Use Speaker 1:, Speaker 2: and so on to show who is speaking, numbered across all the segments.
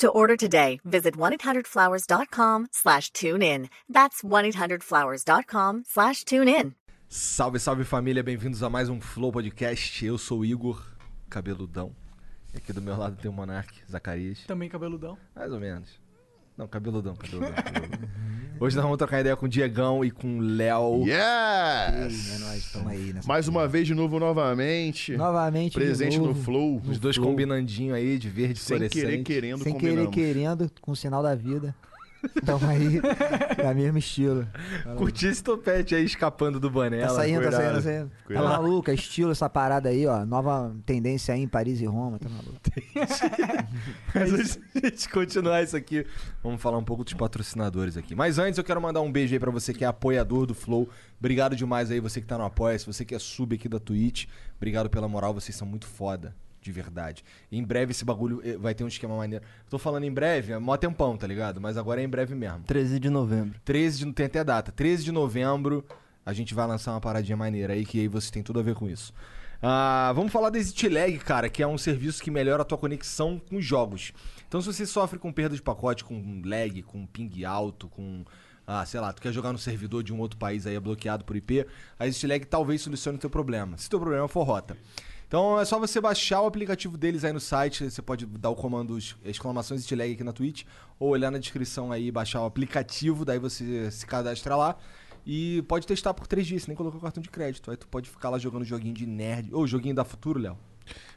Speaker 1: To order today, visit 1-800-Flowers.com slash tune in. That's 1-800-Flowers.com slash tune in.
Speaker 2: Salve, salve família, bem-vindos a mais um Flow Podcast. Eu sou o Igor Cabeludão. E aqui do meu lado tem o Monark, Zacarias.
Speaker 3: Também cabeludão.
Speaker 2: Mais ou menos. Não, cabeludão, cabeludão. cabeludão. Hoje nós vamos trocar ideia com o Diegão e com o Léo.
Speaker 4: Yes!
Speaker 5: Ei, é nóis, tamo aí. nessa
Speaker 4: Mais uma vez, de novo, novamente.
Speaker 5: Novamente. de
Speaker 4: Presente
Speaker 5: novo,
Speaker 4: no Flow.
Speaker 2: Os dois combinandinho aí de verde
Speaker 4: Sem
Speaker 2: fluorescente.
Speaker 4: querer, querendo,
Speaker 5: Sem querer,
Speaker 4: combinamos.
Speaker 5: querendo, com o sinal da vida. Tamo aí, da mesmo estilo.
Speaker 2: Curti esse topete aí escapando do
Speaker 5: Tá
Speaker 2: banela.
Speaker 5: saindo, tá
Speaker 4: cuidado,
Speaker 5: saindo, tá saindo. Tá
Speaker 4: cuidado.
Speaker 5: maluca, estilo essa parada aí, ó. Nova tendência aí em Paris e Roma, tá maluco.
Speaker 2: Mas antes de a gente continuar isso aqui, vamos falar um pouco dos patrocinadores aqui. Mas antes eu quero mandar um beijo aí pra você que é apoiador do Flow. Obrigado demais aí, você que tá no Apoia, se você que é sub aqui da Twitch. Obrigado pela moral, vocês são muito foda. De verdade. Em breve esse bagulho eh, vai ter um esquema maneiro. Tô falando em breve, é mó tempão, tá ligado? Mas agora é em breve mesmo.
Speaker 6: 13 de novembro.
Speaker 2: 13 de, tem até a data, 13 de novembro a gente vai lançar uma paradinha maneira aí que aí você tem tudo a ver com isso. Ah, vamos falar da ExitLag, cara, que é um serviço que melhora a tua conexão com os jogos. Então se você sofre com perda de pacote, com lag, com ping alto, com ah, sei lá, tu quer jogar no servidor de um outro país aí é bloqueado por IP, a ExitLag talvez solucione o teu problema. Se teu problema for rota. Então é só você baixar o aplicativo deles aí no site, você pode dar o comando ex- exclamações ExitLag aqui na Twitch, ou olhar na descrição aí e baixar o aplicativo, daí você se cadastra lá. E pode testar por três dias, você nem colocou cartão de crédito. Aí tu pode ficar lá jogando joguinho de nerd. Ou joguinho da Futuro, Léo.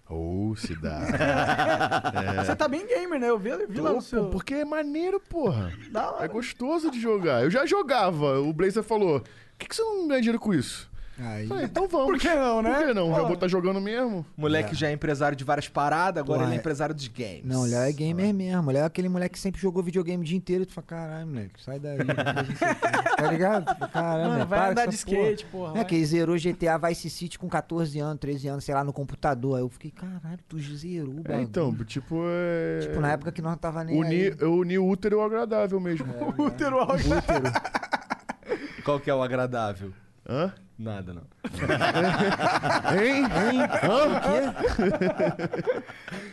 Speaker 4: Ô, cidade.
Speaker 3: Você tá bem gamer, né? Eu vi, vi lá
Speaker 4: É. Tô,
Speaker 3: no seu...
Speaker 4: pô, Porque é maneiro, porra.
Speaker 3: Da hora.
Speaker 4: É gostoso de jogar. Eu já jogava. O Blazer falou: Por que, que você não ganha dinheiro com isso?
Speaker 5: Aí.
Speaker 4: Eu Falei, então vamos.
Speaker 3: Por que não, né?
Speaker 4: Por que não? Eu
Speaker 3: Porra.
Speaker 4: vou estar jogando mesmo.
Speaker 2: Moleque já é empresário de várias paradas, agora
Speaker 5: Ué.
Speaker 2: ele é empresário dos games.
Speaker 5: Não, o Léo é gamer mesmo. O Léo é aquele moleque que sempre jogou videogame o dia inteiro. Tu fala, caralho, moleque, sai daí. tá ligado? Tu fala, Caralho,
Speaker 3: Mano,
Speaker 5: moleque,
Speaker 3: vai
Speaker 5: para
Speaker 3: andar
Speaker 5: com
Speaker 3: de
Speaker 5: essa porra."
Speaker 3: skate, porra.
Speaker 5: É,
Speaker 3: vai.
Speaker 5: que ele zerou GTA Vice City com 14 anos, 13 anos, sei lá, no computador. Aí eu fiquei, caralho, tu zerou, o
Speaker 4: É,
Speaker 5: bagulho."
Speaker 4: então, tipo, é.
Speaker 5: Tipo, na época que nós não tava nem
Speaker 4: Uni,
Speaker 5: aí.
Speaker 4: eu uni o útero ao agradável mesmo.
Speaker 3: Útero ao-
Speaker 2: Qual que é o agradável?
Speaker 4: Hã?
Speaker 2: Nada, não.
Speaker 4: Hein?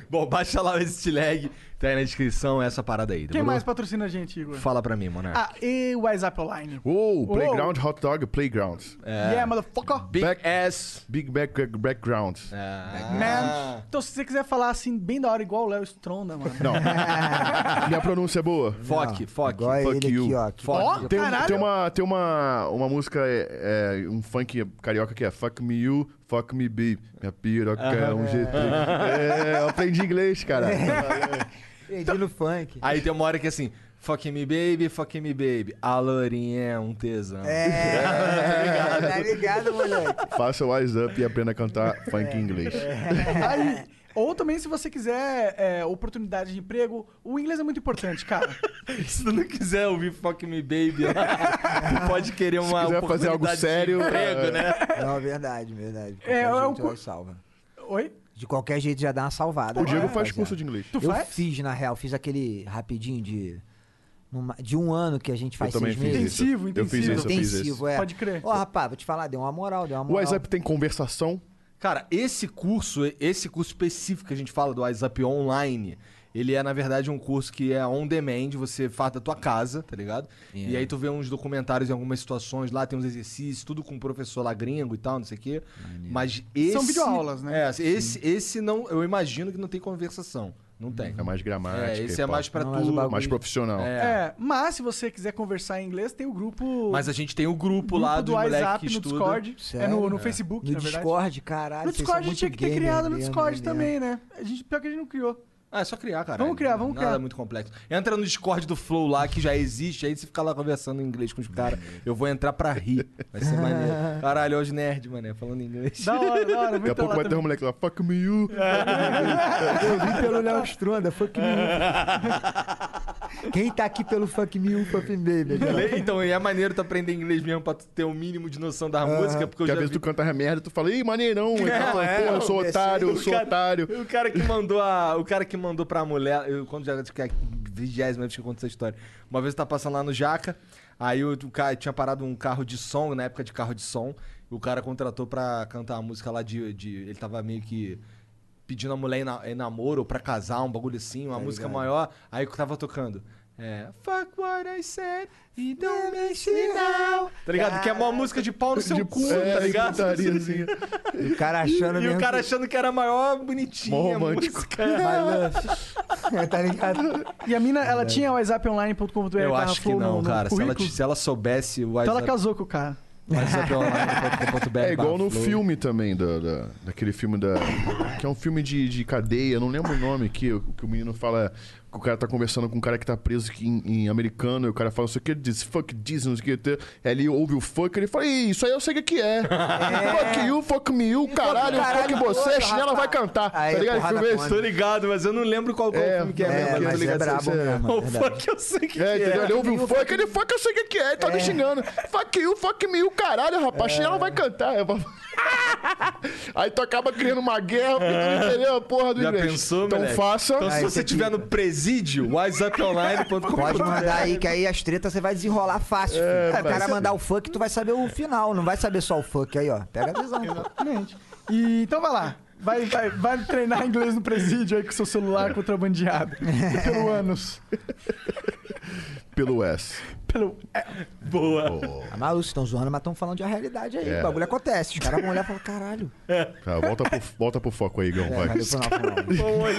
Speaker 2: Bom, baixa lá o Estilag, tá aí na descrição essa parada aí.
Speaker 3: Quem
Speaker 2: demorou?
Speaker 3: mais patrocina a gente, Igor?
Speaker 2: Fala pra mim, Monark.
Speaker 3: Ah, e o WhatsApp Online.
Speaker 4: Uou, Playground Hot Dog Playground.
Speaker 3: Yeah, motherfucker.
Speaker 2: Big
Speaker 4: back-
Speaker 2: ass. É. Ah.
Speaker 4: Big back, Background. Ah.
Speaker 3: Man. Então, se você quiser falar assim, bem da hora, igual o Léo Stronda, mano.
Speaker 4: Não. Minha pronúncia é boa.
Speaker 2: Foque, foque.
Speaker 5: Igual
Speaker 4: fuck
Speaker 5: ele
Speaker 4: you.
Speaker 5: aqui, ó. Que-
Speaker 2: Fuck.
Speaker 3: Ó,
Speaker 4: Tem, um-
Speaker 3: caralho.
Speaker 4: tem uma, tem uma, uma música, é, é, um funk carioca que é Fuck me you, fuck me be. Minha piroca é um GT. É, eu aprendi inglês, cara.
Speaker 5: Perdi no funk.
Speaker 2: Aí tem uma hora que é assim, fuck me baby, fuck me baby. A lourinha é um tesão.
Speaker 5: É, tá ligado, moleque?
Speaker 4: Faça o wise up e aprenda a cantar funk em inglês.
Speaker 3: É. Aí, ou também, se você quiser é, oportunidade de emprego, o inglês é muito importante, cara.
Speaker 2: Se tu não quiser ouvir fuck me baby, tu pode querer uma
Speaker 4: quiser
Speaker 2: oportunidade
Speaker 4: fazer algo
Speaker 2: de
Speaker 4: sério,
Speaker 2: emprego,
Speaker 4: é.
Speaker 2: né?
Speaker 5: Não, verdade, verdade. De
Speaker 3: É,
Speaker 5: qualquer
Speaker 3: é o
Speaker 5: jeito
Speaker 3: cu-
Speaker 5: ela salva.
Speaker 3: Oi?
Speaker 5: De qualquer jeito já dá uma salvada.
Speaker 4: O Diego faz
Speaker 5: rapaziada.
Speaker 4: curso de inglês.
Speaker 3: Tu
Speaker 5: Eu
Speaker 3: faz?
Speaker 5: fiz, na real, fiz aquele rapidinho de. numa- de um ano que a gente faz
Speaker 4: eu também
Speaker 5: seis
Speaker 4: fiz
Speaker 5: meses.
Speaker 4: isso.
Speaker 3: Intensivo,
Speaker 4: Eu fiz
Speaker 3: intensivo.
Speaker 4: isso, eu fiz isso. é
Speaker 5: é.
Speaker 3: Pode crer.
Speaker 5: Ó, rapaz, vou te falar, deu uma moral, deu uma
Speaker 4: O
Speaker 5: moral.
Speaker 4: wise up tem conversação.
Speaker 2: Cara, esse curso, esse curso específico que a gente fala do WhatsApp Online, ele é, na verdade, um curso que é on demand, você faz da tua casa, tá ligado?
Speaker 4: É.
Speaker 2: E aí tu vê uns documentários em algumas situações, lá tem uns exercícios, tudo com o professor lá gringo e tal, não sei o quê. Mas esse...
Speaker 4: um
Speaker 3: São videoaulas, né?
Speaker 2: É, esse, esse não, eu imagino que não tem conversação. Não tem.
Speaker 3: Uhum.
Speaker 4: É mais gramática.
Speaker 2: É, esse
Speaker 4: e
Speaker 2: é
Speaker 4: pá.
Speaker 2: mais pra
Speaker 5: Não,
Speaker 2: tu...
Speaker 5: mas o bagulho-
Speaker 4: mais profissional.
Speaker 3: É, mas se você quiser conversar em inglês, tem o grupo,
Speaker 2: Mas é a gente tem o grupo
Speaker 3: grupo
Speaker 2: lá
Speaker 3: do
Speaker 2: dos moleques
Speaker 3: WhatsApp
Speaker 2: que
Speaker 3: no
Speaker 2: estuda.
Speaker 3: Discord. É
Speaker 5: Sério?
Speaker 3: no, no Facebook,
Speaker 5: No
Speaker 3: na é verdade.
Speaker 5: Discord, caralho.
Speaker 3: No
Speaker 5: Ah, vocês
Speaker 3: Discord a
Speaker 5: são
Speaker 3: gente tinha
Speaker 5: muito
Speaker 3: que ter
Speaker 5: gamer
Speaker 3: criado no
Speaker 5: mesmo,
Speaker 3: Discord
Speaker 5: né?
Speaker 3: também, né? A gente, pior que a gente não criou.
Speaker 2: Ah, é só criar, cara.
Speaker 3: Vamos criar, vamos
Speaker 2: Nada
Speaker 3: criar.
Speaker 2: muito complexo. Entra no Discord do Flow lá, que já existe, aí você fica lá conversando em inglês com os caras. Eu vou entrar pra rir. Vai ser maneiro. Caralho, hoje nerd, mané, falando inglês.
Speaker 3: Da hora, da hora.
Speaker 4: Daqui a
Speaker 3: muito
Speaker 4: pouco
Speaker 3: lá
Speaker 4: vai ter um
Speaker 3: também.
Speaker 4: moleque lá, fuck me you.
Speaker 5: Eu vi pelo Léo Stronda, foi que me Quem tá aqui pelo Fuck Me, o Fuck Me Baby?
Speaker 2: Então, e é maneiro tu aprender inglês mesmo pra tu ter o mínimo de noção da música, porque eu
Speaker 4: Porque
Speaker 2: já
Speaker 4: às vezes
Speaker 2: vi-
Speaker 4: tu canta merda e tu fala, ih, maneirão. Aí
Speaker 2: É,
Speaker 4: tu fala,
Speaker 2: é,
Speaker 4: porra, eu sou
Speaker 5: é
Speaker 4: otário, eu
Speaker 2: O
Speaker 4: sou
Speaker 2: cara-
Speaker 4: otário.
Speaker 2: O cara que mandou a. O cara que mandou pra mulher. Eu, quando já. que é a Vigésima vez que eu conto essa história. Uma vez eu tava passando lá no Jaca. Aí o, o cara tinha parado um carro de som, na época de carro de som. E o cara contratou pra cantar a música lá de. de- ele tava meio que. Pedindo a mulher em, na- em namoro ou pra casar, um bagulho assim,
Speaker 4: Tá
Speaker 2: uma música maior. Aí eu tava tocando. É. Fuck what I said, e don't make me now. Tá ligado? Que é uma música de pau no seu
Speaker 4: De- assim.
Speaker 2: cu,
Speaker 4: é,
Speaker 2: tá ligado?
Speaker 4: putariazinha.
Speaker 5: E o cara achando
Speaker 2: E
Speaker 5: mesmo
Speaker 2: o cara
Speaker 5: que-
Speaker 2: achando que era a maior bonitinha.
Speaker 4: Mó
Speaker 2: a
Speaker 4: romântico.
Speaker 2: música.
Speaker 5: My love. tá ligado?
Speaker 3: E a mina, ela tinha whatsapponline.com.br
Speaker 2: Eu
Speaker 3: barra
Speaker 2: acho que
Speaker 3: flow
Speaker 2: não,
Speaker 3: no- no
Speaker 2: cara. Se ela,
Speaker 3: currículo.
Speaker 2: se ela soubesse o
Speaker 3: Então ela
Speaker 2: WhatsApp-
Speaker 3: casou com o cara.
Speaker 2: whatsapponline.com.br
Speaker 4: É igual no
Speaker 2: barra flow.
Speaker 4: filme também, da, da- daquele filme da. Que é um filme de, de cadeia, não lembro o nome que, o- que o menino fala. Que o cara tá conversando com um cara que tá preso aqui em, em americano, e o cara fala, não sei o que, ele diz fuck this, não sei o que. Aí ele ouve o fuck, ele fala, "Ih, isso aí eu sei o que que é. Fuck you, fuck me, you, caralho, fuck
Speaker 5: caralho,
Speaker 4: você,
Speaker 5: porra,
Speaker 4: a chinela vai
Speaker 5: rapaz.
Speaker 4: cantar.
Speaker 5: Aí é
Speaker 4: tá ligado?
Speaker 5: porrada
Speaker 4: Filme
Speaker 5: com
Speaker 4: esse?
Speaker 2: Tô ligado, mas eu não lembro qual, qual
Speaker 4: É,
Speaker 2: filme que é,
Speaker 4: é,
Speaker 2: mesmo. eu tô
Speaker 5: mas é
Speaker 2: ligado.
Speaker 5: brabo mesmo,
Speaker 2: O
Speaker 5: é verdade.
Speaker 2: fuck eu sei que
Speaker 4: É,
Speaker 2: é.
Speaker 4: entendeu? Ele ouve o fuck, ele fuck, eu sei o que que é, ele tá me xingando. Fuck you, fuck me, o caralho, rapaz,
Speaker 2: É.
Speaker 4: a chinela vai cantar. Eu falo, Aí tu acaba criando uma guerra, porque tu não entendeu a porra do
Speaker 2: É. Já
Speaker 4: inglês.
Speaker 2: pensou,
Speaker 4: então
Speaker 2: moleque?
Speaker 4: faça.
Speaker 2: Então se
Speaker 5: Aí
Speaker 2: você
Speaker 5: você
Speaker 2: tiver no presídio, whatsapponline.com.br
Speaker 5: Pode mandar aí, que aí as tretas você vai desenrolar fácil.
Speaker 2: É,
Speaker 5: filho. É, o cara mandar o funk, tu vai saber o final, não vai saber só o funk aí, ó. Pega a visão. pô.
Speaker 3: Exatamente. E, então vai lá. Vai, vai, vai treinar inglês no presídio aí com seu celular contrabandeado. Pelo ânus.
Speaker 4: Pelo S.
Speaker 3: Pelo. é,
Speaker 2: Boa.
Speaker 5: Tá maluco, vocês estão zoando, mas estão falando de uma realidade aí.
Speaker 4: É.
Speaker 5: O bagulho acontece. Os caras vão olhar e falar, caralho.
Speaker 4: Tá, volta, pro, volta pro foco aí, Igão.
Speaker 5: É,
Speaker 4: vai.
Speaker 5: valeu pro nosso nome.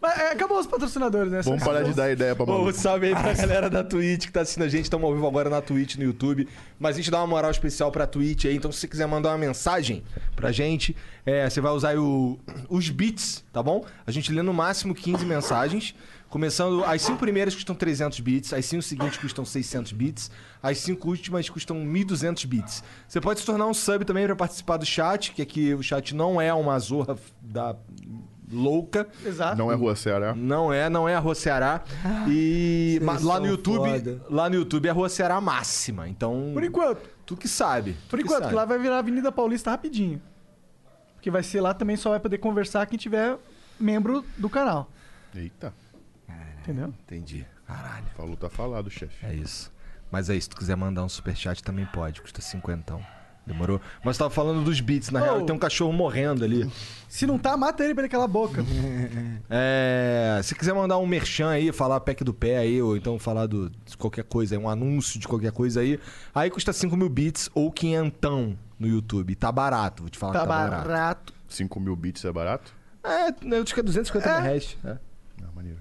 Speaker 3: Mas, é, acabou os patrocinadores, né?
Speaker 4: Vamos parar de dar ideia pra
Speaker 2: Bom,
Speaker 4: maluco. Ah,
Speaker 2: salve aí pra galera da Twitch que tá assistindo a gente. Estamos ao vivo agora na Twitch, no YouTube. Mas a gente dá uma moral especial pra Twitch aí. Então, se você quiser mandar uma mensagem pra gente, é, você vai usar aí o- os bits, tá bom? A gente lê no máximo 15 mensagens. Começando, as cinco primeiras custam 300 bits, as cinco seguintes custam 600 bits, as cinco últimas custam 1.200 bits. Você pode se tornar um sub também pra participar do chat, que aqui o chat não é uma zorra da louca.
Speaker 3: Exato.
Speaker 4: Não é Rua Ceará.
Speaker 2: Não é, não é a Rua Ceará.
Speaker 3: Ah,
Speaker 2: e
Speaker 5: vocês
Speaker 2: ma- lá
Speaker 5: são
Speaker 2: no YouTube,
Speaker 5: foda.
Speaker 2: lá no YouTube é a Rua Ceará máxima. Então,
Speaker 3: Por enquanto.
Speaker 2: tu que sabe. tu
Speaker 3: Por
Speaker 2: que
Speaker 3: enquanto,
Speaker 2: sabe.
Speaker 3: que lá vai virar Avenida Paulista rapidinho. Porque vai ser lá também, só vai poder conversar quem tiver membro do canal.
Speaker 4: Eita,
Speaker 3: Entendeu?
Speaker 2: Entendi. Caralho,
Speaker 4: falou, tá falado, chefe.
Speaker 2: é isso. Mas aí, se tu quiser mandar um superchat também pode, custa cinquentão. Demorou? Mas tava falando dos beats, na real,
Speaker 3: Oh.
Speaker 2: tem um cachorro morrendo ali.
Speaker 3: Se não tá, mata ele pra ele calar a boca.
Speaker 2: É, se quiser mandar um merchan aí, falar pack do pé aí, ou então falar do, de qualquer coisa, aí, um anúncio de qualquer coisa aí, aí custa 5 mil bits ou quinhentão no YouTube. Tá barato, vou te falar
Speaker 3: tá
Speaker 2: que tá barato.
Speaker 3: barato.
Speaker 4: 5 mil bits é barato?
Speaker 2: É, eu acho que é 250 reais. É,
Speaker 4: Ah, maneiro.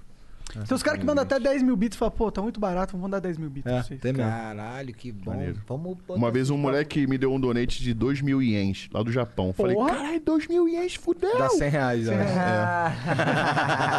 Speaker 3: Tem os caras que mandam até 10 mil bits e falam, pô, tá muito barato, vamos mandar 10 mil bits. pra
Speaker 2: é
Speaker 3: vocês.
Speaker 2: tem mesmo.
Speaker 5: Caralho, que bom.
Speaker 4: Maneiro.
Speaker 5: Vamos botar
Speaker 4: Uma vez um
Speaker 5: esse
Speaker 4: moleque me deu um donate de 2 mil ienes, lá do Japão. Falei,
Speaker 3: Porra.
Speaker 4: caralho, 2 mil ienes, fudeu.
Speaker 2: Dá 100 reais, né?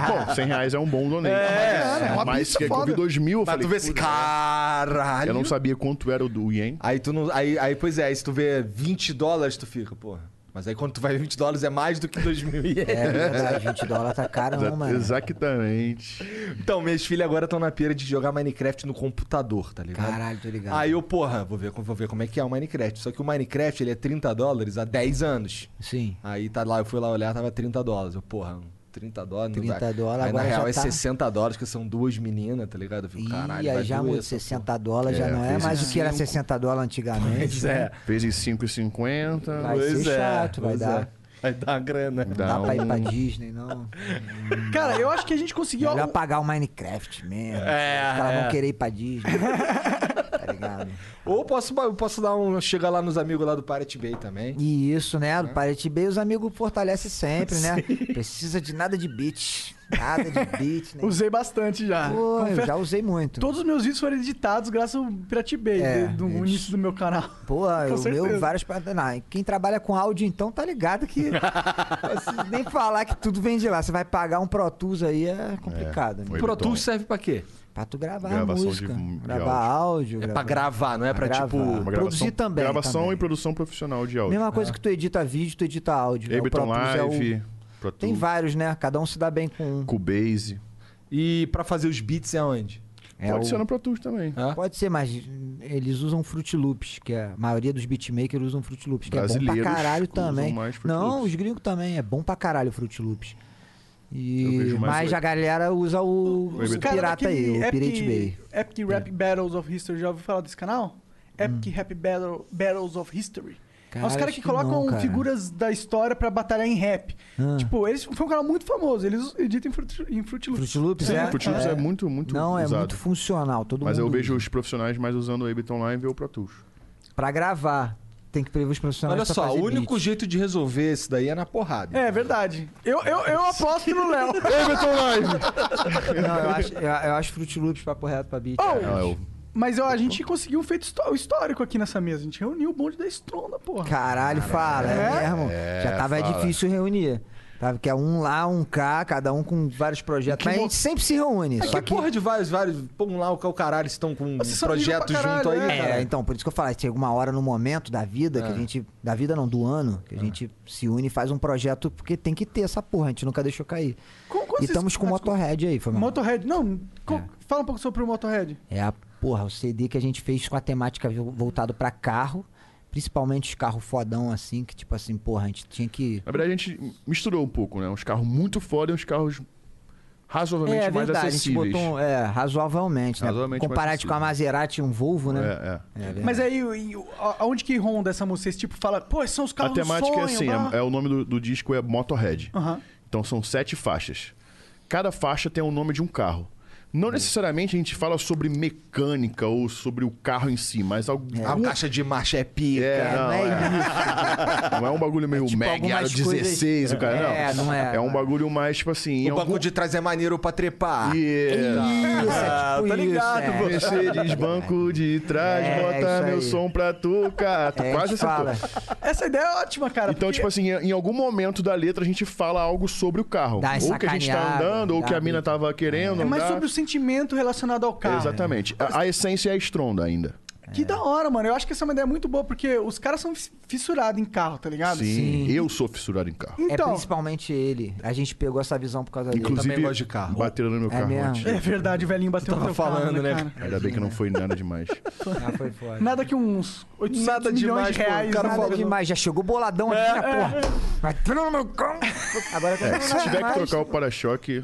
Speaker 4: Bom, 100 reais é um bom donate.
Speaker 3: é,
Speaker 5: um
Speaker 3: é uma
Speaker 4: mas
Speaker 3: pizza
Speaker 4: que que eu vi
Speaker 3: foda.
Speaker 4: 2 mil, eu
Speaker 2: Mas
Speaker 4: falei,
Speaker 2: tu vê esse
Speaker 4: "Puta,
Speaker 2: caralho.
Speaker 4: Eu não sabia quanto era o do ien.
Speaker 2: Aí tu não. Aí, aí, pois é, aí se tu vê 20 dólares, tu fica, porra. Mas aí quando tu vai ver 20 dólares é mais do que 2 mil
Speaker 5: papo.
Speaker 2: ienes.
Speaker 5: É verdade, 20 dólares tá caro, não, mano.
Speaker 4: Exatamente.
Speaker 2: Então, minhas filhas agora estão na pira de jogar Minecraft no computador, tá ligado?
Speaker 5: Caralho, tô ligado.
Speaker 2: Aí eu, porra, vou ver, vou ver como é que é o Minecraft. Só que o Minecraft, ele é 30 dólares há 10 anos.
Speaker 5: Sim.
Speaker 2: Aí tá lá, eu fui lá olhar, tava 30 dólares. Eu, porra, 30 dólares. não
Speaker 5: 30
Speaker 2: dá.
Speaker 5: dólares,
Speaker 2: Aí na
Speaker 5: agora
Speaker 2: real
Speaker 5: já
Speaker 2: é
Speaker 5: tá-
Speaker 2: 60 dólares, que são duas meninas, tá ligado? Eu fico, caralho,
Speaker 5: e
Speaker 2: vai
Speaker 5: aí já é
Speaker 2: doer
Speaker 5: mudou
Speaker 2: essa
Speaker 5: 60
Speaker 2: porra.
Speaker 5: dólares, já
Speaker 4: É,
Speaker 5: não é
Speaker 4: fez
Speaker 5: mais o que era
Speaker 2: cinco.
Speaker 5: 60 dólares antigamente.
Speaker 2: Pois é.
Speaker 4: Fez em 5,50.
Speaker 5: né? Vai ser
Speaker 2: Pois é,
Speaker 5: chato, vai
Speaker 2: pois
Speaker 5: dar.
Speaker 2: é. Vai dar uma grana.
Speaker 5: Não dá pra ir pra
Speaker 4: um-
Speaker 5: Disney, não. É
Speaker 3: Cara, eu acho que a gente conseguiu.
Speaker 5: Melhor pagar o Minecraft mesmo.
Speaker 2: É,
Speaker 5: os caras
Speaker 2: é.
Speaker 5: vão querer ir pra Disney. tá ligado?
Speaker 2: Ou posso, eu posso dar um. Chegar lá nos amigos lá do Pirate Bay também.
Speaker 5: E isso,
Speaker 2: É.
Speaker 5: né? Do Pirate Bay, os amigos fortalecem sempre, né? Precisa de nada de beat. Nada de beat, né?
Speaker 3: Usei bastante já.
Speaker 5: Pô, eu
Speaker 3: Confesso-
Speaker 5: já usei muito.
Speaker 3: Todos os meus vídeos foram editados graças ao Pirate Bay,
Speaker 5: É,
Speaker 3: de- do
Speaker 5: isso.
Speaker 3: início do meu canal.
Speaker 5: Pô, o
Speaker 3: certeza.
Speaker 5: meu, várias paradas. Não, quem trabalha com áudio, então, tá ligado que. não preciso nem falar que tudo vem de lá. Você vai pagar um Pro Tools aí é complicado, né?
Speaker 4: foi.
Speaker 2: Pro Tools
Speaker 4: Então.
Speaker 2: serve pra quê?
Speaker 5: Pra tu gravar
Speaker 4: Gravação
Speaker 5: música,
Speaker 4: de- de
Speaker 5: gravar áudio.
Speaker 2: É pra gravar, não é pra,
Speaker 5: Pra
Speaker 2: tipo.
Speaker 5: gravar.
Speaker 4: Uma
Speaker 5: Produzir também,
Speaker 4: Gravação
Speaker 5: também.
Speaker 4: e produção profissional de áudio.
Speaker 5: Mesma coisa que tu edita vídeo, tu edita áudio. É, o
Speaker 4: Ableton
Speaker 5: Pro Tools é o-
Speaker 4: Live, Pro
Speaker 5: Tem
Speaker 4: Tools,
Speaker 5: vários, né? Cada um se dá bem com um.
Speaker 4: Cubase.
Speaker 2: E pra fazer os beats é onde?
Speaker 5: É
Speaker 4: Pode
Speaker 5: o-
Speaker 4: ser no Pro Tools também.
Speaker 2: Hã?
Speaker 5: Pode ser, mas hum, eles usam Fruit Loops, que é, a maioria dos beatmakers usam Fruit Loops, que é bom pra
Speaker 4: Brasileiros
Speaker 5: caralho
Speaker 4: usam
Speaker 5: também.
Speaker 4: mais Fruit
Speaker 5: Não,
Speaker 4: Loops.
Speaker 5: os gringos também, é bom pra caralho o Fruit Loops.
Speaker 4: Eu
Speaker 5: E...
Speaker 4: vejo mais
Speaker 5: Mas
Speaker 4: hoje.
Speaker 5: a galera usa o,
Speaker 4: Os
Speaker 5: o
Speaker 4: cara
Speaker 5: pirata aí, o Pirate Bay. É.
Speaker 3: Epic Rap Battles of History, já ouviu falar desse canal? Epic Rap Battle, Battles of History. é os
Speaker 5: Cara,
Speaker 3: caras
Speaker 5: acho
Speaker 3: que
Speaker 5: que não,
Speaker 3: colocam
Speaker 5: cara.
Speaker 3: figuras da história pra batalhar em rap.
Speaker 5: Ah.
Speaker 3: Tipo, eles foi um canal muito famoso, eles editam em Fruit, em Fruit Loops.
Speaker 5: Fruit Loops
Speaker 4: Sim,
Speaker 5: é,
Speaker 4: o Pro Tools é, muito, muito
Speaker 5: não, é
Speaker 4: usado.
Speaker 5: muito funcional. Todo
Speaker 4: Mas
Speaker 5: mundo
Speaker 4: eu vejo
Speaker 5: usa.
Speaker 4: os profissionais mais usando o Ableton Live ou o Pro Tools.
Speaker 5: Pra gravar, tem que prever os profissionais
Speaker 2: Olha
Speaker 5: é pra
Speaker 2: só,
Speaker 5: fazer
Speaker 2: o único
Speaker 5: beat.
Speaker 2: jeito de resolver isso daí é na porrada.
Speaker 3: É verdade. Eu, eu, eu aposto no Léo.
Speaker 4: Ableton Live!
Speaker 5: Não, eu acho, eu, eu acho Fruit Loops papo reto pra beat.
Speaker 3: Oh,
Speaker 4: Ah, eu-
Speaker 3: Mas ó, a gente conseguiu um feito histó- histórico aqui nessa mesa. A gente reuniu o bonde da estronda, porra.
Speaker 5: Caralho, fala, é, mesmo?
Speaker 4: É,
Speaker 5: Já tava
Speaker 4: fala.
Speaker 5: difícil reunir. Tava que é um lá, um cá, cada um com vários projetos.
Speaker 2: Que
Speaker 5: Mas
Speaker 2: mo-
Speaker 5: a gente sempre se reúne.
Speaker 2: Mas
Speaker 5: Só
Speaker 2: É que
Speaker 5: que...
Speaker 2: porra de vários, vários. Pô, um lá o que é o caralho estão com um
Speaker 3: Vocês são
Speaker 2: projeto
Speaker 3: amigos pra
Speaker 2: junto aí,
Speaker 3: caralho, né?
Speaker 2: cara.
Speaker 5: É, então, por isso que eu falo, chega uma hora no momento da vida que a gente. Da vida não, do ano, que a gente se une e faz um projeto, porque tem que ter essa porra, a gente nunca deixou cair.
Speaker 3: Como- como
Speaker 5: e
Speaker 3: vocês-
Speaker 5: estamos com o
Speaker 3: Ah,
Speaker 5: Motorhead né? É. aí, foi mal.
Speaker 3: Motorhead, não. co- Fala um pouco sobre o Motorhead.
Speaker 5: É a porra, o CD que a gente fez com a temática vo- voltado pra carro, principalmente os carros fodão assim, que tipo assim, porra, a gente tinha que.
Speaker 4: Na verdade, a gente misturou um pouco, né? Uns carros muito foda e uns carros razoavelmente mais
Speaker 5: É a gente
Speaker 4: acessíveis.
Speaker 5: botou um- é, razoavelmente, né?
Speaker 4: Razoavelmente mais
Speaker 5: Comparado com a
Speaker 4: acessível.
Speaker 5: Maserati e um Volvo, né?
Speaker 4: É, é.
Speaker 5: É verdade.
Speaker 3: Mas aí, e o- a- aonde que ronda essa música? Vocês, tipo, fala, pô, esses são os
Speaker 4: A
Speaker 3: carros
Speaker 4: temática
Speaker 3: do
Speaker 4: é
Speaker 3: sonho,
Speaker 4: assim,
Speaker 5: né?
Speaker 3: blá.
Speaker 4: é, é o nome do, do disco é Motorhead.
Speaker 5: Ah.
Speaker 3: Aham.
Speaker 4: Então são sete faixas. Cada faixa tem o nome de um carro.
Speaker 5: É.
Speaker 4: Não necessariamente a gente fala sobre mecânica ou sobre o carro em si, mas al-
Speaker 2: A
Speaker 4: algum-
Speaker 2: caixa de marcha é pica.
Speaker 4: Um É,
Speaker 5: não
Speaker 4: não,
Speaker 5: é
Speaker 4: é. não é um bagulho meio
Speaker 5: tipo
Speaker 4: Mag Aro
Speaker 5: algumas coisas-
Speaker 4: 16, o cara não.
Speaker 5: É, não é,
Speaker 4: É
Speaker 5: não
Speaker 4: um
Speaker 5: é.
Speaker 4: bagulho mais tipo assim, em
Speaker 2: O
Speaker 4: algum
Speaker 2: banco de trás é maneiro pra trepar.
Speaker 4: Yeah.
Speaker 5: Isso, é tipo
Speaker 2: É. tá
Speaker 5: isso,
Speaker 2: ligado,
Speaker 5: é.
Speaker 4: Mercedes, banco de trás,
Speaker 5: É, isso
Speaker 4: bota meu
Speaker 5: aí.
Speaker 4: som pra tocar. Tu
Speaker 5: É,
Speaker 4: quase
Speaker 5: a gente
Speaker 4: acertou.
Speaker 5: fala.
Speaker 3: Essa ideia é ótima, cara.
Speaker 4: Então,
Speaker 3: porque-
Speaker 4: tipo assim, em algum momento da letra a gente fala algo sobre o carro.
Speaker 5: Dá
Speaker 4: ou que a gente tá
Speaker 5: sacaneada,
Speaker 4: andando, ou
Speaker 5: dá
Speaker 4: que a mina
Speaker 5: briga.
Speaker 4: tava querendo.
Speaker 3: É mais
Speaker 4: andar.
Speaker 3: sobre o sentimento relacionado ao carro.
Speaker 4: Exatamente. A, a essência é a estronda ainda.
Speaker 3: Que da hora, mano. Eu acho que essa é uma ideia muito boa, porque os caras são fis- fissurados em carro, tá ligado?
Speaker 4: Sim. Eu sou fissurado em carro.
Speaker 5: É
Speaker 3: Então,
Speaker 5: principalmente ele. A gente pegou essa visão por causa dele.
Speaker 4: Inclusive,
Speaker 2: gosto de carro.
Speaker 4: bateram no meu
Speaker 5: É
Speaker 4: carro
Speaker 5: mesmo?
Speaker 4: antes.
Speaker 3: é verdade, o velhinho bateu
Speaker 2: Tava
Speaker 3: no teu carro,
Speaker 2: falando, né?
Speaker 3: cara?
Speaker 4: Ainda bem que não foi nada demais.
Speaker 5: Ah, foi foda.
Speaker 3: Nada que uns 800
Speaker 2: Nada
Speaker 3: milhões
Speaker 2: demais,
Speaker 3: de
Speaker 2: pô.
Speaker 3: reais.
Speaker 2: O cara
Speaker 3: né?
Speaker 5: Nada demais, já chegou boladão aqui na porra. Bateu no meu cão. Agora
Speaker 4: É, se tiver que
Speaker 5: mais-
Speaker 4: trocar o para-choque,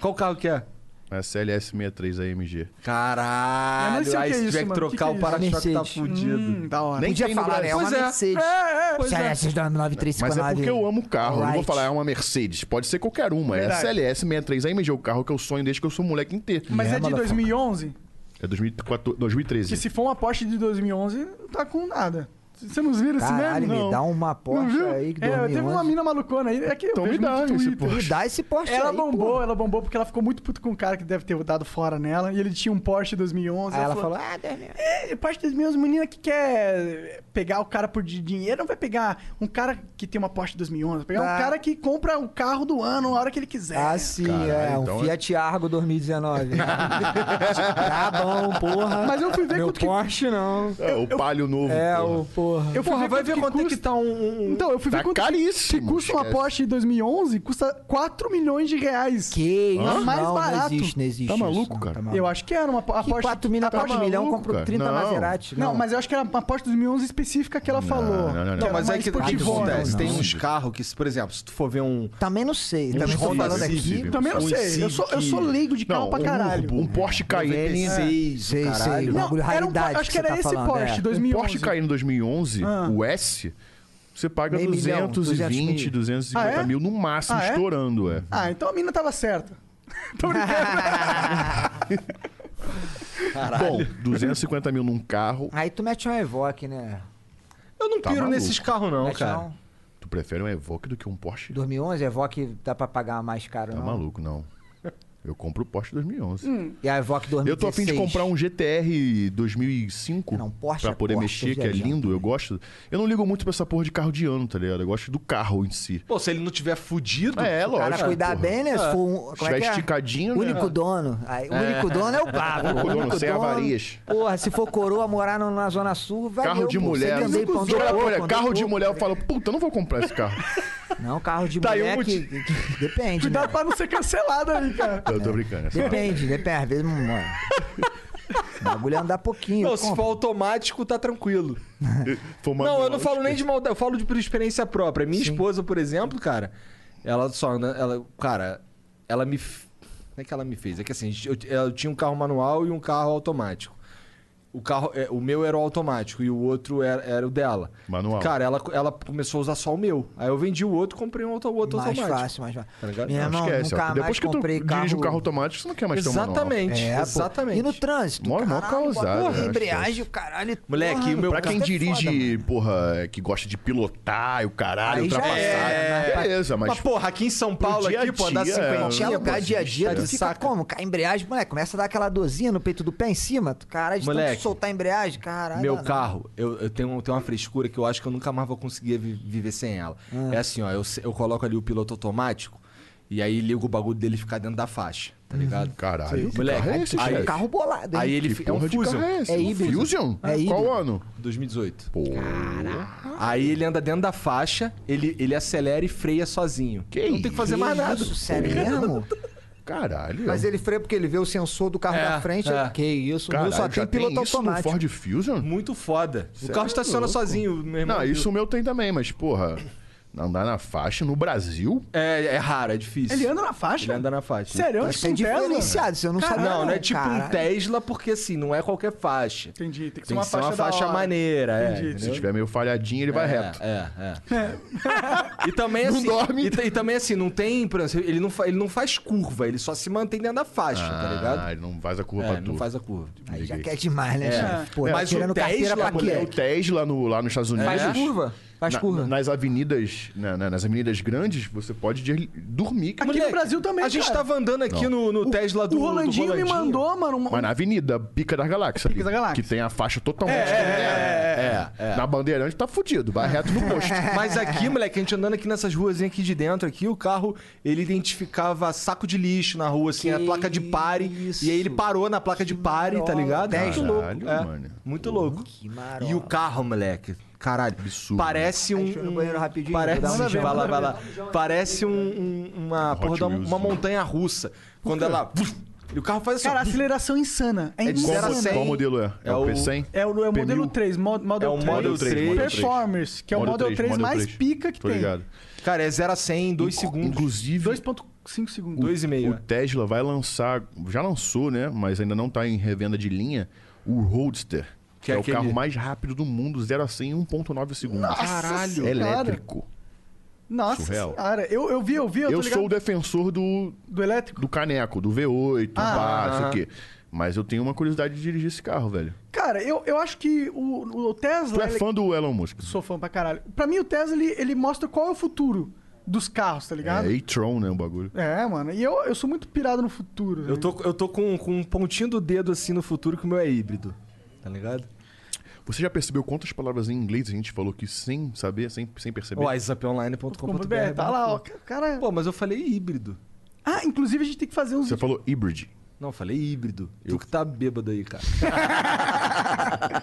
Speaker 2: Qual carro que é?
Speaker 4: é a CLS63 AMG.
Speaker 3: Eu
Speaker 2: Caralho,
Speaker 3: não sei o
Speaker 2: aí
Speaker 3: que é
Speaker 2: se
Speaker 3: isso,
Speaker 2: tiver que
Speaker 3: mano. Que
Speaker 2: trocar
Speaker 3: que é
Speaker 2: o
Speaker 3: isso?
Speaker 2: para-choque tá
Speaker 5: Mercedes.
Speaker 2: fudido.
Speaker 3: Hum, da hora.
Speaker 4: Nem
Speaker 5: Podia
Speaker 4: tem no
Speaker 5: falar, né? um É
Speaker 4: Brasil.
Speaker 5: uma
Speaker 2: Pois é.
Speaker 5: Mercedes.
Speaker 3: É, é.
Speaker 2: Pois é.
Speaker 5: CLS 935
Speaker 4: Mas é porque eu amo carro. Eu não vou
Speaker 5: Light.
Speaker 4: falar, é uma Mercedes. Pode ser qualquer uma.
Speaker 3: Verdade.
Speaker 4: É a CLS63 AMG, o carro que eu sonho desde que eu sou moleque inteiro.
Speaker 3: Mas é, de
Speaker 5: motherfucker.
Speaker 3: 2011?
Speaker 4: É 2014,
Speaker 3: Que
Speaker 4: 2013.
Speaker 3: se for uma Porsche de 2011, tá com nada. Você nos vira esse
Speaker 5: Caralho,
Speaker 3: meme?
Speaker 5: me
Speaker 3: Não.
Speaker 5: dá
Speaker 2: um
Speaker 5: uma
Speaker 3: Não
Speaker 5: Porsche
Speaker 3: viu?
Speaker 5: aí que
Speaker 3: É, teve uma
Speaker 5: 2011.
Speaker 3: mina malucona aí. É que eu
Speaker 4: Então me
Speaker 3: vejo
Speaker 4: dá
Speaker 3: muito
Speaker 4: esse
Speaker 3: Twitter.
Speaker 4: Porsche.
Speaker 5: Me dá esse Porsche
Speaker 3: Ela
Speaker 5: aí,
Speaker 3: bombou,
Speaker 5: pô.
Speaker 3: ela bombou porque ela ficou muito puto com um cara que deve ter dado fora nela. E ele tinha um Porsche 2011.
Speaker 5: Aí ela falou, ah, Deus meu.
Speaker 3: É, parte das minhas meninas que quer pegar o cara por di- dinheiro, não vai pegar um cara que tem uma Porsche 2011, vai pegar
Speaker 5: Tá.
Speaker 3: um cara que compra o carro do ano na hora que ele quiser.
Speaker 5: Ah, sim,
Speaker 4: Caralho,
Speaker 5: é. Um
Speaker 4: então é-
Speaker 5: Fiat Argo 2019. tá bom, porra.
Speaker 3: Mas eu fui ver
Speaker 5: Meu
Speaker 3: quanto que-
Speaker 5: Porsche, não.
Speaker 4: É, o Palio novo.
Speaker 5: É,
Speaker 4: porra.
Speaker 5: o porra.
Speaker 3: Eu fui
Speaker 2: Porra, vai ver quanto é que
Speaker 3: custa-
Speaker 2: tá um. um-
Speaker 3: Então, eu fui
Speaker 4: Tá
Speaker 3: ver quanto
Speaker 4: caríssimo.
Speaker 3: que custa uma
Speaker 4: esquece.
Speaker 3: Porsche 2011, custa 4 milhões de reais.
Speaker 5: Que isso?
Speaker 3: Hã?
Speaker 5: Não,
Speaker 3: Mais
Speaker 5: não
Speaker 3: barato.
Speaker 5: existe, não existe.
Speaker 4: Tá
Speaker 5: isso,
Speaker 4: maluco,
Speaker 5: não,
Speaker 4: cara?
Speaker 5: tá maluco.
Speaker 3: Eu acho que era uma po- a
Speaker 5: Que
Speaker 3: Porsche... tá
Speaker 5: 4 mil,
Speaker 3: a
Speaker 5: 4
Speaker 3: Porsche-
Speaker 5: milhão,
Speaker 4: maluco,
Speaker 5: comprou
Speaker 4: cara?
Speaker 5: 30
Speaker 4: Não.
Speaker 5: Maserati.
Speaker 3: Não,
Speaker 5: Não,
Speaker 3: mas eu acho que era uma Porsche 2011 específica que ela falou. Então,
Speaker 4: não, não, não.
Speaker 3: Que um
Speaker 2: Não,
Speaker 3: era
Speaker 2: mas
Speaker 3: uma
Speaker 2: é que o
Speaker 5: um
Speaker 2: que
Speaker 3: esportivona.
Speaker 2: acontece?
Speaker 5: não.
Speaker 2: Tem uns carros que, se, por exemplo, se tu for ver um.
Speaker 5: Também não sei. Também
Speaker 4: Uns
Speaker 5: tô
Speaker 4: Honda
Speaker 5: falando
Speaker 4: Civic.
Speaker 5: aqui.
Speaker 3: Também não
Speaker 2: um
Speaker 3: sei. Eu sou, eu
Speaker 2: Civic-
Speaker 3: sou leigo de carro
Speaker 4: Não,
Speaker 3: pra
Speaker 4: um
Speaker 3: caralho.
Speaker 4: Urbo, um Porsche Cayenne.
Speaker 5: Sei, sei.
Speaker 2: caralho.
Speaker 5: Um bagulho
Speaker 3: era um,
Speaker 5: raridade
Speaker 3: Porsche- acho
Speaker 5: que
Speaker 3: que
Speaker 5: você
Speaker 3: era
Speaker 5: tá
Speaker 3: esse
Speaker 5: falando,
Speaker 3: Porsche,
Speaker 5: é.
Speaker 3: 2011.
Speaker 4: Porsche Cayenne 2011,
Speaker 3: Ah.
Speaker 4: o S, você paga
Speaker 5: Meio
Speaker 4: 220,
Speaker 5: milhão, 200 mil.
Speaker 4: 250
Speaker 3: Ah, é?
Speaker 4: mil no máximo,
Speaker 3: Ah, é?
Speaker 4: estourando, é.
Speaker 3: Ah, então a mina tava certa.
Speaker 4: Bom, 250 mil num carro,
Speaker 5: Aí tu mete um Evoque, né?
Speaker 2: Eu não
Speaker 4: Tá
Speaker 2: piro
Speaker 4: maluco.
Speaker 2: nesses carros, não,
Speaker 5: Mete
Speaker 2: cara.
Speaker 5: um
Speaker 4: tu prefere um Evoque do que um Porsche?
Speaker 5: 2011, Evoque dá pra pagar mais caro,
Speaker 4: Tá
Speaker 5: não.
Speaker 4: maluco, não. Eu compro o Porsche 2011.
Speaker 3: Hum.
Speaker 5: E a Evoque 2016.
Speaker 4: Eu tô a fim de comprar um GTR 2005
Speaker 5: Não, Porsche
Speaker 4: pra
Speaker 5: é
Speaker 4: poder
Speaker 5: Porsche,
Speaker 4: mexer, que é
Speaker 5: viajando.
Speaker 4: lindo, eu gosto. Eu não ligo muito pra essa porra de carro de ano, tá ligado? Eu gosto do carro em si.
Speaker 2: Pô, se ele não tiver fudido.
Speaker 4: É,
Speaker 5: O cara
Speaker 4: lógico.
Speaker 5: cuidar
Speaker 4: porra.
Speaker 5: bem, né? Se for um, como é
Speaker 4: estiver
Speaker 5: que é?
Speaker 4: esticadinho, né?
Speaker 5: Único dono. Aí, o único dono é o papo.
Speaker 4: Único dono, sem avarias.
Speaker 5: Porra, se for coroa morar no- na Zona Sul, vai.
Speaker 4: Carro de mulher. Joga pra mulher, Carro de mulher, eu falo, puta, eu não vou comprar esse carro.
Speaker 5: Não, carro de
Speaker 2: Tá aí
Speaker 5: mulher
Speaker 2: um
Speaker 5: que, que- que- Depende.
Speaker 2: Tá
Speaker 3: Cuidado
Speaker 5: né?
Speaker 3: pra não ser cancelado aí, cara.
Speaker 4: Eu tô brincando. é só-
Speaker 5: Depende, depende. Às vezes, mano. O bagulho é andar pouquinho.
Speaker 2: Não,
Speaker 5: eu
Speaker 2: se
Speaker 5: compro.
Speaker 2: for automático, tá tranquilo.
Speaker 4: Foi uma-
Speaker 2: Não, eu não falo nem de maldade, eu falo de por experiência própria. Minha
Speaker 5: Sim.
Speaker 2: esposa, por exemplo, cara, ela só anda. Ela, cara, ela me. f- Como é que ela me fez? É que assim, eu, eu tinha um carro manual e um carro automático. O, carro, é, o meu era o automático e o outro era, era o dela.
Speaker 4: Manual.
Speaker 2: Cara, ela, ela começou a usar só o meu. Aí eu vendi o outro e comprei um auto, outro
Speaker 5: mais
Speaker 2: automático.
Speaker 5: fácil, mais fácil.
Speaker 2: Tá ligado?
Speaker 5: Meu
Speaker 4: Não,
Speaker 5: irmão,
Speaker 4: esquece, ó.
Speaker 5: nunca mais
Speaker 4: Depois que tu
Speaker 5: comprei
Speaker 4: dirige um carro automático, você não quer mais ter um manual.
Speaker 2: Exatamente,
Speaker 5: É, pô.
Speaker 2: exatamente.
Speaker 5: E no trânsito?
Speaker 4: Mó- mó
Speaker 5: caralho,
Speaker 4: causada,
Speaker 5: porra,
Speaker 4: eu acho. é.
Speaker 5: embreagem, o caralho.
Speaker 2: Moleque,
Speaker 5: porra,
Speaker 2: o meu-
Speaker 4: Pra quem
Speaker 5: isso é foda, mano.
Speaker 4: dirige, porra, é, que gosta de pilotar e o caralho,
Speaker 5: Aí já
Speaker 4: ultrapassar.
Speaker 5: é, né?
Speaker 4: Beleza, mas.
Speaker 2: Mas, tipo, porra, aqui em São
Speaker 4: pro
Speaker 2: Paulo,
Speaker 4: dia a
Speaker 2: aqui, pô, andar
Speaker 4: dia,
Speaker 2: 50
Speaker 5: Qualquer lugar dia a dia, tu
Speaker 2: de
Speaker 5: fica
Speaker 2: é saca.
Speaker 5: como? Cara, embreagem, moleque, começa a dar aquela dorzinha no peito do pé em cima. Tu, caralho, de tanto
Speaker 2: Moleque,
Speaker 5: soltar a embreagem, caralho.
Speaker 2: Meu
Speaker 5: não.
Speaker 2: carro, eu, eu tenho, eu tenho uma frescura que eu acho que eu nunca mais vou conseguir vi- viver sem ela. É assim, ó, eu, se- eu coloco ali o piloto automático e aí ligo o bagulho dele ficar dentro da faixa, tá ligado?
Speaker 4: Caralho, que
Speaker 2: Moleque,
Speaker 4: carro é esse,
Speaker 2: aí-
Speaker 5: É um
Speaker 4: chefe?
Speaker 5: carro bolado, hein?
Speaker 2: Aí ele
Speaker 4: Que
Speaker 2: fica. É um
Speaker 4: porra de
Speaker 2: Fusion,
Speaker 4: carro é esse?
Speaker 5: É
Speaker 4: Um
Speaker 5: híbrido.
Speaker 4: Fusion?
Speaker 5: É híbrido.
Speaker 4: Qual ano?
Speaker 2: 2018.
Speaker 4: Pô,
Speaker 2: Aí ele anda dentro da faixa, ele, ele acelera e freia sozinho.
Speaker 4: Que
Speaker 2: Não tem que fazer mais
Speaker 5: Que
Speaker 2: nada.
Speaker 5: Isso, sério mesmo?
Speaker 4: caralho.
Speaker 5: Mas ele freia porque ele vê o sensor do carro
Speaker 2: É,
Speaker 5: da frente.
Speaker 2: é.
Speaker 5: Que isso, o meu
Speaker 4: Caralho,
Speaker 5: só
Speaker 4: já
Speaker 5: tem piloto
Speaker 4: isso no
Speaker 5: automático.
Speaker 4: Ford Fusion?
Speaker 2: Muito foda.
Speaker 4: Cê
Speaker 2: o carro
Speaker 4: é
Speaker 2: estaciona
Speaker 4: louco.
Speaker 2: sozinho, meu irmão.
Speaker 4: Não, isso o meu tem também, mas, porra, andar na faixa no Brasil?
Speaker 2: É, é raro, é difícil.
Speaker 3: Ele anda na faixa?
Speaker 2: Ele anda na faixa.
Speaker 3: Sério?
Speaker 5: Acho que é
Speaker 3: Tipo um Tesla?
Speaker 5: diferenciado, se eu não sabia.
Speaker 2: Não, não é tipo um
Speaker 5: caralho.
Speaker 2: Tesla, porque assim, não é qualquer faixa.
Speaker 3: Entendi, tem que ser
Speaker 2: Tem
Speaker 3: uma
Speaker 2: que ser
Speaker 3: faixa
Speaker 2: uma faixa
Speaker 3: da hora.
Speaker 2: maneira, é.
Speaker 3: Entendi.
Speaker 4: Se tiver meio falhadinho, ele vai
Speaker 2: é,
Speaker 4: reto.
Speaker 2: É, é. e também assim.
Speaker 4: dorme.
Speaker 2: E, ta- e também assim, não tem. por exemplo, Ele não, fa- ele não faz curva, ele só se mantém dentro da faixa, tá ligado?
Speaker 4: Ah, ele não faz a curva
Speaker 2: É,
Speaker 4: pra tu.
Speaker 2: não faz a curva.
Speaker 5: Aí já quer demais, né, chefe? Pô, tá
Speaker 2: É. Mas o
Speaker 5: tirando carteira
Speaker 2: Tesla,
Speaker 5: pra
Speaker 4: Quando
Speaker 5: quê?
Speaker 4: é o Tesla no, lá nos Estados Unidos.
Speaker 2: Faz
Speaker 5: curva, faz
Speaker 4: na-
Speaker 5: curva.
Speaker 4: Nas avenidas, na- na- nas avenidas grandes, você pode de- dormir.
Speaker 3: Aqui no Brasil também,
Speaker 2: A gente
Speaker 3: cara.
Speaker 2: tava andando aqui no, no Tesla do
Speaker 3: o Rolandinho,
Speaker 2: do
Speaker 3: me mandou, mano, um-
Speaker 4: Mas na avenida, Pica da Galáxia.
Speaker 3: Pica da Galáxia.
Speaker 4: Que tem a faixa totalmente.
Speaker 2: é,
Speaker 4: É, é, Na Bandeirante tá fudido, vai reto no posto.
Speaker 2: Mas aqui, moleque, a gente andando aqui nessas ruazinhas aqui de dentro, aqui, o carro, ele identificava saco de lixo na rua, assim, a placa de pare.
Speaker 5: isso.
Speaker 2: E aí ele parou na placa de pare, tá
Speaker 5: marola.
Speaker 2: ligado? Muito
Speaker 4: Caralho,
Speaker 2: louco. é.
Speaker 4: mano.
Speaker 2: Muito louco.
Speaker 5: Que marola.
Speaker 2: E o carro, moleque. Caralho,
Speaker 4: Absurdo.
Speaker 2: parece um.
Speaker 5: Aí, deixa eu ir no banheiro rapidinho,
Speaker 2: Parece,
Speaker 5: vou dar uma
Speaker 2: vai
Speaker 5: mijada.
Speaker 2: lá, vai lá. Parece um- um- uma, porra, de uma,
Speaker 4: Wheels,
Speaker 2: uma
Speaker 4: né?
Speaker 2: montanha russa. Quando ela. E o carro faz assim.
Speaker 3: Cara,
Speaker 2: ó.
Speaker 3: aceleração insana. É,
Speaker 2: É de zero a
Speaker 3: insana.
Speaker 2: cem.
Speaker 4: Qual, qual modelo é? É,
Speaker 2: É o-
Speaker 4: o P100?
Speaker 3: É o, é o
Speaker 4: P1000.
Speaker 3: modelo 3, mo- Model
Speaker 2: É o
Speaker 3: 3.
Speaker 2: Model 3, Model
Speaker 4: 3.
Speaker 3: Performance, que é o Model 3, mais pica que
Speaker 4: Tô
Speaker 3: tem.
Speaker 4: ligado.
Speaker 2: Cara, é 0 a 100 em 2 segundos.
Speaker 4: Inclusive,
Speaker 3: 2.5 segundos.
Speaker 2: Dois e meio.
Speaker 4: o Tesla vai lançar, já lançou, né? Mas ainda não tá em revenda de linha, o Roadster. Que,
Speaker 2: Que é
Speaker 4: é,
Speaker 2: aquele-
Speaker 4: o carro mais rápido do mundo, 0 a 100 em 1.9 segundos.
Speaker 3: Caralho.
Speaker 4: Elétrico.
Speaker 3: Nossa
Speaker 4: Surreal.
Speaker 3: senhora. Eu, eu vi, eu vi, eu,
Speaker 4: Eu,
Speaker 3: tô ligado.
Speaker 4: sou o defensor do,
Speaker 3: do elétrico.
Speaker 4: do caneco, do V8,
Speaker 3: Ah,
Speaker 4: bar, sei
Speaker 2: aham.
Speaker 4: o quê. Mas eu tenho uma curiosidade de dirigir esse carro, velho.
Speaker 3: Cara, eu, eu acho que o, o Tesla...
Speaker 4: Tu é
Speaker 3: ele-
Speaker 4: fã do Elon Musk?
Speaker 3: Sou fã pra caralho. Pra mim, o Tesla, ele, ele mostra qual é o futuro dos carros, tá ligado?
Speaker 4: É e-tron, né, o bagulho.
Speaker 3: É, mano. E eu, eu sou muito pirado no futuro.
Speaker 2: Eu tô, eu tô com, com um pontinho do dedo assim no futuro que o meu é híbrido. Tá ligado?
Speaker 4: Você já percebeu quantas palavras em inglês a gente falou aqui sem saber, sem, sem perceber?
Speaker 2: O isuponline.com.br.
Speaker 3: Tá lá, ó. Cara...
Speaker 2: Pô, mas eu falei híbrido.
Speaker 3: Ah, inclusive a gente tem que fazer uns...
Speaker 4: Você falou hybrid.
Speaker 2: Não, eu falei híbrido. Tu que tá bêbado aí, cara.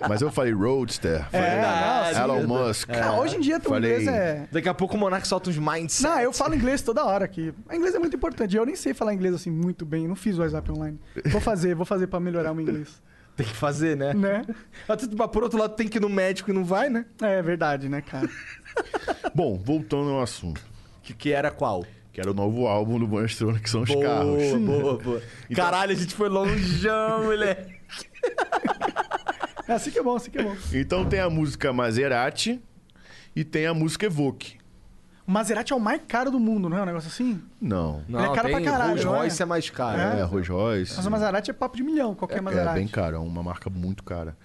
Speaker 4: Mas eu falei Roadster.
Speaker 3: É.
Speaker 4: Falei
Speaker 2: verdade,
Speaker 4: Elon
Speaker 2: verdade.
Speaker 4: Musk.
Speaker 3: Ah, hoje em dia, o
Speaker 4: falei...
Speaker 3: inglês é...
Speaker 2: Daqui a pouco o Monark solta uns mindset.
Speaker 3: Não, eu falo inglês toda hora aqui. A inglês é muito importante. Eu nem sei falar inglês assim muito bem. Eu Não fiz o WhatsApp online. Vou fazer, vou fazer pra melhorar o meu inglês.
Speaker 2: Tem que fazer, né?
Speaker 3: Né?
Speaker 2: Mas tu- mas por outro lado, tem que ir no médico e não vai, né?
Speaker 3: É verdade, né, cara?
Speaker 4: Bom, voltando ao assunto.
Speaker 2: Que, que era qual?
Speaker 4: Que era o novo álbum do Monstrona, que são os
Speaker 2: boa,
Speaker 4: carros.
Speaker 2: boa, boa. Caralho, a gente foi longeão, moleque.
Speaker 3: É assim que é bom, assim que é bom.
Speaker 4: Então tem a música Maserati e tem a música Evoque.
Speaker 3: O Maserati é o mais caro do mundo, não é um negócio assim?
Speaker 4: Não.
Speaker 2: Não,
Speaker 3: é caro pra
Speaker 2: tem-
Speaker 3: caralho,
Speaker 2: Rolls
Speaker 3: não é?
Speaker 2: Royce é mais caro.
Speaker 4: É,
Speaker 2: né?
Speaker 4: Rolls Royce.
Speaker 3: Mas o Maserati é papo de milhão, qualquer
Speaker 4: É
Speaker 3: Maserati.
Speaker 4: bem caro, é uma marca muito cara.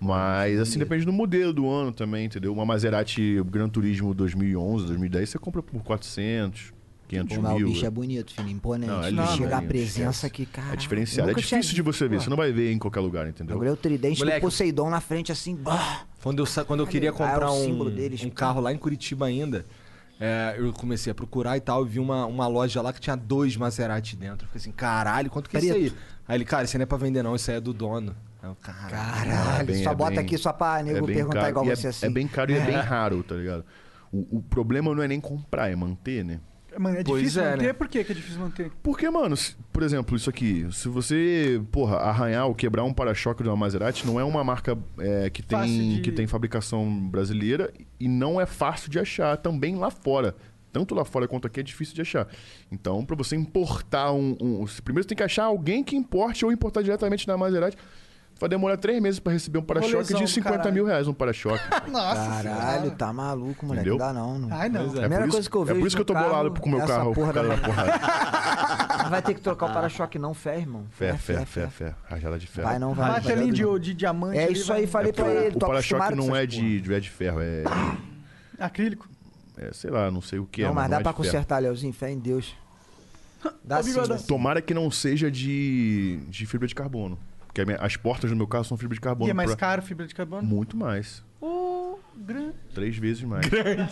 Speaker 4: Mas, assim, depende do modelo do ano também, entendeu? Uma Maserati Gran Turismo 2011, 2010, você compra por 400, 500
Speaker 5: Pô, mas o
Speaker 4: mil.
Speaker 5: bicho é bonito, filho, imponente.
Speaker 4: Não, é
Speaker 5: Ele
Speaker 4: lindo,
Speaker 5: chega a
Speaker 4: lindo, esquece.
Speaker 5: presença aqui, cara.
Speaker 4: É diferenciado, é difícil de você ver, você não vai ver em qualquer lugar,
Speaker 5: O
Speaker 4: entendeu?
Speaker 5: bagulho é o tridente
Speaker 2: Moleque.
Speaker 5: do Poseidon na frente, assim. bah.
Speaker 2: Quando eu, sa- quando eu queria
Speaker 5: Ah, é o
Speaker 2: comprar um,
Speaker 5: símbolo deles.
Speaker 2: um carro lá em Curitiba ainda, é, eu comecei a procurar e tal, e vi uma, uma loja lá que tinha dois Maserati dentro. Eu fiquei assim, caralho, quanto que é isso aí? Aí ele, cara, isso aí não é pra vender não, isso aí é do dono. Aí eu, caralho.
Speaker 5: Caralho,
Speaker 4: É bem-
Speaker 5: só
Speaker 4: é
Speaker 5: bota
Speaker 4: bem-
Speaker 5: aqui só pra nego
Speaker 4: bem
Speaker 5: perguntar
Speaker 4: caro,
Speaker 5: igual
Speaker 4: e é-
Speaker 5: você assim.
Speaker 4: É bem caro e é bem raro, tá ligado? O, o problema não é nem comprar, é manter, né?
Speaker 3: Mano, é
Speaker 2: Pois
Speaker 3: difícil
Speaker 2: é,
Speaker 3: manter?
Speaker 2: né?
Speaker 3: Por que que é difícil manter?
Speaker 4: Porque, mano, se- por exemplo, isso aqui, se você, porra, arranhar ou quebrar um para-choque de uma Maserati, não é uma marca é, que,
Speaker 3: Fácil
Speaker 4: tem,
Speaker 3: de-
Speaker 4: que tem fabricação brasileira e não é fácil de achar também lá fora. Tanto lá fora quanto aqui é difícil de achar. Então, pra você importar um, um- você Primeiro você tem que achar alguém que importe ou importar diretamente na Maserati. Vai demorar três meses pra receber um para-choque
Speaker 3: Rolezão
Speaker 4: de
Speaker 3: do
Speaker 4: 50 mil reais um para-choque.
Speaker 5: É
Speaker 3: Nossa
Speaker 5: Caralho, tá maluco, moleque.
Speaker 4: Entendeu?
Speaker 5: Não dá não. não.
Speaker 3: Ai, não.
Speaker 2: Pois
Speaker 5: Primeira
Speaker 4: por isso,
Speaker 5: coisa que eu
Speaker 4: é
Speaker 5: vejo
Speaker 4: por isso que eu tô
Speaker 5: no carro, é
Speaker 4: bolado com o meu
Speaker 5: essa
Speaker 4: carro
Speaker 5: porra
Speaker 4: por causa
Speaker 5: da-
Speaker 4: da porrada.
Speaker 5: Não vai ter que trocar o para-choque não, fé, irmão.
Speaker 4: Fé, fé, fé, fé. Rajada de ferro.
Speaker 5: Vai não, vai.
Speaker 3: Uma
Speaker 5: vai.
Speaker 3: telinha de, de diamante.
Speaker 5: É
Speaker 3: ali,
Speaker 5: isso
Speaker 3: vai-
Speaker 5: aí, falei pra
Speaker 4: Porque
Speaker 5: ele.
Speaker 4: o
Speaker 5: tô
Speaker 4: para-choque
Speaker 5: acostumado com
Speaker 4: não é
Speaker 5: essas porra.
Speaker 4: de, é de ferro, é,
Speaker 3: Acrílico.
Speaker 4: é, sei lá, não sei o que é.
Speaker 5: Não, mas dá
Speaker 4: é
Speaker 5: pra
Speaker 4: de ferro.
Speaker 5: consertar, Leozinho, fé em Deus. Dá
Speaker 3: Ô,
Speaker 5: sim,
Speaker 3: bigodão.
Speaker 5: dá sim.
Speaker 4: Tomara que não seja de, de fibra de carbono. Porque a minha- as portas do meu carro são fibra de
Speaker 3: E
Speaker 4: carbono.
Speaker 3: é mais
Speaker 4: pra-
Speaker 3: caro né? fibra de carbono?
Speaker 4: Muito mais.
Speaker 3: Ô, grande.
Speaker 4: Três vezes mais. Grande!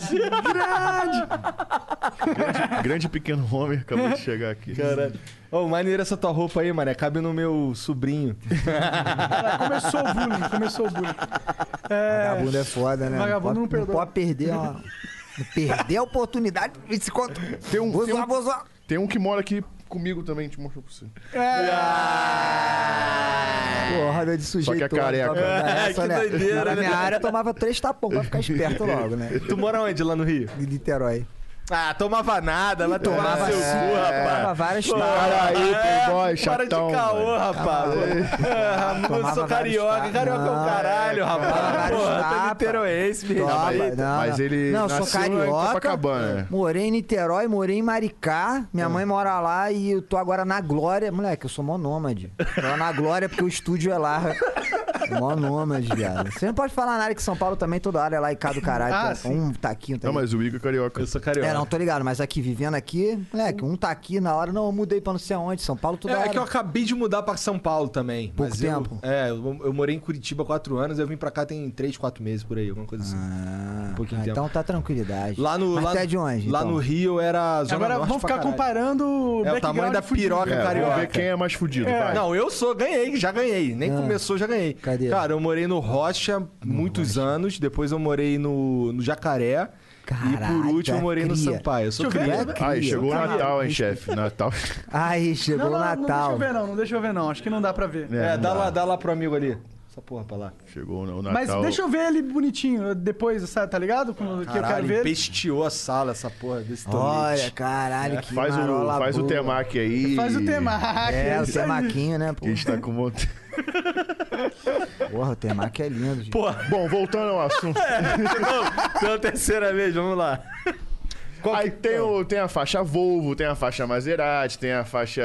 Speaker 4: grande! Grande pequeno homem acabou de chegar aqui.
Speaker 2: Caralho. Ô, maneira essa tua roupa aí, mané. Cabe no meu sobrinho.
Speaker 3: Caralho, Ah, Começou o bullying, começou o bullying.
Speaker 5: Vagabundo é foda, né?
Speaker 3: Vagabundo
Speaker 5: pode-
Speaker 3: não perdoa.
Speaker 5: pode perder uma... Perder a oportunidade e se conta.
Speaker 4: Tem um,
Speaker 5: Vou
Speaker 4: tem,
Speaker 5: zoar,
Speaker 4: um,
Speaker 5: vou zoar.
Speaker 4: tem um que mora aqui comigo também, te mostrou pra você.
Speaker 5: Porrada de sujeito.
Speaker 4: Só que é careca.
Speaker 5: né?
Speaker 2: É, que doideira,
Speaker 5: Na
Speaker 2: né?
Speaker 5: minha área eu tomava três tapão pra ficar esperto logo, né?
Speaker 2: Tu mora onde lá no Rio?
Speaker 5: De Niterói.
Speaker 2: Ah, tomava nada, vai
Speaker 5: Então,
Speaker 2: tomar
Speaker 5: é.
Speaker 2: seu cu,
Speaker 5: Tomava
Speaker 2: rapaz.
Speaker 5: várias tapas.
Speaker 4: Para aí, playboy,
Speaker 2: É, Para de
Speaker 4: chatão.
Speaker 2: caô, rapaz. Ah, Eu sou carioca.
Speaker 5: Tomava vários
Speaker 2: Carioca é o
Speaker 5: tapas.
Speaker 2: caralho,
Speaker 5: Tomava
Speaker 2: rapaz.
Speaker 5: vários
Speaker 2: Porra, tá
Speaker 5: tapas.
Speaker 2: niteroense, me
Speaker 5: Toma,
Speaker 2: respeita.
Speaker 5: Ah, não,
Speaker 4: mas ele
Speaker 5: Não, eu sou
Speaker 4: nasceu em Copacabana. né?
Speaker 5: carioca. Morei em Niterói, morei em Maricá. Minha mãe mora lá e eu tô agora na Glória. Moleque, eu sou monômade. Tô lá na Glória porque o estúdio é lá. Monômade, viado. Você não pode falar na área que São Paulo também, toda hora é lá e cá do caralho.
Speaker 3: Ah,
Speaker 5: tá-
Speaker 3: sim.
Speaker 5: um taquinho tá
Speaker 4: Não, mas o Igor é carioca.
Speaker 2: Eu sou
Speaker 5: É, não,
Speaker 2: carioca.
Speaker 5: tô ligado, mas aqui, vivendo aqui, moleque, um tá aqui na hora, não, eu mudei pra não sei aonde, São Paulo toda
Speaker 2: É,
Speaker 5: hora.
Speaker 2: é que eu acabei de mudar pra São Paulo também.
Speaker 5: Pouco
Speaker 2: mas eu-
Speaker 5: tempo.
Speaker 2: é, eu, eu morei em Curitiba há quatro anos, eu vim pra cá tem três, quatro meses por aí, alguma coisa assim.
Speaker 5: Ah,
Speaker 2: Um pouquinho de
Speaker 5: então tá tranquilidade.
Speaker 2: Lá no,
Speaker 5: mas
Speaker 2: lá,
Speaker 5: tu é de onde?
Speaker 2: lá
Speaker 5: então?
Speaker 2: no Rio era zona
Speaker 3: Agora
Speaker 2: norte
Speaker 3: vamos
Speaker 2: pra
Speaker 3: ficar
Speaker 2: caralho.
Speaker 3: comparando
Speaker 2: É, o tamanho
Speaker 3: background
Speaker 2: da
Speaker 3: fudido.
Speaker 2: piroca
Speaker 4: É, vamos ver
Speaker 2: carioca.
Speaker 4: quem é mais fudido, vai.
Speaker 2: Não, eu sou, ganhei, já ganhei. Nem
Speaker 5: Ah.
Speaker 2: começou, já ganhei.
Speaker 5: Cadê?
Speaker 2: Cara, eu morei no Rocha muitos anos, depois eu morei no, no Jacaré. e por
Speaker 5: Caraca,
Speaker 2: último eu morei no
Speaker 5: cria.
Speaker 2: Sampaio. Eu sou
Speaker 3: Deixa eu ver.
Speaker 2: cria.
Speaker 5: É cria.
Speaker 4: Ai, chegou o
Speaker 5: Cara,
Speaker 4: Natal, hein, chefe? Natal.
Speaker 5: Aí,
Speaker 3: Não, não,
Speaker 5: chegou o
Speaker 3: não deixa eu
Speaker 5: Natal.
Speaker 3: ver não, não deixa eu ver não. Acho que não dá pra ver.
Speaker 2: É,
Speaker 4: não
Speaker 2: dá lá, dá lá pro amigo ali. Essa porra pra lá.
Speaker 4: Chegou tá o Natal.
Speaker 3: Mas deixa eu ver ele bonitinho depois, sabe, tá ligado? Com- que eu quero
Speaker 2: Caralho,
Speaker 3: ver. ele.
Speaker 2: empesteou a sala, essa porra desse
Speaker 5: Olha,
Speaker 2: tonete.
Speaker 5: caralho, que
Speaker 4: é, Faz o,
Speaker 5: marola
Speaker 4: faz o
Speaker 5: boa.
Speaker 4: temaki aí.
Speaker 3: Faz o tema.
Speaker 5: É, o
Speaker 3: isso aí.
Speaker 5: temaquinho, né? Pô.
Speaker 4: Que a gente tá com vontade.
Speaker 5: Porra, o temaki é lindo, gente.
Speaker 2: Porra,
Speaker 4: Bom, voltando ao assunto.
Speaker 3: É.
Speaker 2: pela terceira vez, vamos lá. Qual
Speaker 4: Aí
Speaker 2: que-
Speaker 4: tem, o, tem a faixa Volvo, tem a faixa Maserati, tem a faixa.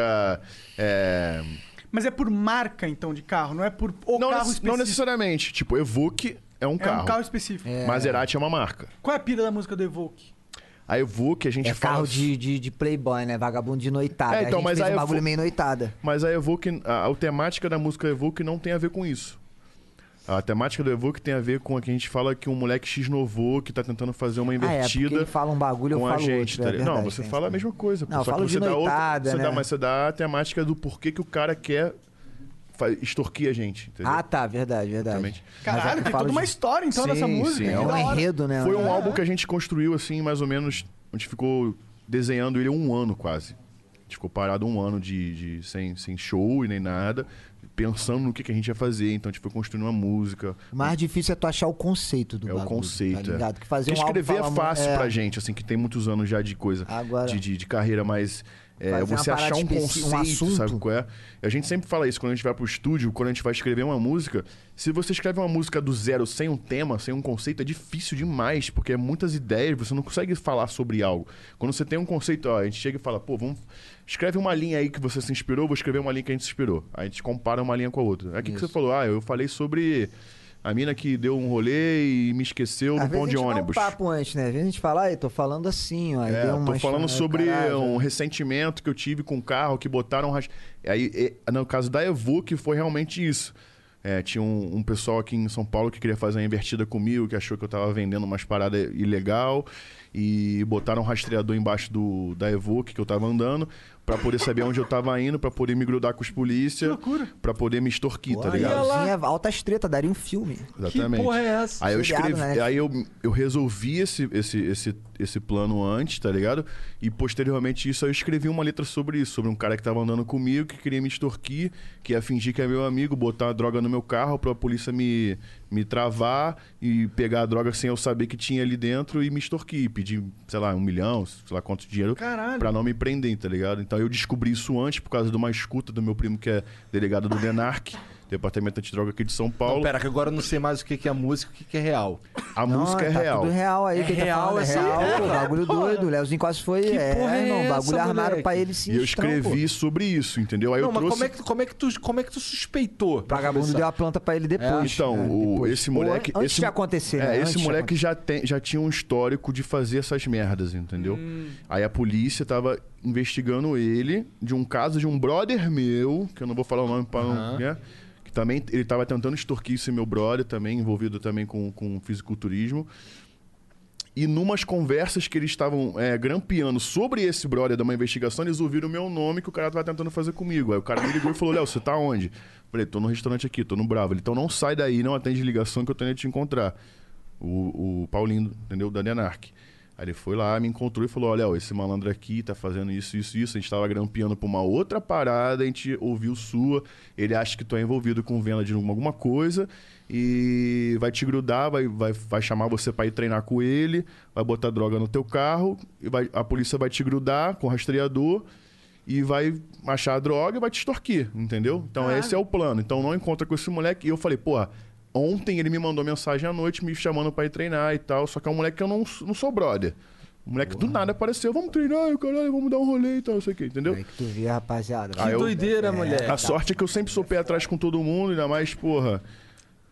Speaker 4: é,
Speaker 3: Mas é por marca, então, de carro, não é por o carro
Speaker 4: Não, nece-
Speaker 3: específico.
Speaker 4: não necessariamente. Tipo, Evoque é um
Speaker 3: É
Speaker 4: carro.
Speaker 3: um carro específico.
Speaker 4: Maserati é uma marca.
Speaker 3: Qual é a pira da música do Evoque?
Speaker 4: A Evoque a gente
Speaker 5: É
Speaker 4: fala.
Speaker 5: carro de, de, de playboy, né? Vagabundo de noitada.
Speaker 4: É, então,
Speaker 5: a gente
Speaker 4: mas
Speaker 5: fez
Speaker 4: aí
Speaker 5: um
Speaker 4: eu
Speaker 5: bagulho
Speaker 4: vou-
Speaker 5: meio noitada.
Speaker 4: Mas a Evoque, a, a temática da música Evoque não tem a ver com isso. A temática do Evoque tem a ver com a que a gente fala que um moleque X novou que tá tentando fazer uma
Speaker 5: Ah, é, porque
Speaker 4: invertida.
Speaker 5: ele fala um bagulho, eu
Speaker 4: com
Speaker 5: falo
Speaker 4: a gente,
Speaker 5: outro,
Speaker 4: tá
Speaker 5: é
Speaker 4: ligado?
Speaker 5: verdade,
Speaker 4: Não, você
Speaker 5: tem
Speaker 4: fala a
Speaker 5: essa-
Speaker 4: mesma coisa. pô,
Speaker 5: Não, eu
Speaker 4: só
Speaker 5: falo
Speaker 4: que
Speaker 5: de
Speaker 4: você dá
Speaker 5: noitada,
Speaker 4: você
Speaker 5: né?
Speaker 4: dá, mas você dá a temática do porquê que o cara quer fa- extorquir a gente, entendeu?
Speaker 5: Ah, tá, verdade, verdade.
Speaker 4: Exatamente.
Speaker 5: Mas é que
Speaker 3: Caralho,
Speaker 5: eu
Speaker 3: tem
Speaker 5: falo
Speaker 3: toda uma
Speaker 5: de-
Speaker 3: história, então,
Speaker 4: Sim,
Speaker 3: dessa
Speaker 4: sim,
Speaker 3: música.
Speaker 4: é
Speaker 3: que
Speaker 5: É um
Speaker 3: da hora.
Speaker 5: enredo, né?
Speaker 4: Foi um
Speaker 5: É.
Speaker 4: álbum que a gente construiu, assim, mais ou menos. A gente ficou desenhando ele um ano quase. A gente ficou parado um ano de, de- sem, sem show e nem nada, pensando no que, que a gente ia fazer. Então a gente foi construindo uma música.
Speaker 5: O mais difícil é tu achar o conceito do
Speaker 4: É
Speaker 5: bagulho.
Speaker 4: o conceito.
Speaker 5: Tá
Speaker 4: é.
Speaker 5: ligado? Que fazer
Speaker 4: Porque
Speaker 5: um álbum
Speaker 4: escrever
Speaker 5: fala
Speaker 4: é
Speaker 5: mu-
Speaker 4: fácil
Speaker 5: é,
Speaker 4: pra gente, assim, que tem muitos anos já de coisa,
Speaker 5: Agora-
Speaker 4: de, de, de carreira, mas é,
Speaker 5: Fazer uma
Speaker 4: você
Speaker 5: parada
Speaker 4: achar um
Speaker 5: especi-
Speaker 4: conceito,
Speaker 5: um assunto.
Speaker 4: sabe qual é? A gente sempre fala isso quando a gente vai pro estúdio, quando a gente vai escrever uma música. Se você escreve uma música do zero, sem um tema, sem um conceito, é difícil demais, porque é muitas ideias, você não consegue falar sobre algo. Quando você tem um conceito, ó, a gente chega e fala, pô, vamos. Escreve uma linha aí que você se inspirou, vou escrever uma linha que a gente se inspirou. Aí a gente compara uma linha com a outra. Aqui que você falou, ah, eu falei sobre. A mina que deu um rolê e me esqueceu
Speaker 5: Às
Speaker 4: no
Speaker 5: vezes
Speaker 4: pão
Speaker 5: a
Speaker 4: de
Speaker 5: gente dá
Speaker 4: ônibus.
Speaker 5: um papo antes, né? Às vezes a gente fala, ai, tô falando assim, ó. aí
Speaker 4: É,
Speaker 5: deu
Speaker 4: eu tô
Speaker 5: uma
Speaker 4: falando
Speaker 5: história,
Speaker 4: sobre
Speaker 5: caralho.
Speaker 4: um ressentimento que eu tive com o carro, que botaram... ras- Aí, e- no caso da Evoque, foi realmente isso. É, tinha um, um pessoal aqui em São Paulo que queria fazer uma invertida comigo, que achou que eu tava vendendo umas paradas ilegal e botaram um rastreador embaixo do, da Evoque que eu tava andando pra Pra poder saber onde eu tava indo, pra poder me grudar com os polícia.
Speaker 3: Que loucura.
Speaker 4: Pra poder me extorquir, tá
Speaker 5: Olha,
Speaker 4: ligado?
Speaker 5: Zinha, é altas treta, daria um filme.
Speaker 4: Exatamente.
Speaker 2: Que porra é essa?
Speaker 4: Aí eu
Speaker 5: Seriado,
Speaker 4: escrevi,
Speaker 5: né?
Speaker 4: aí eu, eu resolvi esse, esse, esse, esse plano antes, tá ligado? E posteriormente isso eu escrevi uma letra sobre isso, sobre um cara que tava andando comigo, que queria me extorquir, que ia fingir que é meu amigo, botar a droga no meu carro pra polícia me, me travar e pegar a droga sem eu saber que tinha ali dentro e me extorquir, pedir, sei lá, um milhão, sei lá quanto dinheiro
Speaker 3: Caralho.
Speaker 4: pra não me prender, tá ligado? Então eu descobri isso antes por causa de uma escuta do meu primo que é delegado do DENARC, Departamento Antidroga aqui de São Paulo.
Speaker 2: Não, pera, que agora eu não sei mais o que que é música e o que que é real.
Speaker 4: A
Speaker 5: Não,
Speaker 4: música é
Speaker 5: tá
Speaker 4: real.
Speaker 5: Tudo real aí,
Speaker 2: É
Speaker 5: que ele tá
Speaker 2: real
Speaker 5: falando, é
Speaker 2: essa
Speaker 5: real,
Speaker 2: mulher,
Speaker 5: pô,
Speaker 2: cara.
Speaker 5: bagulho doido. O Leozinho quase foi. é,
Speaker 2: porra é
Speaker 5: irmão,
Speaker 2: essa,
Speaker 5: bagulho armado
Speaker 2: moleque?
Speaker 5: pra ele então,
Speaker 4: E
Speaker 5: se
Speaker 4: eu escrevi sobre isso, entendeu? Aí
Speaker 2: não,
Speaker 4: eu
Speaker 2: mas
Speaker 4: trouxe.
Speaker 2: como, é que, como, é que tu, como é que tu suspeitou?
Speaker 5: O vagabundo deu a planta
Speaker 2: É.
Speaker 5: pra ele depois.
Speaker 4: Então,
Speaker 5: né,
Speaker 4: o-
Speaker 5: depois.
Speaker 4: esse moleque.
Speaker 5: Ou antes
Speaker 4: esse,
Speaker 5: de acontecer,
Speaker 4: É,
Speaker 5: né, antes
Speaker 4: esse
Speaker 5: de
Speaker 4: moleque já, tem, já tinha um histórico de fazer essas merdas, entendeu?
Speaker 5: Hum.
Speaker 4: Aí a polícia tava investigando ele de um caso de um brother meu, que eu não vou falar o nome pra não. Né? Que também ele tava tentando extorquir esse meu brother, também envolvido também com, com fisiculturismo. E numas conversas que eles estavam é, grampeando sobre esse brother de uma investigação, eles ouviram o meu nome que o cara tava tentando fazer comigo. Aí o cara me ligou e falou: Léo, você tá onde? Falei, tô no restaurante aqui, tô no Bravo. Ele, então não sai daí, não atende ligação que eu tenho de te encontrar. O, o Paulinho, entendeu? Da Denarc. Aí ele foi lá, me encontrou e falou: Olha, ó, esse malandro aqui tá fazendo isso, isso, isso. A gente tava grampeando pra uma outra parada, a gente ouviu sua. Ele acha que tu é envolvido com venda de alguma- alguma coisa e vai te grudar, vai, vai, vai chamar você pra ir treinar com ele, vai botar droga no teu carro, e vai, a polícia vai te grudar com rastreador e vai achar a droga e vai te extorquir, entendeu? Então esse é o plano. Então não encontra com esse moleque. E eu falei, porra, ontem ele me mandou mensagem à noite me chamando pra ir treinar e tal, só que é um moleque que eu não, não sou brother. O moleque do nada apareceu, vamos treinar, caralho, vamos dar um rolê e tal, não sei o que, entendeu?
Speaker 5: Aí que tu vê, rapaziada.
Speaker 4: Ah,
Speaker 2: Que
Speaker 4: eu-
Speaker 2: doideira, moleque.
Speaker 4: A sorte é que eu sempre sou pé atrás com todo mundo, ainda mais, porra,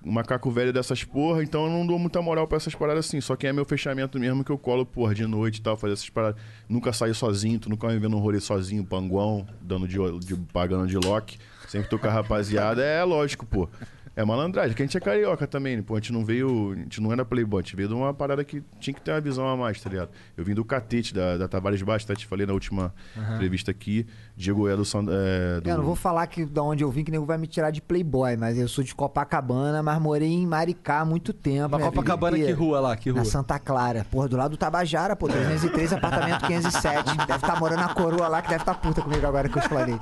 Speaker 4: um macaco velho dessas porra, então eu não dou muita moral pra essas paradas assim. Só que é meu fechamento mesmo que eu colo, porra, de noite e tal, fazer essas paradas. Nunca saio sozinho, tu nunca vai me vendo um rolê sozinho, panguão, dando de, de pagando de lock. Sempre tô com a rapaziada, é lógico, pô. É malandragem, que a gente é carioca também, né? pô. A gente não veio. A gente não era playboy, a gente veio de uma parada que tinha que ter uma visão a mais, tá ligado? Eu vim do catete da, da Tavares Baixo, tá? Te falei na última entrevista aqui. Diego é do. San- É, do
Speaker 5: Eu não vou falar que da onde eu vim, que o nego vai me tirar de playboy, mas eu sou de Copacabana, mas morei em Maricá há muito tempo.
Speaker 2: Mas
Speaker 5: minha vida
Speaker 2: Copacabana, que
Speaker 5: inteira.
Speaker 2: rua lá? Que rua?
Speaker 5: Na Santa Clara. Porra, do lado do Tabajara, pô. 303, apartamento 507. Deve estar morando na coroa lá, que deve estar puta comigo agora que eu explanei.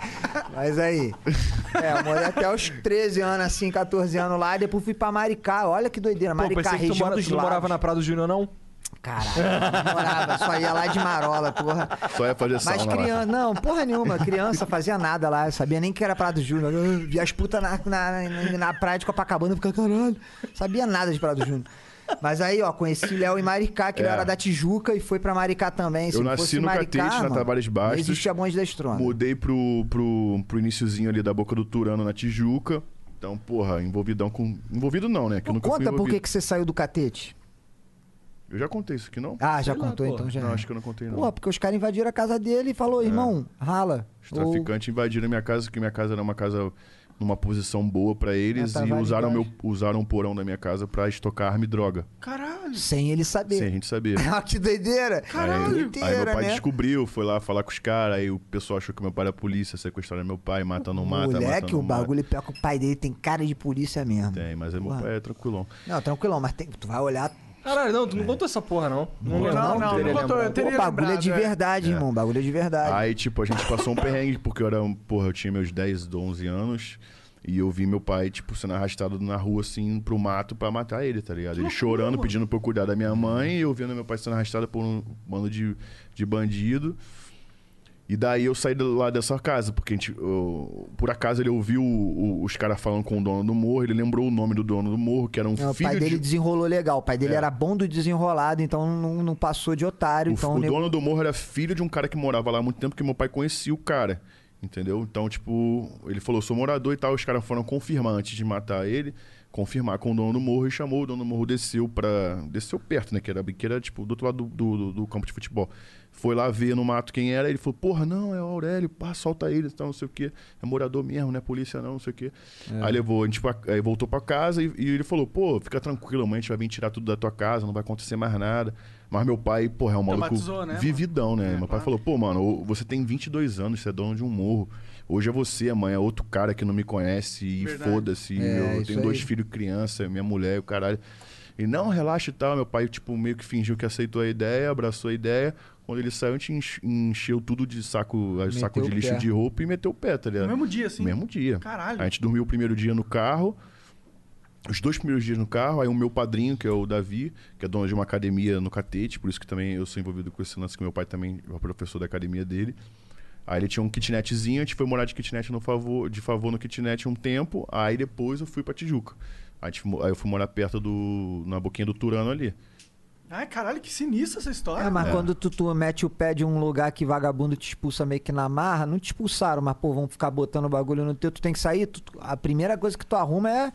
Speaker 5: Mas aí. É, eu morei até os 13 anos, assim, 14 anos lá. E depois fui pra Maricá. Olha que doideira.
Speaker 2: Pô,
Speaker 5: Maricá,
Speaker 2: pensei que tu,
Speaker 5: região
Speaker 2: mora-
Speaker 5: dos
Speaker 2: tu não morava
Speaker 5: lagos.
Speaker 2: na Prado Júnior, não?
Speaker 5: Caralho, não morava. Só ia lá de marola, porra.
Speaker 4: Só ia fazer
Speaker 5: Mas
Speaker 4: sauna lá.
Speaker 5: criança, não, porra nenhuma, criança fazia nada lá, sabia nem que era Prado Júnior. Eu via as putas na, na, na- na praia de Copacabana, eu ficava, caralho, sabia nada de Prado Júnior. Mas aí, ó, conheci o Léo em Maricá, que ele
Speaker 4: É.
Speaker 5: era da Tijuca e foi pra Maricá também. Se
Speaker 4: Eu
Speaker 5: não
Speaker 4: nasci
Speaker 5: fosse
Speaker 4: no
Speaker 5: Maricá,
Speaker 4: Catete, na
Speaker 5: mano,
Speaker 4: Tabares Bastos.
Speaker 5: Não existia Bonde da Estrona.
Speaker 4: Mudei pro, pro, pro iniciozinho ali da Boca do Turano, na Tijuca. Então, porra, envolvidão com... Envolvido não, né? Que eu nunca fui
Speaker 5: Conta por que
Speaker 4: envolvido.
Speaker 5: que você saiu do Catete.
Speaker 4: Eu já contei isso aqui, não?
Speaker 5: Ah, já
Speaker 2: Sei lá,
Speaker 5: contou
Speaker 2: porra.
Speaker 5: então, já.
Speaker 4: Não, acho que eu não contei, não. É.
Speaker 5: Porra, porque os caras invadiram a casa dele e falou, irmão, rala.
Speaker 4: Os
Speaker 5: Ou-
Speaker 4: traficantes invadiram minha casa, que minha casa era uma casa numa posição boa pra eles.
Speaker 5: Ah, tá,
Speaker 4: e
Speaker 5: vai
Speaker 4: usaram,
Speaker 5: embaixo.
Speaker 4: meu, usaram o porão da minha casa pra estocar arma e droga.
Speaker 3: Caralho.
Speaker 5: Sem ele saber.
Speaker 4: Sem a gente saber.
Speaker 5: Olha que doideira.
Speaker 4: aí, aí meu
Speaker 5: Doideira,
Speaker 4: pai
Speaker 5: né?
Speaker 4: descobriu, foi lá falar com os caras, aí o pessoal achou que meu pai era polícia, sequestraram meu pai, mata, não mata, mata,
Speaker 5: Moleque,
Speaker 4: não
Speaker 5: o bagulho pior que o pai dele tem cara de polícia mesmo.
Speaker 4: mata. Tem, mas aí meu
Speaker 5: Porra.
Speaker 4: pai é tranquilão.
Speaker 5: Não, tranquilão, mas tem- tu vai olhar.
Speaker 2: Caralho, não, tu não contou essa porra, não. Não, né?
Speaker 3: Não, não, não,
Speaker 2: teria
Speaker 3: não contou,
Speaker 2: lembrado.
Speaker 3: eu teria
Speaker 5: Pô, bagulho é
Speaker 3: lembrado,
Speaker 5: de
Speaker 3: é.
Speaker 5: verdade, irmão. Bagulho é de verdade.
Speaker 4: Aí, tipo, a gente passou um perrengue, porque eu era, um- porra, eu tinha meus 10, 11 anos. E eu vi meu pai, tipo, sendo arrastado na rua, assim, pro mato pra matar ele, tá ligado? Ele chorando, pedindo pra eu cuidar da minha mãe. E eu vendo meu pai sendo arrastado por um bando de, de bandido. E daí eu saí de lá dessa casa, porque a gente, eu- por acaso ele ouviu o- o- os caras falando com o dono do morro, ele lembrou o nome do dono do morro, que era um
Speaker 5: Não, É, o
Speaker 4: filho
Speaker 5: pai
Speaker 4: de... É.
Speaker 5: dele desenrolou legal. O pai dele era bom do desenrolado, então não, não passou de otário.
Speaker 4: O,
Speaker 5: então
Speaker 4: o
Speaker 5: nego-
Speaker 4: dono do morro era filho de um cara que morava lá há muito tempo, que meu pai conhecia o cara. Entendeu? Então, tipo, ele falou, sou morador e tal. Os caras foram confirmar antes de matar ele. confirmar com o dono do morro e chamou. O dono do morro desceu pra. Desceu perto, né? Que era, que era tipo, do outro lado do, do- do- do campo de futebol. Foi lá ver no mato quem era. Ele falou: Porra, não, é o Aurélio, pá, solta ele e tal, não sei o quê. É morador mesmo, não é polícia, não, não sei o quê.
Speaker 5: É.
Speaker 4: Aí levou, a gente pra- aí voltou pra casa e, e ele falou: Pô, fica tranquilo, mãe, a gente vai vir tirar tudo da tua casa, não vai acontecer mais nada. Mas meu pai, porra, é um maluco
Speaker 3: Traumatizou, né, mano?
Speaker 4: vividão, né?
Speaker 3: É,
Speaker 4: meu pai
Speaker 3: claro.
Speaker 4: falou: Pô, mano, ô, você tem 22 anos, você é dono de um morro. Hoje é você, amanhã é outro cara que não me conhece e
Speaker 3: Verdade.
Speaker 4: foda-se.
Speaker 5: É,
Speaker 4: eu
Speaker 5: isso
Speaker 4: tenho dois
Speaker 5: aí.
Speaker 4: filhos, criança, minha mulher, o caralho. E não, relaxa e tal. Meu pai, tipo, meio que fingiu que aceitou a ideia, abraçou a ideia. Quando ele saiu, a gente enche- encheu tudo de saco, saco
Speaker 5: o
Speaker 4: de lixo
Speaker 5: pé.
Speaker 4: de roupa e meteu o pé, tá
Speaker 3: No
Speaker 4: ligado?
Speaker 3: mesmo dia, assim.
Speaker 4: Mesmo dia.
Speaker 3: Caralho.
Speaker 4: A gente dormiu o primeiro dia no carro. Os dois primeiros dias no carro, aí o meu padrinho, que é o Davi, que é dono de uma academia no Catete, por isso que também eu sou envolvido com esse lance, que meu pai também é professor da academia dele. Aí ele tinha um kitnetzinho, a gente foi morar de kitnet no favor, de favor no kitnet um tempo, aí depois eu fui pra Tijuca. A gente mo- aí eu fui morar perto do. na boquinha do Turano ali.
Speaker 3: Ai, caralho, que sinistra essa história.
Speaker 5: É, mas
Speaker 4: É.
Speaker 5: quando tu, tu mete o pé de um lugar que vagabundo te expulsa meio que na marra, não te expulsaram, mas pô, vão ficar botando bagulho no teu, tu tem que sair. tu- tu- a primeira coisa que tu arruma é,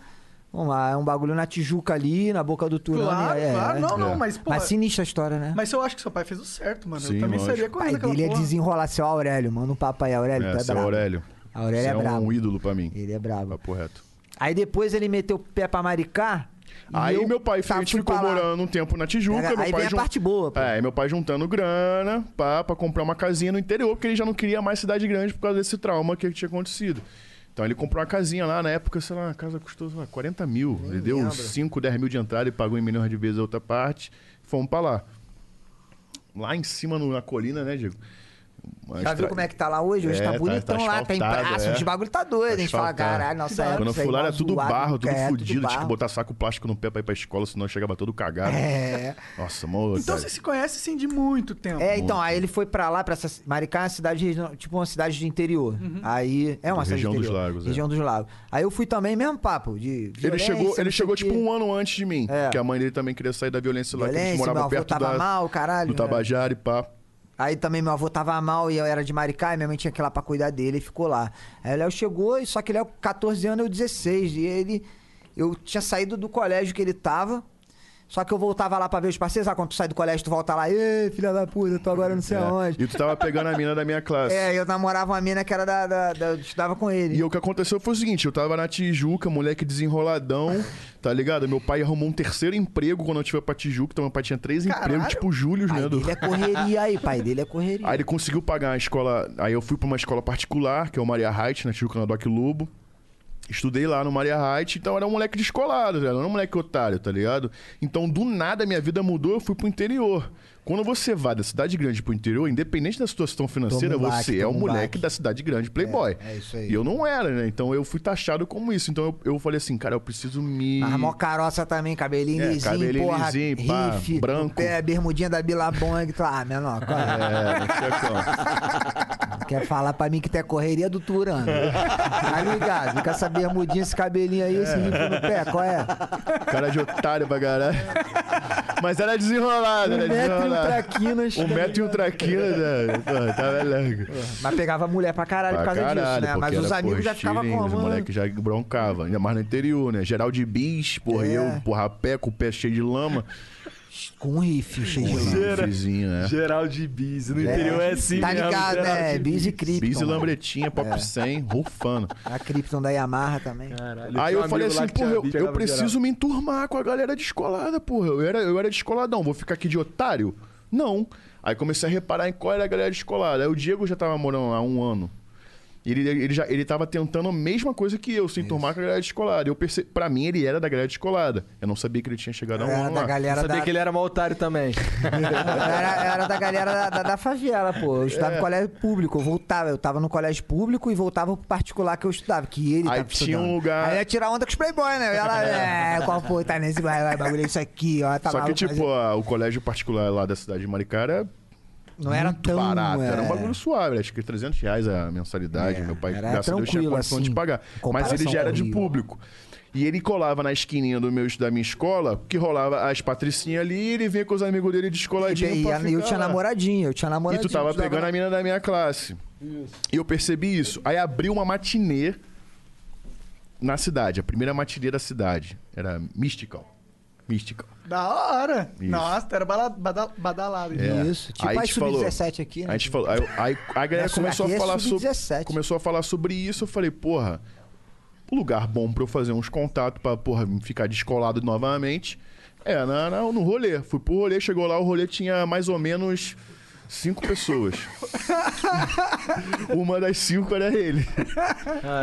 Speaker 5: vamos lá, é um bagulho na Tijuca ali, na boca do Turano.
Speaker 3: Claro,
Speaker 5: é,
Speaker 3: claro.
Speaker 5: é.
Speaker 3: Não, não,
Speaker 4: É.
Speaker 3: mas, pô.
Speaker 5: Mas
Speaker 3: Mas,
Speaker 5: sinistra a história, né?
Speaker 3: eu acho que seu pai fez o certo, mano. eu
Speaker 4: Sim,
Speaker 3: também
Speaker 4: lógico.
Speaker 3: sairia
Speaker 5: o pai
Speaker 3: correndo daquela
Speaker 5: dele é
Speaker 3: porra.
Speaker 5: desenrolar seu Aurélio, manda um papo aí, Aurélio,
Speaker 4: É,
Speaker 5: tu é
Speaker 4: seu
Speaker 5: bravo.
Speaker 4: Aurélio.
Speaker 5: Aurélio é
Speaker 4: Você é
Speaker 5: brabo.
Speaker 4: um ídolo pra mim.
Speaker 5: Ele é brabo.
Speaker 4: Papo reto.
Speaker 5: Aí depois ele meteu o pé pra Maricá. e
Speaker 4: Aí
Speaker 5: eu
Speaker 4: meu pai
Speaker 5: tá,
Speaker 4: a gente
Speaker 5: fui
Speaker 4: ficou
Speaker 5: pra lá.
Speaker 4: morando um tempo na Tijuca.
Speaker 5: Pega-
Speaker 4: meu
Speaker 5: aí
Speaker 4: pai
Speaker 5: vem a
Speaker 4: jun-
Speaker 5: parte boa, pô. Tá
Speaker 4: É, aí meu pai juntando grana pra, pra comprar uma casinha no interior, porque ele já não queria mais cidade grande por causa desse trauma que tinha acontecido. Então ele comprou uma casinha lá, na época, sei lá, a casa custou sei lá, 40 mil. ele deu
Speaker 5: lembro.
Speaker 4: 5, 10 mil de entrada e pagou em milhões de vezes a outra parte. Fomos pra lá. Lá em cima, no- na colina, né, Diego? Uma
Speaker 5: Já
Speaker 4: estra-
Speaker 5: viu como é que tá lá hoje? Hoje
Speaker 4: É,
Speaker 5: tá
Speaker 4: tá-
Speaker 5: bonitão
Speaker 4: tá
Speaker 5: lá, tem
Speaker 4: asfaltado,
Speaker 5: praça,
Speaker 4: é.
Speaker 5: os bagulho tá doido. a gente fala,
Speaker 4: Asfaltado.
Speaker 5: caralho, nossa época.
Speaker 4: Quando eu
Speaker 5: isso aí,
Speaker 4: fui lá era
Speaker 5: mó
Speaker 4: tudo
Speaker 5: tá? zoado,
Speaker 4: barro, tudo
Speaker 5: é,
Speaker 4: fudido. Tinha que
Speaker 5: barro.
Speaker 4: botar saco plástico no pé pra ir pra escola, senão eu chegava todo cagado.
Speaker 5: É.
Speaker 4: Nossa, amor.
Speaker 3: Então vocês se conhecem, sim, de muito tempo.
Speaker 5: É, então, aí ele foi pra lá, pra essa. Maricá é uma cidade, regional- tipo uma cidade de interior. Aí. É uma cidade
Speaker 4: Região
Speaker 5: de
Speaker 4: dos
Speaker 5: interior,
Speaker 4: Lagos, é.
Speaker 5: Região dos Lagos. Aí eu fui também, mesmo papo, de.
Speaker 4: Ele
Speaker 5: violência,
Speaker 4: chegou,
Speaker 5: não
Speaker 4: ele
Speaker 5: sei
Speaker 4: chegou
Speaker 5: o quê.
Speaker 4: tipo um ano antes de mim.
Speaker 5: É.
Speaker 4: Que a mãe dele também queria sair da violência lá, que a gente
Speaker 5: Violência, meu
Speaker 4: morava
Speaker 5: avô
Speaker 4: perto
Speaker 5: tava
Speaker 4: da,
Speaker 5: mal, caralho,
Speaker 4: do
Speaker 5: né?
Speaker 4: Tabajara e pá.
Speaker 5: Aí também meu avô tava mal e eu era de Maricá, e minha mãe tinha que ir lá pra cuidar dele e ficou lá. Aí o Léo chegou, e só que o Léo, 14 anos, eu 16. E ele. Eu tinha saído do colégio que ele tava. Só que eu voltava lá pra ver os parceiros. Ah, quando tu sai do colégio, tu volta lá, ê, filha da puta, eu tô agora não sei
Speaker 4: É.
Speaker 5: aonde.
Speaker 4: E tu tava pegando a mina da minha classe.
Speaker 5: É, eu namorava uma mina que era da. da, da eu estudava com ele.
Speaker 4: E o que aconteceu foi o seguinte, eu tava na Tijuca, moleque desenroladão, tá ligado? Meu pai arrumou um terceiro emprego quando eu tive pra Tijuca, então meu pai tinha três empregos, tipo Júlio,
Speaker 5: Pai
Speaker 4: né? do-
Speaker 5: dele é correria aí, pai dele é correria.
Speaker 4: Aí ele conseguiu pagar a escola. Aí eu fui pra uma escola particular, que é o Maria Height, na Tijuca, na Doc Lobo. Estudei lá no Maria Height, então era um moleque descolado, velho. Era um moleque otário, tá ligado? Então, do nada, minha vida mudou, eu fui pro interior. Quando você vai da cidade grande pro interior, independente da situação financeira,
Speaker 5: Toma um
Speaker 4: você
Speaker 5: baque,
Speaker 4: é o
Speaker 5: toma um
Speaker 4: moleque
Speaker 5: baque.
Speaker 4: da cidade grande, playboy.
Speaker 5: É, é isso aí.
Speaker 4: E eu não era, né? Então eu fui taxado como isso. Então eu, eu falei assim, cara, eu preciso me.
Speaker 5: Mas Ah, mó caroça também, cabelinho
Speaker 4: É,
Speaker 5: lisinho,
Speaker 4: cabelinho
Speaker 5: porra,
Speaker 4: lisinho, pá,
Speaker 5: rife,
Speaker 4: branco.
Speaker 5: no Pé, bermudinha da Bilabong, tu, ah, menor, qual é?
Speaker 4: É, não tinha como.
Speaker 5: quer falar pra mim que tu é correria do Turano. tá ligado? Com essa bermudinha, esse cabelinho aí, esse rife no pé, qual é?
Speaker 4: Cara de otário pra caralho. Mas era desenrolado, era
Speaker 5: Um metro e um
Speaker 4: desenrolado.
Speaker 5: traquinas,
Speaker 4: Um
Speaker 5: tá
Speaker 4: metro e um traquinas, né? Pô, Tava largo.
Speaker 5: Mas pegava mulher pra caralho por
Speaker 4: Pra
Speaker 5: causa
Speaker 4: caralho,
Speaker 5: disso, né?
Speaker 4: porque
Speaker 5: Mas os
Speaker 4: era,
Speaker 5: amigos
Speaker 4: porra,
Speaker 5: já ficavam
Speaker 4: estilinho,
Speaker 5: com
Speaker 4: Os moleques já broncavam, ainda mais no interior, né? Geral de bis, porra,
Speaker 5: É.
Speaker 4: eu, porra, a pé, com o pé cheio de lama.
Speaker 5: Com um rife, cheio de lama.
Speaker 4: Um vizinho, né?
Speaker 2: Geral de Bis. No interior é assim
Speaker 5: Tá
Speaker 2: mesmo,
Speaker 5: ligado,
Speaker 2: geral
Speaker 5: né?
Speaker 2: de
Speaker 5: Bis e Krypton.
Speaker 4: Bis e
Speaker 5: mano. É.
Speaker 4: lambretinha, pop 100, rufando.
Speaker 5: A Krypton da Yamaha também.
Speaker 2: Caralho,
Speaker 4: Aí
Speaker 2: tinha um
Speaker 4: eu falei
Speaker 2: amigo lá que
Speaker 4: assim,
Speaker 2: tinha
Speaker 4: porra, eu,
Speaker 2: Bis,
Speaker 4: eu
Speaker 2: jogava
Speaker 4: preciso
Speaker 2: geral.
Speaker 4: me enturmar com a galera descolada, porra. Eu era, eu era descoladão, vou ficar aqui de otário? Não. Aí comecei a reparar em qual era a galera descolada. Aí o Diego já tava morando lá há um ano. E Ele, ele, já, ele tava tentando a mesma coisa que eu, se enturmar com a galera descolada. Eu perce... Pra mim, ele era da galera descolada. Eu não sabia que ele tinha chegado há um
Speaker 5: Era
Speaker 4: ano
Speaker 5: É, da
Speaker 4: lá.
Speaker 5: galera
Speaker 2: Eu sabia
Speaker 5: da...
Speaker 2: que ele era mal otário também.
Speaker 5: Era, era da galera da, da, da favela, pô. Eu estudava
Speaker 4: É.
Speaker 5: em colégio público, eu voltava. Eu tava no colégio público e voltava pro particular que eu estudava, que ele
Speaker 4: Aí
Speaker 5: tava
Speaker 4: tinha
Speaker 5: estudando.
Speaker 4: um lugar-
Speaker 5: Aí eu ia tirar onda com os playboy, né? Eu ia lá, é, qual foi? Tá nesse vai, vai, bagulho, é isso aqui, ó. Tá
Speaker 4: Só que,
Speaker 5: maluco,
Speaker 4: tipo, a- o colégio particular lá da cidade de Maricá era
Speaker 5: mas não era
Speaker 4: muito
Speaker 5: tão...
Speaker 4: barato.
Speaker 5: é,
Speaker 4: Era um bagulho suave, acho que 300 reais a mensalidade.
Speaker 5: É,
Speaker 4: meu pai,
Speaker 5: era
Speaker 4: graças a Deus, tinha
Speaker 5: tranquilo,
Speaker 4: condição
Speaker 5: assim,
Speaker 4: de pagar.
Speaker 5: em
Speaker 4: Mas ele
Speaker 5: comparação
Speaker 4: já era
Speaker 5: com o
Speaker 4: de
Speaker 5: Rio.
Speaker 4: público. E ele colava na esquininha do meu, da minha escola, que rolava as patricinhas ali, e ele vinha com os amigos dele
Speaker 5: E,
Speaker 4: descoladinho.
Speaker 5: e,
Speaker 4: pra
Speaker 5: eu
Speaker 4: ficar
Speaker 5: tinha
Speaker 4: lá.
Speaker 5: namoradinho, eu tinha
Speaker 4: E
Speaker 5: namoradinho.
Speaker 4: tu tava
Speaker 5: estudava
Speaker 4: pegando a mina da minha classe. E eu percebi isso. Aí abriu uma matinê na cidade. A primeira matinê da cidade. Era Mystical. Mystical.
Speaker 3: Da hora.
Speaker 4: Isso.
Speaker 3: Nossa, era bala- bada- badalado. então.
Speaker 4: É.
Speaker 5: Isso. Tipo
Speaker 4: Aí
Speaker 5: a
Speaker 4: te falou-
Speaker 5: Sub-17 aqui, né?
Speaker 4: A gente falou, aí, aí a galera
Speaker 5: Aqui é
Speaker 4: começou a falar sobre
Speaker 5: sub-17.
Speaker 4: começou a falar sobre isso, eu falei, porra, o lugar bom pra eu fazer uns contatos pra, porra, ficar descolado novamente é na, na- no rolê. Fui pro rolê, chegou lá, o rolê tinha mais ou menos cinco pessoas. Uma das cinco era ele.
Speaker 2: é.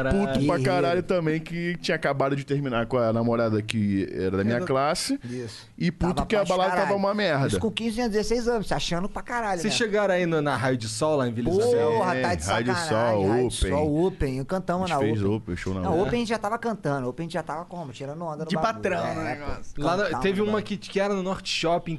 Speaker 4: Puto pra
Speaker 5: Guerreiro.
Speaker 4: caralho também, que tinha acabado de terminar com a namorada que era da minha classe.
Speaker 5: Isso.
Speaker 4: E puto
Speaker 5: Tava
Speaker 4: que a
Speaker 5: pra
Speaker 4: balada
Speaker 5: caralho.
Speaker 4: tava uma merda.
Speaker 5: Isso com 15 anos, 16 anos, se achachando pra caralho,
Speaker 2: Vocês
Speaker 5: né?
Speaker 2: chegaram aí na, na Raio de Sol, lá em Vila Isabel?
Speaker 5: Porra, tá de
Speaker 4: Sim, Rádio
Speaker 5: sacanagem.
Speaker 4: Sol,
Speaker 5: Rádio
Speaker 4: Open.
Speaker 5: Sol, Open. Cantamos na
Speaker 4: a gente fez
Speaker 5: Open.
Speaker 4: open, show na
Speaker 5: Na
Speaker 4: rua.
Speaker 5: Open a gente já tava cantando. Open a gente já tava como? Tirando onda do
Speaker 3: De
Speaker 5: bagulho.
Speaker 3: patrão,
Speaker 5: É,
Speaker 3: né,
Speaker 5: pô.
Speaker 3: negócio?
Speaker 2: Lá na-
Speaker 5: Cantamos
Speaker 2: teve
Speaker 5: no
Speaker 2: uma
Speaker 5: bagulho.
Speaker 2: que, que era no Norte Shopping.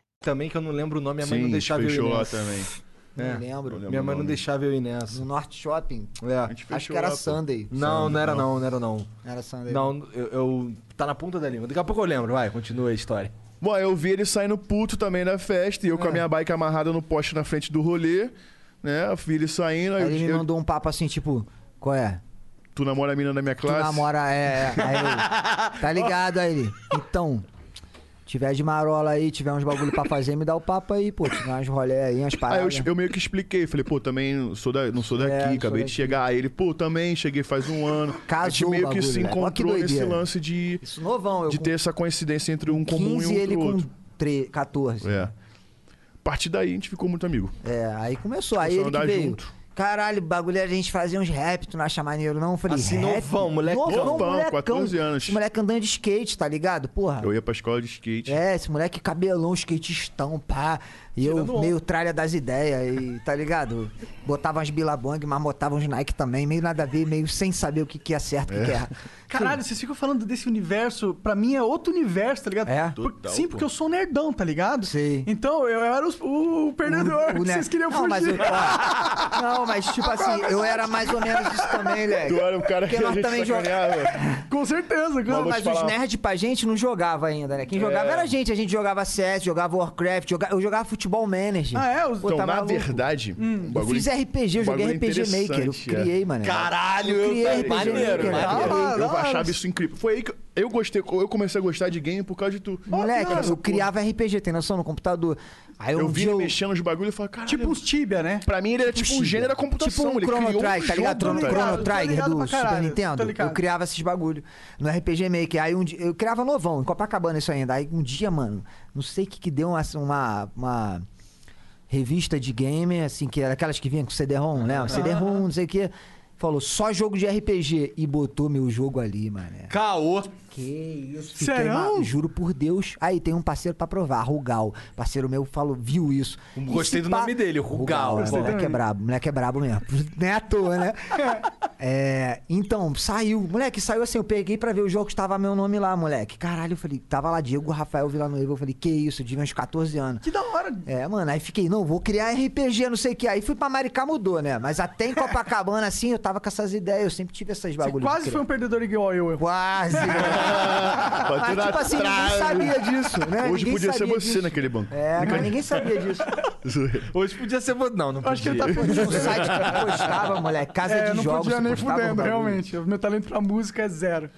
Speaker 2: Também que eu não lembro o nome, minha mãe não
Speaker 4: Sim,
Speaker 2: deixava eu ir
Speaker 4: fechou lá
Speaker 2: nessa.
Speaker 4: também.
Speaker 2: É.
Speaker 5: Não lembro.
Speaker 4: lembro.
Speaker 2: Minha mãe não
Speaker 4: nome.
Speaker 2: deixava eu ir nessa.
Speaker 5: No Norte Shopping.
Speaker 2: É.
Speaker 4: gente
Speaker 5: Acho
Speaker 4: fechou
Speaker 5: que era
Speaker 4: lá, pô.
Speaker 5: Sunday.
Speaker 2: Não, não era não, não era não.
Speaker 5: Não era Sunday.
Speaker 2: Não, eu, eu- Tá na ponta da língua. Daqui a pouco eu lembro, vai, continua a história.
Speaker 4: Bom, eu vi ele saindo puto também da festa e eu com
Speaker 5: É.
Speaker 4: a minha bike amarrada no poste na frente do rolê, né? Eu vi ele saindo, aí
Speaker 5: Aí ele
Speaker 4: eu,
Speaker 5: me
Speaker 4: eu-
Speaker 5: mandou um papo assim, tipo, qual é?
Speaker 4: tu namora a menina da minha
Speaker 5: Tu
Speaker 4: classe?
Speaker 5: namora, é. é. Aí eu, tá ligado aí ele? Então, tiver de marola aí, tiver uns bagulho pra fazer, me dá o papo aí, pô. Tiver umas rolé aí, umas
Speaker 4: Aí eu,
Speaker 5: paradas.
Speaker 4: eu meio que expliquei, falei, pô, também sou da, não sou daqui,
Speaker 5: É, não sou
Speaker 4: acabei de
Speaker 5: daqui.
Speaker 4: chegar. Aí ele, pô, também cheguei faz um ano. a gente
Speaker 5: Casou o
Speaker 4: meio que
Speaker 5: bagulho,
Speaker 4: se
Speaker 5: velho. Olha que
Speaker 4: encontrou nesse
Speaker 5: doideira.
Speaker 4: lance de,
Speaker 5: Isso novão, eu
Speaker 4: de
Speaker 5: com
Speaker 4: ter essa coincidência entre um comum e
Speaker 5: 15
Speaker 4: um
Speaker 5: e ele
Speaker 4: outro.
Speaker 5: com
Speaker 4: outro.
Speaker 5: 13, 14.
Speaker 4: É. A partir daí a gente ficou muito amigo.
Speaker 5: É, aí começou.
Speaker 4: Começou
Speaker 5: Aí
Speaker 4: a
Speaker 5: ele que
Speaker 4: andar
Speaker 5: veio.
Speaker 4: junto.
Speaker 5: Caralho, bagulho era a gente fazer uns rap, tu não acha maneiro, não? Eu Falei,
Speaker 2: Assim,
Speaker 5: rap?
Speaker 2: novão, molecão.
Speaker 5: Novão,
Speaker 4: Novão,
Speaker 5: molecão.
Speaker 4: 14 anos.
Speaker 5: Esse moleque andando de skate, tá ligado? Porra.
Speaker 4: Eu ia pra escola de skate.
Speaker 5: É, esse moleque cabelão, skatistão, pá. E eu
Speaker 2: Tirando onda.
Speaker 5: meio tralha das ideias, e tá ligado? Botava umas Billabong, mas botava uns Nike também, meio nada a ver, meio sem saber o que, que é certo e o que é errado.
Speaker 3: Caralho, vocês ficam falando desse universo, pra mim é outro universo, tá ligado?
Speaker 5: É.
Speaker 3: Por-
Speaker 4: Total,
Speaker 3: sim,
Speaker 4: pô.
Speaker 3: porque eu sou um nerdão, tá ligado?
Speaker 5: Sim.
Speaker 3: Então eu era os- o, o perdedor que
Speaker 5: né-
Speaker 3: vocês queriam
Speaker 5: não,
Speaker 3: fugir.
Speaker 5: mas eu- ó, não, mas tipo assim, eu era mais ou menos isso também,
Speaker 4: Tu
Speaker 5: Leque.
Speaker 4: era um o cara
Speaker 5: Porque
Speaker 4: que
Speaker 5: nós
Speaker 4: a gente
Speaker 5: também joga-
Speaker 4: sacaneava.
Speaker 3: Com certeza,
Speaker 5: Não,
Speaker 3: cara.
Speaker 4: vou te
Speaker 5: mas os
Speaker 4: falar- É.
Speaker 5: nerds pra gente não jogava ainda, né? Quem jogava era a gente. A gente jogava CS, jogava Warcraft, joga- eu jogava Futebol Manager.
Speaker 3: Ah, é? Os-
Speaker 5: Pô,
Speaker 4: Então,
Speaker 5: tá
Speaker 4: na
Speaker 5: maluco?
Speaker 4: verdade, um
Speaker 5: Eu
Speaker 4: bagulho-
Speaker 5: fiz RPG, eu
Speaker 4: um
Speaker 5: joguei
Speaker 4: bagulho
Speaker 5: RPG Maker. Eu
Speaker 4: interessante, é.
Speaker 5: criei, mano.
Speaker 2: Caralho,
Speaker 5: eu criei RPG
Speaker 2: maneiro, maneiro.
Speaker 5: Maker. cara.
Speaker 3: Ah,
Speaker 4: eu
Speaker 3: não,
Speaker 4: achava
Speaker 3: mas-
Speaker 4: isso incrível. Foi aí que eu gostei, eu comecei a gostar de game por causa de tu.
Speaker 5: Moleque,
Speaker 4: Cara,
Speaker 5: eu criava RPG, tem noção, no computador. Aí
Speaker 4: Eu
Speaker 5: um
Speaker 4: vi
Speaker 5: dia
Speaker 4: ele mexendo os bagulhos e falei, caralho. é
Speaker 3: Tipo uns Tibia, né?
Speaker 4: pra mim ele era tipo um gênero da computação.
Speaker 5: Tipo um
Speaker 4: ele
Speaker 5: Chrono
Speaker 4: criou um
Speaker 5: Trigger, tá ligado?
Speaker 4: jogo,
Speaker 5: Chrono,
Speaker 4: cara.
Speaker 5: Chrono
Speaker 3: ligado, tô
Speaker 5: Trigger
Speaker 3: ligado
Speaker 5: do
Speaker 3: pra
Speaker 5: Super
Speaker 3: caralho, tô
Speaker 5: Nintendo.
Speaker 3: ligado.
Speaker 5: Eu criava esses bagulho no RPG Maker. Aí um dia, eu criava novão, em Copacabana isso ainda. Aí um dia, mano, não sei o que que deu uma, uma, uma revista de game, assim, que era aquelas que vinha com CD-ROM, né? CD-ROM, não sei o que. Falou, só jogo de RPG. E botou meu jogo ali, mano.
Speaker 2: Caô.
Speaker 5: Que isso,
Speaker 3: Serão?
Speaker 5: mal- Juro por Deus. Aí tem um parceiro pra provar, Rugal. Parceiro meu falou, viu isso.
Speaker 2: Gostei
Speaker 5: E
Speaker 2: do
Speaker 5: se
Speaker 2: nome dele, Rugal.
Speaker 5: né?
Speaker 2: Gostei
Speaker 5: moleque é brabo, moleque é brabo mesmo. Não é à toa, né? É, então, saiu. Moleque, saiu assim, eu peguei pra ver o jogo que tava meu nome lá, moleque. Caralho, eu falei, tava lá Diego Rafael Villanueva. Eu falei, que isso, eu tive uns 14 anos.
Speaker 3: Que da hora.
Speaker 5: É, mano, aí fiquei, não, vou criar RPG, não sei o que. Aí fui pra Maricá, mudou, né? Mas até em Copacabana, assim, eu tava com essas ideias, eu sempre tive essas
Speaker 3: Você
Speaker 5: bagulhos.
Speaker 3: quase foi um perdedor igual eu.
Speaker 5: Quase. Mas,
Speaker 4: Bateu na
Speaker 5: tipo assim,
Speaker 4: trave.
Speaker 5: ninguém sabia disso, né?
Speaker 4: Hoje
Speaker 5: Ninguém
Speaker 4: podia ser
Speaker 5: sabia
Speaker 4: você
Speaker 5: disso.
Speaker 4: naquele banco.
Speaker 5: É, mas ninguém sabia disso.
Speaker 2: Hoje podia ser... vo- Não, não podia.
Speaker 3: Acho que ele tá fudido.
Speaker 5: Tinha um site que eu postava, moleque, casa
Speaker 3: É, eu
Speaker 5: de
Speaker 3: não
Speaker 5: jogos.
Speaker 3: podia
Speaker 5: eu
Speaker 3: nem
Speaker 5: postava um
Speaker 3: fudendo,
Speaker 5: bagulho.
Speaker 3: realmente. O Meu talento pra música é zero.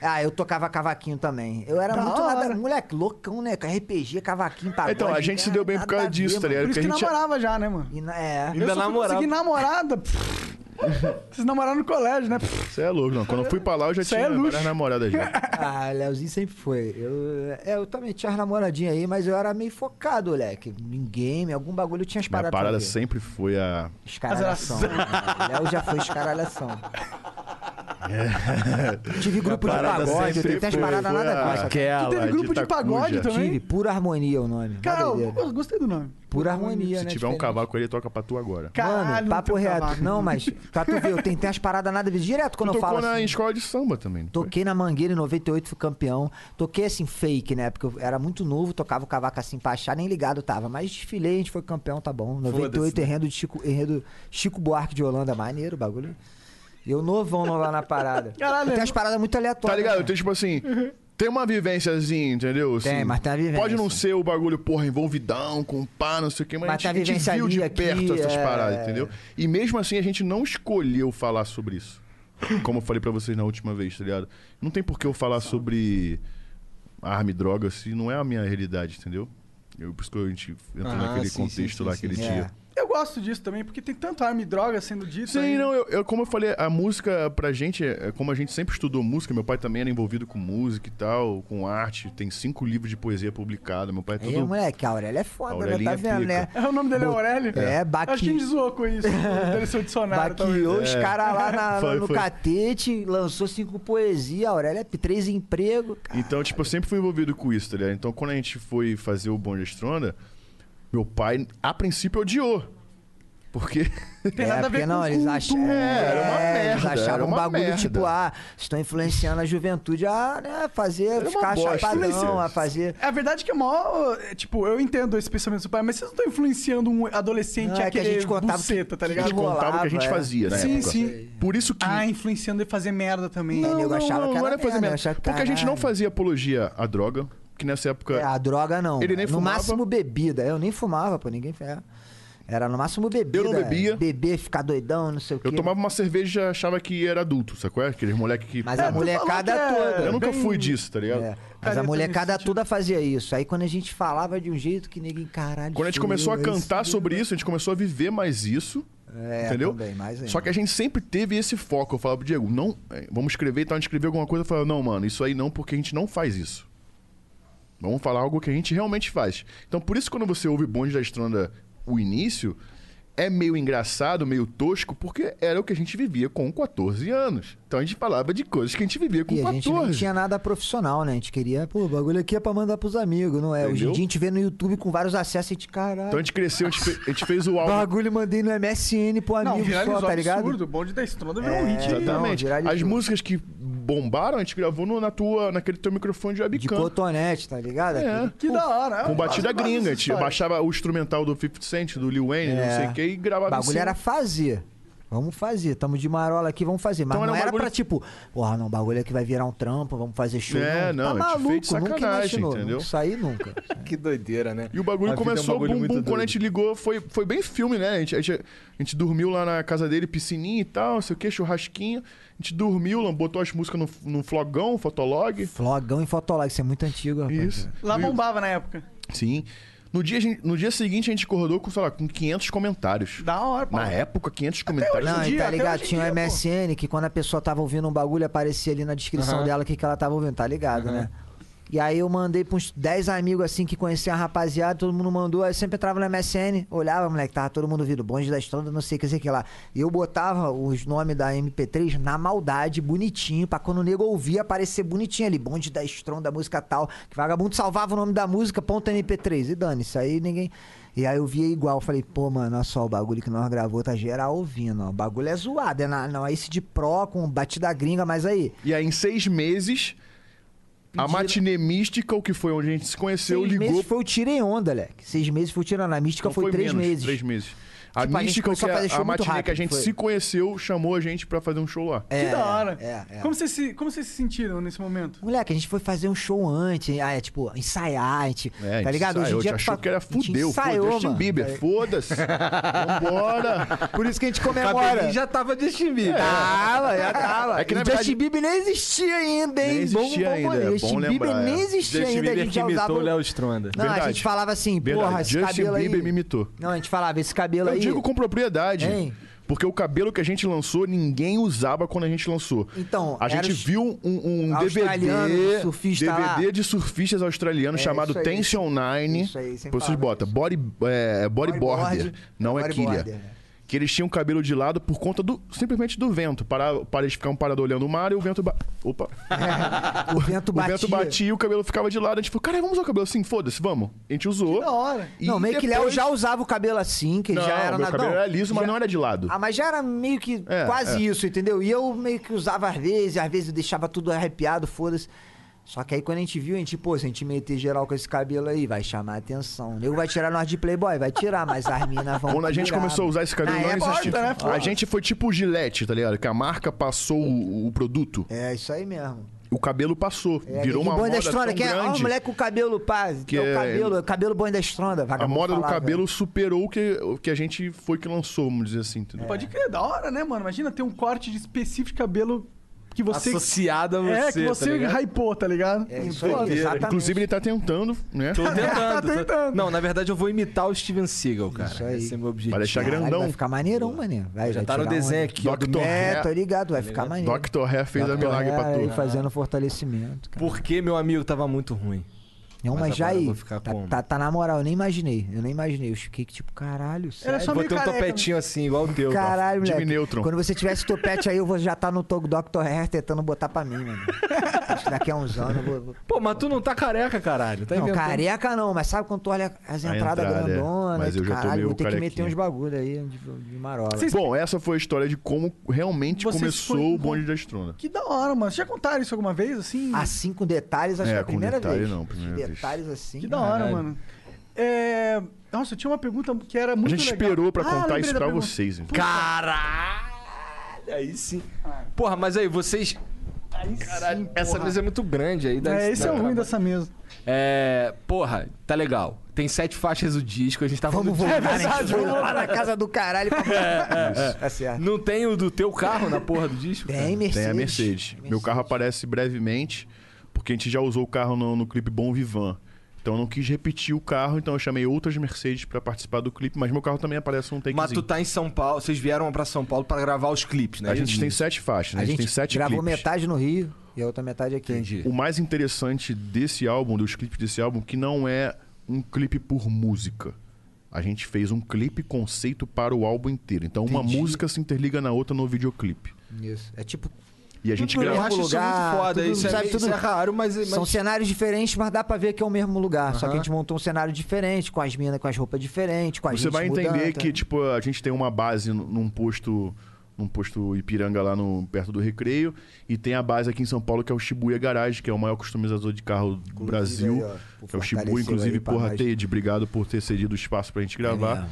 Speaker 5: Ah, eu tocava cavaquinho também. Eu era
Speaker 3: Da
Speaker 5: muito nada.
Speaker 3: hora.
Speaker 5: Moleque, loucão, né? Com RPG, cavaquinho, pagode.
Speaker 4: Então, a gente se deu bem por
Speaker 5: nada
Speaker 4: causa
Speaker 5: a ver,
Speaker 4: disso, tá
Speaker 5: mano.
Speaker 4: ligado?
Speaker 3: Por isso
Speaker 4: Porque
Speaker 3: que
Speaker 4: a gente-
Speaker 3: namorava já, né, mano?
Speaker 5: E na- é.
Speaker 2: Ainda
Speaker 3: eu só fui
Speaker 2: namorava.
Speaker 3: conseguir namorada. pff, Vocês namoraram no colégio, né? Pff,
Speaker 4: Você é louco, não. Quando eu fui pra lá, eu já
Speaker 3: Isso
Speaker 4: tinha
Speaker 3: é luxo.
Speaker 4: várias namoradas já.
Speaker 5: Ah, Leozinho sempre foi. Eu, é, eu também tinha as namoradinhas aí, mas eu era meio focado, moleque. Em game, algum bagulho, eu tinha as
Speaker 4: Minha
Speaker 5: paradas.
Speaker 4: parada
Speaker 5: pra ver.
Speaker 4: sempre foi a.
Speaker 5: Escaralhação. né? Léo já foi escaralhação. Tive grupo de
Speaker 4: Minha É. parada
Speaker 5: pagode, eu
Speaker 4: sempre
Speaker 5: tenho até as
Speaker 4: foi-
Speaker 5: paradas
Speaker 4: foi
Speaker 5: nada
Speaker 4: a-
Speaker 5: contra.
Speaker 4: aquela.
Speaker 3: tu teve grupo
Speaker 5: tá
Speaker 3: de, pagode
Speaker 4: tacuja.
Speaker 3: também?
Speaker 5: Tive, pura harmonia é o nome.
Speaker 3: Cara,
Speaker 5: Cara,
Speaker 3: eu, eu gostei do nome.
Speaker 5: pura harmonia,
Speaker 4: Se
Speaker 5: né?
Speaker 4: tiver um
Speaker 5: diferente.
Speaker 4: cavaco aí, ele toca pra tu agora.
Speaker 5: Mano,
Speaker 3: Caralho,
Speaker 5: papo
Speaker 3: não tem
Speaker 5: reto.
Speaker 3: cavaco.
Speaker 5: Não, mas pra tu ver, eu tentei as paradas nada a ver. Direto quando
Speaker 4: Tu
Speaker 5: eu falo
Speaker 4: tocou na
Speaker 5: assim,
Speaker 4: em escola de samba também. não foi?
Speaker 5: Toquei na Mangueira em 98, fui campeão. Toquei assim, fake, né? Porque eu era muito novo, tocava o cavaco assim pra achar, nem ligado tava. Mas desfilei, a gente foi campeão, tá bom. 98,
Speaker 2: né?
Speaker 5: enredo de Chico, enredo Chico Buarque de Holanda, maneiro o bagulho. E eu novão não lá na parada.
Speaker 3: Caralho,
Speaker 5: tem umas paradas muito
Speaker 4: Tá
Speaker 5: aleatórias.
Speaker 4: ligado?
Speaker 5: né?
Speaker 4: Tem tipo assim.
Speaker 2: Uhum.
Speaker 4: Tem uma vivênciazinha, entendeu?
Speaker 5: Tem,
Speaker 4: Assim,
Speaker 5: mas tem uma vivência.
Speaker 4: Pode não ser o bagulho, porra, envolvidão, com pá, não sei o quê, mas,
Speaker 5: Mas tem
Speaker 4: a
Speaker 5: a
Speaker 4: gente, a gente
Speaker 5: vivência
Speaker 4: viu de
Speaker 5: ali, aqui,
Speaker 4: perto essas
Speaker 5: é.
Speaker 4: paradas, entendeu? E mesmo assim, a gente não escolheu falar sobre isso. Como eu falei pra vocês na última vez, tá ligado? Não tem por que eu falar sobre arma e droga se não é a minha realidade, entendeu? Eu, por isso que a gente entrou
Speaker 2: Ah,
Speaker 4: naquele
Speaker 2: sim,
Speaker 4: contexto
Speaker 2: sim,
Speaker 4: lá,
Speaker 2: sim, sim.
Speaker 4: aquele
Speaker 5: É.
Speaker 4: dia.
Speaker 3: Eu gosto disso também, porque tem tanto arma e droga sendo dito.
Speaker 4: Sim,
Speaker 3: aí.
Speaker 4: não, eu, eu- como eu falei, a música pra gente, é- é como a gente sempre estudou música, meu pai também era envolvido com música e tal, com arte, tem cinco livros de poesia publicados, meu pai é
Speaker 5: É,
Speaker 4: todo...
Speaker 5: moleque, a Aurélia é foda, né?
Speaker 4: Aurelinha
Speaker 5: Tá
Speaker 4: é
Speaker 5: vendo,
Speaker 4: pica.
Speaker 5: né?
Speaker 3: É, o nome dele é Aurélio?
Speaker 5: É, Baqui- é,
Speaker 3: Acho que a gente zoou com isso, dele seu dicionário. talvez.
Speaker 5: Baqueou os caras lá na-
Speaker 4: tá É. Foi,
Speaker 5: no
Speaker 4: foi.
Speaker 5: catete, lançou cinco poesias, a Aurélia é p- três empregos.
Speaker 4: Então, tipo, eu sempre fui envolvido com isso, tá ligado? Então, quando a gente foi fazer o Bom de Estrona, meu pai, a princípio, odiou. Porque...
Speaker 3: Tem nada a ver
Speaker 5: É, porque
Speaker 3: com
Speaker 5: não, eles acham-
Speaker 3: cultura.
Speaker 5: é,
Speaker 4: era uma
Speaker 5: Eles
Speaker 4: merda, era
Speaker 5: achavam um
Speaker 4: uma
Speaker 5: bagulho
Speaker 4: merda.
Speaker 5: tipo, ah, estão influenciando a juventude a né, fazer,
Speaker 4: uma
Speaker 5: ficar
Speaker 4: bosta,
Speaker 5: chapadão,
Speaker 4: né?
Speaker 5: a fazer.
Speaker 3: A verdade é que é mó. é, Tipo, eu entendo esse pensamento do seu pai, mas vocês não estão influenciando um adolescente
Speaker 5: Não, é
Speaker 3: a
Speaker 5: que a
Speaker 3: querer
Speaker 5: gente contava
Speaker 3: buceta, tá
Speaker 5: que-
Speaker 3: ligado?
Speaker 5: que
Speaker 4: contava o que a gente
Speaker 5: é.
Speaker 4: fazia, né?
Speaker 3: Sim, sim.
Speaker 4: Por isso que...
Speaker 3: Ah, influenciando ele fazer merda também.
Speaker 5: Não, nego achava que era
Speaker 4: era fazer
Speaker 5: merda,
Speaker 4: merda.
Speaker 5: achava que
Speaker 4: Porque a gente não
Speaker 5: caralho.
Speaker 4: fazia apologia à droga, que nessa época...
Speaker 5: É, a droga não.
Speaker 4: Ele nem
Speaker 5: no
Speaker 4: fumava.
Speaker 5: máximo bebida. Eu nem fumava, pô, ninguém é. Era no máximo bebida.
Speaker 4: Eu não bebia.
Speaker 5: Beber, ficar doidão, não sei o quê.
Speaker 4: Eu tomava uma cerveja e já achava que era adulto, sacou? É? Aqueles moleque que.
Speaker 5: Mas
Speaker 4: Pô,
Speaker 5: a molecada
Speaker 3: falando que é-
Speaker 5: toda.
Speaker 4: Eu nunca
Speaker 3: bem-
Speaker 4: fui disso, tá ligado?
Speaker 5: É, mas
Speaker 3: Careta
Speaker 5: a molecada
Speaker 3: nesse
Speaker 5: toda fazia isso. Aí quando a gente falava de um jeito que ninguém, caralho.
Speaker 4: Quando a gente
Speaker 5: sou
Speaker 4: começou
Speaker 5: eu,
Speaker 4: a
Speaker 5: é isso
Speaker 4: cantar
Speaker 5: mesmo.
Speaker 4: sobre isso, a gente começou a viver mais isso.
Speaker 5: É,
Speaker 4: entendeu?
Speaker 5: também, mais ainda.
Speaker 4: Só que a gente sempre teve esse foco. Eu falava pro Diego, não, é, vamos escrever e tal, a gente escreveu alguma coisa, eu falava, não, mano, isso aí não, porque a gente não faz isso. Vamos falar algo que a gente realmente faz. Então, por isso, quando você ouve Bonde da Estronda o início, é meio engraçado, meio tosco, porque era o que a gente vivia com 14 anos. Então, a gente falava de coisas que a gente vivia com
Speaker 5: E a
Speaker 4: 14.
Speaker 5: gente não tinha nada profissional, né? A gente queria, pô, o bagulho aqui é pra mandar pros amigos, não é? Hoje em
Speaker 4: Entendeu?
Speaker 5: dia a gente vê no YouTube com vários acessos e a gente, caralho.
Speaker 4: Então a gente cresceu, a gente fe- a gente fez o álbum.
Speaker 5: Bagulho mandei no MSN pro
Speaker 3: Não,
Speaker 5: amigo
Speaker 3: viralizou
Speaker 5: só, tá ligado?
Speaker 3: absurdo. O bonde da estronda virou um hit.
Speaker 5: É, não,
Speaker 4: Exatamente.
Speaker 5: viralizou.
Speaker 4: As músicas que bombaram, a gente gravou no, na tua, naquele teu microfone de
Speaker 5: De
Speaker 4: webcam.
Speaker 5: cotonete, tá ligado?
Speaker 4: É.
Speaker 3: Que da hora.
Speaker 4: Com
Speaker 2: é
Speaker 3: Quase-
Speaker 4: batida
Speaker 3: quase
Speaker 4: gringa, a gente
Speaker 3: história.
Speaker 4: baixava o instrumental do 50 Cent, do Lil Wayne,
Speaker 5: É.
Speaker 4: não sei o que, e
Speaker 5: O
Speaker 4: gravava assim. em
Speaker 5: bagulho
Speaker 4: cima.
Speaker 5: era fazer. Vamos fazer, tamo de marola aqui, vamos fazer. Mas
Speaker 4: Então era
Speaker 5: não
Speaker 4: um
Speaker 5: era
Speaker 4: bagulho-
Speaker 5: pra tipo, porra, não, o bagulho aqui vai virar um trampo, vamos fazer show.
Speaker 4: É,
Speaker 5: tá
Speaker 4: não, a gente
Speaker 5: maluco,
Speaker 4: fez de
Speaker 5: nunca
Speaker 4: sacanagem,
Speaker 5: imaginou,
Speaker 4: entendeu?
Speaker 5: nunca, isso aí nunca.
Speaker 3: tá
Speaker 2: Que doideira, né?
Speaker 4: E o bagulho
Speaker 2: A vida é um
Speaker 4: começou,
Speaker 2: bagulho
Speaker 4: bum,
Speaker 2: muito
Speaker 4: bum, quando a
Speaker 2: doido.
Speaker 4: gente ligou, foi, foi bem filme, né? A gente, a, gente, a gente dormiu lá na casa dele, piscininha e tal, não sei o que, churrasquinho. A gente dormiu, lá, botou as músicas no, no flogão, fotolog.
Speaker 5: Flogão e Fotolog, isso é muito antigo, rapaz.
Speaker 4: Isso.
Speaker 3: Lá bombava na época.
Speaker 4: Sim. No dia, a gente- no dia seguinte, a gente acordou com, sei lá, com 500 comentários.
Speaker 3: Da hora, pô.
Speaker 4: Na época, 500 comentários.
Speaker 5: Não,
Speaker 3: hoje em
Speaker 5: e
Speaker 3: dia,
Speaker 5: tá
Speaker 3: até
Speaker 5: ligado?
Speaker 3: hoje em
Speaker 5: Tinha o
Speaker 3: dia, pô.
Speaker 5: MSN que quando a pessoa tava ouvindo um bagulho aparecia ali na descrição dela o que, que ela tava ouvindo, tá ligado, né? E aí eu mandei pra uns 10 amigos assim que conheciam a rapaziada, todo mundo mandou, aí eu sempre entrava no MSN, olhava, moleque, tava todo mundo vindo, bonde da estrada, não sei o que, sei o que lá. E eu botava os nomes da MP3 na maldade, bonitinho, pra quando o nego ouvia aparecer bonitinho ali, bonde da estronda, música tal, que vagabundo salvava o nome da música, ponto MP3. E dane, isso aí ninguém... E aí eu via igual, falei, pô, mano, olha só, o bagulho que nós gravou tá geral ouvindo, ó. O bagulho é zoado, é na, não é esse de pró com batida gringa, mas aí.
Speaker 4: E aí, em seis meses, a
Speaker 5: Pediram-
Speaker 4: Matinê Mystical, que foi onde a gente se conheceu,
Speaker 5: seis
Speaker 4: ligou.
Speaker 5: meses foi o tiro em onda, leque. Seis meses foi o tiro em onda. A mística
Speaker 4: Não,
Speaker 5: foi, três
Speaker 4: menos,
Speaker 5: meses.
Speaker 4: Três meses. A
Speaker 5: Tipo, a gente
Speaker 4: Mystical,
Speaker 5: começou
Speaker 4: que
Speaker 5: a
Speaker 4: é
Speaker 5: fazer
Speaker 4: a,
Speaker 5: show muito
Speaker 4: matinê que a
Speaker 5: rápido,
Speaker 4: gente
Speaker 5: foi.
Speaker 4: se conheceu, chamou a gente pra fazer um show lá.
Speaker 5: É,
Speaker 3: que da hora.
Speaker 5: É, é.
Speaker 3: Como, vocês se, como vocês se sentiram nesse momento?
Speaker 5: Moleque, a gente foi fazer um show antes, ah, é, tipo, ensaiar, a gente,
Speaker 4: É, a gente
Speaker 5: tá ligado?
Speaker 4: Ensaiou,
Speaker 5: Hoje em dia
Speaker 4: a
Speaker 5: tu
Speaker 4: gente
Speaker 5: fala-
Speaker 4: achou que era
Speaker 5: a gente
Speaker 4: fudeu,
Speaker 5: ensaiou,
Speaker 4: foda Justin
Speaker 5: mano. É.
Speaker 4: Bieber, foda-se. Vambora.
Speaker 5: Por isso que a gente
Speaker 2: O cabelinho
Speaker 5: comemora.
Speaker 2: já tava de Chimbi.
Speaker 3: É.
Speaker 4: Tá
Speaker 5: Tava, já tava.
Speaker 4: É que,
Speaker 5: E
Speaker 4: na
Speaker 5: Justin
Speaker 4: verdade,
Speaker 5: Bieber nem existia ainda, hein?
Speaker 4: nem existia
Speaker 5: bom, bom, bom,
Speaker 4: ainda, é
Speaker 5: Justin
Speaker 4: bom
Speaker 5: Bieber
Speaker 4: lembrar, é.
Speaker 5: nem existia
Speaker 2: Justin
Speaker 5: ainda, a
Speaker 2: Bieber
Speaker 5: gente
Speaker 2: que
Speaker 5: já usava...
Speaker 2: imitou
Speaker 5: um-
Speaker 2: o Léo Stronda.
Speaker 5: Não, a
Speaker 4: Verdade.
Speaker 5: gente falava assim,
Speaker 4: Verdade,
Speaker 5: porra, esse
Speaker 4: Justin
Speaker 5: cabelo
Speaker 4: Bieber
Speaker 5: aí...
Speaker 4: me imitou.
Speaker 5: Não, a gente falava, esse cabelo
Speaker 4: Eu
Speaker 5: aí...
Speaker 4: digo com propriedade.
Speaker 5: Hein?
Speaker 4: Porque o cabelo que a gente lançou, ninguém usava quando a gente lançou.
Speaker 5: Então,
Speaker 4: a
Speaker 5: era
Speaker 4: gente
Speaker 5: os-
Speaker 4: viu um, um
Speaker 5: australiano,
Speaker 4: DVD,
Speaker 5: surfista lá.
Speaker 4: DVD de surfistas australianos
Speaker 5: É,
Speaker 4: chamado
Speaker 5: isso aí.
Speaker 4: Tension 9.
Speaker 5: Isso aí, sempre
Speaker 4: Depois vocês
Speaker 5: falava
Speaker 4: botam, body, é, bodyboarder,
Speaker 5: Bodyboard,
Speaker 4: não é
Speaker 5: bodyboarder,
Speaker 4: quilha.
Speaker 5: né?
Speaker 4: Que eles tinham o cabelo de lado por conta do simplesmente do vento. Para, para eles ficavam parados olhando o mar e o vento... ba- Opa!
Speaker 5: É, O vento
Speaker 4: O
Speaker 5: batia.
Speaker 4: vento batia e o cabelo ficava de lado. A gente falou, cara, vamos usar o cabelo assim? Foda-se, vamos. A gente usou.
Speaker 3: Da hora.
Speaker 4: E
Speaker 5: Não, meio que Léo
Speaker 4: depois-
Speaker 5: já usava o cabelo assim, que ele
Speaker 4: Não,
Speaker 5: já era
Speaker 4: meu
Speaker 5: na-
Speaker 4: cabelo
Speaker 5: não,
Speaker 4: era liso, mas
Speaker 5: já-
Speaker 4: não era de lado.
Speaker 5: Ah, mas já era meio que
Speaker 4: É,
Speaker 5: quase
Speaker 4: é.
Speaker 5: isso, entendeu? E eu meio que usava às vezes, às vezes eu deixava tudo arrepiado, foda-se. Só que aí quando a gente viu, a gente, pô, se a gente meter geral com esse cabelo aí, vai chamar atenção. O nego vai tirar nós de playboy, vai tirar, mas as minas vão
Speaker 4: Quando a gente
Speaker 5: pirar,
Speaker 4: começou a
Speaker 5: mano.
Speaker 4: usar esse cabelo,
Speaker 5: Na
Speaker 4: não
Speaker 5: época,
Speaker 4: existia.
Speaker 5: né, pô?
Speaker 4: a gente foi tipo o Gillette, tá ligado? Que a marca passou o, o produto,
Speaker 5: É, isso aí mesmo.
Speaker 4: o cabelo passou.
Speaker 5: É,
Speaker 4: virou
Speaker 5: e
Speaker 4: uma
Speaker 5: bonde da
Speaker 4: moda
Speaker 5: estronda,
Speaker 4: tão
Speaker 5: que é, ó,
Speaker 4: grande.
Speaker 5: o moleque com o cabelo, pá, que
Speaker 4: Que
Speaker 5: o
Speaker 4: é-
Speaker 5: cabelo, cabelo bom da estronda,
Speaker 4: a
Speaker 5: vagabundo
Speaker 4: moda do
Speaker 5: falava.
Speaker 4: cabelo superou o que, o que a gente foi que lançou, vamos dizer assim. entendeu?
Speaker 5: É.
Speaker 3: Pode crer, da hora, né, mano? Imagina ter um corte de específico de cabelo que você.
Speaker 2: Associada Tá a você.
Speaker 3: é, que
Speaker 2: tá
Speaker 3: você
Speaker 2: ligado?
Speaker 3: hypou, tá ligado?
Speaker 5: É, isso aí,
Speaker 3: Foda.
Speaker 5: exatamente.
Speaker 4: Inclusive, ele tá tentando, né?
Speaker 2: Tô tentando.
Speaker 3: Tá
Speaker 2: tô-
Speaker 3: tentando.
Speaker 2: Não, na verdade eu vou imitar o Steven Seagal, cara.
Speaker 5: aí.
Speaker 2: Esse é meu objetivo.
Speaker 4: Vai deixar
Speaker 5: Caralho,
Speaker 4: tá grandão.
Speaker 5: Vai ficar maneirão, mané. Vai,
Speaker 2: Já
Speaker 5: vai
Speaker 2: tá no
Speaker 5: tirar um-
Speaker 2: desenho Tá aqui, ó, do
Speaker 4: Dr.
Speaker 2: meu-
Speaker 5: É,
Speaker 4: Hair.
Speaker 5: tô ligado, vai ficar maneiro.
Speaker 4: Dr. Ré fez a milagre pra
Speaker 5: É,
Speaker 4: tu.
Speaker 5: e fazendo fortalecimento, cara.
Speaker 2: Porque, meu amigo, tava muito ruim.
Speaker 5: Não,
Speaker 2: Mas
Speaker 5: mas, já
Speaker 2: agora eu
Speaker 5: aí,
Speaker 2: vou ficar
Speaker 5: tá,
Speaker 2: como?
Speaker 5: tá, tá na moral, eu nem imaginei, eu nem imaginei. Eu fiquei que tipo, caralho, sério?
Speaker 3: Era só
Speaker 2: Vou
Speaker 3: meio
Speaker 2: ter um
Speaker 3: careca.
Speaker 2: topetinho assim, igual o teu. cara.
Speaker 5: Caralho,
Speaker 4: Jimmy
Speaker 5: moleque.
Speaker 4: Neutron.
Speaker 5: Quando você tiver esse topete aí, eu vou já estar no togo Dr. Hair tentando botar pra mim, mano. Acho que daqui a uns anos eu vou... vou-
Speaker 2: Pô, mas tu não tá careca, caralho. Tá
Speaker 5: Não,
Speaker 2: inventando.
Speaker 5: careca não, mas sabe quando tu olha as
Speaker 4: A
Speaker 5: entradas
Speaker 4: entrada, é.
Speaker 5: grandonas?
Speaker 4: Mas
Speaker 5: tu,
Speaker 4: eu já tô
Speaker 5: caralho,
Speaker 4: meio
Speaker 5: vou ter que meter
Speaker 4: carequinha.
Speaker 5: uns bagulho aí de, de marola.
Speaker 4: Bom, essa foi a história de como realmente
Speaker 3: Vocês
Speaker 4: começou
Speaker 3: foram-
Speaker 4: o bonde da estrona.
Speaker 3: Que da hora, mano. Já contaram isso alguma vez, assim?
Speaker 5: Assim, com detalhes, acho
Speaker 4: É,
Speaker 5: que é a
Speaker 4: com
Speaker 5: primeira
Speaker 4: detalhe
Speaker 5: vez.
Speaker 4: não, primeira vez.
Speaker 5: detalhes assim.
Speaker 3: Que da hora,
Speaker 2: Caralho.
Speaker 3: mano. É... Nossa, eu tinha uma pergunta que era
Speaker 4: A
Speaker 3: muito
Speaker 4: gente
Speaker 3: legal.
Speaker 4: esperou pra
Speaker 3: Ah,
Speaker 4: contar
Speaker 3: lembrei
Speaker 4: isso
Speaker 3: da
Speaker 4: pra
Speaker 3: pergunta.
Speaker 4: vocês. então.
Speaker 2: Caralho! Aí sim. Porra, mas aí, vocês. Caralho, essa mesa é muito grande aí. dá-
Speaker 3: É, esse
Speaker 2: dá
Speaker 3: é o ruim
Speaker 2: trabalho.
Speaker 3: dessa mesa.
Speaker 2: É. Porra, tá legal. Tem sete faixas do disco, a gente tá
Speaker 4: É
Speaker 5: Vamos
Speaker 2: falando.
Speaker 5: voltar, né? Vamos lá na casa do caralho. Pra...
Speaker 4: É,
Speaker 5: Tá certo.
Speaker 2: Não tem o do teu carro na porra do disco? cara?
Speaker 5: Tem Mercedes.
Speaker 4: Tem a Mercedes. Meu carro aparece brevemente, porque a gente já usou o carro no, no clipe Bom Vivan. Então eu não quis repetir o carro, então eu chamei outras Mercedes pra participar do clipe, mas meu carro também aparece um takezinho.
Speaker 2: Mas tu tá em São Paulo, vocês vieram pra São Paulo pra gravar os clipes, né?
Speaker 4: A gente
Speaker 2: Isso.
Speaker 4: tem sete faixas, né?
Speaker 5: A gente
Speaker 4: tem sete
Speaker 5: gravou
Speaker 4: clipes.
Speaker 5: metade no Rio e a outra metade aqui.
Speaker 2: Entendi.
Speaker 4: O mais interessante desse álbum, dos clipes desse álbum, que não é um clipe por música. A gente fez um clipe conceito para o álbum inteiro. Então uma música se interliga na outra no videoclipe.
Speaker 5: Isso. É tipo.
Speaker 4: E a gente
Speaker 5: Tudo
Speaker 2: Eu
Speaker 4: gravou.
Speaker 5: mesmo
Speaker 2: acho isso
Speaker 5: lugar,
Speaker 2: muito foda.
Speaker 5: tudo-
Speaker 2: isso, é,
Speaker 5: sabe,
Speaker 2: isso
Speaker 5: tudo-
Speaker 2: é raro, mas. mas-
Speaker 5: São cenários diferentes, mas dá pra ver que é o mesmo lugar. Só que a gente montou um cenário diferente, com as minas, com as roupas diferentes, com a
Speaker 4: Você
Speaker 5: gente
Speaker 4: vai entender
Speaker 5: mudando,
Speaker 4: que, tipo, a gente tem uma base num- num posto. Num posto Ipiranga lá no, perto do Recreio. E tem a base aqui em São Paulo, que é o Shibuya Garage, que é o maior customizador de carro do Brasil.
Speaker 5: aí, ó,
Speaker 4: é
Speaker 5: por
Speaker 4: o Shibuya,
Speaker 5: fortalecer
Speaker 4: inclusive,
Speaker 5: aí pra
Speaker 4: porra,
Speaker 5: nós. É
Speaker 4: Teide, obrigado por ter cedido o espaço pra gente gravar.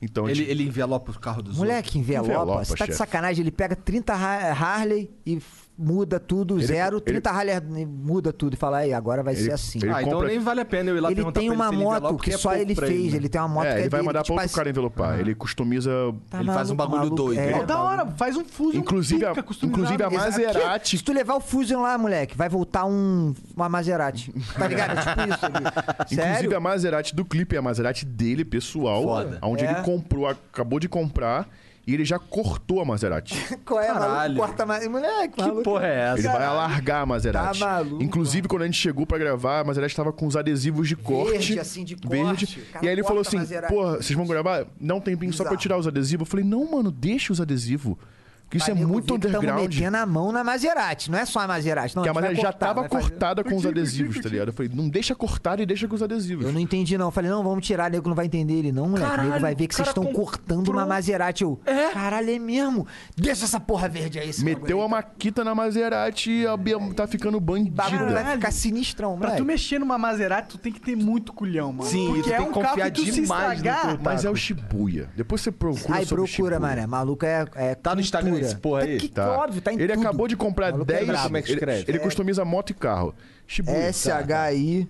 Speaker 4: então a
Speaker 2: Ele,
Speaker 4: gente
Speaker 2: ele envelopa o carro dos
Speaker 5: Moleque, envelopa.
Speaker 4: Envelopa,
Speaker 5: você tá
Speaker 4: chefe.
Speaker 5: de sacanagem, ele pega 30 Har- Harley e f- muda tudo, zero. 30 Harley e muda tudo e fala, aí, agora vai ser assim.
Speaker 4: ele
Speaker 2: outros. Ah, então
Speaker 4: compra-
Speaker 2: nem vale a pena eu ir lá
Speaker 5: Ele
Speaker 2: perguntar
Speaker 5: tem
Speaker 2: pra
Speaker 5: uma
Speaker 2: se ele
Speaker 5: moto
Speaker 2: envelopa,
Speaker 5: que
Speaker 2: porque
Speaker 5: só
Speaker 2: pouco
Speaker 5: ele
Speaker 2: pra
Speaker 5: fez,
Speaker 2: né?
Speaker 5: ele tem uma moto
Speaker 4: é,
Speaker 5: que é
Speaker 4: ele vai
Speaker 5: dele,
Speaker 4: mandar pra
Speaker 5: tipo
Speaker 4: outro
Speaker 5: assim,
Speaker 4: cara envelopar. Ele customiza.
Speaker 5: tá
Speaker 2: Ele faz um bagulho doido,
Speaker 5: é,
Speaker 2: né?
Speaker 3: Pô, da hora, faz um fuso.
Speaker 4: Inclusive,
Speaker 3: um
Speaker 4: a-
Speaker 3: pica customizado.
Speaker 4: inclusive a
Speaker 3: Exato.
Speaker 4: Maserati.
Speaker 5: Se tu levar o Fusion lá, moleque, vai voltar um uma Maserati. Tá ligado? É tipo isso. Ali.
Speaker 4: Inclusive, a
Speaker 5: Sério?
Speaker 4: Maserati do clipe é a Maserati dele, pessoal.
Speaker 2: Foda.
Speaker 4: Onde
Speaker 5: É.
Speaker 4: ele comprou, acabou de comprar. E ele já cortou a Maserati.
Speaker 5: Qual é,
Speaker 2: Caralho.
Speaker 5: maluco? Corta mais. Moleque,
Speaker 2: Que
Speaker 5: maluco.
Speaker 2: porra é essa?
Speaker 4: Ele vai alargar a Maserati.
Speaker 5: Tá maluco,
Speaker 4: Inclusive, quando a gente chegou pra gravar, a Maserati tava com os adesivos de corte.
Speaker 5: assim, de corte. O cara
Speaker 4: E aí ele falou
Speaker 5: corta a
Speaker 4: assim:
Speaker 5: Maserati.
Speaker 4: porra, vocês vão gravar? Dá um tempinho só pra eu
Speaker 5: Bizarro.
Speaker 4: tirar os adesivos. Eu falei: não, mano, deixa os adesivos. Porque isso
Speaker 5: Mas
Speaker 4: é
Speaker 5: nego,
Speaker 4: muito
Speaker 5: vi que tamo
Speaker 4: underground.
Speaker 5: metendo a mão na Maserati. Não é só a Maserati. Não,
Speaker 4: Que a
Speaker 5: gente vai
Speaker 4: Maserati já
Speaker 5: cortar, né?
Speaker 4: tava
Speaker 5: vai fazer-
Speaker 4: cortada com os adesivos, tá ligado? Eu falei, não deixa cortada e deixa com os adesivos.
Speaker 5: Eu não entendi, não. Eu Falei, não, vamos tirar, nego não vai entender ele, não, moleque.
Speaker 2: Caralho,
Speaker 5: nego vai ver que
Speaker 2: o
Speaker 5: vocês
Speaker 2: cara
Speaker 5: estão
Speaker 2: comprou-
Speaker 5: cortando uma Maserati. Eu, caralho, é mesmo? Deixa essa porra verde aí. esse
Speaker 4: Meteu
Speaker 5: bagulho
Speaker 4: a
Speaker 5: aí.
Speaker 4: maquita na Maserati e a Bia tá ficando
Speaker 5: bagulho
Speaker 4: bandida.
Speaker 5: vai ficar sinistrão,
Speaker 3: Pra tu
Speaker 5: moleque.
Speaker 3: mexer numa Maserati, tu tem que ter muito culhão, mano.
Speaker 2: Sim,
Speaker 3: Porque
Speaker 2: tu
Speaker 3: é
Speaker 2: tem que
Speaker 3: um
Speaker 2: confiar
Speaker 3: carro que tu se
Speaker 2: demais no teu
Speaker 3: estragar,
Speaker 4: Mas é o Shibuya. Depois você procura
Speaker 5: Aí
Speaker 4: sobre
Speaker 5: procura,
Speaker 4: Shibuya.
Speaker 5: mané. Maluco é. é
Speaker 2: Tá no Instagram
Speaker 5: cultura.
Speaker 2: esse porra aí?
Speaker 5: Tá, que,
Speaker 4: Tá.
Speaker 5: Óbvio, tá em
Speaker 4: ele
Speaker 5: tudo.
Speaker 4: acabou de comprar
Speaker 5: Maluco é
Speaker 4: 10.
Speaker 5: brabo.
Speaker 2: Como é que
Speaker 4: ele,
Speaker 2: escreve?
Speaker 4: ele
Speaker 2: É.
Speaker 4: customiza moto e carro. Shibuya. Tá.
Speaker 5: SHI.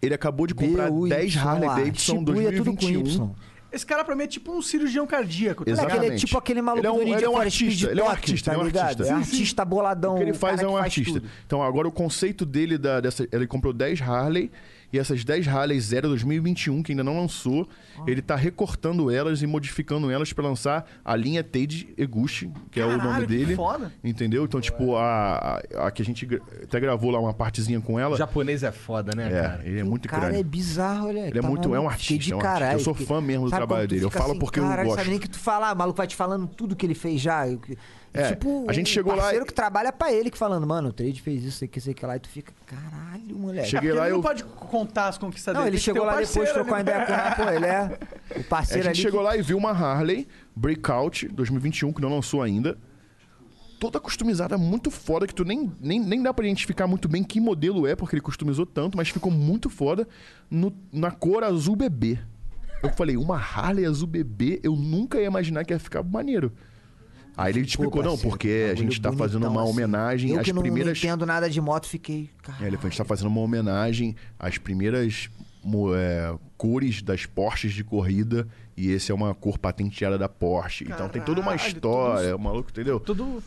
Speaker 4: Ele acabou de comprar
Speaker 5: BUY,
Speaker 4: 10 Harley
Speaker 5: lá.
Speaker 4: Davidson
Speaker 5: Shibuya, é tudo com
Speaker 4: 2021.
Speaker 5: Y.
Speaker 3: Esse cara pra mim é tipo um cirurgião cardíaco. tá
Speaker 4: Exato.
Speaker 3: ligado?
Speaker 5: Moleque, ele é
Speaker 4: Exatamente.
Speaker 5: tipo aquele
Speaker 4: Ele
Speaker 5: maluco
Speaker 4: é um-
Speaker 5: do Ninja
Speaker 4: ele é um
Speaker 5: Forest
Speaker 4: artista,
Speaker 5: Speed
Speaker 4: ele é um
Speaker 5: Tok,
Speaker 4: artista,
Speaker 5: tá
Speaker 4: ele é um
Speaker 5: ligado?
Speaker 4: artista.
Speaker 5: É
Speaker 4: Sim,
Speaker 5: artista boladão.
Speaker 4: O que ele
Speaker 5: cara
Speaker 4: faz é um
Speaker 5: que
Speaker 4: artista.
Speaker 5: tudo.
Speaker 4: Então, agora o conceito dele, da, dessa, ele comprou 10 Harley E essas 10 Harley Zero 2021, que ainda não lançou,
Speaker 5: Ah.
Speaker 4: ele tá recortando elas e modificando elas pra lançar a linha Teide Eguchi, que é o
Speaker 3: Caralho,
Speaker 4: nome
Speaker 3: que
Speaker 4: dele.
Speaker 3: foda.
Speaker 4: Entendeu? Então, tipo, a, a, a que a gente gra- até gravou lá uma partezinha com ela.
Speaker 2: O japonês é foda, né,
Speaker 4: É,
Speaker 2: cara?
Speaker 4: ele é muito
Speaker 5: o cara
Speaker 4: grande.
Speaker 5: é bizarro, olha.
Speaker 4: Ele é muito- é um artista, é um artista. Eu sou fã mesmo do trabalho dele. Eu
Speaker 5: assim,
Speaker 4: falo porque eu
Speaker 5: cara,
Speaker 4: gosto.
Speaker 5: sabe nem que tu falar, o maluco vai te falando tudo que ele fez já. Eu-
Speaker 4: É,
Speaker 5: tipo,
Speaker 4: a gente chegou
Speaker 5: o
Speaker 4: lá e-
Speaker 5: parceiro que trabalha pra ele que falando, mano, o trade fez isso, sei que, sei que lá, e tu fica, caralho, moleque.
Speaker 4: Chega- Cheguei
Speaker 3: É, porque
Speaker 4: lá,
Speaker 3: ele
Speaker 4: eu-
Speaker 3: não pode contar as conquistas
Speaker 5: Não,
Speaker 3: dele. tem
Speaker 5: ele
Speaker 3: que ter
Speaker 5: chegou
Speaker 3: um
Speaker 5: lá
Speaker 3: parceiro,
Speaker 5: depois, trocou
Speaker 3: né?
Speaker 5: a ideia com ele, pô, ele é o
Speaker 4: A
Speaker 5: parceiro
Speaker 4: gente
Speaker 5: ali.
Speaker 4: chegou
Speaker 5: que-
Speaker 4: lá e viu uma Harley Breakout 2021, que não lançou ainda. Toda customizada, muito foda, que tu nem, nem, nem dá pra identificar muito bem que modelo é, porque ele customizou tanto, mas ficou muito foda no- na cor azul bebê. Eu falei, uma Harley azul bebê, eu nunca ia imaginar que ia ficar maneiro. Aí ele explicou, não,
Speaker 5: parceiro,
Speaker 4: porque a
Speaker 5: bagulho
Speaker 4: gente tá fazendo
Speaker 5: bonitão,
Speaker 4: uma
Speaker 5: assim.
Speaker 4: homenagem
Speaker 5: Eu
Speaker 4: às
Speaker 5: que não,
Speaker 4: primeiras.
Speaker 5: não entendo nada de moto, fiquei, cara.
Speaker 4: É, ele falou, a gente tá fazendo uma homenagem às primeiras mo- é, cores das Porsches de corrida. E esse é uma cor patenteada da Porsche. então tem toda uma
Speaker 3: Caralho,
Speaker 4: história, o maluco, entendeu?
Speaker 3: Tudo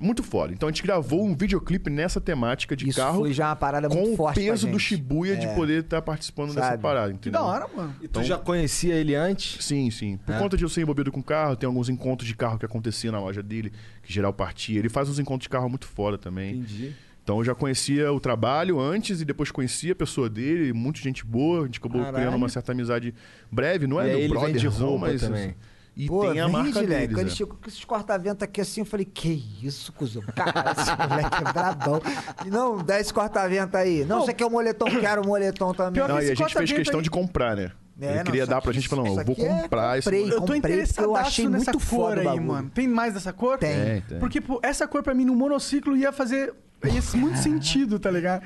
Speaker 4: Muito foda. Então a gente gravou um videoclipe nessa temática de
Speaker 5: Isso
Speaker 4: carro
Speaker 5: foi já uma parada
Speaker 4: com
Speaker 5: muito
Speaker 4: o
Speaker 5: forte pra
Speaker 4: peso do
Speaker 5: gente. É.
Speaker 4: Shibuya de poder estar participando dessa
Speaker 5: Sabe?
Speaker 4: parada,
Speaker 3: que
Speaker 4: entendeu?
Speaker 3: da hora, mano.
Speaker 2: E tu já conhecia ele antes?
Speaker 4: Sim, sim. Por
Speaker 5: É.
Speaker 4: conta de eu ser envolvido com carro, tem alguns encontros de carro que acontecia na loja dele, que geral partia. Ele faz uns encontros de carro muito foda também.
Speaker 2: Entendi.
Speaker 4: Então eu já conhecia o trabalho antes e depois conhecia a pessoa dele, muita gente boa, a gente acabou
Speaker 5: Caralho.
Speaker 4: criando uma certa amizade breve, não
Speaker 2: E aí
Speaker 4: é
Speaker 2: ele
Speaker 4: do brother,
Speaker 2: vende roupa
Speaker 4: mas
Speaker 2: também.
Speaker 4: E
Speaker 5: Pô,
Speaker 4: tem a
Speaker 5: vende,
Speaker 4: marca
Speaker 5: moleque.
Speaker 4: deles,
Speaker 5: Quando ele
Speaker 4: né?
Speaker 5: chegou com esses corta-vento aqui assim, eu falei, que isso, cuzão? Cara, esse moleque é brabão. E não, dá esse corta-vento aí. Não, isso aqui é o moletom, quero o moletom também.
Speaker 3: Pior
Speaker 4: Não, e a
Speaker 3: Esse
Speaker 4: gente fez
Speaker 3: corta-vento
Speaker 4: questão
Speaker 3: aí-
Speaker 4: de comprar, né?
Speaker 5: É,
Speaker 4: ele
Speaker 5: não,
Speaker 4: queria
Speaker 5: isso
Speaker 4: dar pra
Speaker 5: aqui-
Speaker 4: gente falar, não,
Speaker 5: isso
Speaker 4: eu vou
Speaker 5: aqui é-
Speaker 4: comprar esse
Speaker 5: comprei.
Speaker 4: modelo.
Speaker 3: Eu tô
Speaker 5: comprei porque eu
Speaker 3: interessadaço
Speaker 5: achei
Speaker 3: nessa
Speaker 5: muito
Speaker 3: cor
Speaker 5: foda o
Speaker 3: aí,
Speaker 5: bagulho.
Speaker 3: mano. Tem mais dessa cor?
Speaker 5: Tem.
Speaker 4: Tem, tem.
Speaker 3: Porque, pô, essa cor pra mim no monociclo ia fazer ia fazer muito sentido, tá ligado?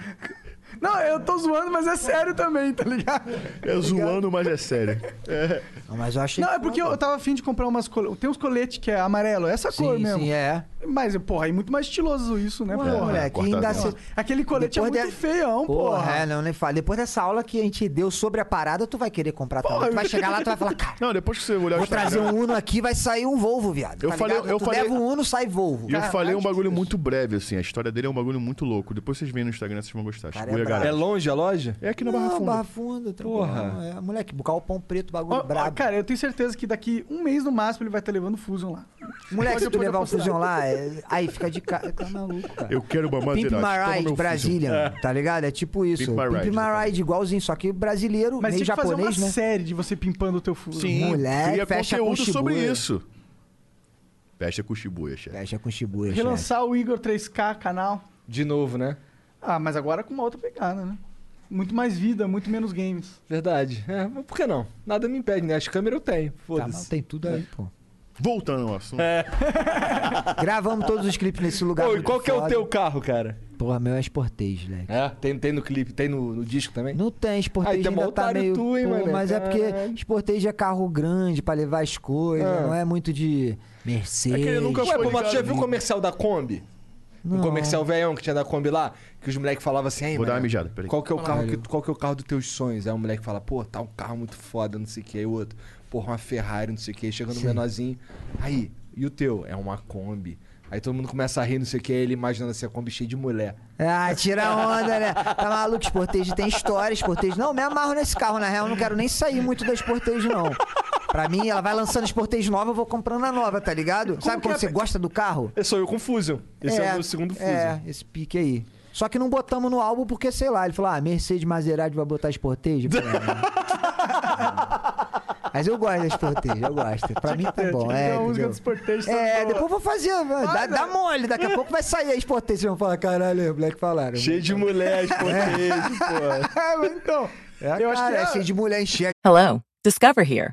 Speaker 3: Não, eu tô zoando, mas é sério também, tá ligado?
Speaker 4: É zoando, mas é sério.
Speaker 5: Não, mas eu achei.
Speaker 3: Não, é porque eu, eu tava afim de comprar umas coletes. Tem uns coletes que é amarelo, é essa cor
Speaker 5: Sim,
Speaker 3: mesmo.
Speaker 5: sim, é.
Speaker 3: Mas, porra, é muito mais estiloso isso, né,
Speaker 5: Porra,
Speaker 3: porra?
Speaker 5: moleque,
Speaker 4: corta
Speaker 5: ainda
Speaker 4: as
Speaker 5: assim.
Speaker 3: Aquele colete é muito feião, porra.
Speaker 5: É, não, nem fala. Depois dessa aula que a gente deu sobre a parada, tu vai querer comprar também. Tu vai chegar lá, tu vai falar, cara,
Speaker 4: Não, depois que você olhar o
Speaker 5: vou trazer
Speaker 4: Instagram...
Speaker 5: um Uno aqui, vai sair um Volvo, viado.
Speaker 4: Eu
Speaker 5: tá
Speaker 4: falei-
Speaker 5: ligado?
Speaker 4: eu
Speaker 5: tu
Speaker 4: falei-
Speaker 5: leva um Uno, sai Volvo.
Speaker 4: E eu falei um bagulho muito breve, assim. A história dele é um bagulho muito louco. Depois vocês veem no Instagram, vocês vão gostar.
Speaker 5: Cara, é
Speaker 4: Shibuya
Speaker 5: brabo.
Speaker 4: Garage.
Speaker 2: É longe a loja?
Speaker 4: É aqui na
Speaker 5: Não,
Speaker 4: Barra Funda.
Speaker 5: Barra Funda, tranquilo.
Speaker 2: Porra.
Speaker 5: É, moleque, pão preto, bagulho
Speaker 3: Ó, ó,
Speaker 5: brabo.
Speaker 3: cara, eu tenho certeza que daqui um mês no máximo ele vai estar levando o Fusion lá.
Speaker 5: Moleque, se tu
Speaker 3: Pode
Speaker 5: levar o
Speaker 3: apostar.
Speaker 5: Fusion lá, é- aí fica de cara. Tá maluco, cara.
Speaker 4: Eu quero uma Maserati.
Speaker 5: Pimp
Speaker 4: Toma
Speaker 5: My
Speaker 4: meu
Speaker 5: Ride,
Speaker 4: Fusion.
Speaker 5: Brasília, tá ligado? É tipo isso.
Speaker 4: Pimp My Ride, então.
Speaker 5: Pimp My Ride, igualzinho, só que brasileiro,
Speaker 3: Mas
Speaker 5: meio
Speaker 3: tinha que fazer uma
Speaker 5: japonês, né?
Speaker 3: série de você pimpando o teu Fusion.
Speaker 4: Sim,
Speaker 5: Moleque,
Speaker 4: cria
Speaker 5: É, fecha com
Speaker 4: conteúdo sobre
Speaker 5: Shibuya.
Speaker 4: isso. Fecha com Shibuya, chefe.
Speaker 5: Fecha com Shibuya, chefe. Tá
Speaker 3: Relançar o Igor 3K canal.
Speaker 2: De novo, né?
Speaker 3: Ah, mas agora com uma outra pegada, né? Muito mais vida, muito menos games.
Speaker 2: Verdade. É, mas por que não? Nada me impede, né? As câmeras eu tenho.
Speaker 5: Tá, mas
Speaker 2: Foda-se. É.
Speaker 5: tem tudo aí, pô.
Speaker 4: Voltando ao assunto.
Speaker 5: Gravamos todos os clipes nesse lugar.
Speaker 2: Ô, e
Speaker 5: muito
Speaker 2: qual que é o
Speaker 5: foda.
Speaker 2: teu carro, cara?
Speaker 5: Porra, meu é Sportage, moleque.
Speaker 2: É, tem, tem no clipe, tem no, no disco também?
Speaker 5: Não tem, Sportage
Speaker 2: Aí tem mó
Speaker 5: ainda tá
Speaker 2: otário
Speaker 5: meio...
Speaker 2: tu, hein,
Speaker 5: pô,
Speaker 2: mané?
Speaker 5: mas é
Speaker 2: Caralho.
Speaker 5: porque Sportage é carro grande pra levar as coisas,
Speaker 2: Ah.
Speaker 5: não é muito de Mercedes.
Speaker 4: É que ele nunca
Speaker 2: Ué,
Speaker 4: foi
Speaker 2: pô, mas tu já
Speaker 4: ligado.
Speaker 2: viu o comercial da Kombi?
Speaker 5: Não.
Speaker 2: Um comercial velhão que tinha da Kombi lá, que os moleques falavam assim, "Ei,
Speaker 4: Vou dar
Speaker 2: mano,
Speaker 4: uma mijada, peraí.
Speaker 2: Qual que, é o carro que, qual que é o carro dos teus sonhos? Aí o moleque fala, pô, tá um carro muito foda, não sei o que. Aí o outro, porra, uma Ferrari, não sei o que. Aí Chega no menorzinho, aí, e o teu? É uma Kombi. Aí todo mundo começa a rir, não sei o que. Aí ele imaginando assim, a Kombi cheia de mulher.
Speaker 5: Ah, tira a onda, né? Tá maluco, Sportage tem história, Sportage. Não, me amarro nesse carro, na real, eu não quero nem sair muito da Sportage, não. Pra mim, ela vai lançando Sportage nova, eu vou comprando a nova, tá ligado? Sabe
Speaker 3: que
Speaker 5: quando
Speaker 3: é?
Speaker 5: você gosta do carro?
Speaker 2: Eu sou É eu com Fusion. Esse é, o meu segundo Fusion.
Speaker 5: É, esse pique aí. Só que não botamos no álbum porque, sei lá, ele falou, ah, Mercedes Maserati vai botar Sportage? Eu falei, "Ah." Mas eu gosto da Sportage, eu gosto. Pra mim tá
Speaker 3: ter,
Speaker 5: bom,
Speaker 3: tinha que ter
Speaker 5: é.
Speaker 3: uma música
Speaker 5: entendeu?
Speaker 3: do Sportage
Speaker 5: É,
Speaker 3: toda.
Speaker 5: depois eu vou fazer, dá, dá mole, daqui a pouco vai sair a Sportage. Vocês vão falar, caralho, o Black falaram.
Speaker 2: Cheio de mulher, espontâneo, pô.
Speaker 3: É, mas então.
Speaker 5: É, a
Speaker 3: eu acho
Speaker 5: cara,
Speaker 3: que
Speaker 5: é cheio de mulher em cheque.
Speaker 7: Hello, Discover here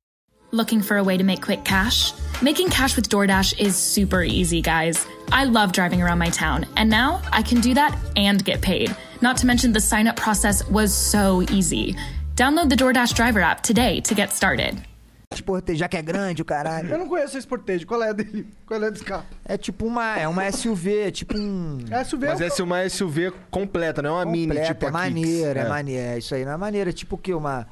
Speaker 8: Looking for a way to make quick cash? Making cash with DoorDash is super easy, guys. I love driving around my town, and now I can do that and get paid. Not to mention, the sign up process was so easy. Download the DoorDash driver app today to get started.
Speaker 5: Esporte, já que é grande, o caralho.
Speaker 3: Eu não conheço esse portejo. Qual é a dele? Qual é a desse carro?
Speaker 5: É tipo uma. É uma SUV, é tipo um.
Speaker 3: É SUV.
Speaker 2: Mas
Speaker 3: é o-
Speaker 2: essa é uma SUV completa, não é uma mini,
Speaker 5: completa,
Speaker 2: tipo
Speaker 5: é
Speaker 2: a Kicks.
Speaker 5: maneira, é.
Speaker 2: É.
Speaker 5: maneira. Isso aí não é maneira. É tipo o quê? Uma.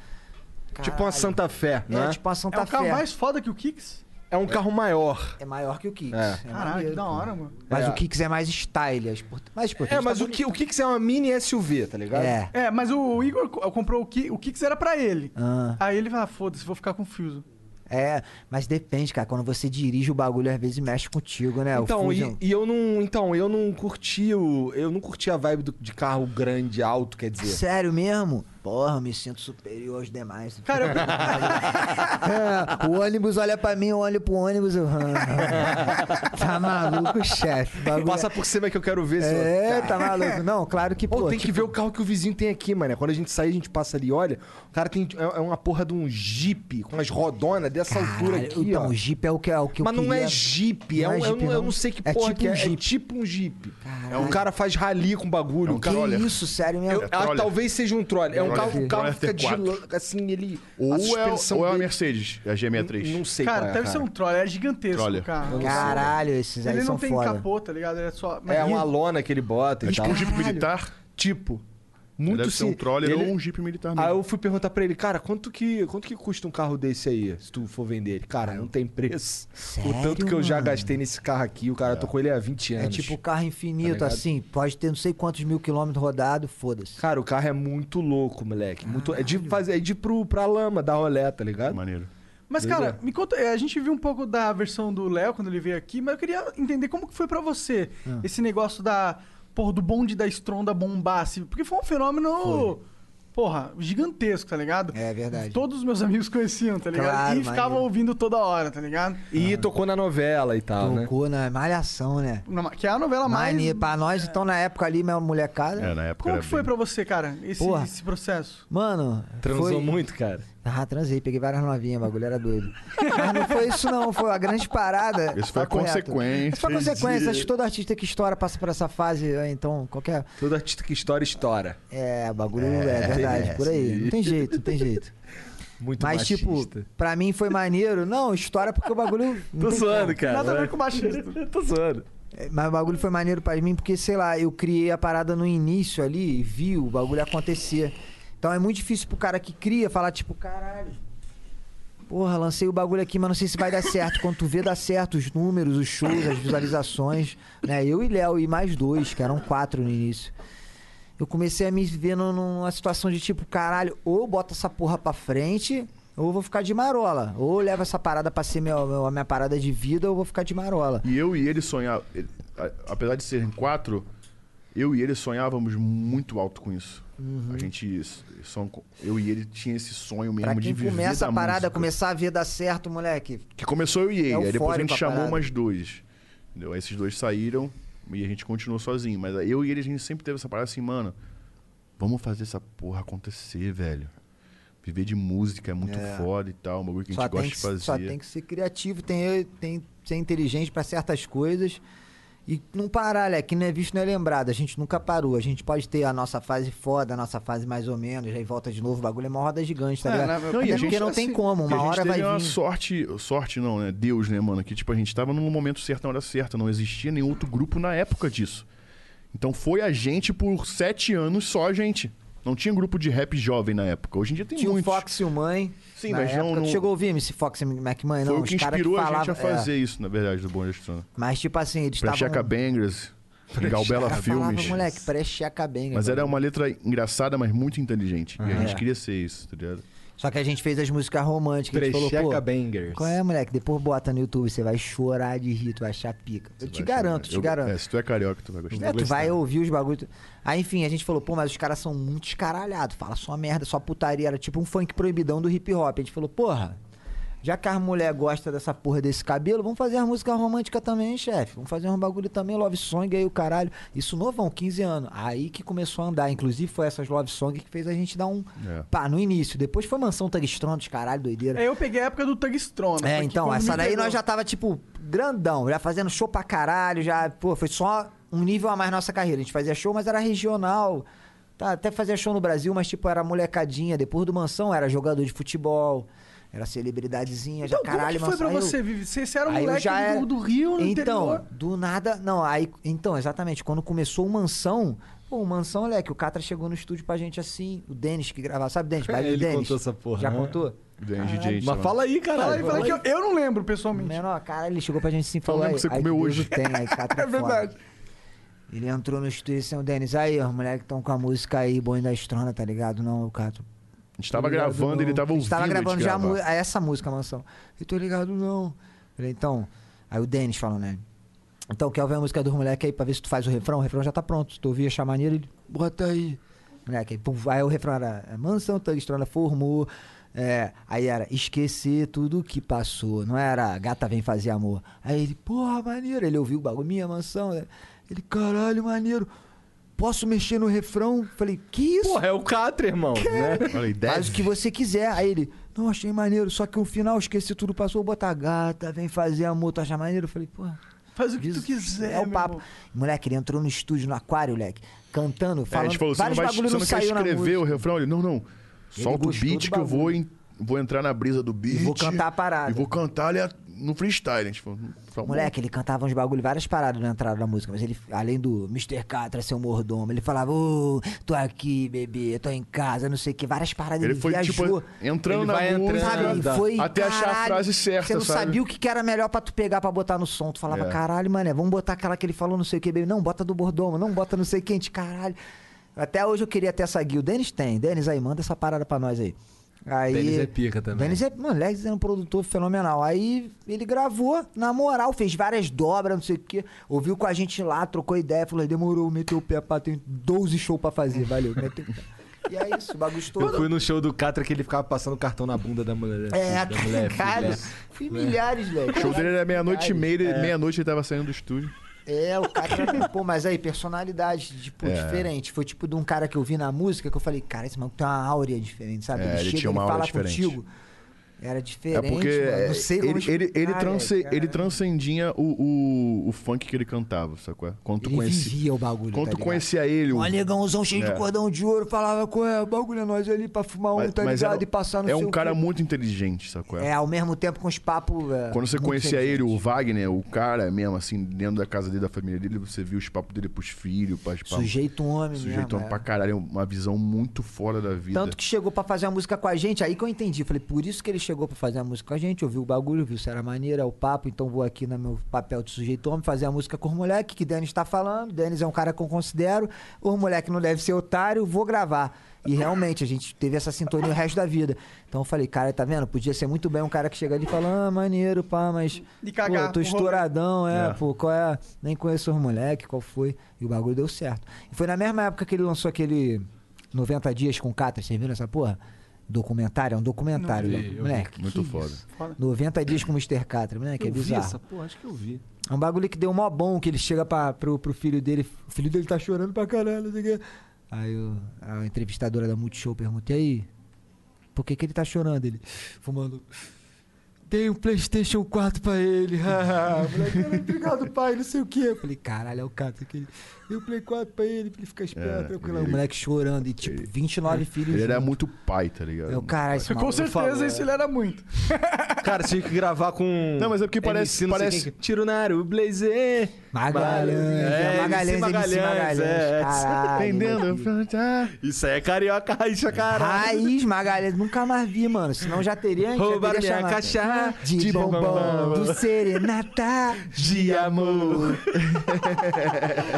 Speaker 2: Tipo uma
Speaker 5: Caralho.
Speaker 2: Santa Fé,
Speaker 5: É,
Speaker 2: né? É,
Speaker 5: tipo uma Santa
Speaker 3: É o carro
Speaker 5: Fé.
Speaker 3: mais foda que o Kicks?
Speaker 2: um carro maior.
Speaker 5: É maior que o
Speaker 2: É.
Speaker 5: Kicks. É
Speaker 3: Caralho, que
Speaker 5: maneiro.
Speaker 3: da hora, mano.
Speaker 5: Mas
Speaker 2: É.
Speaker 5: o Kicks é mais style. as porta- Mas, pô,
Speaker 2: É, mas o que, o que que é uma mini SUV, tá ligado?
Speaker 5: É.
Speaker 3: É, mas o Igor co- comprou o Kicks, o Kicks era pra ele.
Speaker 5: Ah.
Speaker 3: Aí ele fala, foda-se, vou ficar confuso.
Speaker 5: É, mas depende, cara. Quando você dirige o bagulho, às vezes mexe contigo, né? O
Speaker 2: Então,
Speaker 5: Fusion.
Speaker 2: e, e eu não, então, eu não curti o, eu não curti a vibe do- de carro grande, alto, quer dizer.
Speaker 5: Sério mesmo? Porra, eu me sinto superior aos demais.
Speaker 3: Cara, eu-
Speaker 5: É, o ônibus olha pra mim, eu olho pro ônibus. Eu... tá maluco, chefe. o bagulho é-
Speaker 2: Passa por cima que eu quero ver. seu-
Speaker 5: É, tá tipo maluco. Não, claro que,
Speaker 2: Pô,
Speaker 5: pô.
Speaker 2: tem que ver o carro que o vizinho tem aqui, mano. Quando a gente sair, a gente passa ali, olha. O cara tem. É é uma porra de um Jeep com as rodonas dessa altura
Speaker 5: Caralho,
Speaker 2: aqui.
Speaker 5: Então,
Speaker 2: ó.
Speaker 5: o Jeep é o que, é o que
Speaker 2: Mas
Speaker 5: eu
Speaker 2: não é
Speaker 5: queria.
Speaker 2: Jeep, é
Speaker 5: Não é
Speaker 2: um- eu,
Speaker 5: Jeep,
Speaker 2: não, eu
Speaker 5: não.
Speaker 2: não sei que
Speaker 5: É
Speaker 2: porra
Speaker 5: tipo
Speaker 2: que é.
Speaker 5: um
Speaker 2: É
Speaker 5: Jeep.
Speaker 2: tipo um Jeep.
Speaker 5: Caralho.
Speaker 2: É um cara faz rali com o bagulho. o
Speaker 5: Que
Speaker 2: cara olha.
Speaker 5: isso, sério mesmo?
Speaker 2: Eu- ah,
Speaker 4: troller.
Speaker 2: talvez seja um troller. É um
Speaker 4: Troller.
Speaker 2: carro, o carro
Speaker 4: Troller
Speaker 2: fica de
Speaker 4: T4.
Speaker 2: lo- assim, ele.
Speaker 4: Ou
Speaker 2: a
Speaker 4: é,
Speaker 2: suspensão
Speaker 4: ou é a
Speaker 2: dele-
Speaker 4: Mercedes, a G63.
Speaker 2: Não sei,
Speaker 3: cara,
Speaker 2: qual é,
Speaker 3: deve ser um troller, é gigantesco
Speaker 4: Troller.
Speaker 3: o carro.
Speaker 5: Caralho, esses aí
Speaker 3: Ele
Speaker 5: são
Speaker 3: não tem
Speaker 5: foda.
Speaker 3: capô, tá ligado? Ele é só... Mas
Speaker 2: É
Speaker 3: e-
Speaker 2: uma lona que ele bota e
Speaker 4: Tipo
Speaker 2: tal.
Speaker 4: um Jeep militar.
Speaker 2: Tipo.
Speaker 4: Muito
Speaker 2: Tá. Muito
Speaker 4: deve ser
Speaker 2: se-
Speaker 4: um troller
Speaker 2: ele-
Speaker 4: ou um Jeep militar
Speaker 2: Aí
Speaker 4: mesmo.
Speaker 2: eu fui perguntar pra ele, cara, quanto que, quanto que custa um carro desse aí, se tu for vender? Ele, cara, não tem preço.
Speaker 5: Sério,
Speaker 2: o tanto que eu já
Speaker 5: mano?
Speaker 2: gastei nesse carro aqui, o cara tô com ele há 20 anos.
Speaker 5: É tipo carro infinito,
Speaker 2: Tá ligado?
Speaker 5: assim. Pode ter não sei quantos mil quilômetros rodado, foda-se.
Speaker 2: Cara, o carro é muito louco, moleque. Muito... É de fazer, é de ir pro, pra lama, dar rolé, tá ligado?
Speaker 4: Maneiro.
Speaker 3: Mas, cara, me conta, é, a gente viu um pouco da versão do Léo quando ele veio aqui, mas eu queria entender como que foi pra você
Speaker 5: Ah.
Speaker 3: esse negócio da porra, do bonde da estronda bombar, assim, porque foi um fenômeno porra, gigantesco, tá ligado?
Speaker 5: É verdade.
Speaker 3: Todos os meus amigos conheciam, tá ligado?
Speaker 5: Claro,
Speaker 3: e ficavam
Speaker 5: maneiro.
Speaker 3: ouvindo toda hora, tá ligado?
Speaker 2: E tocou na novela e tal, né?
Speaker 5: Tocou na malhação, né?
Speaker 3: Na- Que é a novela mais
Speaker 5: Mania, pra nós, então, na época ali, minha molecada.
Speaker 4: É, na época
Speaker 3: Como
Speaker 4: era
Speaker 3: que foi
Speaker 4: bem-
Speaker 3: pra você, cara, esse,
Speaker 5: Porra.
Speaker 3: esse processo?
Speaker 5: Mano,
Speaker 2: Transou
Speaker 5: foi...
Speaker 2: muito, cara.
Speaker 5: Ah, transei, peguei várias novinhas, o bagulho era doido. Mas não foi isso, não, foi a grande parada.
Speaker 4: Isso foi a
Speaker 5: Tá correto.
Speaker 4: consequência
Speaker 5: Isso foi a consequência. Acho que todo artista que estoura passa por essa fase, ah, então, qualquer.
Speaker 2: Todo artista que estoura, estoura.
Speaker 5: É, o bagulho é, verdade,
Speaker 2: é,
Speaker 5: por aí.
Speaker 2: sim.
Speaker 5: Não tem jeito, não tem jeito.
Speaker 2: Muito
Speaker 5: Mas,
Speaker 2: machista.
Speaker 5: tipo, pra mim foi maneiro. Não, estoura porque o bagulho. não
Speaker 2: Tô
Speaker 5: tem
Speaker 2: zoando, cara. né?
Speaker 3: Nada a ver com machista.
Speaker 2: Tô zoando.
Speaker 5: É, Mas o bagulho foi maneiro pra mim porque, sei lá, eu criei a parada no início ali e vi o bagulho acontecer. Então é muito difícil pro cara que cria falar, tipo, caralho. Porra, lancei o bagulho aqui, mas não sei se vai dar certo. Quando tu vê, dá certo os números, os shows, as visualizações. Né? Eu e Léo e mais dois, que eram quatro no início. Eu comecei a me ver num- numa situação de tipo, caralho, ou bota essa porra pra frente, ou eu vou ficar de marola. Ou leva essa parada pra ser meu- meu- a minha parada de vida, ou eu vou ficar de marola.
Speaker 4: E eu e ele sonhava, ele- a- apesar de serem quatro, eu e ele sonhávamos muito alto com isso. A gente, s- são, eu e ele tinha esse sonho mesmo
Speaker 5: Pra
Speaker 4: de
Speaker 5: quem
Speaker 4: viver
Speaker 5: começa
Speaker 4: da
Speaker 5: a parada,
Speaker 4: música.
Speaker 5: começar a ver dar certo, moleque.
Speaker 4: Que começou eu e
Speaker 5: É
Speaker 4: ele, aí depois a
Speaker 5: eufórico
Speaker 4: gente
Speaker 5: a
Speaker 4: chamou
Speaker 5: parada.
Speaker 4: mais dois. Entendeu? Aí esses dois saíram e a gente continuou sozinho. Mas aí eu e ele, a gente sempre teve essa parada assim, mano, vamos fazer essa porra acontecer, velho. Viver de música é muito foda e tal, um bagulho que a
Speaker 5: Só
Speaker 4: gente
Speaker 5: tem
Speaker 4: gosta
Speaker 5: que,
Speaker 4: de fazer.
Speaker 5: só tem que ser criativo, tem, tem que ser inteligente pra certas coisas. E não parar, né? Que não é visto, não é lembrado. A gente nunca parou. A gente pode ter a nossa fase foda, a nossa fase mais ou menos, aí volta de novo. O bagulho é uma roda gigante, tá
Speaker 3: É,
Speaker 5: ligado?
Speaker 3: né?
Speaker 5: Até
Speaker 3: Não,
Speaker 4: e a
Speaker 5: porque
Speaker 4: gente-
Speaker 5: não tem
Speaker 3: assim,
Speaker 5: como,
Speaker 4: Porque
Speaker 5: uma
Speaker 4: a gente
Speaker 5: hora vai
Speaker 4: teve uma
Speaker 5: vir.
Speaker 4: sorte, sorte não, né? Deus, né, mano? Que tipo, a gente tava num momento certo, na hora certa. Não existia nenhum outro grupo na época disso. Então foi a gente por sete anos só a gente. Não tinha grupo de rap jovem na época. Hoje em dia tem
Speaker 5: Tinha o
Speaker 4: muitos.
Speaker 5: Fox e o Mãe.
Speaker 4: Sim,
Speaker 5: na
Speaker 4: mas não-
Speaker 5: época, tu
Speaker 4: não-
Speaker 5: chegou a ouvir esse Fox e McMahon,
Speaker 4: Foi
Speaker 5: não?
Speaker 4: o que
Speaker 5: os cara
Speaker 4: inspirou a gente a
Speaker 5: falava- é.
Speaker 4: fazer isso, na verdade, do Bom Gestor.
Speaker 5: Mas tipo assim, eles
Speaker 4: Pra
Speaker 5: estavam...
Speaker 4: Checa Bangers, Galbela
Speaker 5: Cara, falava,
Speaker 4: Filmes.
Speaker 5: moleque, né? parece Checa Bang.
Speaker 4: Mas é era uma letra engraçada, mas muito inteligente.
Speaker 5: É.
Speaker 4: E a gente queria ser isso, tá ligado?
Speaker 5: Só que a gente fez as músicas românticas. A gente falou, pô,
Speaker 2: Trecheca Bangers.
Speaker 5: Qual é, moleque? Depois bota no YouTube, você vai chorar de rir, tu vai achar pica. Eu te
Speaker 4: Vai
Speaker 5: garanto,
Speaker 4: achar-
Speaker 5: te
Speaker 4: eu-
Speaker 5: garanto.
Speaker 4: É, se tu é carioca, tu vai gostar.
Speaker 5: É, tu vai ouvir os bagulhos. Aí, enfim, a gente falou, pô, mas os caras são muito escaralhados. Fala só merda, só putaria. Era tipo um funk proibidão do hip hop. A gente falou, porra, já que as mulher gosta dessa porra desse cabelo, vamos fazer as músicas românticas também, hein, chefe. Vamos fazer um bagulho também, love song aí, o caralho. Isso novão, 15 anos. Aí que começou a andar. Inclusive, foi essas love song que fez a gente dar um
Speaker 4: É.
Speaker 5: pá no início. Depois foi Mansão Tangstrona dos caralho, doideira.
Speaker 3: É, eu peguei a época do Tugstrona.
Speaker 5: É, então, essa daí nós já tava, tipo, grandão, já fazendo show pra caralho, já, pô, foi só um nível a mais na nossa carreira. A gente fazia show, mas era regional, Tá, até fazia show no Brasil, mas tipo, era molecadinha. Depois do Mansão, era jogador de futebol, era celebridadezinha.
Speaker 3: Então,
Speaker 5: já, caralho,
Speaker 3: como que foi pra
Speaker 5: Mansão, aí
Speaker 3: você,
Speaker 5: eu-
Speaker 3: Vivi? Você, você era um
Speaker 5: Aí eu
Speaker 3: moleque
Speaker 5: já era-
Speaker 3: do, do Rio, no
Speaker 5: então,
Speaker 3: interior?
Speaker 5: do nada, não, aí, então, exatamente, quando começou o Mansão, pô, o Mansão, moleque, o Catra chegou no estúdio pra gente assim, o Denis que gravava, sabe, Denis? Vai,
Speaker 2: Ele
Speaker 5: Denis.
Speaker 2: contou essa porra,
Speaker 5: Já
Speaker 2: né?
Speaker 5: contou?
Speaker 4: Vem, DJ, sei
Speaker 2: Mas
Speaker 4: lá.
Speaker 2: fala aí, caralho.
Speaker 3: Fala aí, fala que eu, eu não lembro, pessoalmente.
Speaker 5: Menor, cara, ele chegou pra gente assim, falou,
Speaker 4: lembro
Speaker 5: aí,
Speaker 4: que você
Speaker 5: aí
Speaker 4: comeu
Speaker 5: Deus
Speaker 4: hoje.
Speaker 5: o tem, aí Catra
Speaker 3: É
Speaker 5: foda.
Speaker 3: verdade.
Speaker 5: Ele entrou no estúdio assim, o Denis, aí, os moleques estão com a música aí, boi da estrona, tá ligado? Não, o Catra,
Speaker 4: A gente tava
Speaker 5: Tô ligado,
Speaker 4: gravando, ele
Speaker 5: não.
Speaker 4: tava
Speaker 5: A
Speaker 4: ouvindo.
Speaker 5: gente tava
Speaker 4: ele
Speaker 5: gravando já a
Speaker 4: gravar.
Speaker 5: mu- a essa música, mansão. Eu tô ligado, não. Falei, então. Aí o Denis falando, né? Então, quer ouvir a música dos moleques aí pra ver se tu faz o refrão? O refrão já tá pronto. Se tu ouvir achar maneiro, ele bota aí. Moleque, aí, pum, aí o refrão era é, mansão, tangue, estrada, formou. É, aí era esquecer tudo que passou. Não era gata vem fazer amor. Aí ele, porra, maneiro. Ele ouviu o bagulho, minha mansão. né? Ele, caralho, maneiro. Posso mexer no refrão? Falei, que isso?
Speaker 2: Porra, é o Catra, irmão. Né?
Speaker 4: Falei,
Speaker 5: Faz o que você quiser. Aí ele, não, achei maneiro, só que o final, esqueci tudo, passou, bota a gata, vem fazer amor, tu acha maneiro? Eu falei, pô.
Speaker 3: Faz o que
Speaker 5: isso
Speaker 3: tu quiser,
Speaker 5: É o
Speaker 3: meu
Speaker 5: papo.
Speaker 3: irmão.
Speaker 5: Moleque, ele entrou no estúdio, no aquário, moleque, cantando,
Speaker 4: É, a
Speaker 5: falando.
Speaker 4: gente falou, você não,
Speaker 5: vários
Speaker 4: vai, você
Speaker 5: bagulho
Speaker 4: não
Speaker 5: não,
Speaker 4: quer
Speaker 5: saiu na
Speaker 4: escrever o
Speaker 5: música.
Speaker 4: refrão? Ele, não, não. Solta o
Speaker 5: gostou
Speaker 4: beat
Speaker 5: do
Speaker 4: que eu vou,
Speaker 5: bagulho.
Speaker 4: en- vou entrar na brisa do beat.
Speaker 5: E vou cantar a parada.
Speaker 4: E vou cantar ali a- no freestyle. A gente falou, tá bom.
Speaker 5: Moleque, ele cantava uns bagulho, várias paradas na entrada da música, mas ele, além do Mr. Catra ser um mordomo, ele falava, ô, tô aqui, bebê, tô em casa, não sei o que, várias paradas,
Speaker 4: Ele
Speaker 5: ele,
Speaker 4: foi,
Speaker 5: viajou.
Speaker 4: tipo, entrando
Speaker 2: Ele
Speaker 4: na
Speaker 2: vai
Speaker 4: música.
Speaker 2: entrando,
Speaker 5: Sabe,
Speaker 2: Nada.
Speaker 5: e foi,
Speaker 4: Até achar a
Speaker 5: caralho,
Speaker 4: frase certa,
Speaker 5: Você não
Speaker 4: sabe?
Speaker 5: sabia o que que era melhor pra tu pegar pra botar no som. Tu falava,
Speaker 4: É.
Speaker 5: caralho, mané, vamos botar aquela que ele falou não sei o que, baby. Não, bota do Bordomo, não bota não sei quem, de caralho. Até hoje eu queria ter essa guia. O Denis tem. Denis aí, manda essa parada pra nós aí. aí
Speaker 2: Denis é pica também.
Speaker 5: Denis é, mano, Lex é um produtor fenomenal. Aí ele gravou, na moral, fez várias dobras, não sei o que. Ouviu com a gente lá, trocou ideia, falou, demorou, meteu o pé, pá, tem 12 shows pra fazer, valeu. meteu o pé. E é isso, o bagulho
Speaker 2: Eu
Speaker 5: estourou.
Speaker 2: fui no show do Catra que ele ficava passando cartão na bunda da
Speaker 4: Tá
Speaker 2: mulher.
Speaker 5: É,
Speaker 2: da mulher,
Speaker 5: caralho.
Speaker 2: filha.
Speaker 5: Fui milhares, velho.
Speaker 4: O É. show dele né? era meia-noite e
Speaker 5: Caralho.
Speaker 4: meia, ele- meia-noite ele tava saindo do estúdio.
Speaker 5: É, o cara. Pô, mas aí, personalidade, tipo,
Speaker 4: É.
Speaker 5: diferente. Foi tipo de um cara que eu vi na música que eu falei, cara, esse maluco tem uma áurea diferente, sabe?
Speaker 4: É, ele tinha uma
Speaker 5: ele
Speaker 4: áurea
Speaker 5: fala
Speaker 4: diferente.
Speaker 5: contigo. Era
Speaker 4: É
Speaker 5: diferente,
Speaker 4: porque
Speaker 5: mano. Não sei como
Speaker 4: ele, ele, ele,
Speaker 5: explicar,
Speaker 4: transe-
Speaker 5: velho, cara.
Speaker 4: ele transcendia o, o, o funk que ele cantava, sacou? Quando tu
Speaker 5: Ele
Speaker 4: conhecia,
Speaker 5: vivia o bagulho,
Speaker 4: quando
Speaker 5: tá
Speaker 4: tu
Speaker 5: ligado?
Speaker 4: conhecia ele, o
Speaker 5: Um negãozão cheio
Speaker 4: É.
Speaker 5: de cordão de ouro, falava, qual é, o bagulho é nós ali pra fumar um, tá ligado?
Speaker 4: era-
Speaker 5: e passar no
Speaker 4: é
Speaker 5: seu
Speaker 4: um cara muito inteligente, sacou?
Speaker 5: É, ao mesmo tempo com os papos. é,
Speaker 4: Quando você
Speaker 5: muito
Speaker 4: conhecia ele,
Speaker 5: inteligente.
Speaker 4: o Wagner, o cara mesmo, assim, dentro da casa dele, da família dele, você viu os papos dele pros filhos, pras pras-
Speaker 5: Sujeito homem,
Speaker 4: Sujeito
Speaker 5: mesmo, é.
Speaker 4: pra caralho, uma visão muito fora da vida.
Speaker 5: Tanto que chegou pra fazer a música com a gente, aí que eu entendi. Falei, por isso que ele chegou pra fazer a música com a gente, ouviu o bagulho, viu se era maneira, o papo, então vou aqui no meu papel de sujeito homem fazer a música com o moleque, que Denis tá falando. Denis é um cara que eu considero, o moleque não deve ser otário, vou gravar. E realmente, a gente teve essa sintonia o resto da vida. Então eu falei, cara, tá vendo? Podia ser muito bem um cara que chega ali e fala, ah, maneiro, pá, mas.
Speaker 3: E cagar
Speaker 5: pô, eu tô
Speaker 3: pro rolê.
Speaker 5: estouradão, é,
Speaker 4: É.
Speaker 5: pô, qual é? Nem conheço os moleque, qual foi? E o bagulho deu certo. E foi na mesma época que ele lançou aquele 90 dias com Catra, vocês viram essa porra? Documentário, é um documentário,
Speaker 2: Não vi, eu vi.
Speaker 5: moleque.
Speaker 4: Muito
Speaker 5: que
Speaker 4: foda.
Speaker 5: isso? 90 dias com o Mr. Catra, moleque, é
Speaker 2: Eu vi
Speaker 5: bizarro.
Speaker 2: essa porra, acho que eu vi.
Speaker 5: É um bagulho que deu mó bom, que ele chega pra, pro, pro filho dele, o filho dele tá chorando pra caralho, não sei o quê. Aí o- a entrevistadora da Multishow pergunta, e aí, por que que ele tá chorando? Ele, fumando, dei um Playstation 4 pra ele, haha." O moleque, "Cara, obrigado pai, não sei o quê. Eu falei, caralho, é o cara, que ele, dei um Play 4 pra ele, pra ele ficar esperto,
Speaker 4: É,
Speaker 5: tranquilo.
Speaker 4: ele-
Speaker 5: o moleque chorando, e tipo, 29 filhos
Speaker 4: Ele era
Speaker 5: junto.
Speaker 4: muito pai, tá ligado?
Speaker 5: É o caralho, esse
Speaker 3: Com
Speaker 5: maluco-
Speaker 3: certeza
Speaker 4: é.
Speaker 3: isso ele era muito.
Speaker 2: Cara, tinha que gravar com.
Speaker 4: Não, mas é porque parece-
Speaker 2: MC, não sei
Speaker 4: parece-
Speaker 2: quem que- Tiro na área, o Blazer.
Speaker 5: Magalhães,
Speaker 2: É,
Speaker 5: é, Magalhães,
Speaker 2: MC
Speaker 5: MC
Speaker 2: Magalhães,
Speaker 5: Magalhães,
Speaker 2: é.
Speaker 5: caralho.
Speaker 4: Entendendo? Ah,
Speaker 2: Isso aí é carioca raixa, caralho.
Speaker 5: Raiz Magalhães, nunca mais vi, mano. Senão já teria. já
Speaker 2: Roubaram
Speaker 5: teria
Speaker 2: minha
Speaker 5: chamado.
Speaker 2: caixa
Speaker 5: de,
Speaker 2: de
Speaker 5: bombom,
Speaker 2: bombom.
Speaker 5: do Serenata.
Speaker 2: De amor.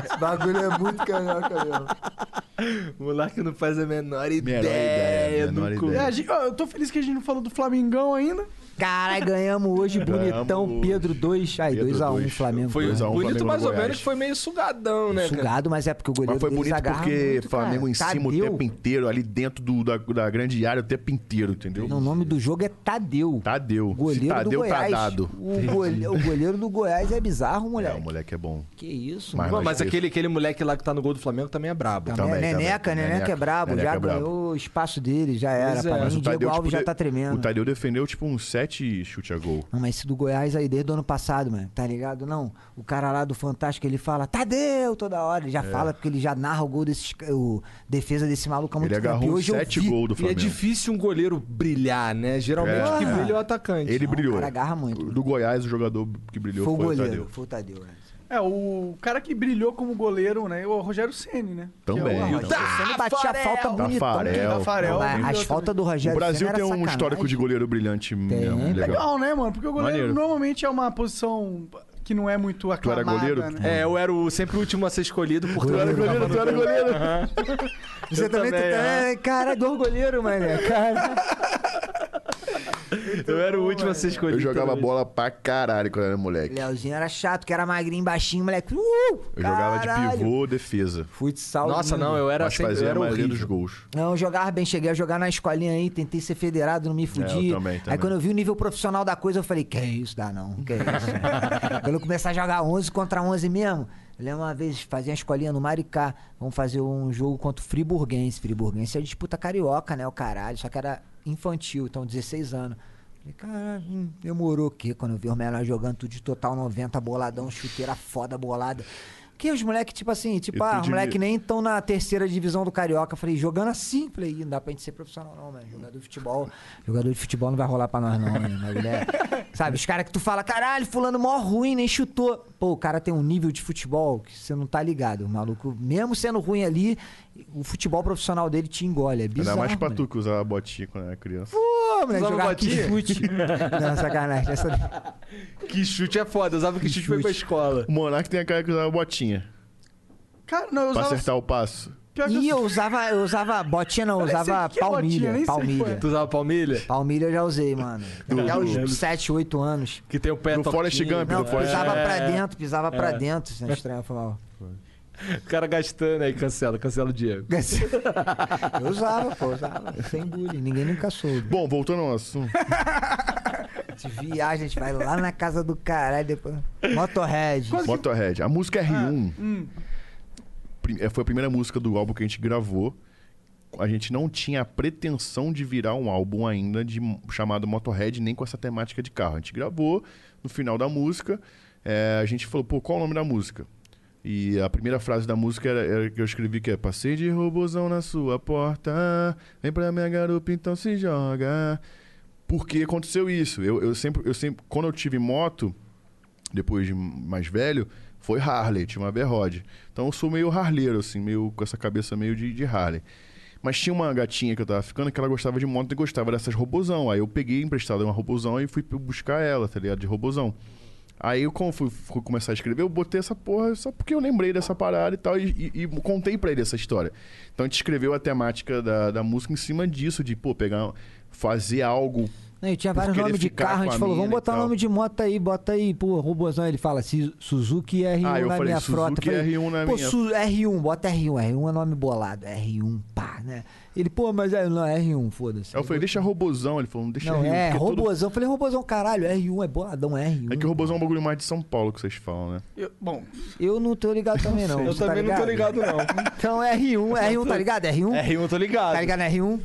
Speaker 5: Esse bagulho é muito carioca, mesmo.
Speaker 2: Moleque não faz a menor
Speaker 4: ideia,
Speaker 2: ideia,
Speaker 4: menor
Speaker 2: do
Speaker 4: ideia. né?
Speaker 2: cu.
Speaker 3: É, a gente- ó, eu tô feliz que a gente não falou do Flamengão ainda.
Speaker 5: Caralho, ganhamos hoje, bonitão.
Speaker 4: hoje.
Speaker 5: Pedro 2. Aí,
Speaker 4: Pedro
Speaker 5: 2x1
Speaker 4: dois.
Speaker 5: Flamengo.
Speaker 2: Foi
Speaker 5: ganhou.
Speaker 4: Dois a um,
Speaker 2: bonito,
Speaker 4: Flamengo
Speaker 2: mais
Speaker 4: no
Speaker 2: ou menos,
Speaker 4: Goiás.
Speaker 2: que foi meio sugadão, né, cara?
Speaker 5: Sugado, mas é porque o goleiro
Speaker 4: Mas foi
Speaker 5: deles
Speaker 4: bonito
Speaker 5: agarra
Speaker 4: porque
Speaker 5: muito, cara.
Speaker 4: Flamengo em cima o
Speaker 5: Tadeu.
Speaker 4: tempo inteiro, ali dentro do- da, da grande área o tempo inteiro, entendeu?
Speaker 5: Não, o nome do jogo é Tadeu.
Speaker 4: Tadeu.
Speaker 5: Goleiro
Speaker 4: Se Tadeu
Speaker 5: do Goiás.
Speaker 4: tá dado.
Speaker 5: O, gole- o goleiro do Goiás é bizarro,
Speaker 4: É,
Speaker 5: moleque.
Speaker 4: o moleque é bom.
Speaker 5: Que isso,
Speaker 4: Mas
Speaker 5: mano.
Speaker 2: Pô,
Speaker 4: nós
Speaker 2: mas
Speaker 4: que-
Speaker 2: aquele, aquele moleque lá que tá no gol do Flamengo também é brabo.
Speaker 5: Também,
Speaker 4: Também,
Speaker 5: Neneca,
Speaker 4: também.
Speaker 5: Neneca,
Speaker 4: Neneca.
Speaker 5: é brabo,
Speaker 4: Neneca
Speaker 5: já
Speaker 4: é brabo.
Speaker 5: ganhou o espaço dele, já era.
Speaker 2: Pois é.
Speaker 5: pra
Speaker 2: Mas
Speaker 5: mim,
Speaker 4: o
Speaker 5: Diego
Speaker 4: Tadeu,
Speaker 5: Alves
Speaker 4: tipo,
Speaker 5: já tá
Speaker 4: de-
Speaker 5: tremendo.
Speaker 4: O Tadeu defendeu, tipo, uns mete chute a gol.
Speaker 5: Não, mas esse do Goiás aí desde o ano passado, mano, tá ligado? Não, o cara lá do Fantástico, ele fala, Tadeu, toda hora.
Speaker 4: É.
Speaker 5: Ele já fala, porque ele já narra o gol desse. O defesa desse maluco há muito
Speaker 4: Ele
Speaker 5: tempo. E
Speaker 4: agarrou
Speaker 5: hoje eu
Speaker 4: sete
Speaker 5: vi-
Speaker 4: gols
Speaker 2: E
Speaker 4: do
Speaker 2: é
Speaker 4: Flamengo.
Speaker 2: difícil um goleiro brilhar, né? Geralmente
Speaker 4: É.
Speaker 2: o que brilha é o atacante.
Speaker 4: Ele
Speaker 5: Não, o
Speaker 4: brilhou.
Speaker 5: cara agarra muito.
Speaker 4: Do Goiás, o jogador que brilhou
Speaker 5: Foi
Speaker 4: foi,
Speaker 5: o
Speaker 4: o
Speaker 5: goleiro,
Speaker 4: Tadeu.
Speaker 5: foi o Tadeu. né?
Speaker 3: É, o cara que brilhou como goleiro, né? O Rogério Ceni, né? Que
Speaker 4: Também.
Speaker 3: É o Arroz.
Speaker 5: Então, você não batia a falta
Speaker 4: Ah,
Speaker 5: né? bonitão.
Speaker 4: Tafarel.
Speaker 5: Não,
Speaker 3: Tafarel
Speaker 5: mas
Speaker 3: brilhou
Speaker 5: As faltas
Speaker 3: também.
Speaker 5: do
Speaker 4: O
Speaker 5: Rogério
Speaker 4: Brasil
Speaker 5: Senna
Speaker 4: tem um
Speaker 5: era sacanagem.
Speaker 4: histórico de goleiro brilhante mesmo.
Speaker 5: Tem.
Speaker 4: Legal.
Speaker 3: Legal, né, mano? Porque o goleiro
Speaker 2: Maneiro.
Speaker 3: normalmente é uma posição que não é muito aclamada,
Speaker 4: goleiro?
Speaker 3: né?
Speaker 2: É, eu era o- sempre o último a ser escolhido por tu era goleiro.
Speaker 4: tu era goleiro.
Speaker 5: Você
Speaker 2: Eu
Speaker 5: também,
Speaker 2: também,
Speaker 5: é, cara, dois goleiros, mano. Cara.
Speaker 2: Eu era o último a ser escolhido.
Speaker 4: Eu jogava
Speaker 2: também.
Speaker 4: bola pra caralho quando eu era moleque.
Speaker 5: Leozinho era chato, que era magrinho, baixinho, moleque. Uh,
Speaker 4: Eu jogava de pivô, defesa.
Speaker 5: Futsal.
Speaker 2: Nossa,
Speaker 5: lindo.
Speaker 2: não, eu era
Speaker 4: mas
Speaker 2: sempre
Speaker 4: fazia
Speaker 2: eu era
Speaker 4: a maioria dos
Speaker 2: horrível.
Speaker 4: gols.
Speaker 5: Não, eu jogava bem, cheguei a jogar na escolinha aí, tentei ser federado, não me fudi.
Speaker 4: É, eu também, também.
Speaker 5: Aí quando eu vi o nível profissional da coisa, eu falei, que isso, dá não, que isso. quando eu começar a jogar 11 contra 11 mesmo, eu lembro uma vez, fazia a escolinha no Maricá, vamos fazer um jogo contra o Friburguense. Friburguense é disputa carioca, né, o caralho, só que era infantil, então 16 anos. Falei, Caralho, hum, demorou o quê? Quando eu vi os menores jogando tudo de total 90, boladão, chuteira foda, bolada. Que os moleques, tipo assim, tipo,
Speaker 4: E
Speaker 5: ah,
Speaker 4: tu
Speaker 5: os
Speaker 4: de-
Speaker 5: moleque nem estão na terceira divisão do Carioca. Eu Falei, jogando assim, falei, "Ih, não dá pra gente ser profissional, não, mano. Jogador de futebol. Jogador de futebol não vai rolar pra nós, não, mano. Bagulho é- Sabe, os caras que tu fala, caralho, fulano mó ruim, nem chutou. Pô, o cara tem um nível de futebol que você não tá ligado. O maluco, mesmo sendo ruim ali, o futebol profissional dele te engole. É bizarro.
Speaker 4: Ainda mais pra tu
Speaker 5: moleque.
Speaker 4: que usava botinha quando era criança.
Speaker 5: Pô, moleque,
Speaker 2: Usava
Speaker 5: jogava
Speaker 2: botinha?
Speaker 5: chute. Não, sacanagem. Essa...
Speaker 2: Que chute é foda, eu usava que chute foi pra escola.
Speaker 4: O Monark tem a cara que usava botinha.
Speaker 3: Cara, não, eu
Speaker 4: É. Pra
Speaker 3: usava...
Speaker 4: acertar o passo.
Speaker 3: Pior que
Speaker 5: E
Speaker 3: eu...
Speaker 5: eu usava, eu usava botinha, não, eu
Speaker 3: nem sei
Speaker 5: usava
Speaker 3: o que que é botinha,
Speaker 5: palmilha.
Speaker 3: nem sei qual é.
Speaker 5: palmilha.
Speaker 2: Tu usava palmilha?
Speaker 5: Palmilha eu já usei, mano. Até os 7, 8 anos.
Speaker 2: Que tem o pé
Speaker 4: No
Speaker 2: tortinho.
Speaker 4: Forrest Gump,
Speaker 5: Não,
Speaker 4: no Forrest
Speaker 5: pisava
Speaker 4: Gump.
Speaker 5: pra dentro, pisava pra dentro. Isso é estranho, foi mal.
Speaker 2: é, O cara gastando aí, cancela, cancela o Diego.
Speaker 5: Eu usava, pô, usava. Sem bullying, ninguém nunca soube.
Speaker 4: Bom, voltando ao assunto.
Speaker 5: A gente viaja, a gente vai lá na casa do caralho, depois... Motorhead.
Speaker 4: Motorhead. A música R1 prim- é, foi a primeira música do álbum que a gente gravou. A gente não tinha a pretensão de virar um álbum ainda de, chamado Motorhead, nem com essa temática de carro. A gente gravou no final da música. é, a gente falou, pô, qual o nome da música? E a primeira frase da música era, era que eu escrevi que é Passei de robozão na sua porta Vem pra minha garupa, então se joga Porque aconteceu isso. Eu, eu sempre, eu sempre... Quando eu tive moto, depois de mais velho, foi Harley, tinha uma Verrod. Então eu sou meio harleiro, assim, meio com essa cabeça meio de, de Harley. Mas tinha uma gatinha que eu tava ficando que ela gostava de moto e gostava dessas robozão. Aí eu peguei emprestada uma robozão e fui buscar ela, tá ligado? De robozão. Aí eu como fui, fui começar a escrever, eu botei essa porra só porque eu lembrei dessa parada e tal, e, e- e contei pra ele essa história. Então a gente escreveu a temática da, da música em cima disso, de, pô, pegar, fazer algo
Speaker 5: Não, e tinha
Speaker 4: Por
Speaker 5: vários
Speaker 4: querer
Speaker 5: nomes de
Speaker 4: ficar
Speaker 5: carro, a
Speaker 4: com
Speaker 5: gente
Speaker 4: a
Speaker 5: falou,
Speaker 4: mina
Speaker 5: vamos
Speaker 4: e
Speaker 5: botar o
Speaker 4: tal.
Speaker 5: nome de moto aí, bota aí, pô, robozão. Ele fala, "Si- Suzuki R1
Speaker 4: Ah, eu
Speaker 5: na
Speaker 4: falei,
Speaker 5: minha
Speaker 4: Suzuki
Speaker 5: frota. Eu falei,
Speaker 4: R1 na
Speaker 5: pô,
Speaker 4: minha-
Speaker 5: Su- R1, bota R1, R1 é nome bolado, R1, pá, né? Ele, pô, mas é, não, R1, foda-se.
Speaker 4: Aí eu falei, deixa robozão. Ele falou, não deixa
Speaker 5: Não,
Speaker 4: Rio,
Speaker 5: é,
Speaker 4: porque todo-
Speaker 5: robozão. Falei, robozão, caralho, R1 é boladão, R1.
Speaker 4: É que o robozão é um
Speaker 2: Uhum.
Speaker 4: bagulho mais de São Paulo que vocês falam, né?
Speaker 3: eu- Bom,
Speaker 5: Eu não tô ligado também, não.
Speaker 2: Eu
Speaker 5: Você tá
Speaker 2: também não tô ligado, não.
Speaker 5: Então, R1, R1, tá ligado? R1?
Speaker 2: R1 eu um, tô ligado.
Speaker 5: Tá ligado, R1?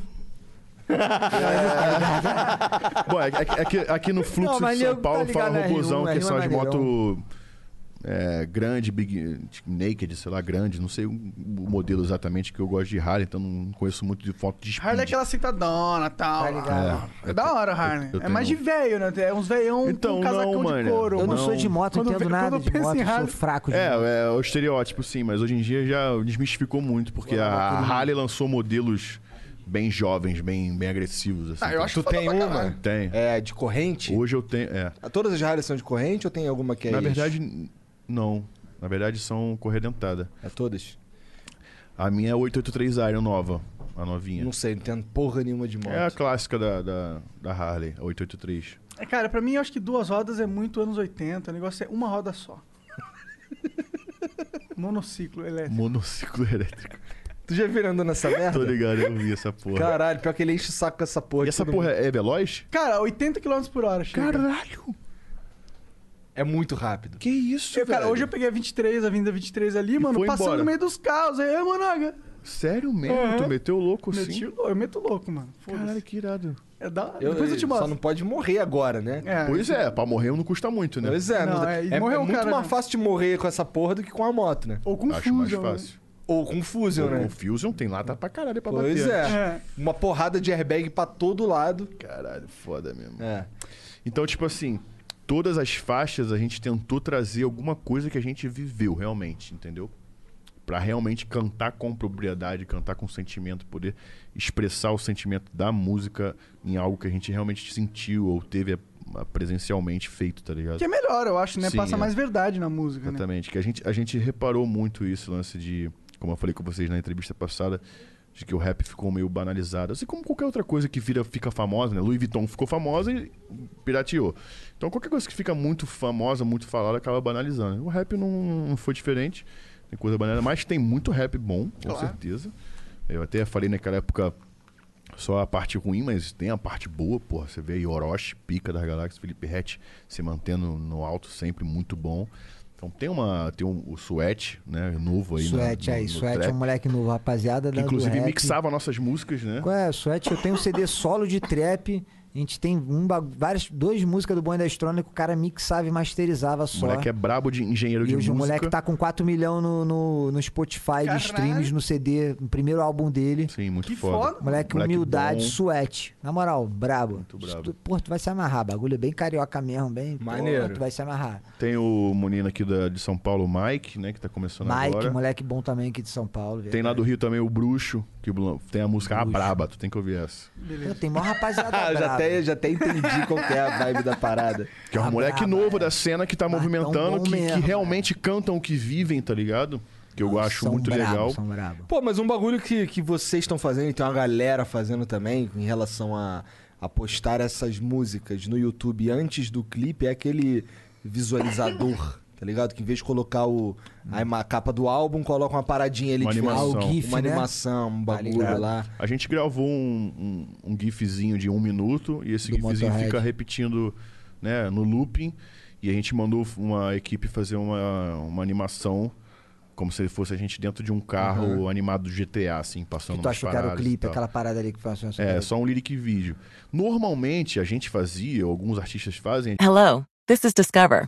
Speaker 4: Bom, é, é- é que aqui no fluxo
Speaker 5: Não, mas
Speaker 4: de São
Speaker 5: nego tá
Speaker 4: Paulo fala
Speaker 5: ligado,
Speaker 2: um,
Speaker 5: é
Speaker 4: robozão,
Speaker 5: R1,
Speaker 4: que são
Speaker 5: é
Speaker 4: as
Speaker 5: maneirão.
Speaker 4: motos é, grande, big, tipo, naked, sei lá, grande. Não sei o o modelo exatamente, que eu gosto de Harley, então não conheço muito de foto de speed.
Speaker 3: Harley é aquela sentadona e tal.
Speaker 5: Tá ligado.
Speaker 3: É da hora, Harley.
Speaker 4: eu- eu
Speaker 3: é mais de
Speaker 4: tenho-
Speaker 3: velho, né? É uns velhão
Speaker 4: Então,
Speaker 3: com casacão
Speaker 4: não,
Speaker 3: de
Speaker 4: mano.
Speaker 3: couro.
Speaker 5: Eu não,
Speaker 4: Não.
Speaker 5: sou de moto,
Speaker 3: Quando
Speaker 5: não entendo
Speaker 3: eu- quando
Speaker 5: nada
Speaker 3: eu
Speaker 5: de
Speaker 3: penso
Speaker 5: moto,
Speaker 3: em
Speaker 5: eu sou
Speaker 3: Harley-
Speaker 5: fraco de moto.
Speaker 4: É, é o estereótipo, sim, mas hoje em dia já desmistificou muito, porque
Speaker 2: é
Speaker 4: a Harley lançou modelos bem jovens, bem, bem agressivos, assim.
Speaker 3: Ah, eu acho
Speaker 2: Tu
Speaker 3: foda
Speaker 2: tem
Speaker 3: pra
Speaker 2: uma?
Speaker 3: caralho.
Speaker 4: Tem.
Speaker 2: É, de corrente?
Speaker 4: Hoje eu tenho. É.
Speaker 2: Todas as raras são de corrente ou tem alguma que é
Speaker 4: Na
Speaker 2: isso?
Speaker 4: verdade, n- não. Na verdade, são corredentada.
Speaker 2: É todas?
Speaker 4: A minha é 883 Iron nova, a novinha.
Speaker 2: Não sei, não tem porra nenhuma de moto.
Speaker 4: É a clássica da, da, da Harley, a 883.
Speaker 3: É, Cara, pra mim, eu acho que duas rodas é muito anos 80. O negócio é uma roda só. Monociclo elétrico.
Speaker 4: Monociclo elétrico.
Speaker 2: Tu já viu ele andando nessa merda?
Speaker 4: Tô ligado, eu vi essa porra.
Speaker 2: Caralho, pior que ele enche o saco com essa porra.
Speaker 4: e
Speaker 2: de
Speaker 4: essa
Speaker 2: todo
Speaker 4: porra
Speaker 2: mundo.
Speaker 4: é veloz?
Speaker 3: Cara, 80 km por hora, chega.
Speaker 4: Caralho!
Speaker 2: é... muito rápido.
Speaker 4: Que isso,
Speaker 3: Eu, cara,
Speaker 4: velho?
Speaker 3: hoje eu peguei a 23, a vinda 23 ali, mano,
Speaker 4: foi
Speaker 3: passando
Speaker 4: embora.
Speaker 3: no meio dos carros. Aí, "Ei, Monaga,
Speaker 4: Sério mesmo?
Speaker 3: Aham.
Speaker 4: Tu meteu o louco
Speaker 3: meu
Speaker 4: assim?
Speaker 3: tio, eu meto louco, mano. Foda-se.
Speaker 4: Caralho, que irado.
Speaker 3: É da...
Speaker 2: Eu-
Speaker 3: Depois eu te
Speaker 2: Só
Speaker 3: mostro.
Speaker 2: não pode morrer agora, né?
Speaker 3: É.
Speaker 4: Pois é, pra morrer não custa muito, né?
Speaker 2: Pois é,
Speaker 3: Não,
Speaker 2: não-
Speaker 3: é,
Speaker 2: é,
Speaker 3: e
Speaker 2: é
Speaker 3: morreu um
Speaker 2: muito
Speaker 3: cara,
Speaker 2: mais
Speaker 3: né?
Speaker 2: fácil de morrer com essa porra do que com a moto, né?
Speaker 3: Ou confuso.
Speaker 4: Acho mais fácil.
Speaker 2: Ou com Fusion, né?
Speaker 4: O Fusion tem lata pra caralho um pra
Speaker 2: Pois
Speaker 4: bater.
Speaker 2: é.
Speaker 3: É.
Speaker 2: Uma porrada de airbag pra todo lado.
Speaker 4: Caralho, foda mesmo.
Speaker 2: É.
Speaker 4: Então, tipo assim, todas as faixas a gente tentou trazer alguma coisa que a gente viveu realmente, entendeu? Pra realmente cantar com propriedade, cantar com sentimento, poder expressar o sentimento da música em algo que a gente realmente sentiu ou teve eh, presencialmente feito, tá ligado?
Speaker 3: Que é melhor, eu acho, né?
Speaker 4: Sim,
Speaker 3: Passa
Speaker 4: é.
Speaker 3: mais verdade na música, né?
Speaker 4: Exatamente. Que a gente, a gente reparou muito isso, o lance de. Como eu falei com vocês na entrevista passada, de que o rap ficou meio banalizado. Assim como qualquer outra coisa que vira, fica famosa, né? Louis Vuitton ficou famosa e pirateou. Então qualquer coisa que fica muito famosa, muito falada, acaba banalizando. O rap não, não foi diferente. Tem coisa banalizada, mas tem muito rap bom, com certeza. Eu até falei naquela época só a parte ruim, mas tem a parte boa, porra. Você vê aí Orochi, pica das galáxias, Felipe Rett se mantendo no alto sempre, muito bom. Então tem uma. Tem um, o Suete, né? Novo aí. na-
Speaker 5: Suete
Speaker 4: no,
Speaker 5: aí,
Speaker 4: no
Speaker 5: Suete
Speaker 4: trap,
Speaker 5: é um moleque novo, rapaziada
Speaker 4: que
Speaker 5: da
Speaker 4: Inclusive
Speaker 5: do rap.
Speaker 4: mixava nossas músicas, né?
Speaker 5: Qual é, Suete? Eu tenho um CD solo de trap. A gente tem um, ba- várias, duas músicas do Bonho da Estrônica que o cara mixava e masterizava
Speaker 4: O
Speaker 5: só.
Speaker 4: moleque é brabo de engenheiro
Speaker 5: E
Speaker 4: de
Speaker 5: hoje
Speaker 4: música.
Speaker 5: o moleque tá com 4 milhões no, no, no Spotify de streams, no CD, no primeiro álbum dele.
Speaker 4: Sim, muito
Speaker 3: Que
Speaker 4: foda.
Speaker 3: foda.
Speaker 5: tá Moleque,
Speaker 4: Moleque
Speaker 5: humildade,
Speaker 4: bom.
Speaker 5: suete. Na moral, brabo. Muito
Speaker 4: brabo.
Speaker 5: Pô, tu vai se amarrar, bagulho é bem carioca mesmo, bem. pô,
Speaker 2: Maneiro.
Speaker 5: tu vai se amarrar.
Speaker 4: Tem o menino aqui da, de São Paulo, o Mike, né? Que tá começando
Speaker 5: Mike,
Speaker 4: agora.
Speaker 5: moleque bom também aqui de São Paulo.
Speaker 4: Tem lá do Rio também o Bruxo, que tem a música A
Speaker 5: Bruxo.
Speaker 4: Braba, tu tem que ouvir essa.
Speaker 5: Pô, tem mó rapaziada.
Speaker 2: Ah, eu já
Speaker 5: braba.
Speaker 2: até, já até entendi qual que é a vibe da parada.
Speaker 4: Que é um
Speaker 5: Tá
Speaker 4: moleque
Speaker 5: braba,
Speaker 4: novo
Speaker 5: é.
Speaker 4: da cena que tá
Speaker 5: Mas tão
Speaker 4: movimentando,
Speaker 5: bom
Speaker 4: que,
Speaker 5: mesmo, né?
Speaker 4: que realmente cantam o que vivem, tá ligado? Que eu acho
Speaker 5: São
Speaker 4: muito
Speaker 5: brabo,
Speaker 4: legal.
Speaker 5: São brabo.
Speaker 2: Pô, mas um bagulho que, que vocês estão fazendo, e tem uma galera fazendo também, em relação a, a postar essas músicas no YouTube antes do clipe, é aquele visualizador, tá ligado? Que em vez de colocar o, a, ima- capa do álbum, coloca uma paradinha ali
Speaker 4: Uma
Speaker 2: de
Speaker 4: animação.
Speaker 2: final,
Speaker 4: Ah, o
Speaker 5: GIF,
Speaker 2: uma
Speaker 5: né?
Speaker 2: animação, um bagulho
Speaker 5: ligado.
Speaker 2: lá.
Speaker 4: A gente gravou um, um- um gifzinho de um minuto e esse
Speaker 5: Do
Speaker 4: gifzinho
Speaker 5: Motorhead.
Speaker 4: fica repetindo né, no looping. E a gente mandou uma equipe fazer uma, uma animação como se fosse a gente dentro de um carro animado do GTA, assim, passando
Speaker 5: Que tu
Speaker 4: umas
Speaker 5: achou que era o
Speaker 4: paradas e
Speaker 5: clipe,
Speaker 4: tal.
Speaker 5: aquela parada ali que faz assim,
Speaker 4: É, só um lyric vídeo. Normalmente a gente fazia, alguns artistas fazem,
Speaker 7: Hello, this is Discover,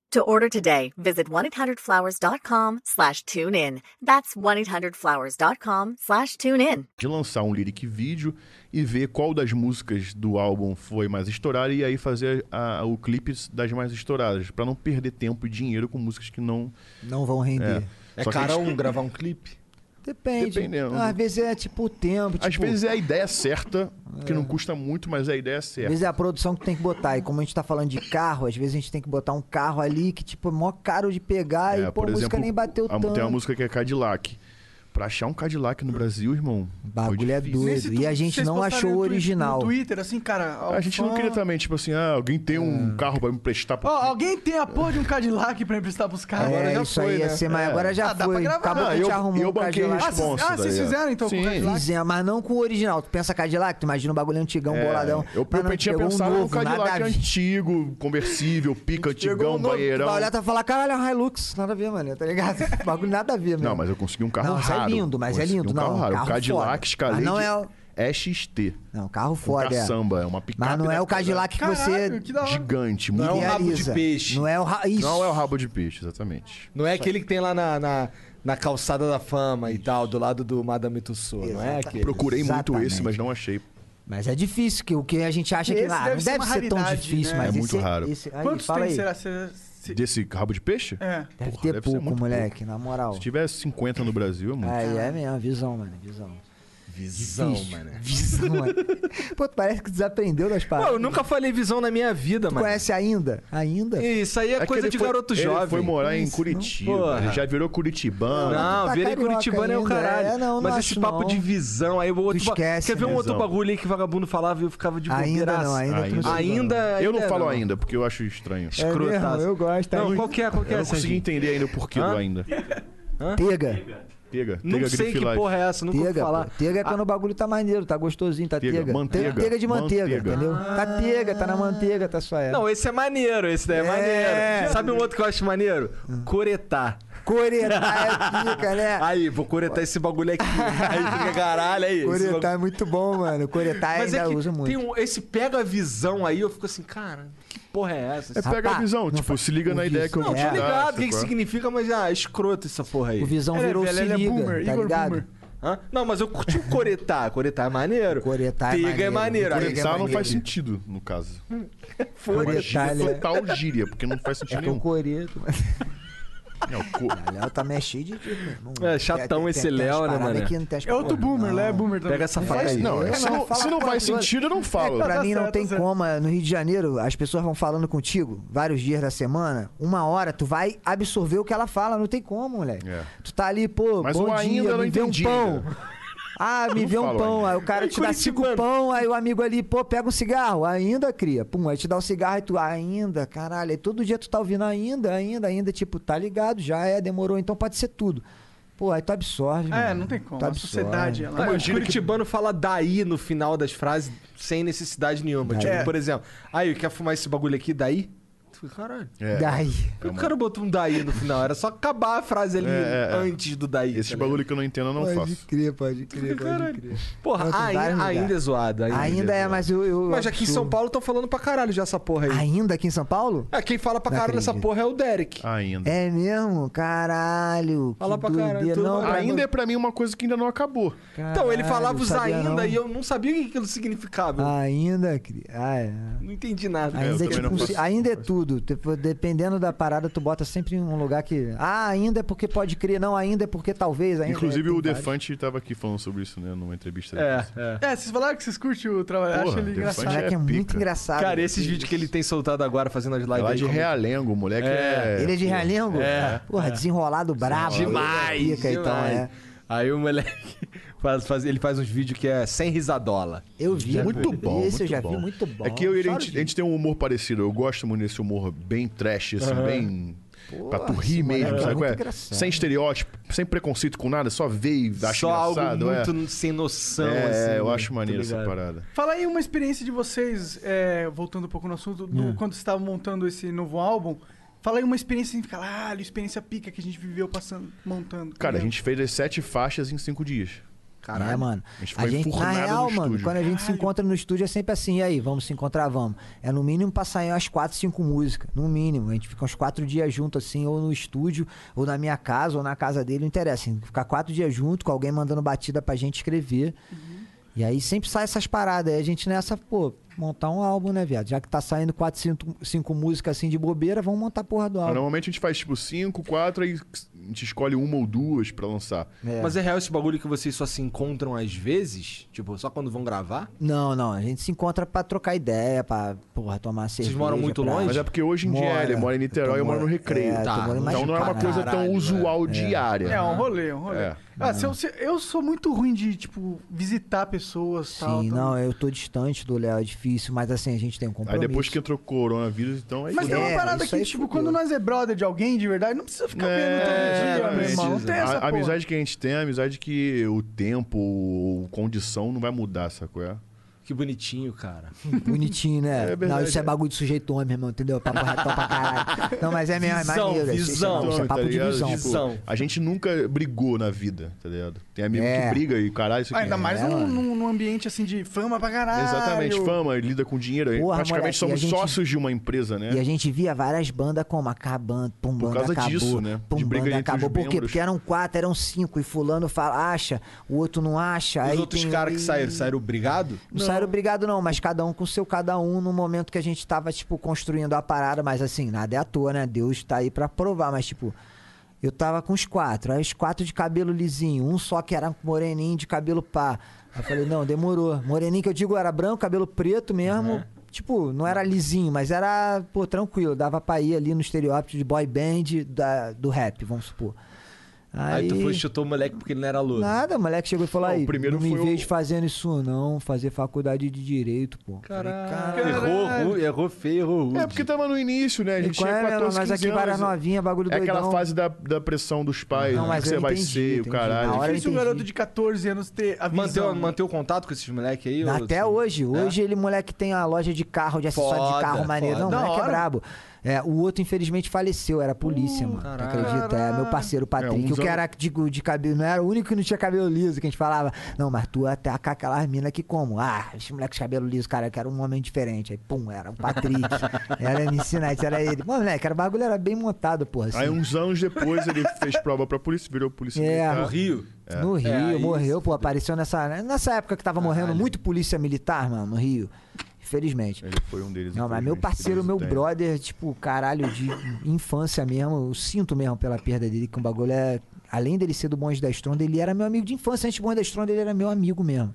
Speaker 1: To order today, visit 1-800-Flowers.com slash tune in. That's 1-800-Flowers.com slash tune in.
Speaker 4: de lançar um lyric vídeo e ver qual das músicas do álbum foi mais estourada e aí fazer a- o clipe das mais estouradas, pra não perder tempo e dinheiro com músicas que não.
Speaker 5: Não vão render.
Speaker 2: É
Speaker 4: Só que a
Speaker 2: carão
Speaker 4: gente-
Speaker 2: gravar um clipe?
Speaker 5: Depende.
Speaker 4: Dependendo.
Speaker 5: Às vezes é tipo o tempo.
Speaker 4: Às
Speaker 5: tipo,
Speaker 4: vezes é a ideia certa, que não custa muito, mas é a ideia
Speaker 5: Às
Speaker 4: certa.
Speaker 5: vezes é a produção que tem que botar. E como a gente tá falando de carro, às vezes a gente tem que botar um carro ali que, tipo, é mó caro de pegar
Speaker 4: É,
Speaker 5: e, pô, a música nem bateu
Speaker 4: a-
Speaker 5: tanto.
Speaker 4: Tem uma música que é Cadillac. Pra achar um Cadillac no Brasil, irmão. foi
Speaker 5: Bagulho é
Speaker 4: difícil.
Speaker 5: doido.
Speaker 3: Nesse
Speaker 5: E a
Speaker 3: tu-
Speaker 5: gente
Speaker 3: vocês
Speaker 5: não
Speaker 3: postaram
Speaker 5: achou
Speaker 3: no
Speaker 5: o
Speaker 3: Twi-
Speaker 5: original.
Speaker 3: No Twitter, assim, cara. ó,
Speaker 4: A gente não
Speaker 3: fã-
Speaker 4: queria também, tipo assim, ah, alguém tem
Speaker 5: É.
Speaker 4: um carro pra me emprestar
Speaker 3: Ó,
Speaker 4: pra.
Speaker 3: alguém tem a porra de um Cadillac pra emprestar pros caras.
Speaker 5: É,
Speaker 3: Agora já
Speaker 5: isso
Speaker 3: foi,
Speaker 5: aí,
Speaker 3: né?
Speaker 5: ia ser, mas
Speaker 4: É.
Speaker 5: agora já
Speaker 3: Ah, dá pra
Speaker 5: foi.
Speaker 3: gravar.
Speaker 5: Acabou
Speaker 4: Ah,
Speaker 5: que a gente
Speaker 4: eu-
Speaker 5: arrumou
Speaker 4: eu
Speaker 5: um
Speaker 4: banquei
Speaker 5: Cadillac.
Speaker 4: resposta.
Speaker 3: Ah, vocês- ah, vocês
Speaker 4: daí, ó.
Speaker 3: fizeram, então, com o
Speaker 4: Sim.
Speaker 3: Cadillac?
Speaker 5: Dizem, mas não com o original. Tu pensa Cadillac, tu imagina um bagulho antigo, um
Speaker 4: É,
Speaker 5: boladão.
Speaker 4: Eu,
Speaker 5: Mas
Speaker 4: eu
Speaker 5: não,
Speaker 4: tinha
Speaker 5: pegou um
Speaker 4: pensado num
Speaker 5: novo, nada a
Speaker 4: Cadillac
Speaker 5: ver.
Speaker 4: antigo, conversível, pica
Speaker 5: Pegou
Speaker 4: antigão,
Speaker 5: um novo, tu
Speaker 4: banheirão.
Speaker 5: Vai olhar e vai falar, caralho, é um Hilux. Nada a ver, mano, tá ligado? bagulho nada a ver, mano.
Speaker 4: Não, mas eu consegui um carro
Speaker 5: Não, mas é
Speaker 4: raro.
Speaker 5: lindo, mas é
Speaker 4: Consegui
Speaker 5: lindo.
Speaker 4: Um carro
Speaker 5: Não,
Speaker 4: raro.
Speaker 5: carro
Speaker 4: o Cadillac
Speaker 5: foda.
Speaker 4: Escalade
Speaker 5: Mas não é o-
Speaker 4: é XT.
Speaker 5: Não, carro
Speaker 4: Foda, um
Speaker 5: foda. é.
Speaker 4: caçamba, é uma picape.
Speaker 5: Mas não é
Speaker 4: da
Speaker 5: o Cadillac que
Speaker 3: Caralho,
Speaker 5: você
Speaker 3: que da hora.
Speaker 4: Gigante,
Speaker 2: Não é
Speaker 4: muito...
Speaker 2: um rabo de
Speaker 5: idealiza.
Speaker 2: peixe.
Speaker 5: Não é o ra... Isso.
Speaker 4: Não é o rabo de peixe, exatamente.
Speaker 2: Não é aquele que tem lá na, na, na calçada da fama e tal, do lado do Madame Tussauds, não é
Speaker 5: Exatamente.
Speaker 2: aquele?
Speaker 4: Procurei muito
Speaker 5: Exatamente.
Speaker 4: esse, mas não achei.
Speaker 5: Mas é difícil, que o que a gente acha que
Speaker 3: Esse
Speaker 5: ah,
Speaker 3: deve
Speaker 5: não
Speaker 3: ser
Speaker 5: deve
Speaker 3: uma
Speaker 5: ser tão
Speaker 3: raridade,
Speaker 5: difícil,
Speaker 3: né?
Speaker 5: mas
Speaker 4: É muito
Speaker 5: esse-
Speaker 4: raro.
Speaker 5: esse- aí,
Speaker 3: Quantos
Speaker 5: fala
Speaker 3: tem,
Speaker 5: aí.
Speaker 3: será? Você Se-
Speaker 4: Desse rabo de peixe?
Speaker 3: É.
Speaker 5: Deve
Speaker 4: Porra, deve
Speaker 5: ter
Speaker 4: ser
Speaker 5: pouco,
Speaker 4: muito tipo
Speaker 5: moleque, na moral.
Speaker 4: Se tiver 50 no Brasil, é muito.
Speaker 5: Aí é mesmo, visão, mano, visão.
Speaker 2: Visão,
Speaker 5: Difícil.
Speaker 2: mano.
Speaker 5: Visão, mano. Pô, tu parece que desaprendeu das
Speaker 2: Pô,
Speaker 5: paradas.
Speaker 2: eu nunca falei visão na minha vida,
Speaker 5: Tu
Speaker 2: mano.
Speaker 5: conhece ainda? Ainda?
Speaker 2: Isso aí é,
Speaker 4: que
Speaker 2: coisa
Speaker 4: ele
Speaker 2: de
Speaker 4: foi-
Speaker 2: garoto jovem.
Speaker 4: Ele foi morar em
Speaker 5: Isso,
Speaker 4: Curitiba.
Speaker 2: Porra.
Speaker 4: Ele já virou curitibano.
Speaker 2: Não,
Speaker 5: tá
Speaker 2: virei
Speaker 5: carioca
Speaker 2: curitibano é o
Speaker 5: ainda,
Speaker 2: caralho.
Speaker 5: é, não,
Speaker 2: Mas
Speaker 5: não
Speaker 2: esse
Speaker 5: acho
Speaker 2: papo
Speaker 5: não.
Speaker 2: de visão, aí o outro.
Speaker 5: Tu
Speaker 2: ba-
Speaker 5: esquece,
Speaker 2: Quer ver um
Speaker 5: né?
Speaker 2: outro
Speaker 4: Visão.
Speaker 2: bagulho aí que vagabundo falava e eu ficava de
Speaker 5: Ainda
Speaker 2: bobeiraça.
Speaker 5: não, ainda tu não
Speaker 4: Ainda.
Speaker 5: sabe,
Speaker 2: Ainda.
Speaker 4: Eu não
Speaker 2: ainda
Speaker 4: falo ainda, porque eu acho estranho.
Speaker 5: É mesmo,
Speaker 2: Escrotaço.
Speaker 5: eu gosto
Speaker 2: Não,
Speaker 5: ainda.
Speaker 2: qual que é, qual que
Speaker 4: Eu
Speaker 2: é,
Speaker 4: não consegui
Speaker 2: Serginho?
Speaker 4: entender ainda o porquê
Speaker 2: Hã?
Speaker 4: do ainda.
Speaker 5: Tega.
Speaker 4: Tega,
Speaker 2: Não
Speaker 4: tega
Speaker 2: sei que
Speaker 4: Grifilai.
Speaker 2: porra é essa, nunca ouvi
Speaker 5: Tega,
Speaker 2: falar. Ah.
Speaker 5: pô. Tega é quando o bagulho tá maneiro, tá gostosinho, tá
Speaker 4: Tega,
Speaker 5: tega. Tem
Speaker 4: manteiga,
Speaker 5: Tega de manteiga,
Speaker 4: manteiga.
Speaker 5: entendeu? Tá tega, tá na manteiga, tá só ela.
Speaker 2: Ah. Não, esse é maneiro, esse daí é,
Speaker 5: É.
Speaker 2: maneiro. Sabe um outro que eu acho maneiro? Coretar.
Speaker 5: Coretar é pica, né?
Speaker 2: Aí, vou coretar esse bagulho aqui. Aí fica caralho aí. esse bagulho-
Speaker 5: Coretar é muito bom, mano. Coretar
Speaker 2: Mas é
Speaker 5: ainda
Speaker 2: que
Speaker 5: usa muito.
Speaker 2: tem um, esse pega a visão aí, eu fico assim, cara, que porra é essa?
Speaker 4: É pega a
Speaker 5: Rapaz,
Speaker 4: visão, tipo, se liga na
Speaker 5: não
Speaker 4: ideia
Speaker 5: diz.
Speaker 4: que eu
Speaker 2: Não,
Speaker 4: vou
Speaker 2: tô
Speaker 5: é.
Speaker 4: te dar,
Speaker 2: ligado o que, que
Speaker 4: sacou?
Speaker 2: significa, mas já ah, escroto essa porra aí.
Speaker 5: O Visão
Speaker 3: Ele é
Speaker 5: virou
Speaker 3: velho,
Speaker 5: se
Speaker 3: ele é
Speaker 5: liga,
Speaker 3: boomer,
Speaker 5: tá
Speaker 3: Igor
Speaker 5: ligado?
Speaker 3: Boomer.
Speaker 2: Hã? Não, mas eu curti o coretar. Coretar é maneiro.
Speaker 5: Coretar é
Speaker 2: Tega é
Speaker 5: maneiro.
Speaker 2: maneiro. Aí,
Speaker 5: Tega é
Speaker 4: Coretar não
Speaker 5: maneiro.
Speaker 4: faz sentido, no caso.
Speaker 5: Coretar, ele é-
Speaker 4: total gíria, porque não faz sentido
Speaker 5: É que eu
Speaker 4: nenhum.
Speaker 5: coreto, mano.
Speaker 4: É, o co-
Speaker 5: Léo também é cheio de. meu irmão.
Speaker 2: É, chatão
Speaker 5: Tem- tem-
Speaker 2: esse
Speaker 5: tem- tem
Speaker 2: Léo,
Speaker 5: umas
Speaker 2: né,
Speaker 5: paradas
Speaker 2: mané?
Speaker 5: que não tem as
Speaker 3: É outro
Speaker 5: paradas,
Speaker 3: boomer,
Speaker 5: não.
Speaker 3: Léo é boomer também.
Speaker 2: Pega essa faca
Speaker 5: faz
Speaker 2: aí.
Speaker 5: sentido.
Speaker 4: Não, é que se
Speaker 5: Não,
Speaker 4: não,
Speaker 5: fala
Speaker 4: se não
Speaker 5: com
Speaker 4: faz
Speaker 5: as duas.
Speaker 4: sentido, eu não
Speaker 5: É,
Speaker 4: falo.
Speaker 5: pra
Speaker 3: Tá
Speaker 5: mim
Speaker 3: certo,
Speaker 5: não tem
Speaker 3: tá certo.
Speaker 5: como. é, No Rio de Janeiro, as pessoas vão falando contigo vários dias da semana, uma hora, tu vai absorver o que ela fala, não tem como, moleque.
Speaker 4: É.
Speaker 5: Tu tá ali, pô,
Speaker 4: Mas
Speaker 5: bom
Speaker 4: o ainda
Speaker 5: dia,
Speaker 4: eu não
Speaker 5: me vê um
Speaker 4: entendi
Speaker 5: pão.
Speaker 4: ainda.
Speaker 5: Ah, me
Speaker 4: não
Speaker 5: vê um
Speaker 4: falo
Speaker 5: pão.
Speaker 4: ainda.
Speaker 5: Aí o cara
Speaker 2: É
Speaker 5: te dá cinco
Speaker 2: curitibano.
Speaker 5: pão, aí o amigo ali, pô, pega um cigarro. Ainda, cria. Pum, aí te dá um cigarro e tu, ainda, caralho. Aí todo dia tu tá ouvindo ainda, ainda, ainda. Tipo, tá ligado, já é, demorou, então pode ser tudo. Pô, aí tu absorve.
Speaker 3: É,
Speaker 5: mano.
Speaker 3: não tem
Speaker 5: Tu
Speaker 3: como. A
Speaker 5: absorve.
Speaker 3: sociedade, ela...
Speaker 2: Mas o um curitibano fala daí no final das frases sem necessidade nenhuma. Tipo,
Speaker 3: É.
Speaker 2: por exemplo, aí, quer fumar esse bagulho aqui daí? Tu fica, Caralho.
Speaker 4: É.
Speaker 5: Daí.
Speaker 2: Por que o cara botou um daí no final? Era só acabar a frase ali
Speaker 4: É, é, é.
Speaker 2: antes do daí.
Speaker 4: Esse
Speaker 2: tá
Speaker 4: bagulho que eu não entendo, eu não
Speaker 5: né? Pode
Speaker 4: faço.
Speaker 5: crer, pode crer, pode crer.
Speaker 2: ligado? Porra,
Speaker 5: Nossa,
Speaker 2: ainda,
Speaker 5: vários lugares.
Speaker 2: ainda é zoado. Ainda,
Speaker 5: Ainda é, mas eu. eu
Speaker 2: Mas aqui em São
Speaker 5: absurdo.
Speaker 2: Paulo é estão falando pra caralho já essa porra aí.
Speaker 5: Ainda aqui em São Paulo?
Speaker 2: É, quem fala pra
Speaker 5: Não
Speaker 2: caralho essa
Speaker 5: acredito.
Speaker 2: porra é o Derek.
Speaker 4: Ainda.
Speaker 5: É mesmo? Caralho.
Speaker 2: Fala
Speaker 5: que
Speaker 2: pra caralho,
Speaker 5: doideira.
Speaker 2: tudo
Speaker 5: Não,
Speaker 2: pra-
Speaker 4: Ainda é pra mim uma coisa que ainda não acabou.
Speaker 2: Então, ele
Speaker 5: Caralho,
Speaker 2: falava os
Speaker 5: sabia
Speaker 2: ainda
Speaker 5: Ah, não.
Speaker 2: e eu não sabia o que aquilo significava.
Speaker 5: Ainda, cria. Ah, é.
Speaker 2: Não entendi nada.
Speaker 4: eu
Speaker 5: Ainda, é,
Speaker 4: também
Speaker 5: tipo,
Speaker 4: não faço-
Speaker 5: se- ainda é tudo. Tipo, dependendo da parada, tu bota sempre em um lugar que. Ah, ainda é porque pode crer. Não, ainda é porque talvez. Ainda
Speaker 4: Inclusive,
Speaker 5: é,
Speaker 4: o
Speaker 5: tem vários.
Speaker 4: Defante tava aqui falando sobre isso, né, numa entrevista.
Speaker 2: É,
Speaker 4: depois.
Speaker 2: é.
Speaker 3: É, vocês falaram que vocês curtem o trabalho.
Speaker 4: Porra,
Speaker 3: Acho ele
Speaker 4: Defante.
Speaker 5: Esse
Speaker 3: engraçado.
Speaker 5: moleque é,
Speaker 4: é
Speaker 5: muito
Speaker 4: pica.
Speaker 5: engraçado.
Speaker 2: Cara, esses vídeos que ele tem soltado agora fazendo as lives
Speaker 4: É lá
Speaker 2: aí,
Speaker 4: de
Speaker 2: como-
Speaker 4: Realengo, o moleque
Speaker 2: É.
Speaker 4: é...
Speaker 5: Ele é de Realengo?
Speaker 2: É.
Speaker 5: Porra, desenrolado brabo.
Speaker 2: Demais!
Speaker 5: Pica,
Speaker 2: demais.
Speaker 5: então, é.
Speaker 2: Aí o moleque faz, faz- ele faz uns vídeos que é sem risadola.
Speaker 5: Eu vi.
Speaker 4: é Muito bom.
Speaker 5: Esse
Speaker 4: muito
Speaker 5: eu já
Speaker 4: bom.
Speaker 5: vi, muito bom.
Speaker 4: É que eu e ele, a
Speaker 5: Choro
Speaker 4: gente,
Speaker 5: de
Speaker 4: a gente tem um humor parecido. Eu gosto muito desse humor bem trash, assim, bem. pra tu rir
Speaker 5: esse moleque
Speaker 4: mesmo,
Speaker 5: é
Speaker 4: sabe
Speaker 5: muito
Speaker 4: qual é?
Speaker 5: engraçado.
Speaker 4: Sem estereótipo, sem preconceito com nada, só ver e achar
Speaker 2: Só algo
Speaker 4: engraçado. é.
Speaker 2: muito sem noção,
Speaker 4: é,
Speaker 2: assim.
Speaker 4: eu
Speaker 2: né?
Speaker 4: acho maneiro
Speaker 2: Tá
Speaker 4: essa
Speaker 2: ligado?
Speaker 4: parada.
Speaker 3: Fala aí uma experiência de vocês, é, voltando um pouco no assunto, do,
Speaker 5: É.
Speaker 3: quando vocês estavam montando esse novo álbum. Fala aí uma experiência assim, caralho, experiência pica que a gente viveu passando, montando.
Speaker 4: Cara, a gente fez as sete faixas em cinco dias.
Speaker 5: É, mano.
Speaker 4: A gente
Speaker 5: A
Speaker 4: foi
Speaker 5: gente, na
Speaker 4: enfurnado no
Speaker 5: real, mano,
Speaker 4: estúdio.
Speaker 5: quando a gente se encontra no estúdio é sempre assim, e aí, vamos se encontrar, vamos. É no mínimo pra sair umas 4, 5 músicas, no mínimo. A gente fica uns 4 dias junto, assim, ou no estúdio, ou na minha casa, ou na casa dele, não interessa. Assim, Ficar 4 dias junto, com alguém mandando batida pra gente escrever. E aí sempre sai essas paradas. Aí a gente nessa, pô, montar um álbum, né, viado? Já que tá saindo 4, 5, músicas assim de bobeira, vamos montar a porra do álbum.
Speaker 4: Normalmente a gente faz tipo cinco, quatro, aí a gente escolhe uma ou duas pra lançar.
Speaker 5: É.
Speaker 2: Mas é real esse bagulho que vocês só se encontram às vezes? Tipo, só quando vão gravar?
Speaker 5: Não, não, a gente se encontra pra trocar ideia, pra, porra, tomar cerveja.
Speaker 2: moram muito
Speaker 5: pra-
Speaker 2: longe?
Speaker 4: Mas é porque hoje em dia
Speaker 5: Mora.
Speaker 4: ele mora em Niterói
Speaker 5: Eu
Speaker 4: e eu
Speaker 5: tô
Speaker 4: moro no
Speaker 5: mora-
Speaker 4: Recreio.
Speaker 5: é, eu tô
Speaker 2: Tá,
Speaker 5: morando mais
Speaker 4: Então não é uma
Speaker 5: pra
Speaker 4: coisa
Speaker 2: caralho,
Speaker 4: tão usual diária.
Speaker 3: É, um rolê, é um rolê.
Speaker 4: É.
Speaker 3: Ah, se eu, se- eu sou muito ruim de, tipo, visitar pessoas e tal.
Speaker 5: Sim,
Speaker 3: tal.
Speaker 5: não, eu tô distante do Léo, é difícil, mas assim, a gente tem um
Speaker 4: Aí
Speaker 5: compromisso.
Speaker 4: depois que entrou o coronavírus, então aí
Speaker 3: Mas tem
Speaker 4: fudeu.
Speaker 3: uma
Speaker 5: É,
Speaker 3: parada
Speaker 5: isso
Speaker 3: que,
Speaker 5: aí
Speaker 3: tipo,
Speaker 5: fudeu.
Speaker 3: quando nós é brother de alguém de verdade, não precisa ficar vendo
Speaker 4: É,
Speaker 3: todo dia, meu
Speaker 4: exatamente.
Speaker 3: irmão. Não tem essa
Speaker 4: a, a
Speaker 3: porra.
Speaker 4: amizade que a gente tem é a amizade que o tempo, o- condição não vai mudar, sacou? É?
Speaker 2: Que bonitinho, cara.
Speaker 5: Bonitinho, né?
Speaker 4: É
Speaker 5: não,
Speaker 4: verdade,
Speaker 5: isso é
Speaker 4: é.
Speaker 5: bagulho de sujeito homem, irmão, entendeu? Papo ratão pra caralho. Não, mas é mesmo, é
Speaker 2: Visão,
Speaker 5: maneiro. isso- isso é
Speaker 2: visão.
Speaker 5: bagulho, Isso é
Speaker 4: Tá
Speaker 5: papo de
Speaker 4: ligado?
Speaker 5: visão.
Speaker 4: Tipo,
Speaker 2: Visão.
Speaker 4: a gente nunca brigou na vida, tá ligado? Tem amigo
Speaker 5: É.
Speaker 4: que briga e caralho, isso
Speaker 3: Ah,
Speaker 4: aqui.
Speaker 3: ainda mais
Speaker 5: É,
Speaker 3: num,
Speaker 5: mano.
Speaker 3: num- num ambiente assim de fama pra caralho.
Speaker 4: Exatamente, fama, ele lida com dinheiro.
Speaker 5: Porra, moleque,
Speaker 4: Praticamente
Speaker 5: e a
Speaker 4: somos
Speaker 5: gente-
Speaker 4: sócios de uma empresa, né?
Speaker 5: E a gente via várias bandas como acabando, pum,
Speaker 4: Por
Speaker 5: banda
Speaker 4: causa
Speaker 5: acabou,
Speaker 4: disso, né?
Speaker 5: pum,
Speaker 4: De briga
Speaker 5: banda
Speaker 4: entre os
Speaker 5: acabou. Por quê?
Speaker 4: membros.
Speaker 5: Porque eram quatro, eram cinco, e fulano fala, acha, o outro não acha.
Speaker 2: Os
Speaker 5: aí
Speaker 2: outros
Speaker 5: tem-
Speaker 2: caras que
Speaker 5: e-
Speaker 2: saíram, saíram brigado?
Speaker 5: Não, saíram brigado não, mas cada um com o seu cada um no momento que a gente tava, tipo, construindo a parada, mas assim, nada é à toa, né? Deus tá aí pra provar, mas tipo, eu tava com os quatro, aí os quatro de cabelo lisinho, um só que era moreninho de cabelo pá. Aí eu falei, não, demorou. Moreninho que eu digo era branco, cabelo preto mesmo. Tipo, não era lisinho, mas era, pô, tranquilo, dava pra ir ali no estereótipo de boy band da- do rap, vamos supor.
Speaker 2: Aí, tu foi e chutou o moleque porque ele não era louco.
Speaker 5: Nada, o moleque chegou e falou
Speaker 4: Não, o
Speaker 5: aí,
Speaker 4: primeiro
Speaker 5: não me
Speaker 4: foi o-
Speaker 5: vejo fazendo isso não, fazer faculdade de direito, pô.
Speaker 2: Caralho. Errou, errou, errou feio, errou rude.
Speaker 4: É porque tava no início, né? A gente
Speaker 5: qual
Speaker 4: tinha
Speaker 5: é, meu
Speaker 4: 14,
Speaker 5: irmão? Nós
Speaker 4: 15
Speaker 5: aqui, várias
Speaker 4: anos.
Speaker 5: novinhas, bagulho
Speaker 4: É aquela
Speaker 5: doidão.
Speaker 4: fase da, da pressão dos pais,
Speaker 5: Não,
Speaker 4: o
Speaker 5: mas
Speaker 4: que você
Speaker 5: eu
Speaker 4: vai
Speaker 5: entendi,
Speaker 4: ser,
Speaker 5: entendi.
Speaker 4: o caralho.
Speaker 5: Na hora-
Speaker 3: Difícil um
Speaker 5: entendi.
Speaker 3: garoto de 14 anos ter a
Speaker 2: Manteu,
Speaker 3: visão.
Speaker 2: manteu contato com esses moleques aí? ô,
Speaker 5: Até
Speaker 2: assim?
Speaker 5: hoje. Hoje ele, moleque, tem a loja de carro, de acessório
Speaker 2: Foda,
Speaker 5: de carro maneiro.
Speaker 2: foda.
Speaker 5: Não,
Speaker 3: Da
Speaker 5: o moleque é
Speaker 3: hora.
Speaker 5: brabo. É, o outro, infelizmente, faleceu. Era polícia, mano. Tu
Speaker 2: caralho. um
Speaker 5: acredita? É meu parceiro, o Patrick.
Speaker 4: uns
Speaker 5: o que
Speaker 4: anos-
Speaker 5: era de, de cabelo... Não era o único que não tinha cabelo liso, que a gente falava. Não, mas tu ataca aquelas minas que como? Ah, esse moleque de cabelo liso, cara, eu quero um homem diferente. Aí, pum, era o Patrick. era MC Night, era ele. Mô, moleque, era, o bagulho era bem montado, porra. assim.
Speaker 4: Aí um- uns anos depois ele fez prova pra polícia, virou polícia
Speaker 5: É.
Speaker 4: militar.
Speaker 2: No Rio?
Speaker 5: No Rio,
Speaker 2: É. aí
Speaker 5: morreu, pô, apareceu nessa, nessa época que tava morrendo muito polícia militar, mano, no Rio. Infelizmente.
Speaker 4: Ele foi um deles.
Speaker 5: Não, mas meu
Speaker 4: infelizmente,
Speaker 5: parceiro,
Speaker 4: Deus
Speaker 5: meu
Speaker 4: o tenha.
Speaker 5: brother, tipo, caralho, de infância mesmo, eu sinto mesmo pela perda dele, que um bagulho é. Além dele ser do Bonde da Estronda, ele era meu amigo de infância. Antes do Bonde da Estronda, ele era meu amigo mesmo.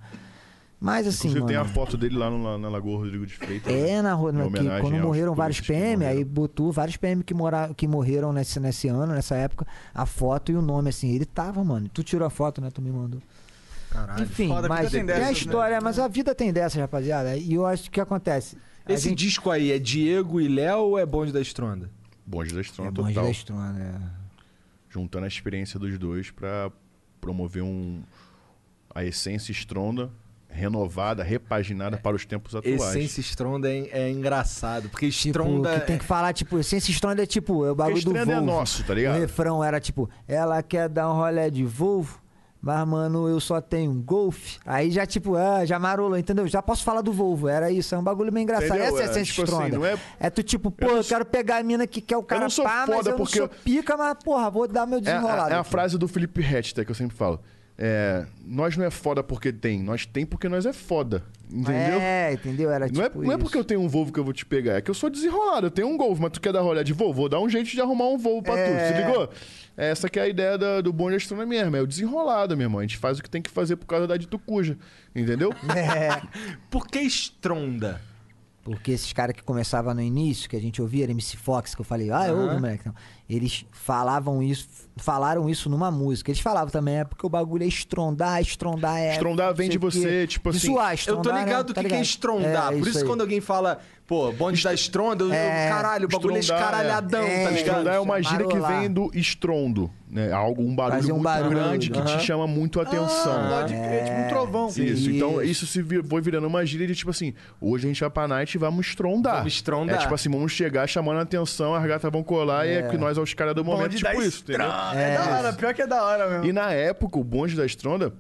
Speaker 5: Mas assim,
Speaker 4: Inclusive tem a
Speaker 5: mano.
Speaker 4: foto dele lá no- na, na Lagoa Rodrigo de Freitas. né?
Speaker 5: É, na rua,
Speaker 4: Em
Speaker 5: na- que
Speaker 4: homenagem
Speaker 5: quando
Speaker 4: aos
Speaker 5: morreram vários
Speaker 4: polícias que
Speaker 5: PM, aí
Speaker 4: morreram.
Speaker 5: botou vários PM que, mora, que morreram nesse, nesse ano, nessa época, a foto e o nome, assim. Ele tava, mano. Tu tirou a foto, né? Tu me mandou.
Speaker 2: Caralho.
Speaker 5: Enfim,
Speaker 3: Ah, Foda, a vida
Speaker 5: mas
Speaker 3: tem
Speaker 5: é
Speaker 3: dessas,
Speaker 5: a
Speaker 3: né?
Speaker 5: história, mas a vida tem dessas, rapaziada. E eu acho que acontece. A
Speaker 2: Esse
Speaker 5: gente...
Speaker 2: disco aí é Diego e Léo ou é bonde da estronda?
Speaker 4: Bonde da Estrona
Speaker 5: é
Speaker 4: total.
Speaker 5: Bonde da Estrona, né?
Speaker 4: Juntando a experiência dos dois pra promover um a essência Estronda renovada, repaginada para os tempos atuais.
Speaker 2: Essência Estronda é, é engraçado, porque é-
Speaker 5: Tipo,
Speaker 2: Estronda.
Speaker 5: que tem que falar, tipo, essência Estronda é tipo, é o
Speaker 4: é. Porque
Speaker 5: bagulho do
Speaker 4: Estronda
Speaker 5: Volvo.
Speaker 4: é nosso, tá ligado?
Speaker 5: O refrão era tipo, ela quer dar um rolé de Volvo, mas mano, eu só tenho um Golf. Aí já tipo, ah, já marolou, entendeu? Já posso falar do Volvo, era isso, é um bagulho meio engraçado.
Speaker 4: Entendeu?
Speaker 5: Essa é a
Speaker 4: É,
Speaker 5: essência
Speaker 4: tipo assim,
Speaker 5: Estronda.
Speaker 4: não é-
Speaker 5: é... tu tipo, pô, eu, quero pegar a mina que quer o cara
Speaker 4: não sou
Speaker 5: pá, mas
Speaker 4: foda
Speaker 5: eu
Speaker 4: porque
Speaker 5: não sou pica, mas porra, vou dar meu
Speaker 4: É, a-
Speaker 5: desenrolado.
Speaker 4: é a
Speaker 5: aqui.
Speaker 4: frase do Felipe Rett, que eu sempre falo. É, nós não é foda porque tem, nós tem porque nós é foda. Entendeu?
Speaker 5: É, entendeu? Era
Speaker 4: não, é,
Speaker 5: tipo
Speaker 4: não é
Speaker 5: isso.
Speaker 4: porque eu tenho um Volvo que eu vou te pegar, é que eu sou desenrolado, eu tenho um Golf, mas tu quer dar rolé de Volvo? Vou dar um jeito de arrumar um Volvo pra
Speaker 5: É.
Speaker 4: tu, se ligou? Essa que é a ideia da- do bonde astrônomo mesmo, é o desenrolado, meu irmão. A gente faz o que tem que fazer por causa da ditucuja, entendeu?
Speaker 5: É,
Speaker 2: Por que Estronda?
Speaker 5: Porque esses caras que começavam no início, que a gente ouvia, era MC Fox, que eu falei, ah, eu ouvi, moleque. Não. Eles falavam isso, falaram isso numa música. Eles falavam também, é porque o bagulho é estrondar, estrondar é.
Speaker 4: Estrondar
Speaker 5: não
Speaker 4: vem
Speaker 5: sei
Speaker 4: de
Speaker 5: o quê.
Speaker 4: você, tipo
Speaker 5: De
Speaker 4: assim,
Speaker 5: Zoar,
Speaker 2: Eu tô
Speaker 5: estrondar,
Speaker 2: ligado
Speaker 5: né?
Speaker 2: do
Speaker 5: Tá
Speaker 2: que, que é
Speaker 5: ligado?
Speaker 2: estrondar. Por isso,
Speaker 5: aí.
Speaker 2: quando alguém fala, pô, bonde da estronda, eu- eu-
Speaker 5: É,
Speaker 2: caralho, o bagulho é
Speaker 4: estrondar,
Speaker 2: escaralhadão,
Speaker 5: é.
Speaker 2: tá ligado?
Speaker 4: Estrondar é uma
Speaker 5: Chamaram
Speaker 4: gíria que
Speaker 5: lá.
Speaker 4: vem do estrondo, né? Algo, um barulho
Speaker 5: Fazer um
Speaker 4: muito
Speaker 5: barulho,
Speaker 4: grande que
Speaker 2: aham.
Speaker 4: te chama muito a atenção.
Speaker 3: Ah, pode crer, tipo um trovão.
Speaker 4: Isso, então
Speaker 5: É. Isso.
Speaker 4: isso se vi- foi virando uma gíria de tipo assim, hoje a gente vai pra night e vamos estrondar.
Speaker 2: Vamos estrondar.
Speaker 4: É tipo assim, vamos chegar chamando a atenção, as gatas vão colar e é que nós é os caras do momento,
Speaker 3: Bonde da
Speaker 4: tipo isso, entendeu?
Speaker 3: Estronda. É da hora, pior que é da hora mesmo.
Speaker 4: E na época, o bonde da estronda.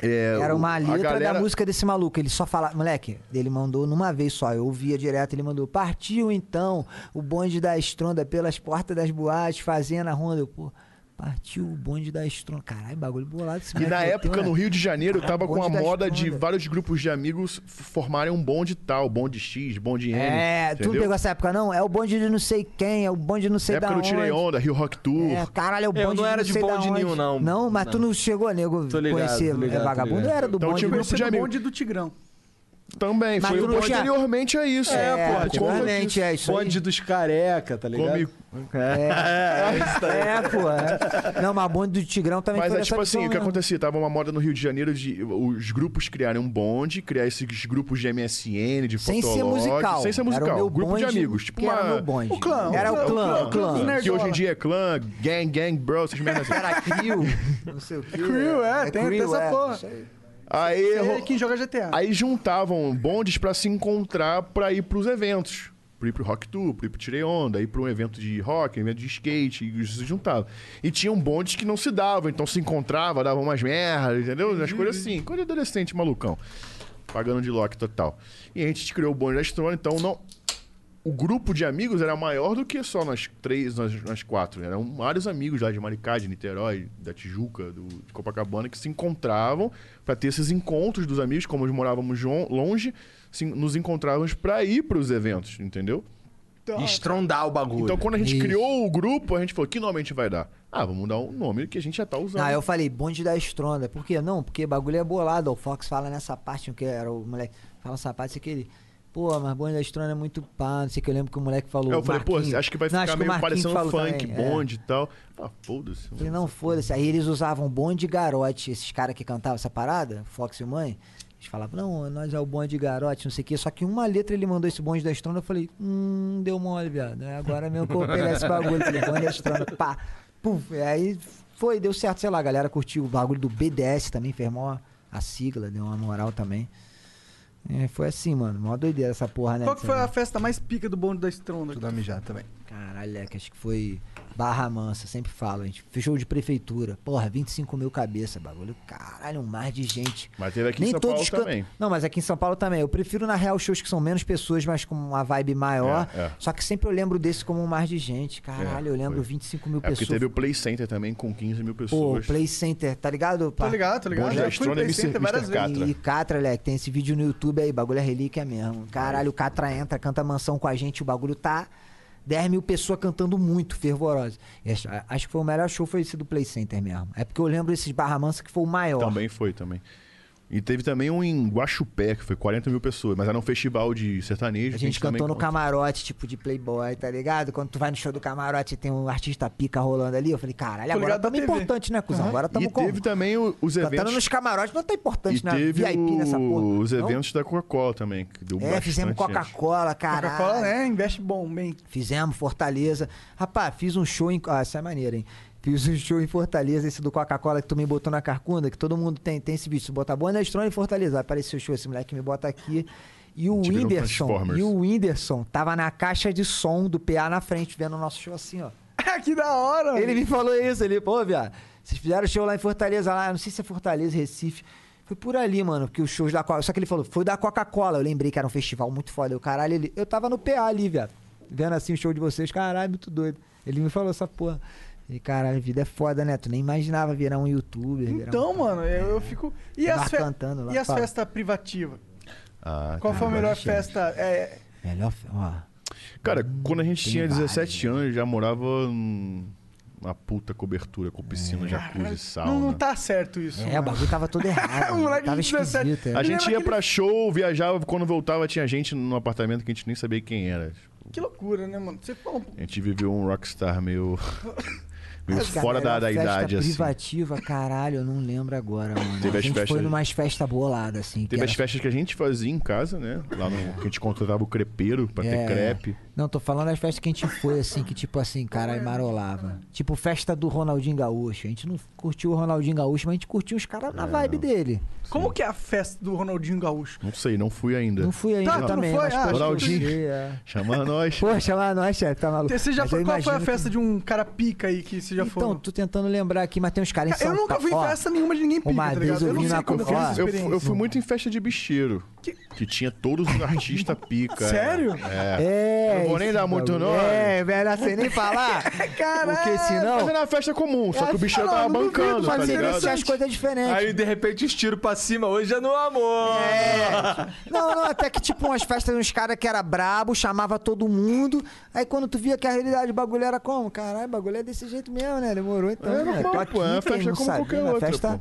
Speaker 4: é,
Speaker 5: Era
Speaker 4: o-
Speaker 5: uma
Speaker 4: a
Speaker 5: letra
Speaker 4: galera-
Speaker 5: da música desse maluco. Ele só falava. Moleque, ele mandou numa vez só. Eu ouvia direto, ele mandou. Partiu então o bonde da estronda pelas portas das boates, fazendo a ronda. Eu, pô, partiu o bonde da estronda. Caralho, bagulho bolado esse
Speaker 4: E
Speaker 5: moleque
Speaker 4: na
Speaker 5: meteu,
Speaker 4: época,
Speaker 5: né?
Speaker 4: no Rio de Janeiro, tava com
Speaker 5: bonde
Speaker 4: a
Speaker 5: da
Speaker 4: moda de
Speaker 5: Estronda.
Speaker 4: vários grupos de amigos f- formarem um bonde tal, bonde X, bonde N.
Speaker 5: É, tu não
Speaker 4: entendeu?
Speaker 5: pegou essa época, não? É o bonde de não sei quem, é o bonde de não sei
Speaker 4: Na época
Speaker 5: da
Speaker 4: do
Speaker 5: onde.
Speaker 4: Tirei Onda, Rio Rock Tour.
Speaker 5: É, caralho, é o bonde
Speaker 2: Eu não era de
Speaker 5: sei da
Speaker 2: bonde
Speaker 5: onde.
Speaker 2: nenhum, não.
Speaker 5: Não, mas tu
Speaker 2: Não.
Speaker 5: não chegou, nego,
Speaker 2: Tô ligado,
Speaker 5: conhecer
Speaker 2: tô ligado,
Speaker 5: é,
Speaker 2: tô
Speaker 5: vagabundo.
Speaker 2: ligado.
Speaker 5: Eu era do
Speaker 4: Então,
Speaker 5: bonde.
Speaker 4: tinha um
Speaker 5: do-
Speaker 4: grupo
Speaker 3: Você
Speaker 4: de
Speaker 3: do
Speaker 4: amigos.
Speaker 3: bonde do Tigrão.
Speaker 4: Também,
Speaker 5: Mas
Speaker 4: foi
Speaker 5: tu não tinha-
Speaker 4: posteriormente a isso.
Speaker 5: É,
Speaker 4: por conta disso.
Speaker 5: antigamente, é isso aí.
Speaker 2: Bonde dos careca, tá ligado?
Speaker 4: Comigo.
Speaker 5: É, pô. é. Não, mas bonde do Tigrão também
Speaker 4: Mas é
Speaker 5: foi dessa
Speaker 4: tipo assim,
Speaker 5: visão
Speaker 4: o que
Speaker 5: mesmo.
Speaker 4: acontecia? Tava uma moda no Rio de Janeiro de os grupos criarem um bonde, criar esses grupos de MSN, de
Speaker 5: Sem ser
Speaker 4: fotolog,
Speaker 5: musical.
Speaker 4: Sem ser
Speaker 5: Era
Speaker 4: musical.
Speaker 5: o meu
Speaker 4: grupo
Speaker 5: bonde,
Speaker 4: de amigos. Tipo
Speaker 5: que
Speaker 4: uma...
Speaker 5: era o meu bonde.
Speaker 3: O clã,
Speaker 5: Era
Speaker 3: o
Speaker 5: o clã, o
Speaker 3: clã.
Speaker 5: clã.
Speaker 4: Que hoje em dia é clã, gang, gang, bro, essas merdas. assim.
Speaker 5: Era crew, né? não sei o quê.
Speaker 3: Crew, é, tem- tem
Speaker 5: crew,
Speaker 3: essa
Speaker 5: é,
Speaker 3: porra.
Speaker 5: isso aí.
Speaker 4: Aí,
Speaker 3: É
Speaker 4: ro-
Speaker 3: quem joga GTA.
Speaker 4: aí juntavam bondes pra se encontrar pra ir pros eventos. Pro ir pro Rock Tour, pro ir pro Tirei Onda, ir pra um evento de rock, um evento de skate, e se juntava. E tinham bondes que não se davam, então se encontrava, davam umas merdas, entendeu? Umas coisas assim, coisa de adolescente malucão. Pagando de lock total. E a gente criou o bonde da Estrona, então não, o grupo de amigos era maior do que só nós três, nós, nós quatro. né? Eram vários amigos lá de Maricá, de Niterói, da Tijuca, do, de Copacabana, que se encontravam para ter esses encontros dos amigos, como nós morávamos jo- longe, se- nos encontrávamos para ir para os eventos, entendeu?
Speaker 2: E estrondar o bagulho.
Speaker 4: Então, quando a gente
Speaker 5: Isso.
Speaker 4: criou o grupo, a gente falou: que nome a gente vai dar? Ah, vamos dar um nome que a gente já tá usando.
Speaker 5: Ah, eu falei, bonde da estronda. Por quê? Não, porque bagulho é bolado. O Fox fala nessa parte, que era o moleque. Fala nessa parte, sei que ele. Pô, mas bonde da estronda é muito pá, não sei o que eu lembro que o moleque falou.
Speaker 4: Aí eu falei, pô,
Speaker 5: Marquinhos.
Speaker 4: acho que vai
Speaker 5: Não,
Speaker 4: ficar
Speaker 5: acho o
Speaker 4: meio
Speaker 5: Marquinhos
Speaker 4: parecendo um
Speaker 5: falou
Speaker 4: funk,
Speaker 5: também, é.
Speaker 4: bonde e tal. Ah, foda-se.
Speaker 5: Falei, não, foda-se. Aí eles usavam bonde e garote, esses caras que cantavam essa parada, Fox e mãe. Eles falavam, não, nós é o bonde e garote, não sei o quê. Só que uma letra ele mandou esse bonde da estronda, eu falei, hum, deu mole, viado. É Agora mesmo que eu vou pegar esse bagulho, falei, bonde da estronda, pá. Puf, e aí foi, deu certo, sei lá, a galera curtiu o bagulho do BDS também, fez mó a sigla, deu uma moral também. É, foi assim, mano, mó doideira essa porra, né?
Speaker 3: Qual que foi a festa mais pica do bonde da Estronda?
Speaker 2: Deixa eu dar uma mijada também.
Speaker 5: Caralho, é, que acho que foi Barra Mansa, sempre falo, a gente fechou de prefeitura. Porra, 25 mil cabeça, bagulho. Caralho, um mar de gente.
Speaker 4: Mas teve aqui em São Paulo
Speaker 5: todos can-
Speaker 4: também.
Speaker 5: Não, mas aqui em São Paulo também. Eu prefiro, na real, shows que são menos pessoas, mas com uma vibe maior.
Speaker 4: É, é.
Speaker 5: Só que sempre eu lembro desse como um mar de gente. Caralho,
Speaker 4: É,
Speaker 5: eu lembro
Speaker 4: foi.
Speaker 5: 25 mil
Speaker 4: É porque
Speaker 5: pessoas.
Speaker 4: teve o Play Center também com 15 mil
Speaker 5: Pô,
Speaker 4: pessoas.
Speaker 5: Play Center, tá ligado?
Speaker 3: Tô
Speaker 5: pá?
Speaker 3: ligado, tô ligado.
Speaker 4: Bonde da
Speaker 3: Já fui
Speaker 4: Estronda
Speaker 3: no Play
Speaker 4: MC,
Speaker 3: Center várias
Speaker 4: Mr.
Speaker 3: vezes.
Speaker 4: Catra.
Speaker 5: E Catra, moleque, tem esse vídeo no YouTube aí, bagulho é relíquia mesmo. Caralho, o Catra entra, canta mansão com a gente, o bagulho tá. 10 mil pessoas cantando muito, fervorosa. E acho- Acho que foi o melhor show, foi esse do Play Center mesmo. É porque eu lembro esses Barra Mansa que foi o maior.
Speaker 4: Também foi, também. E teve também um em Guaxupé, que foi 40 mil pessoas, mas era um festival de sertanejo. que
Speaker 5: A gente cantou
Speaker 4: também
Speaker 5: no
Speaker 4: conta.
Speaker 5: camarote, tipo de Playboy, tá ligado? Quando tu vai no show do camarote e tem um artista pica rolando ali, eu falei, caralho,
Speaker 3: Tô
Speaker 5: agora
Speaker 3: ligado da
Speaker 5: estamos
Speaker 3: TV.
Speaker 5: importante, né, cuzão? Agora
Speaker 4: E
Speaker 5: estamos com.
Speaker 4: teve também o- os
Speaker 5: Cantando
Speaker 4: eventos.
Speaker 5: nos camarotes, não tá importante,
Speaker 4: E
Speaker 5: né?
Speaker 4: teve
Speaker 5: VIP nessa porra.
Speaker 4: o- os
Speaker 5: não?
Speaker 4: eventos da Coca-Cola também. Que deu
Speaker 5: É, fizemos
Speaker 4: bastante gente.
Speaker 5: Coca-Cola, caralho.
Speaker 3: Coca-Cola, né? Investe bom, bem.
Speaker 5: Fizemos Fortaleza. Rapaz, fiz um show em. Ah, essa é maneira, hein? Fiz um show em Fortaleza, esse do Coca-Cola que tu me botou na carcunda, que todo mundo tem, tem esse bicho. Se botar boa na estrona em Fortaleza, vai aparecer o show, esse moleque me bota aqui. E o
Speaker 4: Te virou
Speaker 5: Whindersson,
Speaker 4: Transformers.
Speaker 5: e o Whindersson tava na caixa de som do PA na frente, vendo o nosso show assim, ó.
Speaker 3: Ah, que da hora!
Speaker 5: Ele me falou isso, ele, pô, viado, vocês fizeram show lá em Fortaleza, lá, não sei se é Fortaleza, Recife. Foi por ali, mano, porque os shows da Coca-Cola. Só que ele falou, foi da Coca-Cola. Eu lembrei que era um festival muito foda. Eu, caralho, ele. Eu tava no PA ali, viado. Vendo assim o show de vocês, caralho, muito doido. Ele me falou essa porra. E caralho, vida é foda, né? Tu nem imaginava virar um youtuber. virar
Speaker 3: Então,
Speaker 5: um...
Speaker 3: mano, eu, eu fico. E
Speaker 5: Tava
Speaker 3: as, fe...
Speaker 5: tá cantando lá,
Speaker 3: e as
Speaker 5: fala.
Speaker 3: festas privativas?
Speaker 4: Ah,
Speaker 3: Qual
Speaker 4: teve
Speaker 3: foi a melhor
Speaker 4: várias festas.
Speaker 3: festa? É,
Speaker 5: Melhor. fe- Ó.
Speaker 4: Cara, quando a gente
Speaker 5: Tem
Speaker 4: tinha
Speaker 5: várias, né?
Speaker 4: 17 anos, já morava num- numa puta cobertura com piscina, jacuzzi, sauna.
Speaker 3: não, não tá certo isso.
Speaker 5: É, o
Speaker 3: né?
Speaker 5: bagulho tava todo errado.
Speaker 3: O
Speaker 5: mano.
Speaker 3: moleque
Speaker 5: tava
Speaker 3: de 17
Speaker 5: esquisito. é.
Speaker 4: A gente
Speaker 3: lembra
Speaker 4: ia
Speaker 3: aquele-
Speaker 4: pra show, viajava, quando voltava tinha gente no apartamento que a gente nem sabia quem era.
Speaker 3: Que loucura, né, mano? Você fala um pouco.
Speaker 4: A gente viveu um rockstar meio, meio
Speaker 5: Cara,
Speaker 4: fora da,
Speaker 5: melhor
Speaker 4: da
Speaker 5: é festa
Speaker 4: idade, assim.
Speaker 5: privativa, caralho, eu não lembro agora, mano.
Speaker 4: Teve
Speaker 5: a
Speaker 4: as
Speaker 5: gente
Speaker 4: festas-
Speaker 5: foi numa festa bolada, assim. que
Speaker 4: Teve as
Speaker 5: era-
Speaker 4: festas que a gente fazia em casa, né? Lá no, que a gente contratava o crepeiro pra
Speaker 5: É.
Speaker 4: ter crepe.
Speaker 5: Não, tô falando das festas que a gente foi, assim, que tipo assim, caralho, marolava. Tipo, festa do Ronaldinho Gaúcho. A gente não curtiu o Ronaldinho Gaúcho, mas a gente curtiu os caras
Speaker 3: É,
Speaker 5: na vibe dele.
Speaker 3: Como que é a festa do Ronaldinho Gaúcho?
Speaker 4: Não sei, não fui ainda.
Speaker 5: Não fui ainda
Speaker 3: Tá, tu não
Speaker 5: também,
Speaker 3: foi?
Speaker 5: mas
Speaker 3: Ah,
Speaker 5: pelo que eu
Speaker 4: Ronaldinho.
Speaker 5: sei, é.
Speaker 4: Chama nós.
Speaker 5: Poxa, lá nós, chefe, tá maluco.
Speaker 3: Você já
Speaker 5: Mas
Speaker 3: foi,
Speaker 5: eu
Speaker 3: qual foi a
Speaker 5: imagino
Speaker 3: festa de um cara pica aí que você
Speaker 5: que...
Speaker 3: já foi? um-
Speaker 5: Então, tô tentando lembrar aqui, mas tem uns caras em São
Speaker 3: eu nunca fui em
Speaker 5: Paulo- ó,
Speaker 3: festa nenhuma de ninguém pica, tá
Speaker 5: uma vez
Speaker 3: ligado?
Speaker 5: eu
Speaker 3: Eu não
Speaker 5: vi
Speaker 3: sei
Speaker 5: na
Speaker 3: como que é
Speaker 5: Coca-Cola.
Speaker 3: essa
Speaker 4: Eu, fu- eu
Speaker 3: experiência.
Speaker 4: fui muito em festa de bicheiro.
Speaker 3: Que-
Speaker 4: Que, tinha todos os artistas pica.
Speaker 3: Sério?
Speaker 4: É.
Speaker 5: É,
Speaker 4: Eu não vou nem
Speaker 5: esse
Speaker 4: dar muito
Speaker 5: bagulho.
Speaker 4: nome.
Speaker 5: É, melhor sem nem falar.
Speaker 3: Caralho,
Speaker 5: Porque
Speaker 4: Mas
Speaker 5: senão.
Speaker 4: era uma festa comum,
Speaker 5: É,
Speaker 4: só que o bicheiro
Speaker 3: Ah,
Speaker 4: tava
Speaker 3: não duvido,
Speaker 4: bancando, tá
Speaker 5: Mas ele
Speaker 4: ligado?
Speaker 5: tinha Assim, as coisas é diferentes.
Speaker 2: Aí de repente os tiros pra cima, hoje é no amor.
Speaker 5: Não, não, até que tipo umas festas de uns caras que era brabo, chamava todo mundo. Aí quando tu via que a realidade do bagulho era como? Caralho, o bagulho é desse jeito mesmo, né? Demorou então.
Speaker 4: É,
Speaker 5: né?
Speaker 4: normal,
Speaker 5: Tô
Speaker 4: pô, é uma
Speaker 5: quem
Speaker 4: festa
Speaker 5: não
Speaker 4: como
Speaker 5: sabia,
Speaker 4: qualquer
Speaker 5: né?
Speaker 4: outra,
Speaker 5: Festa...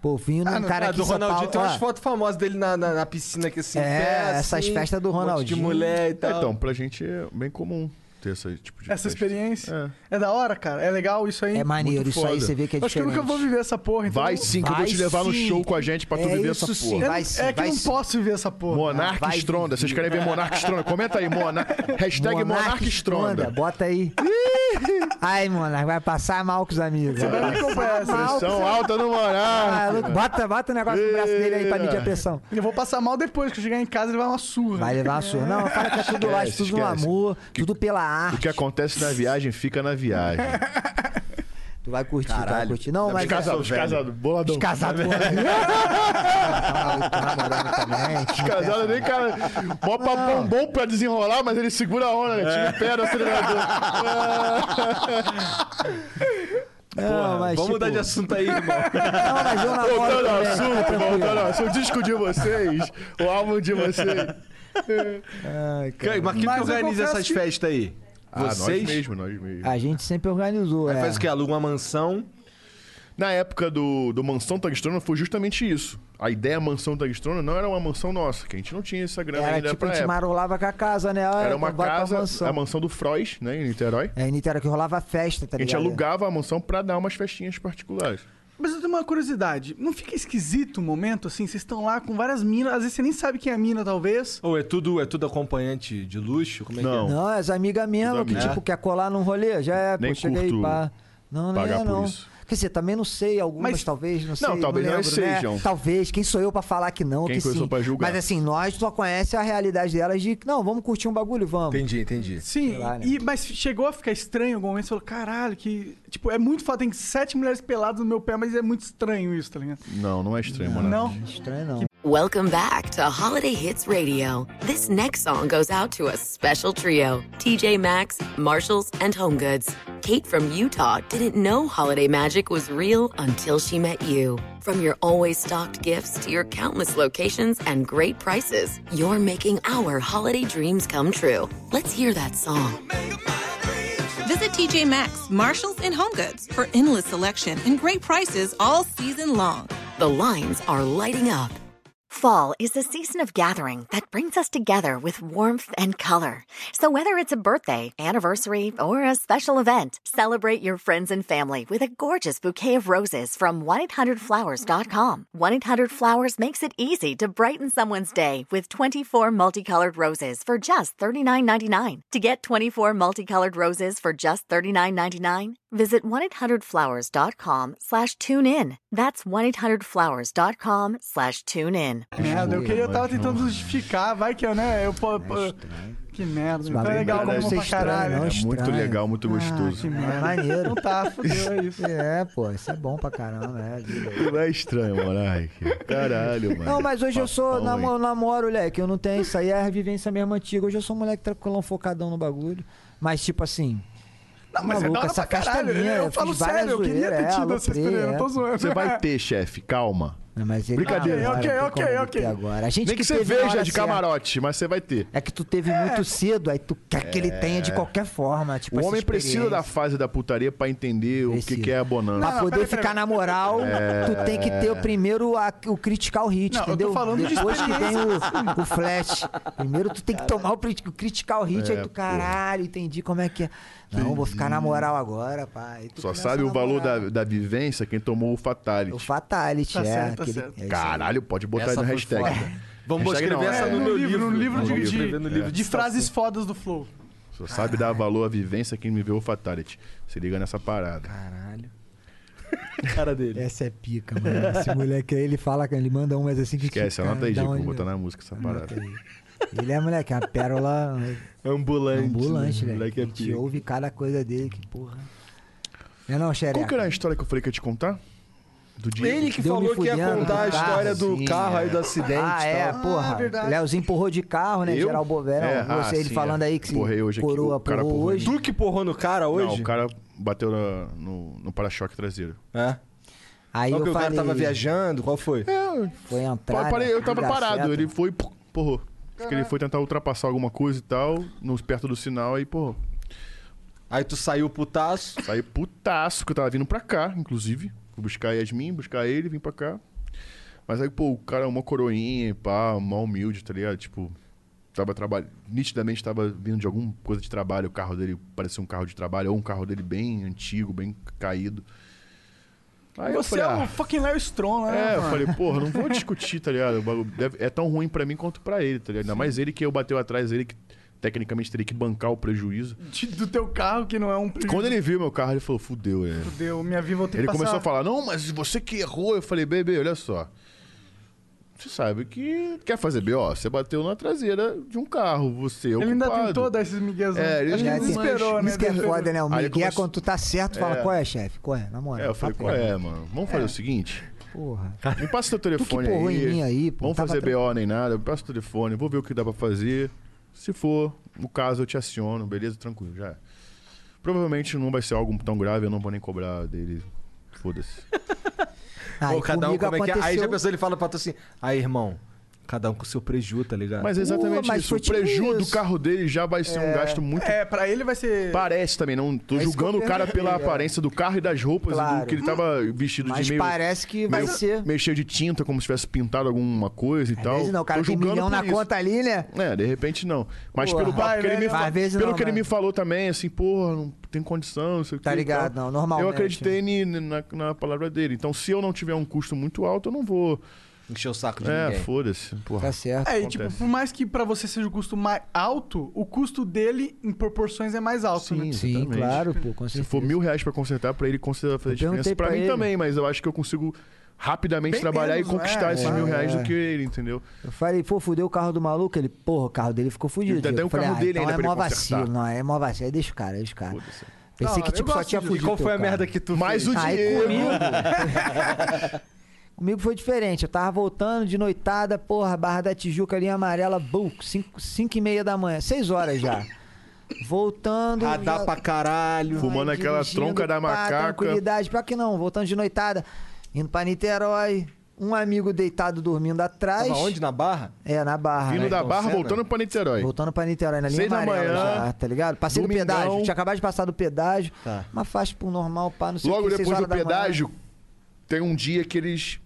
Speaker 5: Pô, vinho num
Speaker 2: no-
Speaker 5: Um cara aqui
Speaker 2: Ah, do
Speaker 5: em São
Speaker 2: Ronaldinho
Speaker 5: Paulo, Ah,
Speaker 2: tem umas
Speaker 5: ó.
Speaker 2: fotos famosas dele na, na, na piscina que assim,
Speaker 5: É,
Speaker 2: pé,
Speaker 5: essas
Speaker 2: assim,
Speaker 5: festas do
Speaker 2: um monte
Speaker 5: Ronaldinho.
Speaker 2: de mulher e
Speaker 4: É,
Speaker 2: tal.
Speaker 4: então, pra gente é bem comum ter esse tipo de
Speaker 3: Essa
Speaker 4: festa.
Speaker 3: experiência.
Speaker 4: É.
Speaker 3: É. da hora, cara. É legal isso aí.
Speaker 5: É maneiro,
Speaker 4: Muito
Speaker 5: isso aí
Speaker 4: foda.
Speaker 5: você vê que é
Speaker 3: Acho que eu
Speaker 5: diferente.
Speaker 3: nunca vou viver essa porra. Então
Speaker 4: Vai sim, que eu vou te
Speaker 5: Vai
Speaker 4: levar no
Speaker 5: sim.
Speaker 4: show com a gente pra tu
Speaker 5: É
Speaker 4: viver
Speaker 5: isso
Speaker 4: essa
Speaker 5: sim.
Speaker 4: porra.
Speaker 3: Eu
Speaker 5: Vai
Speaker 3: não-
Speaker 5: sim,
Speaker 3: é que
Speaker 5: vai
Speaker 3: eu não
Speaker 5: sim.
Speaker 3: posso viver essa porra.
Speaker 4: Monarca
Speaker 5: vai
Speaker 4: Estronda.
Speaker 5: viver.
Speaker 4: Vocês querem ver Monarca Estronda? Comenta aí, Mona... hashtag Monarca Estronda.
Speaker 5: Bota aí. Aí, monarca, vai passar mal com os amigos. Vai
Speaker 3: Vai me acompanhar,
Speaker 5: passar mal com
Speaker 4: Pressão alta no
Speaker 5: Ah,
Speaker 4: moral.
Speaker 5: louco, bota, bota o negócio no braço dele aí pra medir a pressão.
Speaker 3: Eu vou passar mal depois que eu chegar em casa e levar uma surra.
Speaker 5: Vai levar uma surra. Não, fala que é tudo lá,
Speaker 4: Esquece,
Speaker 5: tudo no
Speaker 4: esquece.
Speaker 5: amor, tudo pela
Speaker 4: O
Speaker 5: arte.
Speaker 4: que acontece na viagem fica na viagem.
Speaker 5: Tu vai curtir, tu vai
Speaker 2: Caralho.
Speaker 5: curtir. Não, mas.
Speaker 4: Descasado, descasado, boladão.
Speaker 5: Descasado, porra. Ah, tá namorando também.
Speaker 4: Descasado, nem cara. Mó papão bom pra desenrolar, mas ele segura a onda, né? Tira o pé do acelerador.
Speaker 5: Não,
Speaker 4: é,
Speaker 2: Vamos
Speaker 5: mas, tipo,
Speaker 2: mudar de assunto aí, irmão.
Speaker 5: Não, mas eu namoro
Speaker 4: Voltando ao
Speaker 5: também, fica
Speaker 4: assunto,
Speaker 5: tranquilo.
Speaker 4: voltando ao assunto. O disco de vocês, o álbum de vocês.
Speaker 5: Ai, cara.
Speaker 2: Mas quem que
Speaker 3: Mas eu
Speaker 2: organiza
Speaker 3: confesso
Speaker 2: essas
Speaker 3: que-
Speaker 2: festas aí?
Speaker 4: Ah, nós
Speaker 2: Vocês?
Speaker 4: mesmo, nós mesmo.
Speaker 5: A gente sempre organizou,
Speaker 2: Aí
Speaker 5: é.
Speaker 2: Faz o que? Aluga uma mansão.
Speaker 4: Na época do, do Mansão Tagstrona foi justamente isso. A ideia Mansão Tagstrona não era uma mansão nossa, que a gente não tinha essa grana
Speaker 5: Era
Speaker 4: ainda é
Speaker 5: tipo, a
Speaker 4: pra
Speaker 5: gente
Speaker 4: época.
Speaker 5: marolava com a casa, né? Ah,
Speaker 4: Era uma
Speaker 5: então vai pra
Speaker 4: casa,
Speaker 5: mansão.
Speaker 4: a mansão do Frois, né, em Niterói.
Speaker 5: É, em Niterói que rolava festa, tá
Speaker 4: A gente
Speaker 5: ligado?
Speaker 4: alugava a mansão pra dar umas festinhas particulares.
Speaker 3: Mas eu tenho uma curiosidade. Não fica esquisito um momento, assim? Vocês estão lá com várias minas. Às vezes você nem sabe quem é a mina, talvez.
Speaker 2: Ou é tudo, é tudo acompanhante de luxo? Como é
Speaker 4: Não.
Speaker 2: que é?
Speaker 5: Não, as amigas mesmo,
Speaker 4: Tudo
Speaker 5: que
Speaker 4: amiga.
Speaker 5: tipo, quer colar num rolê, já é,
Speaker 4: Nem
Speaker 5: pô, chega
Speaker 4: curto
Speaker 5: aí, pá. Não, não
Speaker 4: pagar
Speaker 5: é,
Speaker 4: por
Speaker 5: não.
Speaker 4: isso.
Speaker 5: Quer dizer, também não sei, algumas
Speaker 3: Mas-
Speaker 5: talvez, não sei.
Speaker 4: talvez
Speaker 5: não
Speaker 4: não
Speaker 5: lembro, né?
Speaker 4: sejam.
Speaker 5: Talvez, quem sou eu pra falar que não,
Speaker 4: Quem
Speaker 5: que
Speaker 4: sou eu
Speaker 5: sim.
Speaker 4: pra julgar?
Speaker 5: Mas assim, nós só conhece a realidade delas de, não, vamos curtir um bagulho, vamos.
Speaker 2: Entendi, entendi.
Speaker 3: Sim,
Speaker 5: lá, né?
Speaker 3: e, mas chegou a ficar estranho em algum momento. Você falou, caralho, que... Tipo, é muito foda. Tem sete mulheres peladas no meu pé, mas é muito estranho isso, tá ligado?
Speaker 4: Não, não é estranho, mano.
Speaker 3: Não?
Speaker 5: Estranho não.
Speaker 9: Welcome back to Holiday Hits Radio. This next song goes out to a special trio TJ Maxx, Marshalls, and HomeGoods. Kate from Utah didn't know holiday magic was real until she met you. From your always stocked gifts to your countless locations and great prices, you're making our holiday dreams come true. Let's hear that song.
Speaker 10: Visit TJ Maxx, Marshalls, and HomeGoods for endless selection and great prices all season long.
Speaker 9: The lines are lighting up.
Speaker 1: Fall is the season of gathering that brings us together with warmth and color. So, whether it's a birthday, anniversary, or a special event, celebrate your friends and family with a gorgeous bouquet of roses from 1-800-Flowers.com. 1-800-Flowers makes it easy to brighten someone's day with 24 multicolored roses for just $39.99. To get 24 multicolored roses for just $39.99, visit 1-800-Flowers.com slash tune in. That's 1-800-Flowers.com slash tune in.
Speaker 3: Que merda. Eu, queria, eu tava
Speaker 4: mas não.
Speaker 3: tentando justificar. Vai que eu, né? Eu, pô, pô- que merda. Então é
Speaker 5: bagulho
Speaker 3: legal
Speaker 5: deve
Speaker 3: como
Speaker 5: ser
Speaker 3: pra
Speaker 5: estranho,
Speaker 3: caralho.
Speaker 5: não?
Speaker 4: É
Speaker 5: Estranho.
Speaker 4: muito legal, muito gostoso.
Speaker 5: É maneiro.
Speaker 3: Não tá, fodeu, é isso.
Speaker 5: É, pô, isso é bom pra caramba, né?
Speaker 4: Não é estranho, moleque. Caralho, mano.
Speaker 5: Não, mas hoje eu sou
Speaker 4: Papão, hein?
Speaker 5: namoro, namoro, moleque. Eu não tenho isso aí, é a vivência mesmo antiga. Hoje eu sou um moleque tranquilão, focadão no bagulho. Mas, tipo assim.
Speaker 3: Não, mas é
Speaker 5: maluco,
Speaker 3: da hora
Speaker 5: essa
Speaker 3: pra
Speaker 5: festa é
Speaker 3: caralho.
Speaker 5: minha.
Speaker 3: Eu
Speaker 5: fiz
Speaker 3: falo
Speaker 5: várias
Speaker 3: sério, eu queria
Speaker 5: zoeiras,
Speaker 3: ter
Speaker 5: é,
Speaker 3: tido essa
Speaker 5: aloprei,
Speaker 3: experiência.
Speaker 5: é.
Speaker 3: Eu tô zoando.
Speaker 4: Você vai ter, chefe, calma.
Speaker 5: Não, mas ele
Speaker 4: Brincadeira.
Speaker 5: Não,
Speaker 3: Ok,
Speaker 5: não tem
Speaker 3: ok,
Speaker 5: como
Speaker 3: ok.
Speaker 5: ter Agora. A gente
Speaker 4: Nem que você
Speaker 5: teve na hora
Speaker 4: veja de
Speaker 5: certa.
Speaker 4: camarote, mas você vai ter.
Speaker 5: É que tu teve muito cedo, aí tu quer que ele tenha de qualquer forma. Tipo,
Speaker 4: É. O
Speaker 5: essa
Speaker 4: homem precisa da
Speaker 5: experiência.
Speaker 4: fase da putaria pra entender o que
Speaker 5: Precisa.
Speaker 4: que é a bonança.
Speaker 5: Pra poder
Speaker 3: peraí,
Speaker 5: ficar
Speaker 3: peraí.
Speaker 5: na moral, tu tem que ter o
Speaker 4: É.
Speaker 5: primeiro a- o critical hit,
Speaker 3: Não, eu tô
Speaker 5: entendeu?
Speaker 3: falando de
Speaker 5: Depois que vem o, o flash. Primeiro tu tem que tomar o, crit- o critical
Speaker 4: É,
Speaker 5: hit, aí tu, caralho, entendi como é que é. Não, vou ficar na moral agora, pai.
Speaker 4: Só sabe o valor da, da vivência quem tomou o Fatality.
Speaker 5: O fatality,
Speaker 3: Tá
Speaker 5: é.
Speaker 3: certo, tá certo.
Speaker 5: é isso aí.
Speaker 4: Caralho, pode botar aí
Speaker 2: Essa
Speaker 4: na
Speaker 2: foi
Speaker 4: hashtag.
Speaker 2: foda. Vamos
Speaker 4: Hashtag
Speaker 2: escrever
Speaker 4: não,
Speaker 2: essa
Speaker 4: é.
Speaker 2: no
Speaker 3: tá no
Speaker 2: meu
Speaker 3: livro,
Speaker 2: livro.
Speaker 3: no livro
Speaker 2: Vamos
Speaker 3: de, de-
Speaker 2: escrever no livro
Speaker 5: É.
Speaker 3: de frases fodas do Flow.
Speaker 4: Só sabe dar valor à vivência quem viveu o Fatality. Se liga nessa parada.
Speaker 5: Caralho.
Speaker 2: cara dele.
Speaker 5: Essa é pica, mano. Esse moleque aí, ele fala, que ele manda umas assim que
Speaker 4: Esquece,
Speaker 5: cara,
Speaker 4: anota aí,
Speaker 5: dá
Speaker 4: Diego.
Speaker 5: um-
Speaker 4: Vou botar na música essa parada.
Speaker 5: Ele é, moleque, é uma pérola
Speaker 2: Ambulante.
Speaker 5: É ambulante,
Speaker 2: né?
Speaker 5: velho.
Speaker 2: Moleque
Speaker 5: a
Speaker 2: é
Speaker 5: gente
Speaker 2: pica.
Speaker 5: ouve cada coisa dele, que porra. Não é não,
Speaker 4: Qual que
Speaker 5: xereca?
Speaker 4: era a história que eu falei que eu ia te contar? Do Diego?
Speaker 2: Ele que
Speaker 5: Deu
Speaker 2: falou
Speaker 5: me
Speaker 2: que ia
Speaker 5: fudendo
Speaker 2: contar a
Speaker 5: no carro,
Speaker 2: história do
Speaker 5: sim,
Speaker 2: carro aí
Speaker 5: é.
Speaker 2: do acidente. tá?
Speaker 5: Ah,
Speaker 2: e
Speaker 5: é,
Speaker 2: tal.
Speaker 5: porra. Leozinho empurrou de carro, né?
Speaker 4: Eu?
Speaker 5: Geral Bovera.
Speaker 4: É, ah,
Speaker 5: você, ele
Speaker 4: sim,
Speaker 5: falando
Speaker 4: é.
Speaker 5: aí que se
Speaker 4: Porrei hoje aqui,
Speaker 5: coroa
Speaker 4: o cara
Speaker 5: porrou
Speaker 4: porrou
Speaker 5: hoje.
Speaker 2: Tu que porrou no cara
Speaker 4: Não,
Speaker 2: hoje?
Speaker 4: o cara bateu na- no, no para-choque traseiro.
Speaker 2: É.
Speaker 5: Aí
Speaker 2: Qual que
Speaker 5: eu
Speaker 2: o cara
Speaker 5: falei,
Speaker 2: tava viajando? Qual foi?
Speaker 5: foi entrar.
Speaker 4: Pa- parei,
Speaker 5: né?
Speaker 4: eu tava
Speaker 5: Dá
Speaker 4: parado.
Speaker 5: certo.
Speaker 4: Ele foi, pô, porrou. Acho que ele foi tentar ultrapassar alguma coisa e tal, nos perto do sinal, aí, porra.
Speaker 2: Aí tu saiu putaço.
Speaker 4: Saí putaço, que eu tava vindo pra cá, inclusive. Fui buscar a Yasmin, buscar ele, vim pra cá. Mas aí, pô, o cara é uma coroinha, pá, mó humilde, tá ligado? Tipo, tava trabalhando. Nitidamente tava vindo de alguma coisa de trabalho. O carro dele parecia um carro de trabalho, ou um carro dele bem antigo, bem caído. Aí eu
Speaker 3: Você
Speaker 4: falei,
Speaker 3: é
Speaker 4: ah,
Speaker 3: o fucking Léo Stron, né?
Speaker 4: é, eu
Speaker 3: mano?
Speaker 4: falei, porra, não vou discutir, tá ligado? O bagulho deve- é tão ruim pra mim quanto pra ele, tá ligado? Ainda mais ele que eu bateu atrás, ele que tecnicamente teria que bancar o prejuízo.
Speaker 3: De- Do teu carro, que não é um
Speaker 4: Quando ele viu meu carro, ele falou, fudeu, né?
Speaker 3: Deu, minha vida, vou ter
Speaker 4: Ele
Speaker 5: Tipo,
Speaker 3: que
Speaker 4: começou
Speaker 3: passar...
Speaker 4: a falar, não, mas você que errou. Eu falei, bebê, olha só. Você sabe que quer fazer B.O. Você bateu na traseira de um carro, você é
Speaker 3: Ele ainda
Speaker 4: ocupado.
Speaker 3: tentou dar esses miguezão.
Speaker 4: É, ele
Speaker 3: Acho que
Speaker 4: já-
Speaker 3: ele desesperou,
Speaker 4: Mas-
Speaker 3: né?
Speaker 5: Isso que é
Speaker 3: Deve-
Speaker 5: foda, né? O
Speaker 4: Aí
Speaker 5: Miguel,
Speaker 4: ele começou-
Speaker 5: quando tu tá certo, fala,
Speaker 4: É.
Speaker 5: qual é, chefe? Qual é? Na moral.
Speaker 4: É, eu falei,
Speaker 5: papo
Speaker 4: qual
Speaker 5: reto.
Speaker 4: é, mano? Vamos fazer o seguinte.
Speaker 5: Porra.
Speaker 4: Me passa teu telefone
Speaker 5: porra
Speaker 4: aí.
Speaker 5: em mim aí, pô,
Speaker 4: Vamos
Speaker 5: tava
Speaker 4: fazer
Speaker 5: tra-
Speaker 4: BO nem nada. Me passa o telefone, vou ver o que dá pra fazer. Se for, no caso, eu te aciono, beleza? Tranquilo, já. é. Provavelmente não vai ser algo tão grave, eu não vou nem cobrar dele. Foda-se.
Speaker 5: Tá. Aí
Speaker 2: Pô, cada um
Speaker 5: comigo
Speaker 2: como é que é. Aí
Speaker 5: aconteceu-
Speaker 2: já pensou, ele fala pra tu assim, aí, irmão, cada um com o seu preju, tá ligado?
Speaker 4: Mas é exatamente
Speaker 5: mas
Speaker 4: isso.
Speaker 5: foi
Speaker 4: O
Speaker 5: tipo
Speaker 4: prejuízo do
Speaker 5: isso.
Speaker 4: carro dele já vai ser um gasto muito.
Speaker 3: É, pra ele vai ser...
Speaker 4: Parece também, não tô
Speaker 5: isso
Speaker 4: julgando
Speaker 5: que eu
Speaker 4: o cara
Speaker 5: perguntei,
Speaker 4: pela
Speaker 5: é.
Speaker 4: aparência do carro e das roupas e do
Speaker 5: Claro. Hum.
Speaker 4: que ele tava vestido
Speaker 5: Mas
Speaker 4: de meio.
Speaker 5: parece que vai
Speaker 4: meio-
Speaker 5: ser.
Speaker 4: Meio cheio de tinta, como se tivesse pintado alguma coisa e
Speaker 5: Às
Speaker 4: tal.
Speaker 5: vezes não, o cara
Speaker 4: Então, Tô
Speaker 5: tem
Speaker 4: julgando
Speaker 5: milhão
Speaker 4: por
Speaker 5: na
Speaker 4: isso.
Speaker 5: conta ali, né?
Speaker 4: É, de repente não. Mas
Speaker 5: Porra.
Speaker 4: pelo papo
Speaker 3: Vai,
Speaker 4: que ele me
Speaker 3: velho.
Speaker 4: falou.
Speaker 5: Às vezes
Speaker 4: Pelo
Speaker 5: não,
Speaker 4: que ele
Speaker 5: mano.
Speaker 4: me falou também, assim, porra, não tem condição, não sei o que.
Speaker 5: Tá
Speaker 4: e
Speaker 5: ligado,
Speaker 4: tal.
Speaker 5: não, normalmente.
Speaker 4: Eu acreditei ni- na, na palavra dele. Então, se eu não tiver um custo muito alto, eu não vou.
Speaker 2: Encheu o saco de
Speaker 4: É,
Speaker 2: ninguém.
Speaker 4: foda-se. Porra.
Speaker 5: Tá certo.
Speaker 3: É, e
Speaker 4: Acontece.
Speaker 3: tipo, por mais que pra você seja o custo mais alto, o custo dele em proporções é mais alto, né?
Speaker 4: Sim,
Speaker 5: Sim,
Speaker 4: exatamente.
Speaker 5: claro, pô, com
Speaker 4: Se
Speaker 5: certeza.
Speaker 4: for mil reais pra consertar, pra ele consertar fazer
Speaker 5: Eu perguntei
Speaker 4: diferença. Pra
Speaker 5: pra
Speaker 4: mim
Speaker 5: ele.
Speaker 4: também, mas eu acho que eu consigo rapidamente
Speaker 3: Bem
Speaker 4: trabalhar
Speaker 3: menos,
Speaker 4: e conquistar
Speaker 3: é,
Speaker 4: esses
Speaker 5: é,
Speaker 4: mil reais
Speaker 5: é.
Speaker 4: do que ele, entendeu?
Speaker 5: Eu falei, pô, fudeu o carro do maluco. Ele, porra, o carro dele ficou fudido.
Speaker 4: Até
Speaker 5: Eu
Speaker 4: o
Speaker 5: falei,
Speaker 4: carro
Speaker 5: ah,
Speaker 4: dele
Speaker 5: então
Speaker 4: ainda
Speaker 5: é
Speaker 4: pra
Speaker 5: mó
Speaker 4: ele consertar.
Speaker 5: vacilo. Não, é mó vacilo. Aí deixa o cara, deixa o cara.
Speaker 4: Foda-se.
Speaker 5: Pensei
Speaker 3: Não,
Speaker 5: que
Speaker 3: eu
Speaker 5: tipo, só
Speaker 3: gosto
Speaker 5: tinha
Speaker 3: disso.
Speaker 5: fudido.
Speaker 2: E qual
Speaker 5: teu
Speaker 2: foi a
Speaker 5: carro.
Speaker 2: merda É que tu
Speaker 4: Mas
Speaker 2: fez?
Speaker 4: o
Speaker 5: Aí
Speaker 4: dinheiro.
Speaker 5: comigo- Comigo foi diferente. Eu tava voltando de noitada, porra, Barra da Tijuca, linha amarela, bum, 5 e meia da manhã, 6 horas já. Voltando.
Speaker 2: Radar
Speaker 5: já-
Speaker 2: pra caralho.
Speaker 4: Fumando
Speaker 5: Aí,
Speaker 4: aquela
Speaker 5: dirigindo,
Speaker 4: tronca da
Speaker 5: pá,
Speaker 4: macaca.
Speaker 5: Tranquilidade, pior que não, voltando de noitada, indo pra Niterói, um amigo deitado dormindo atrás.
Speaker 2: Tava onde? Na barra?
Speaker 5: É, na barra.
Speaker 4: Vindo
Speaker 5: né?
Speaker 4: da
Speaker 5: Então,
Speaker 2: então
Speaker 4: barra,
Speaker 2: cena.
Speaker 4: voltando pra Niterói.
Speaker 5: Voltando pra Niterói, na linha
Speaker 4: Seis da
Speaker 5: amarela
Speaker 4: manhã,
Speaker 5: já, tá ligado? Passei
Speaker 4: domingão. Tá.
Speaker 5: do pedágio, tinha acabado de passar do pedágio, uma faixa pro normal, pá, não sei o
Speaker 4: Logo
Speaker 5: que, seis
Speaker 4: depois do
Speaker 5: horas da manhã.
Speaker 4: pedágio, tem um dia que eles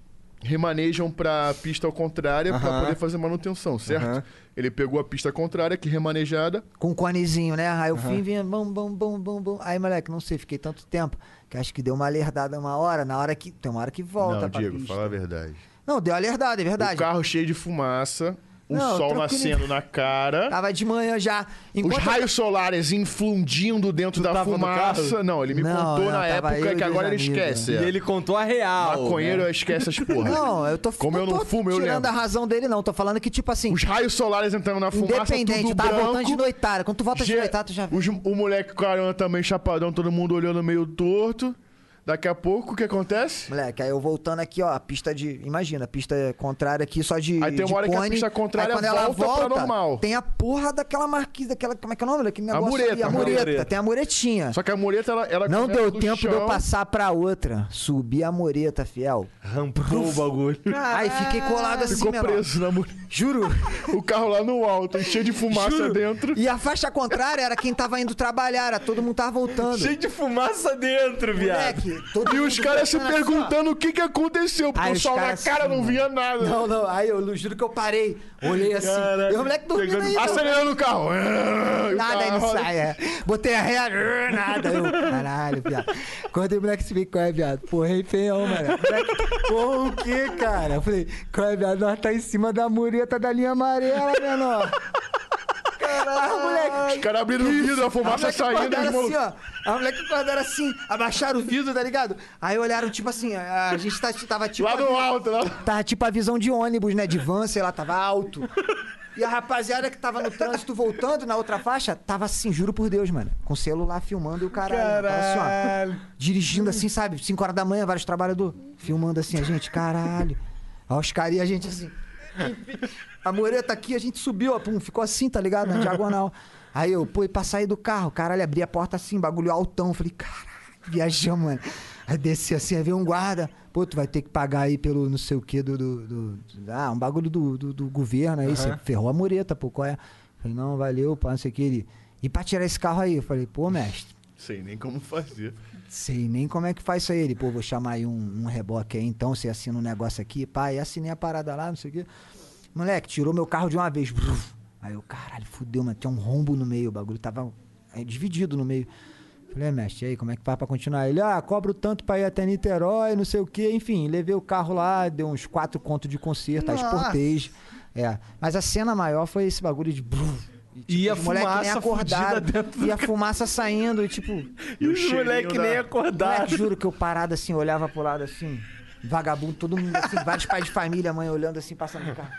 Speaker 4: remanejam pra pista ao contrária pra
Speaker 2: Aham.
Speaker 4: poder fazer manutenção, certo?
Speaker 2: Aham.
Speaker 4: Ele pegou a pista contrária, que remanejada,
Speaker 5: com um conezinho, né? Aí o fim vinha bom, bom, bom, bom, bom. Aí, moleque, não sei, fiquei tanto tempo que acho que deu uma alerdada uma hora, na hora que. Tem uma hora que volta,
Speaker 4: não,
Speaker 5: pra
Speaker 4: Diego,
Speaker 5: pista.
Speaker 4: fala a verdade.
Speaker 5: Não, deu alerdada, é verdade.
Speaker 4: O carro cheio de fumaça, o
Speaker 5: Não,
Speaker 4: sol
Speaker 5: tranquilo. Tá
Speaker 4: nascendo na cara.
Speaker 5: Tava de manhã já.
Speaker 4: Os
Speaker 5: Enquanto
Speaker 4: raios solares infundindo dentro da
Speaker 2: tava no
Speaker 4: fumaça.
Speaker 2: carro?
Speaker 4: Não, ele me
Speaker 5: Não,
Speaker 4: contou
Speaker 5: não,
Speaker 4: na
Speaker 5: tava eu
Speaker 4: época
Speaker 5: e
Speaker 4: que
Speaker 5: dois
Speaker 4: agora ele
Speaker 5: amigos,
Speaker 4: esquece.
Speaker 2: E
Speaker 4: é.
Speaker 2: ele contou a real.
Speaker 4: Maconheiro
Speaker 2: né?
Speaker 4: esquece essas porra.
Speaker 5: Não, eu tô
Speaker 4: Como eu não fumo, eu
Speaker 5: tirando
Speaker 4: lembro.
Speaker 5: a razão dele, não. Tô falando que, tipo assim,
Speaker 4: Os raios solares entrando na fumaça,
Speaker 5: independente,
Speaker 4: tudo
Speaker 5: eu tava
Speaker 4: branco.
Speaker 5: voltando de noitada. Quando tu volta de
Speaker 4: Ge-
Speaker 5: noitada, tu já vê.
Speaker 4: os- o moleque com carona também chapadão, todo mundo olhando meio torto. Daqui a pouco, o que acontece?
Speaker 5: Moleque, aí eu voltando aqui, ó, a pista de. Imagina, a pista contrária aqui só de.
Speaker 4: Aí tem uma
Speaker 5: de
Speaker 4: hora que a
Speaker 5: cone.
Speaker 4: pista contrária
Speaker 5: aí, quando ela
Speaker 4: volta pra normal.
Speaker 5: Tem a porra daquela marquise, daquela. Como é que é o nome daquele
Speaker 4: A
Speaker 5: negócio?
Speaker 4: mureta,
Speaker 5: ali? a
Speaker 4: a
Speaker 5: mureta.
Speaker 2: mureta.
Speaker 5: Tem a muretinha.
Speaker 4: Só que a mureta, ela... ela
Speaker 5: Não
Speaker 4: começa
Speaker 5: deu
Speaker 4: do
Speaker 5: tempo de eu
Speaker 4: chão.
Speaker 5: passar pra outra. Subi a mureta, fiel.
Speaker 2: Rampou o bagulho.
Speaker 5: Aí fiquei colado assim,
Speaker 4: Ficou
Speaker 5: menor.
Speaker 4: preso na mureta.
Speaker 5: Juro.
Speaker 4: O carro lá no alto, cheio de fumaça
Speaker 5: Juro.
Speaker 4: dentro.
Speaker 5: E a faixa contrária era quem tava indo trabalhar, era todo mundo tava voltando.
Speaker 2: Cheio de fumaça dentro, viado.
Speaker 5: Moleque, todo
Speaker 4: E
Speaker 5: mundo
Speaker 4: os caras se
Speaker 5: voltando assim, ó.
Speaker 4: perguntando o que que aconteceu, porque
Speaker 5: Aí
Speaker 4: o
Speaker 5: os
Speaker 4: sol na
Speaker 5: caras
Speaker 4: cara
Speaker 5: assim,
Speaker 4: não
Speaker 5: mano.
Speaker 4: via nada.
Speaker 5: Não, não, aí eu juro que eu parei, olhei assim.
Speaker 2: Caraca,
Speaker 5: e o moleque dormindo
Speaker 2: pegando-
Speaker 5: aí.
Speaker 4: Acelerando o carro.
Speaker 5: Nada, aí não sai, é. Botei a ré, rrr, nada. Eu, caralho, viado. Quando o moleque se vê, qual é, viado? Porra, hein, feião, mano. Moleque, Porra, o quê, cara? Eu falei, qual é, viado? Nós tá em cima da mureta da linha amarela, menor. Caralho, moleque.
Speaker 4: Os caras abrindo o vidro, a fumaça
Speaker 5: Aí
Speaker 4: saindo.
Speaker 5: acordaram
Speaker 4: os assim, malucos-
Speaker 5: assim, ó. A moleque acordaram assim, abaixaram o vidro, tá ligado? Aí olharam, tipo assim, a, a gente tá- tava tipo.
Speaker 4: Lá no alto, lá.
Speaker 5: Tava tipo a visão de ônibus, né? De van, sei lá, tava alto. E a rapaziada que tava no trânsito voltando na outra faixa, tava assim, juro por Deus, mano. Com o celular filmando e o caralho. Tava assim,
Speaker 3: Caralho.
Speaker 5: ó. Dirigindo assim, sabe? 5 horas da manhã, vários trabalhadores. Filmando assim, a gente, caralho. Aí os caras e a gente assim. A mureta aqui, a gente subiu, ó, pum, ficou assim, tá ligado? Na diagonal. Aí eu, pô, e pra sair do carro, caralho, abri a porta assim, bagulho altão. Falei, caralho, viajamos, mano. Aí desci assim, aí veio um guarda. Pô, tu vai ter que pagar aí pelo não sei o quê do. do- do- do- ah, um bagulho do, do, do governo aí. Você ferrou a mureta, pô, qual é? Falei, não, valeu, pá, não sei o que. Ele, e pra tirar esse carro aí? Eu falei, pô, mestre,
Speaker 4: Sei nem como fazer.
Speaker 5: sei nem como é que faz isso aí. Ele, pô, vou chamar aí um, um reboque aí então, você assina um negócio aqui, pá, e assinei a parada lá, não sei o quê. Moleque, tirou meu carro de uma vez. Bruf. Aí eu, caralho, fudeu, mano, tinha um rombo no meio, o bagulho tava é, dividido no meio. Falei, "É, mestre, e aí, como é que faz pra continuar? Ele, ah, cobro tanto pra ir até Niterói, não sei o quê. Enfim, levei o carro lá, deu uns quatro contos de conserto, aí exportei. É, mas a cena maior foi esse bagulho de bruf,
Speaker 2: E a
Speaker 5: os moleque nem
Speaker 2: fumaça
Speaker 5: acordaram,
Speaker 2: fudida dentro do
Speaker 5: E a fumaça saindo, e tipo,
Speaker 2: E os moleques
Speaker 4: cheirinho
Speaker 2: nem
Speaker 4: da-
Speaker 5: Moleque,
Speaker 2: acordaram.
Speaker 5: juro que eu parado assim, olhava pro lado assim, vagabundo, todo mundo assim, vários pais de família, mãe olhando assim, passando no carro.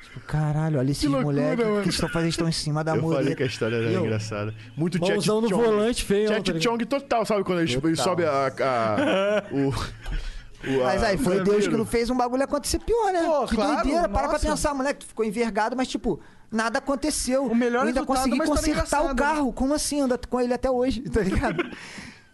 Speaker 5: Tipo, caralho, olha esses
Speaker 4: loucura,
Speaker 5: moleques, o
Speaker 4: mano.
Speaker 5: que eles estão fazendo? Eles estão em cima da
Speaker 4: Eu falei que é a
Speaker 5: mureta.
Speaker 4: história era
Speaker 5: Eu-
Speaker 4: engraçada. Muito Jet
Speaker 11: Mãozão no
Speaker 4: Chong.
Speaker 11: volante, feio. tá
Speaker 4: Jet
Speaker 11: ligado?
Speaker 4: Chong total, sabe? Quando ele, ele sobe a... a- o, o- a-
Speaker 5: Mas aí, foi
Speaker 4: o
Speaker 5: Deus que
Speaker 4: primeiro.
Speaker 5: não fez um bagulho acontecer pior, né?
Speaker 3: Pô,
Speaker 5: que
Speaker 3: claro,
Speaker 5: doideira, para pra
Speaker 3: nossa.
Speaker 5: pensar, moleque, tu ficou envergado, mas tipo, nada aconteceu.
Speaker 3: O melhor
Speaker 5: eu ainda
Speaker 3: resultado,
Speaker 5: consegui
Speaker 3: uma história
Speaker 5: consertar o
Speaker 3: engraçada,
Speaker 5: carro, como assim? Anda com ele até hoje, tá ligado?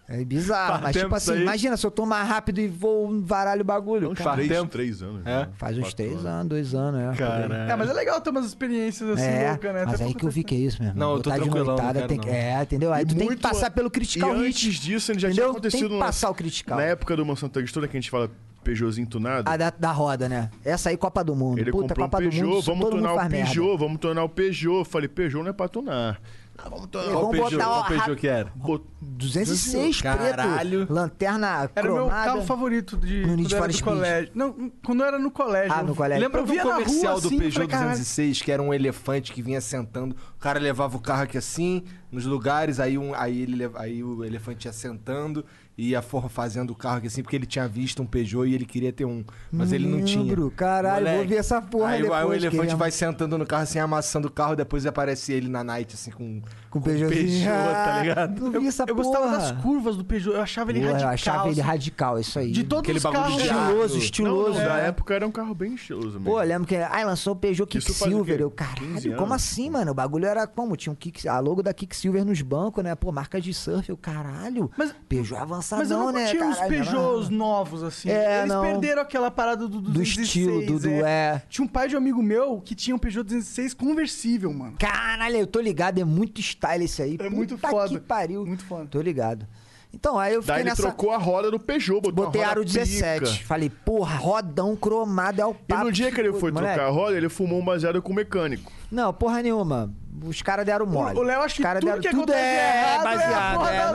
Speaker 5: É bizarro,
Speaker 2: Faz
Speaker 5: mas
Speaker 2: tempo
Speaker 5: tipo
Speaker 2: isso
Speaker 5: assim,
Speaker 2: aí.
Speaker 5: imagina se eu tô mais rápido e vou um varalho o bagulho.
Speaker 4: Uns
Speaker 5: cara.
Speaker 2: faz
Speaker 4: três,
Speaker 2: tempo.
Speaker 4: três anos.
Speaker 2: É.
Speaker 4: né?
Speaker 5: Faz uns
Speaker 4: Quatro
Speaker 5: três anos, dois anos, é. por aí.
Speaker 3: É, mas é legal ter umas experiências assim
Speaker 5: É,
Speaker 3: loucas, né?
Speaker 5: mas
Speaker 3: Até
Speaker 5: aí
Speaker 3: pra
Speaker 5: que eu vi que é isso mesmo.
Speaker 2: Não, eu tô
Speaker 5: Botar de
Speaker 2: tranquilão,
Speaker 5: noitada,
Speaker 2: não
Speaker 5: tem
Speaker 2: quero
Speaker 5: que- É, entendeu? Aí
Speaker 4: E
Speaker 5: tu tem que
Speaker 4: muito
Speaker 5: passar
Speaker 4: an-
Speaker 5: pelo
Speaker 4: E
Speaker 5: critical hit.
Speaker 4: antes disso, ele já
Speaker 5: Entendeu?
Speaker 4: tinha acontecido...
Speaker 5: Tem que
Speaker 4: na-
Speaker 5: passar o critical.
Speaker 4: Na época do Monsanto Agricultura, que a gente fala Peugeotzinho tunado,
Speaker 5: A da, da roda, né? Essa aí, Copa do Mundo.
Speaker 4: ele
Speaker 5: Puta,
Speaker 4: comprou um
Speaker 5: Copa do
Speaker 4: Peugeot,
Speaker 5: Mundo,
Speaker 4: vamos
Speaker 5: todo mundo
Speaker 4: tunar o
Speaker 5: faz merda.
Speaker 4: Peugeot, vamos tunar o Peugeot. Eu Falei, Peugeot não é pra tunar. Ah, vamos tunar
Speaker 5: Ele
Speaker 2: Qual
Speaker 5: Vamos
Speaker 2: Peugeot,
Speaker 5: botar
Speaker 2: qual
Speaker 5: a-
Speaker 2: Peugeot que era?
Speaker 4: Bot-
Speaker 5: 206
Speaker 2: Caralho.
Speaker 5: preto, lanterna
Speaker 3: Era o meu
Speaker 5: cromada.
Speaker 3: carro favorito de
Speaker 5: No Need
Speaker 3: quando eu era
Speaker 5: for
Speaker 3: do
Speaker 5: Speed.
Speaker 3: colégio. Não, quando eu era no colégio.
Speaker 5: Ah, no colégio.
Speaker 2: Lembra
Speaker 3: Lembra eu
Speaker 2: de um
Speaker 3: via na rua
Speaker 2: comercial do
Speaker 3: assim,
Speaker 2: Peugeot
Speaker 3: falei, "Caralho".
Speaker 2: 206 que era um elefante que vinha sentando? O cara levava o carro aqui assim, nos lugares, aí, um, aí, ele, lev- aí o elefante ia sentando e ia for- fazendo o carro aqui assim, porque ele tinha visto um Peugeot e ele queria ter um, mas ele não
Speaker 5: Lembro,
Speaker 2: tinha.
Speaker 5: caralho, vou ver essa porra
Speaker 2: aí,
Speaker 5: depois,
Speaker 2: aí o elefante
Speaker 5: queria-
Speaker 2: vai sentando no carro assim, amassando o carro, depois aparece ele na night assim com,
Speaker 5: Com o Peugeotzinho. Ah,
Speaker 2: Peugeot, tá ligado?
Speaker 5: Eu, vi essa
Speaker 3: Eu
Speaker 5: porra.
Speaker 3: gostava das curvas do Peugeot, eu achava ele
Speaker 5: Porra,
Speaker 3: radical.
Speaker 5: Eu achava ele
Speaker 3: assim.
Speaker 5: radical, isso aí.
Speaker 3: De todos
Speaker 2: Aquele
Speaker 3: os
Speaker 2: bagulho
Speaker 3: carros. é.
Speaker 2: de
Speaker 3: já.
Speaker 5: Estiloso,
Speaker 4: Não,
Speaker 5: estiloso.
Speaker 4: não, na
Speaker 5: né?
Speaker 4: época era um carro bem estiloso mesmo.
Speaker 5: Pô, eu lembro que. Ai, lançou o Peugeot
Speaker 4: Isso faz o
Speaker 5: Kicksilver.
Speaker 4: quê?
Speaker 5: Eu,
Speaker 4: 15
Speaker 5: caralho,
Speaker 4: anos?
Speaker 5: como assim, mano? O bagulho era como? Tinha um kick, a logo da Kicksilver nos bancos, né? Pô, marca de surf. Eu, caralho.
Speaker 3: Mas-
Speaker 5: Peugeot avançadão,
Speaker 3: Mas eu não
Speaker 5: né?
Speaker 3: curtia os
Speaker 5: Caralho,
Speaker 3: Peugeots
Speaker 5: né?
Speaker 3: novos, assim.
Speaker 5: É,
Speaker 3: Eles
Speaker 5: não.
Speaker 3: perderam aquela parada do, do
Speaker 5: Do estilo, do.
Speaker 3: 206,
Speaker 5: do é.
Speaker 3: Tinha um pai de um amigo meu que tinha um Peugeot 206 conversível, mano.
Speaker 5: Caralho, eu tô ligado, é muito style isso aí.
Speaker 3: É muito
Speaker 5: Puta
Speaker 3: foda.
Speaker 5: que pariu.
Speaker 3: Muito foda.
Speaker 5: Tô ligado. Então, aí eu fiquei
Speaker 4: Daí ele
Speaker 5: nessa.
Speaker 4: trocou a roda do Peugeot, botou uma
Speaker 5: Botei
Speaker 4: roda
Speaker 5: aro 17.
Speaker 4: pica.
Speaker 5: Falei, porra, rodão cromado é o
Speaker 4: E
Speaker 5: papo.
Speaker 4: no dia que ele foi
Speaker 5: Moleque,
Speaker 4: trocar a roda, ele fumou um baseado com o mecânico.
Speaker 5: Não, porra nenhuma. Os caras deram mole.
Speaker 3: O- o Léo acha
Speaker 5: acho
Speaker 3: que tudo que acontece
Speaker 5: é,
Speaker 3: errado é a
Speaker 5: baseado.
Speaker 3: porra
Speaker 5: É,
Speaker 3: da-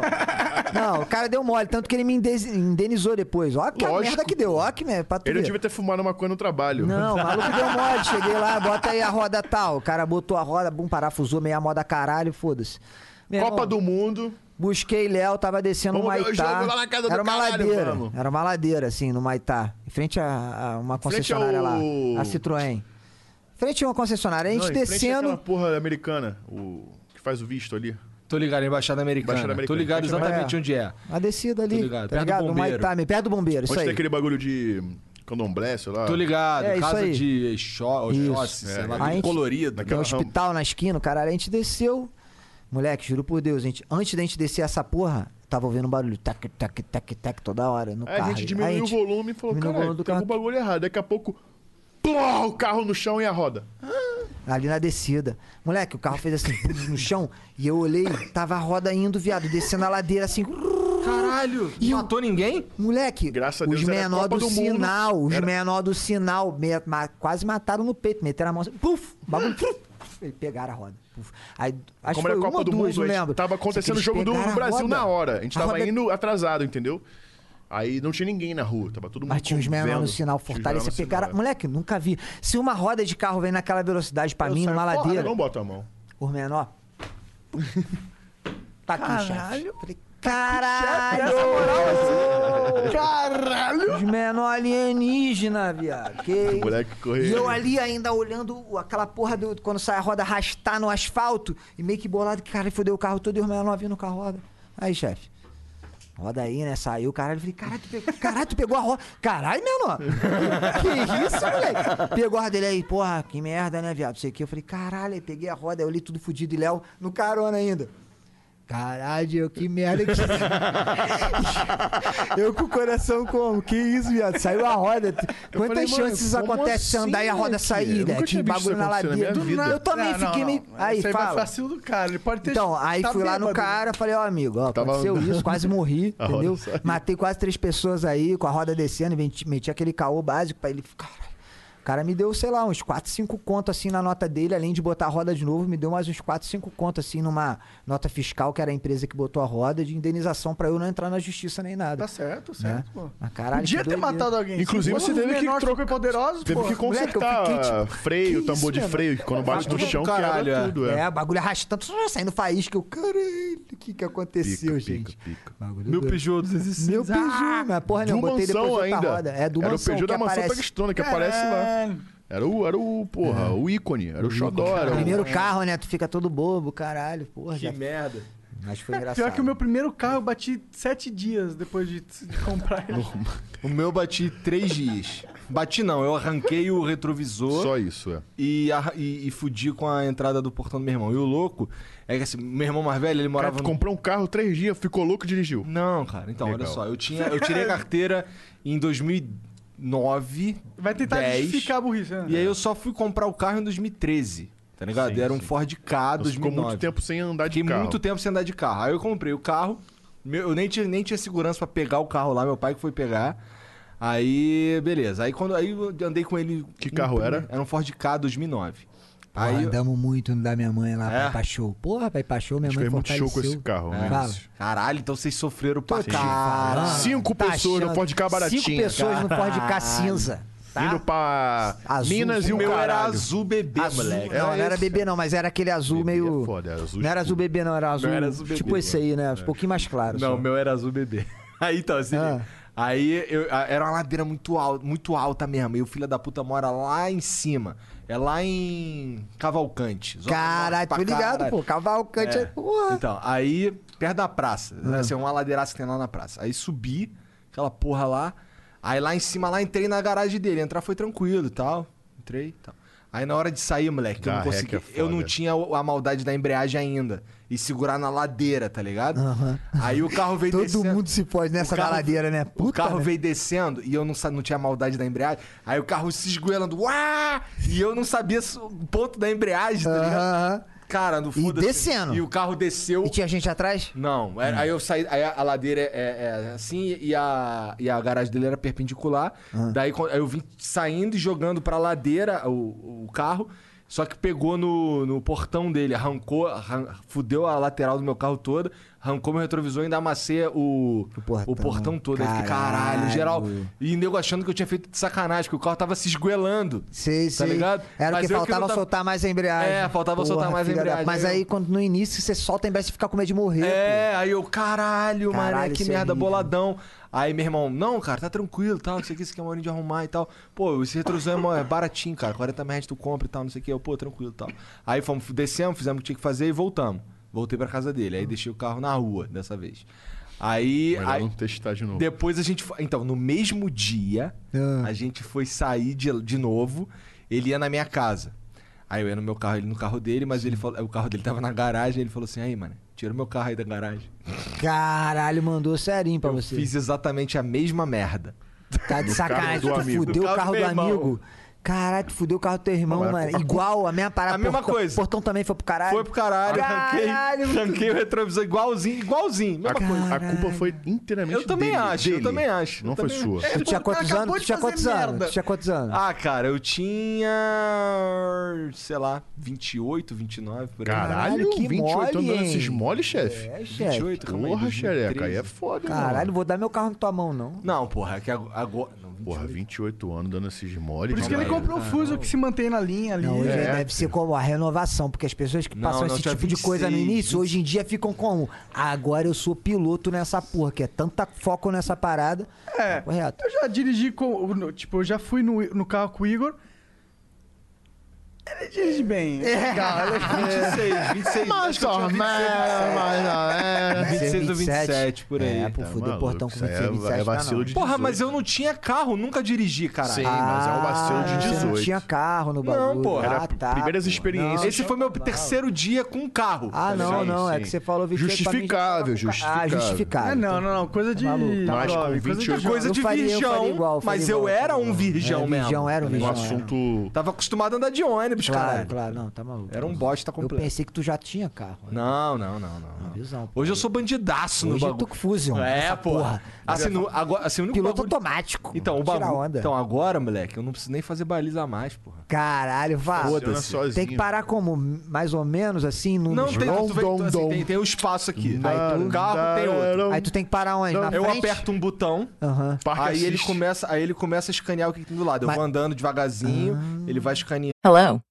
Speaker 5: não, não. Não, o cara deu mole, tanto que ele me indez- indenizou depois. Ó, que a
Speaker 4: Lógico,
Speaker 5: merda que deu. Ó, que merda. Pra tu
Speaker 4: Ele é tipo
Speaker 5: ver.
Speaker 4: devia ter fumado uma coisa no trabalho.
Speaker 5: Não, o maluco deu mole. Cheguei lá, bota aí a roda tal. O cara botou a roda, bum, parafusou, meia moda caralho, foda-se. Meu
Speaker 4: Copa
Speaker 5: irmão,
Speaker 4: do Mundo.
Speaker 5: Busquei Léo, tava descendo no
Speaker 4: Vamos ver o
Speaker 5: Maitá.
Speaker 4: jogo lá na casa do
Speaker 5: era uma
Speaker 4: caralho,
Speaker 5: ladeira.
Speaker 4: vamos.
Speaker 5: Era uma ladeira, assim, no Maitá. Em frente a, a uma
Speaker 4: Frente
Speaker 5: concessionária
Speaker 4: ao-
Speaker 5: lá. A Citroën. Frente a uma concessionária. A gente
Speaker 4: Não, em frente àquela
Speaker 5: descendo.
Speaker 4: porra americana, o que faz o visto ali.
Speaker 2: Tô ligado, Embaixada Americana.
Speaker 4: Embaixada
Speaker 2: Tô
Speaker 4: Americana.
Speaker 2: ligado
Speaker 4: Embaixada
Speaker 2: exatamente onde é.
Speaker 5: A descida ali.
Speaker 2: Tô ligado, perto
Speaker 5: Tá
Speaker 2: do
Speaker 5: ligado? No
Speaker 2: bombeiro.
Speaker 5: Maitá, meio perto do bombeiro. Isso
Speaker 4: Onde
Speaker 5: aí.
Speaker 4: tem aquele bagulho de candomblé, sei lá.
Speaker 2: Tô ligado,
Speaker 5: É, isso
Speaker 2: casa
Speaker 5: aí.
Speaker 2: de Exó-
Speaker 5: Isso.
Speaker 2: Oxóssi, sei lá,
Speaker 4: É, é.
Speaker 2: tudo
Speaker 5: Aí a gente-
Speaker 2: colorido.
Speaker 5: Tem um
Speaker 4: Aquela
Speaker 5: hospital na esquina, o caralho. A gente desceu. Moleque, juro por Deus, gente. Antes da gente descer essa porra, tava ouvindo um barulho. Tac, tac, tac, tac, toda hora. No
Speaker 4: Aí É, a
Speaker 5: carro.
Speaker 4: gente diminuiu
Speaker 5: Aí a
Speaker 4: o
Speaker 5: gente-
Speaker 4: volume e falou, tá
Speaker 5: diminuiu o
Speaker 4: cara,
Speaker 5: volume do
Speaker 4: tem algum
Speaker 5: carro.
Speaker 4: bagulho errado. Daqui a pouco, plá, o carro no chão e a roda.
Speaker 5: Ali na descida. Moleque, o carro fez assim pum, no chão. E eu olhei, tava a roda indo, viado, descendo a ladeira assim.
Speaker 2: Caralho,
Speaker 5: E
Speaker 2: não
Speaker 5: eu-
Speaker 2: matou ninguém?
Speaker 5: Moleque,
Speaker 4: Graças a
Speaker 5: os
Speaker 4: Deus, era a
Speaker 5: menor
Speaker 4: Copa
Speaker 5: do,
Speaker 4: do Mundo.
Speaker 5: sinal, os
Speaker 4: Era-
Speaker 5: menor do sinal, me- ma- quase mataram no peito, meteram a mão assim, puf, bagulho, puf, e pegaram a roda. puf. Aí,
Speaker 4: Como
Speaker 5: acho
Speaker 4: era
Speaker 5: que foi
Speaker 4: a
Speaker 5: uma
Speaker 4: Copa
Speaker 5: ou
Speaker 4: do
Speaker 5: duas,
Speaker 4: Mundo,
Speaker 5: não
Speaker 4: a gente
Speaker 5: lembro.
Speaker 4: tava acontecendo o
Speaker 5: Eles
Speaker 4: jogo do
Speaker 5: pegaram a
Speaker 4: Brasil
Speaker 5: roda.
Speaker 4: na hora. A gente tava
Speaker 5: roda- é-
Speaker 4: indo atrasado, entendeu? Aí não tinha ninguém na rua, tava todo mundo
Speaker 5: Mas tinha os menor
Speaker 4: vendo.
Speaker 5: no sinal,
Speaker 4: Tinha os
Speaker 5: fortaleza,
Speaker 4: menor no
Speaker 5: pegaram...
Speaker 4: sinal, é.
Speaker 5: Moleque, nunca vi. Se uma roda de carro vem naquela velocidade pra
Speaker 4: é.
Speaker 5: mim,
Speaker 4: Eu
Speaker 5: numa
Speaker 4: saio fora,
Speaker 5: ladeira...
Speaker 4: Não bota a mão.
Speaker 5: Por menor. Tá aqui, chefe.
Speaker 3: Caralho.
Speaker 5: Falei, Caralho!
Speaker 3: Caralho!
Speaker 5: é Os menor alienígena, viado. Que isso?
Speaker 4: moleque correu.
Speaker 5: E eu ali ainda olhando o- aquela porra do, quando sai a roda arrastar no asfalto e meio que bolado que, cara, fodeu o carro todo e os menor vindo com a roda. Aí, chefe. Roda aí, né? Saiu, caralho. Eu Falei, caralho, tu pegou, caralho, tu pegou a roda. Caralho, menor. que isso, moleque? Pegou a roda dele aí, porra, que merda, né, viado? Não sei o que. Eu falei, caralho, aí peguei a roda, eu olhei tudo fudido e Léo no carona ainda. Caralho, que merda que é. Eu com o coração como? Que isso, viado? Saiu a roda.
Speaker 4: Eu
Speaker 5: Quantas
Speaker 4: falei, mano,
Speaker 5: chances isso
Speaker 4: como
Speaker 5: acontece de
Speaker 4: assim,
Speaker 5: andar e a roda
Speaker 4: moleque? Eu
Speaker 5: sair,
Speaker 4: nunca
Speaker 5: né?
Speaker 4: tinha
Speaker 5: Tinha
Speaker 4: visto
Speaker 5: bagulho
Speaker 4: isso
Speaker 5: na
Speaker 4: acontecer na
Speaker 5: ladeira.
Speaker 4: minha vida. Ah,
Speaker 5: Eu também
Speaker 3: Ah, Não, não,
Speaker 5: fiquei meio.
Speaker 3: não.
Speaker 5: Aí,
Speaker 3: Isso aí vai
Speaker 5: fala.
Speaker 3: vacilo do cara. Ele pode ter
Speaker 5: Então, aí
Speaker 3: tá
Speaker 5: fui lá no
Speaker 3: bêbado.
Speaker 5: cara, falei, ó, amigo, ó,
Speaker 4: Tava-
Speaker 5: aconteceu isso, quase morri,
Speaker 4: A roda
Speaker 5: entendeu?
Speaker 4: saiu.
Speaker 5: Matei quase três pessoas aí, com a roda descendo, e meti, meti aquele caô básico pra ele. Caralho. O cara me deu, sei lá, uns 4, 5 conto assim na nota dele, além de botar a roda de novo, me deu mais uns 4, 5 conto assim numa nota fiscal, que era a empresa que botou a roda, de indenização pra eu não entrar na justiça nem nada.
Speaker 3: Tá certo, certo,
Speaker 5: Né?
Speaker 3: pô.
Speaker 5: Mas caralho,
Speaker 3: Podia
Speaker 5: que
Speaker 3: ter
Speaker 5: doideira.
Speaker 3: matado alguém.
Speaker 4: Inclusive,
Speaker 3: Se
Speaker 4: você
Speaker 3: fosse
Speaker 4: teve que
Speaker 3: menor
Speaker 4: trocar-
Speaker 3: super poderosos,
Speaker 4: Teve
Speaker 3: pô.
Speaker 4: que
Speaker 5: moleque, eu
Speaker 4: consertar
Speaker 5: fiquei, tipo,
Speaker 4: freio,
Speaker 5: que
Speaker 4: tambor
Speaker 5: isso,
Speaker 4: de
Speaker 5: mano?
Speaker 4: freio, que quando bate
Speaker 2: Tudo
Speaker 4: no
Speaker 2: pro
Speaker 4: chão,
Speaker 2: caralho, é.
Speaker 4: quebra tudo.
Speaker 5: É,
Speaker 4: É.
Speaker 5: o bagulho arrastando, só saindo faísca. Eu, caralho, o que que aconteceu, gente? Bagulho
Speaker 2: Meu
Speaker 5: doido.
Speaker 2: Peugeot 206.
Speaker 5: Meu Peugeot, mas porra,
Speaker 4: Do
Speaker 5: Ah, não, botei depois
Speaker 4: mansão
Speaker 5: outra
Speaker 4: ainda.
Speaker 5: roda. É do
Speaker 4: era
Speaker 5: mansão,
Speaker 4: o Peugeot
Speaker 5: que
Speaker 4: da mansão
Speaker 5: aparece... É.
Speaker 4: Paquistana, que aparece lá.
Speaker 3: Caralho.
Speaker 4: Era o, era o porra, o ícone, era o xodó. Era o...
Speaker 5: Primeiro carro, né? Tu fica todo bobo, caralho, porra.
Speaker 2: Que
Speaker 5: já-
Speaker 2: merda.
Speaker 5: Mas foi engraçado.
Speaker 3: Pior que o meu primeiro carro eu bati sete dias depois de de comprar ele.
Speaker 2: O meu bati três dias. Bati não, eu arranquei o retrovisor.
Speaker 4: Só isso, é.
Speaker 2: e, arra- e, e fudi com a entrada do portão do meu irmão. E o louco é que assim, meu irmão mais velho, ele
Speaker 4: Cara,
Speaker 2: morava.
Speaker 4: tu
Speaker 2: no-
Speaker 4: comprou um carro três dias, ficou louco e dirigiu.
Speaker 2: Não, cara, então, olha
Speaker 4: Legal.
Speaker 2: só. Eu, tinha, eu tirei a carteira em 2009.
Speaker 3: Vai tentar
Speaker 2: 10,
Speaker 3: justificar a burrice, né?
Speaker 2: E aí eu só fui comprar o carro em 2013. Tá ligado?
Speaker 4: Sim,
Speaker 2: Era um
Speaker 4: sim.
Speaker 2: Ford K
Speaker 4: Você
Speaker 2: 2009.
Speaker 4: ficou muito tempo sem andar de
Speaker 2: Fiquei
Speaker 4: carro.
Speaker 2: muito tempo sem andar de carro. Aí eu comprei o carro. meu- eu nem tinha, nem tinha segurança pra pegar o carro lá, meu pai que foi pegar. Aí, beleza. Aí quando aí eu andei com ele.
Speaker 4: Que carro era?
Speaker 2: Era um Ford K 2009.
Speaker 5: Porra,
Speaker 2: Aí, eu-
Speaker 5: andamos muito no da minha mãe lá,
Speaker 2: É?
Speaker 5: pra pai show. Porra, pai pra show, minha
Speaker 4: Acho que
Speaker 5: mãe
Speaker 4: foi muito show com
Speaker 5: fortaleceu.
Speaker 4: esse carro. né?
Speaker 5: Fala.
Speaker 2: Caralho, então vocês sofreram pra
Speaker 5: Caralho,
Speaker 4: Cinco
Speaker 5: tá
Speaker 4: pessoas
Speaker 5: achando-
Speaker 4: no Ford Car baratinho,
Speaker 5: Cinco pessoas no Ford Car cinza. Tá?
Speaker 4: Indo pra
Speaker 5: Azul.
Speaker 4: Minas e
Speaker 2: O
Speaker 4: o
Speaker 2: meu era
Speaker 4: caralho.
Speaker 2: azul bebê,
Speaker 5: Azul.
Speaker 2: moleque.
Speaker 5: não, não era
Speaker 2: isso.
Speaker 5: bebê não, mas era aquele azul
Speaker 4: É Bebê é
Speaker 5: meio...
Speaker 4: foda, era azul
Speaker 5: não era azul
Speaker 4: escuro.
Speaker 5: bebê não, era azul...
Speaker 2: era azul
Speaker 5: tipo
Speaker 2: bebê,
Speaker 5: esse aí,
Speaker 4: É.
Speaker 5: né? Um pouquinho mais claro.
Speaker 2: Não,
Speaker 5: só.
Speaker 2: o meu era azul bebê. Aí então, assim.
Speaker 5: Ah.
Speaker 2: Aí eu- a- era uma ladeira muito alta, muito alta mesmo. E o filho da puta mora lá em cima. É lá em Cavalcante. Zona
Speaker 5: Caralho,
Speaker 2: Norte pra
Speaker 5: tô ligado,
Speaker 2: caralho.
Speaker 5: pô. Cavalcante é... Porra. Ah.
Speaker 2: Então, aí, perto da praça. Assim, uma ladeiraça que tem lá na praça. Aí subi, aquela porra lá. Aí lá em cima, lá entrei na garagem dele. Entrar foi tranquilo e tal. Entrei e tal. Aí na hora de sair, moleque, eu
Speaker 4: Dar
Speaker 2: não
Speaker 4: ré que
Speaker 2: consegui.
Speaker 4: é
Speaker 2: eu não
Speaker 4: foda.
Speaker 2: tinha o- a maldade da embreagem ainda. E segurar na ladeira, tá ligado? Aí o carro veio
Speaker 5: Todo
Speaker 2: descendo.
Speaker 5: mundo se pode nessa
Speaker 2: O carro-
Speaker 5: galadeira, né?
Speaker 2: o
Speaker 5: Puta,
Speaker 2: carro
Speaker 5: né?
Speaker 2: veio descendo e eu não, sa- não tinha maldade da embreagem. Aí o carro se esgoelando, uá! E eu não sabia so- o ponto da embreagem, tá ligado?
Speaker 5: Aham.
Speaker 2: Cara, no foda-se.
Speaker 5: descendo.
Speaker 2: E o carro desceu.
Speaker 5: E tinha gente atrás?
Speaker 2: Não,
Speaker 5: Hum.
Speaker 2: era- aí eu saí, aí a, a ladeira é, é assim e a, e a garagem dele era perpendicular.
Speaker 5: Ah.
Speaker 2: Daí quando- aí eu vim saindo e jogando pra ladeira o, o carro, só que pegou no, no portão dele, arrancou, arran- fudeu a lateral do meu carro toda, arrancou meu retrovisor e ainda amassei o,
Speaker 5: O portão.
Speaker 2: o portão todo. Aí eu fiquei,
Speaker 5: Caralho.
Speaker 2: caralho, geral. E nego achando que eu tinha feito de sacanagem, que o carro tava se esguelando.
Speaker 5: Sei,
Speaker 2: Tá
Speaker 5: sei.
Speaker 2: ligado?
Speaker 5: Era o
Speaker 2: Mas
Speaker 5: que
Speaker 2: eu que
Speaker 5: faltava
Speaker 2: não tava-
Speaker 5: soltar mais a embreagem.
Speaker 2: É, faltava soltar mais a
Speaker 5: filha da-
Speaker 2: embreagem.
Speaker 5: Mas
Speaker 2: Aí
Speaker 5: aí,
Speaker 2: eu-
Speaker 5: quando no início você solta a embreagem, você fica com medo de morrer. pô.
Speaker 2: É, aí eu, caralho, mané,
Speaker 5: Caralho,
Speaker 2: que
Speaker 5: isso é
Speaker 2: merda,
Speaker 5: horrível.
Speaker 2: boladão. Aí meu irmão, não, cara, tá tranquilo, tal, isso aqui, isso aqui é uma hora de arrumar e tal. Pô, esse retrovisor é mó- é baratinho, cara, 40 reais tu compra e tal, não sei o que. Eu, pô, tranquilo e tal. Aí fomos, descemos, fizemos o que tinha que fazer e voltamos. Voltei pra casa dele, aí deixei o carro na rua dessa vez. Aí,
Speaker 4: Melhor
Speaker 2: aí
Speaker 4: não testar de novo.
Speaker 2: depois a gente foi, então, no mesmo dia,
Speaker 5: Ah.
Speaker 2: a gente foi sair de, de novo, ele ia na minha casa. Aí eu ia no meu carro, ele no carro dele, mas ele falou, o carro dele tava na garagem, ele falou assim: "Aí, mano, tira o meu carro aí da garagem".
Speaker 5: Caralho, mandou serinho pra
Speaker 2: Eu
Speaker 5: você.
Speaker 2: fiz exatamente a mesma merda.
Speaker 5: Tá de
Speaker 4: carro
Speaker 5: sacanagem.
Speaker 4: do
Speaker 5: Tu
Speaker 4: amigo.
Speaker 5: fudeu
Speaker 2: No
Speaker 5: o
Speaker 2: carro
Speaker 5: carro
Speaker 2: do
Speaker 5: do
Speaker 2: meu irmão.
Speaker 5: amigo. Caralho, tu fudeu o carro do teu irmão,
Speaker 4: Não,
Speaker 5: mano.
Speaker 4: era-
Speaker 5: Igual, a mesma parada.
Speaker 2: A mesma
Speaker 5: portão-
Speaker 2: coisa.
Speaker 5: Portão também foi pro caralho.
Speaker 2: Foi pro caralho,
Speaker 5: Caralho,
Speaker 2: arranquei, arranquei o retrovisor igualzinho, igualzinho. mesma
Speaker 4: A, cu-
Speaker 2: coisa.
Speaker 4: a
Speaker 5: Caralho.
Speaker 4: culpa foi inteiramente
Speaker 2: Eu também
Speaker 4: dele,
Speaker 2: acho, eu
Speaker 4: dele.
Speaker 2: também acho, É,
Speaker 4: Não
Speaker 2: eu
Speaker 4: foi
Speaker 2: também
Speaker 4: sua.
Speaker 5: Tu tinha
Speaker 3: Pô,
Speaker 5: quantos
Speaker 3: acabou
Speaker 5: anos? Tu
Speaker 3: de
Speaker 5: tinha
Speaker 3: fazer
Speaker 5: quantos anos?
Speaker 3: merda.
Speaker 5: Tu tinha quantos anos?
Speaker 2: Ah, cara, eu tinha, sei lá, 28, 29 por aí.
Speaker 4: Caralho,
Speaker 5: Caralho, que
Speaker 4: 28
Speaker 5: mole,
Speaker 4: andando
Speaker 5: hein?
Speaker 4: esses mole, chefe.
Speaker 2: Ah,
Speaker 5: É, chefe.
Speaker 2: 28, calma aí,
Speaker 4: Porra,
Speaker 2: 2013.
Speaker 4: xereca, aí é foda, mano.
Speaker 5: Caralho, não vou dar meu carro na tua mão, não.
Speaker 2: Não, porra, é que ago- agora. Não, 28.
Speaker 4: Porra, 28 anos dando esses mole.
Speaker 3: Por isso que
Speaker 4: calma
Speaker 3: ele
Speaker 4: aí.
Speaker 3: comprou o Fuso que se mantém na linha ali.
Speaker 5: Não, hoje
Speaker 3: É.
Speaker 5: deve ser como a renovação, porque as pessoas que
Speaker 2: Não,
Speaker 5: passam
Speaker 2: não,
Speaker 5: esse
Speaker 2: tinha
Speaker 5: tipo de coisa no
Speaker 2: 26,
Speaker 5: início, hoje em dia ficam como? Agora eu sou piloto nessa porra, que é tanta foco nessa parada.
Speaker 3: É.
Speaker 5: Correto.
Speaker 3: Eu já dirigi com. no- Tipo, eu já fui no, no carro com o Igor. Ele dirige bem. É. Legal, ele é
Speaker 2: 26, 26.
Speaker 4: Mas normal, mas não é. era.
Speaker 2: 26 ou 27, por aí.
Speaker 5: É, pô,
Speaker 4: Tá
Speaker 5: fudeu o portão com
Speaker 4: maluco, isso aí
Speaker 5: 26,
Speaker 4: é-
Speaker 5: 27.
Speaker 4: é vacilo
Speaker 5: tá não,
Speaker 4: de
Speaker 2: Porra, mas eu não tinha carro, nunca dirigi, Ah, caralho.
Speaker 4: Sim, mas é um vacilo de
Speaker 5: Ah, Você não
Speaker 4: 18.
Speaker 5: tinha carro no bagulho.
Speaker 2: porra,
Speaker 4: era
Speaker 5: Ah, tá,
Speaker 4: primeiras
Speaker 5: pô.
Speaker 4: experiências.
Speaker 2: Esse foi meu terceiro dia com carro.
Speaker 5: Ah, não,
Speaker 4: Sim,
Speaker 5: não. É
Speaker 4: sim.
Speaker 5: que você falou 28 pra mim,
Speaker 4: Justificável,
Speaker 5: já tava com- Ah,
Speaker 4: justificável.
Speaker 5: justificável.
Speaker 3: É, não, não, não. Coisa de.
Speaker 5: Tá maluco.
Speaker 3: tá
Speaker 4: Mas com
Speaker 3: jovem, coisa de
Speaker 4: 28
Speaker 3: jovem.
Speaker 2: Coisa
Speaker 5: Eu
Speaker 2: de
Speaker 5: faria- eu
Speaker 2: virgão,
Speaker 5: faria igual, eu faria
Speaker 2: mas
Speaker 5: igual,
Speaker 2: eu
Speaker 5: eu faria
Speaker 2: era um
Speaker 5: igual.
Speaker 2: virgão
Speaker 5: Era
Speaker 2: mesmo.
Speaker 5: virgão, era um
Speaker 2: tá
Speaker 4: Um
Speaker 5: virgão.
Speaker 2: ligado?
Speaker 5: é.
Speaker 4: assunto.
Speaker 2: Tava acostumado a andar de ônibus,
Speaker 5: claro,
Speaker 2: cara.
Speaker 5: claro, não, tá maluco.
Speaker 2: Era um bosta
Speaker 5: Eu
Speaker 2: completo.
Speaker 5: pensei que tu já tinha carro.
Speaker 2: Não, não, não, não. não.
Speaker 5: visão, pô.
Speaker 2: Hoje eu sou bandidaço no
Speaker 5: é Hoje eu
Speaker 2: bagulho.
Speaker 5: tô com Fusion.
Speaker 2: É,
Speaker 5: essa
Speaker 2: porra. Assim, no, agora, assim, o único
Speaker 5: Piloto
Speaker 2: bagulho-
Speaker 5: automático.
Speaker 2: Então, o
Speaker 5: Tira
Speaker 2: bagulho.
Speaker 5: onda.
Speaker 2: Então, agora, moleque, eu não preciso nem fazer baliza mais, porra.
Speaker 5: Caralho, vá.
Speaker 4: Funciona sozinho.
Speaker 5: Tem que parar como? Mais ou menos assim? No
Speaker 2: Não, tem,
Speaker 5: slow
Speaker 2: tu vê que tu- assim,
Speaker 5: dom,
Speaker 2: tem,
Speaker 5: dom.
Speaker 2: tem um espaço aqui.
Speaker 4: Aí tu-
Speaker 2: o carro tem outro.
Speaker 5: Aí tu tem que parar onde? Na
Speaker 2: Eu
Speaker 5: frente?
Speaker 2: aperto um botão,
Speaker 5: Aham.
Speaker 4: Parque
Speaker 2: aí ele,
Speaker 4: assiste.
Speaker 2: começa, aí ele começa a escanear o que que tem do lado.
Speaker 5: Mas-
Speaker 2: Eu
Speaker 5: Ah.
Speaker 2: vou andando devagarzinho, ele vai escaneando.
Speaker 7: Hello,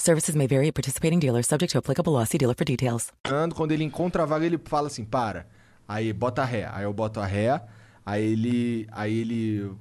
Speaker 7: Services may vary at participating dealers, subject to applicable law. See dealer for details.
Speaker 2: Quando ele encontra a vaga, ele fala assim, para. Aí bota ré. Aí eu boto a ré. Aí ele, aí ele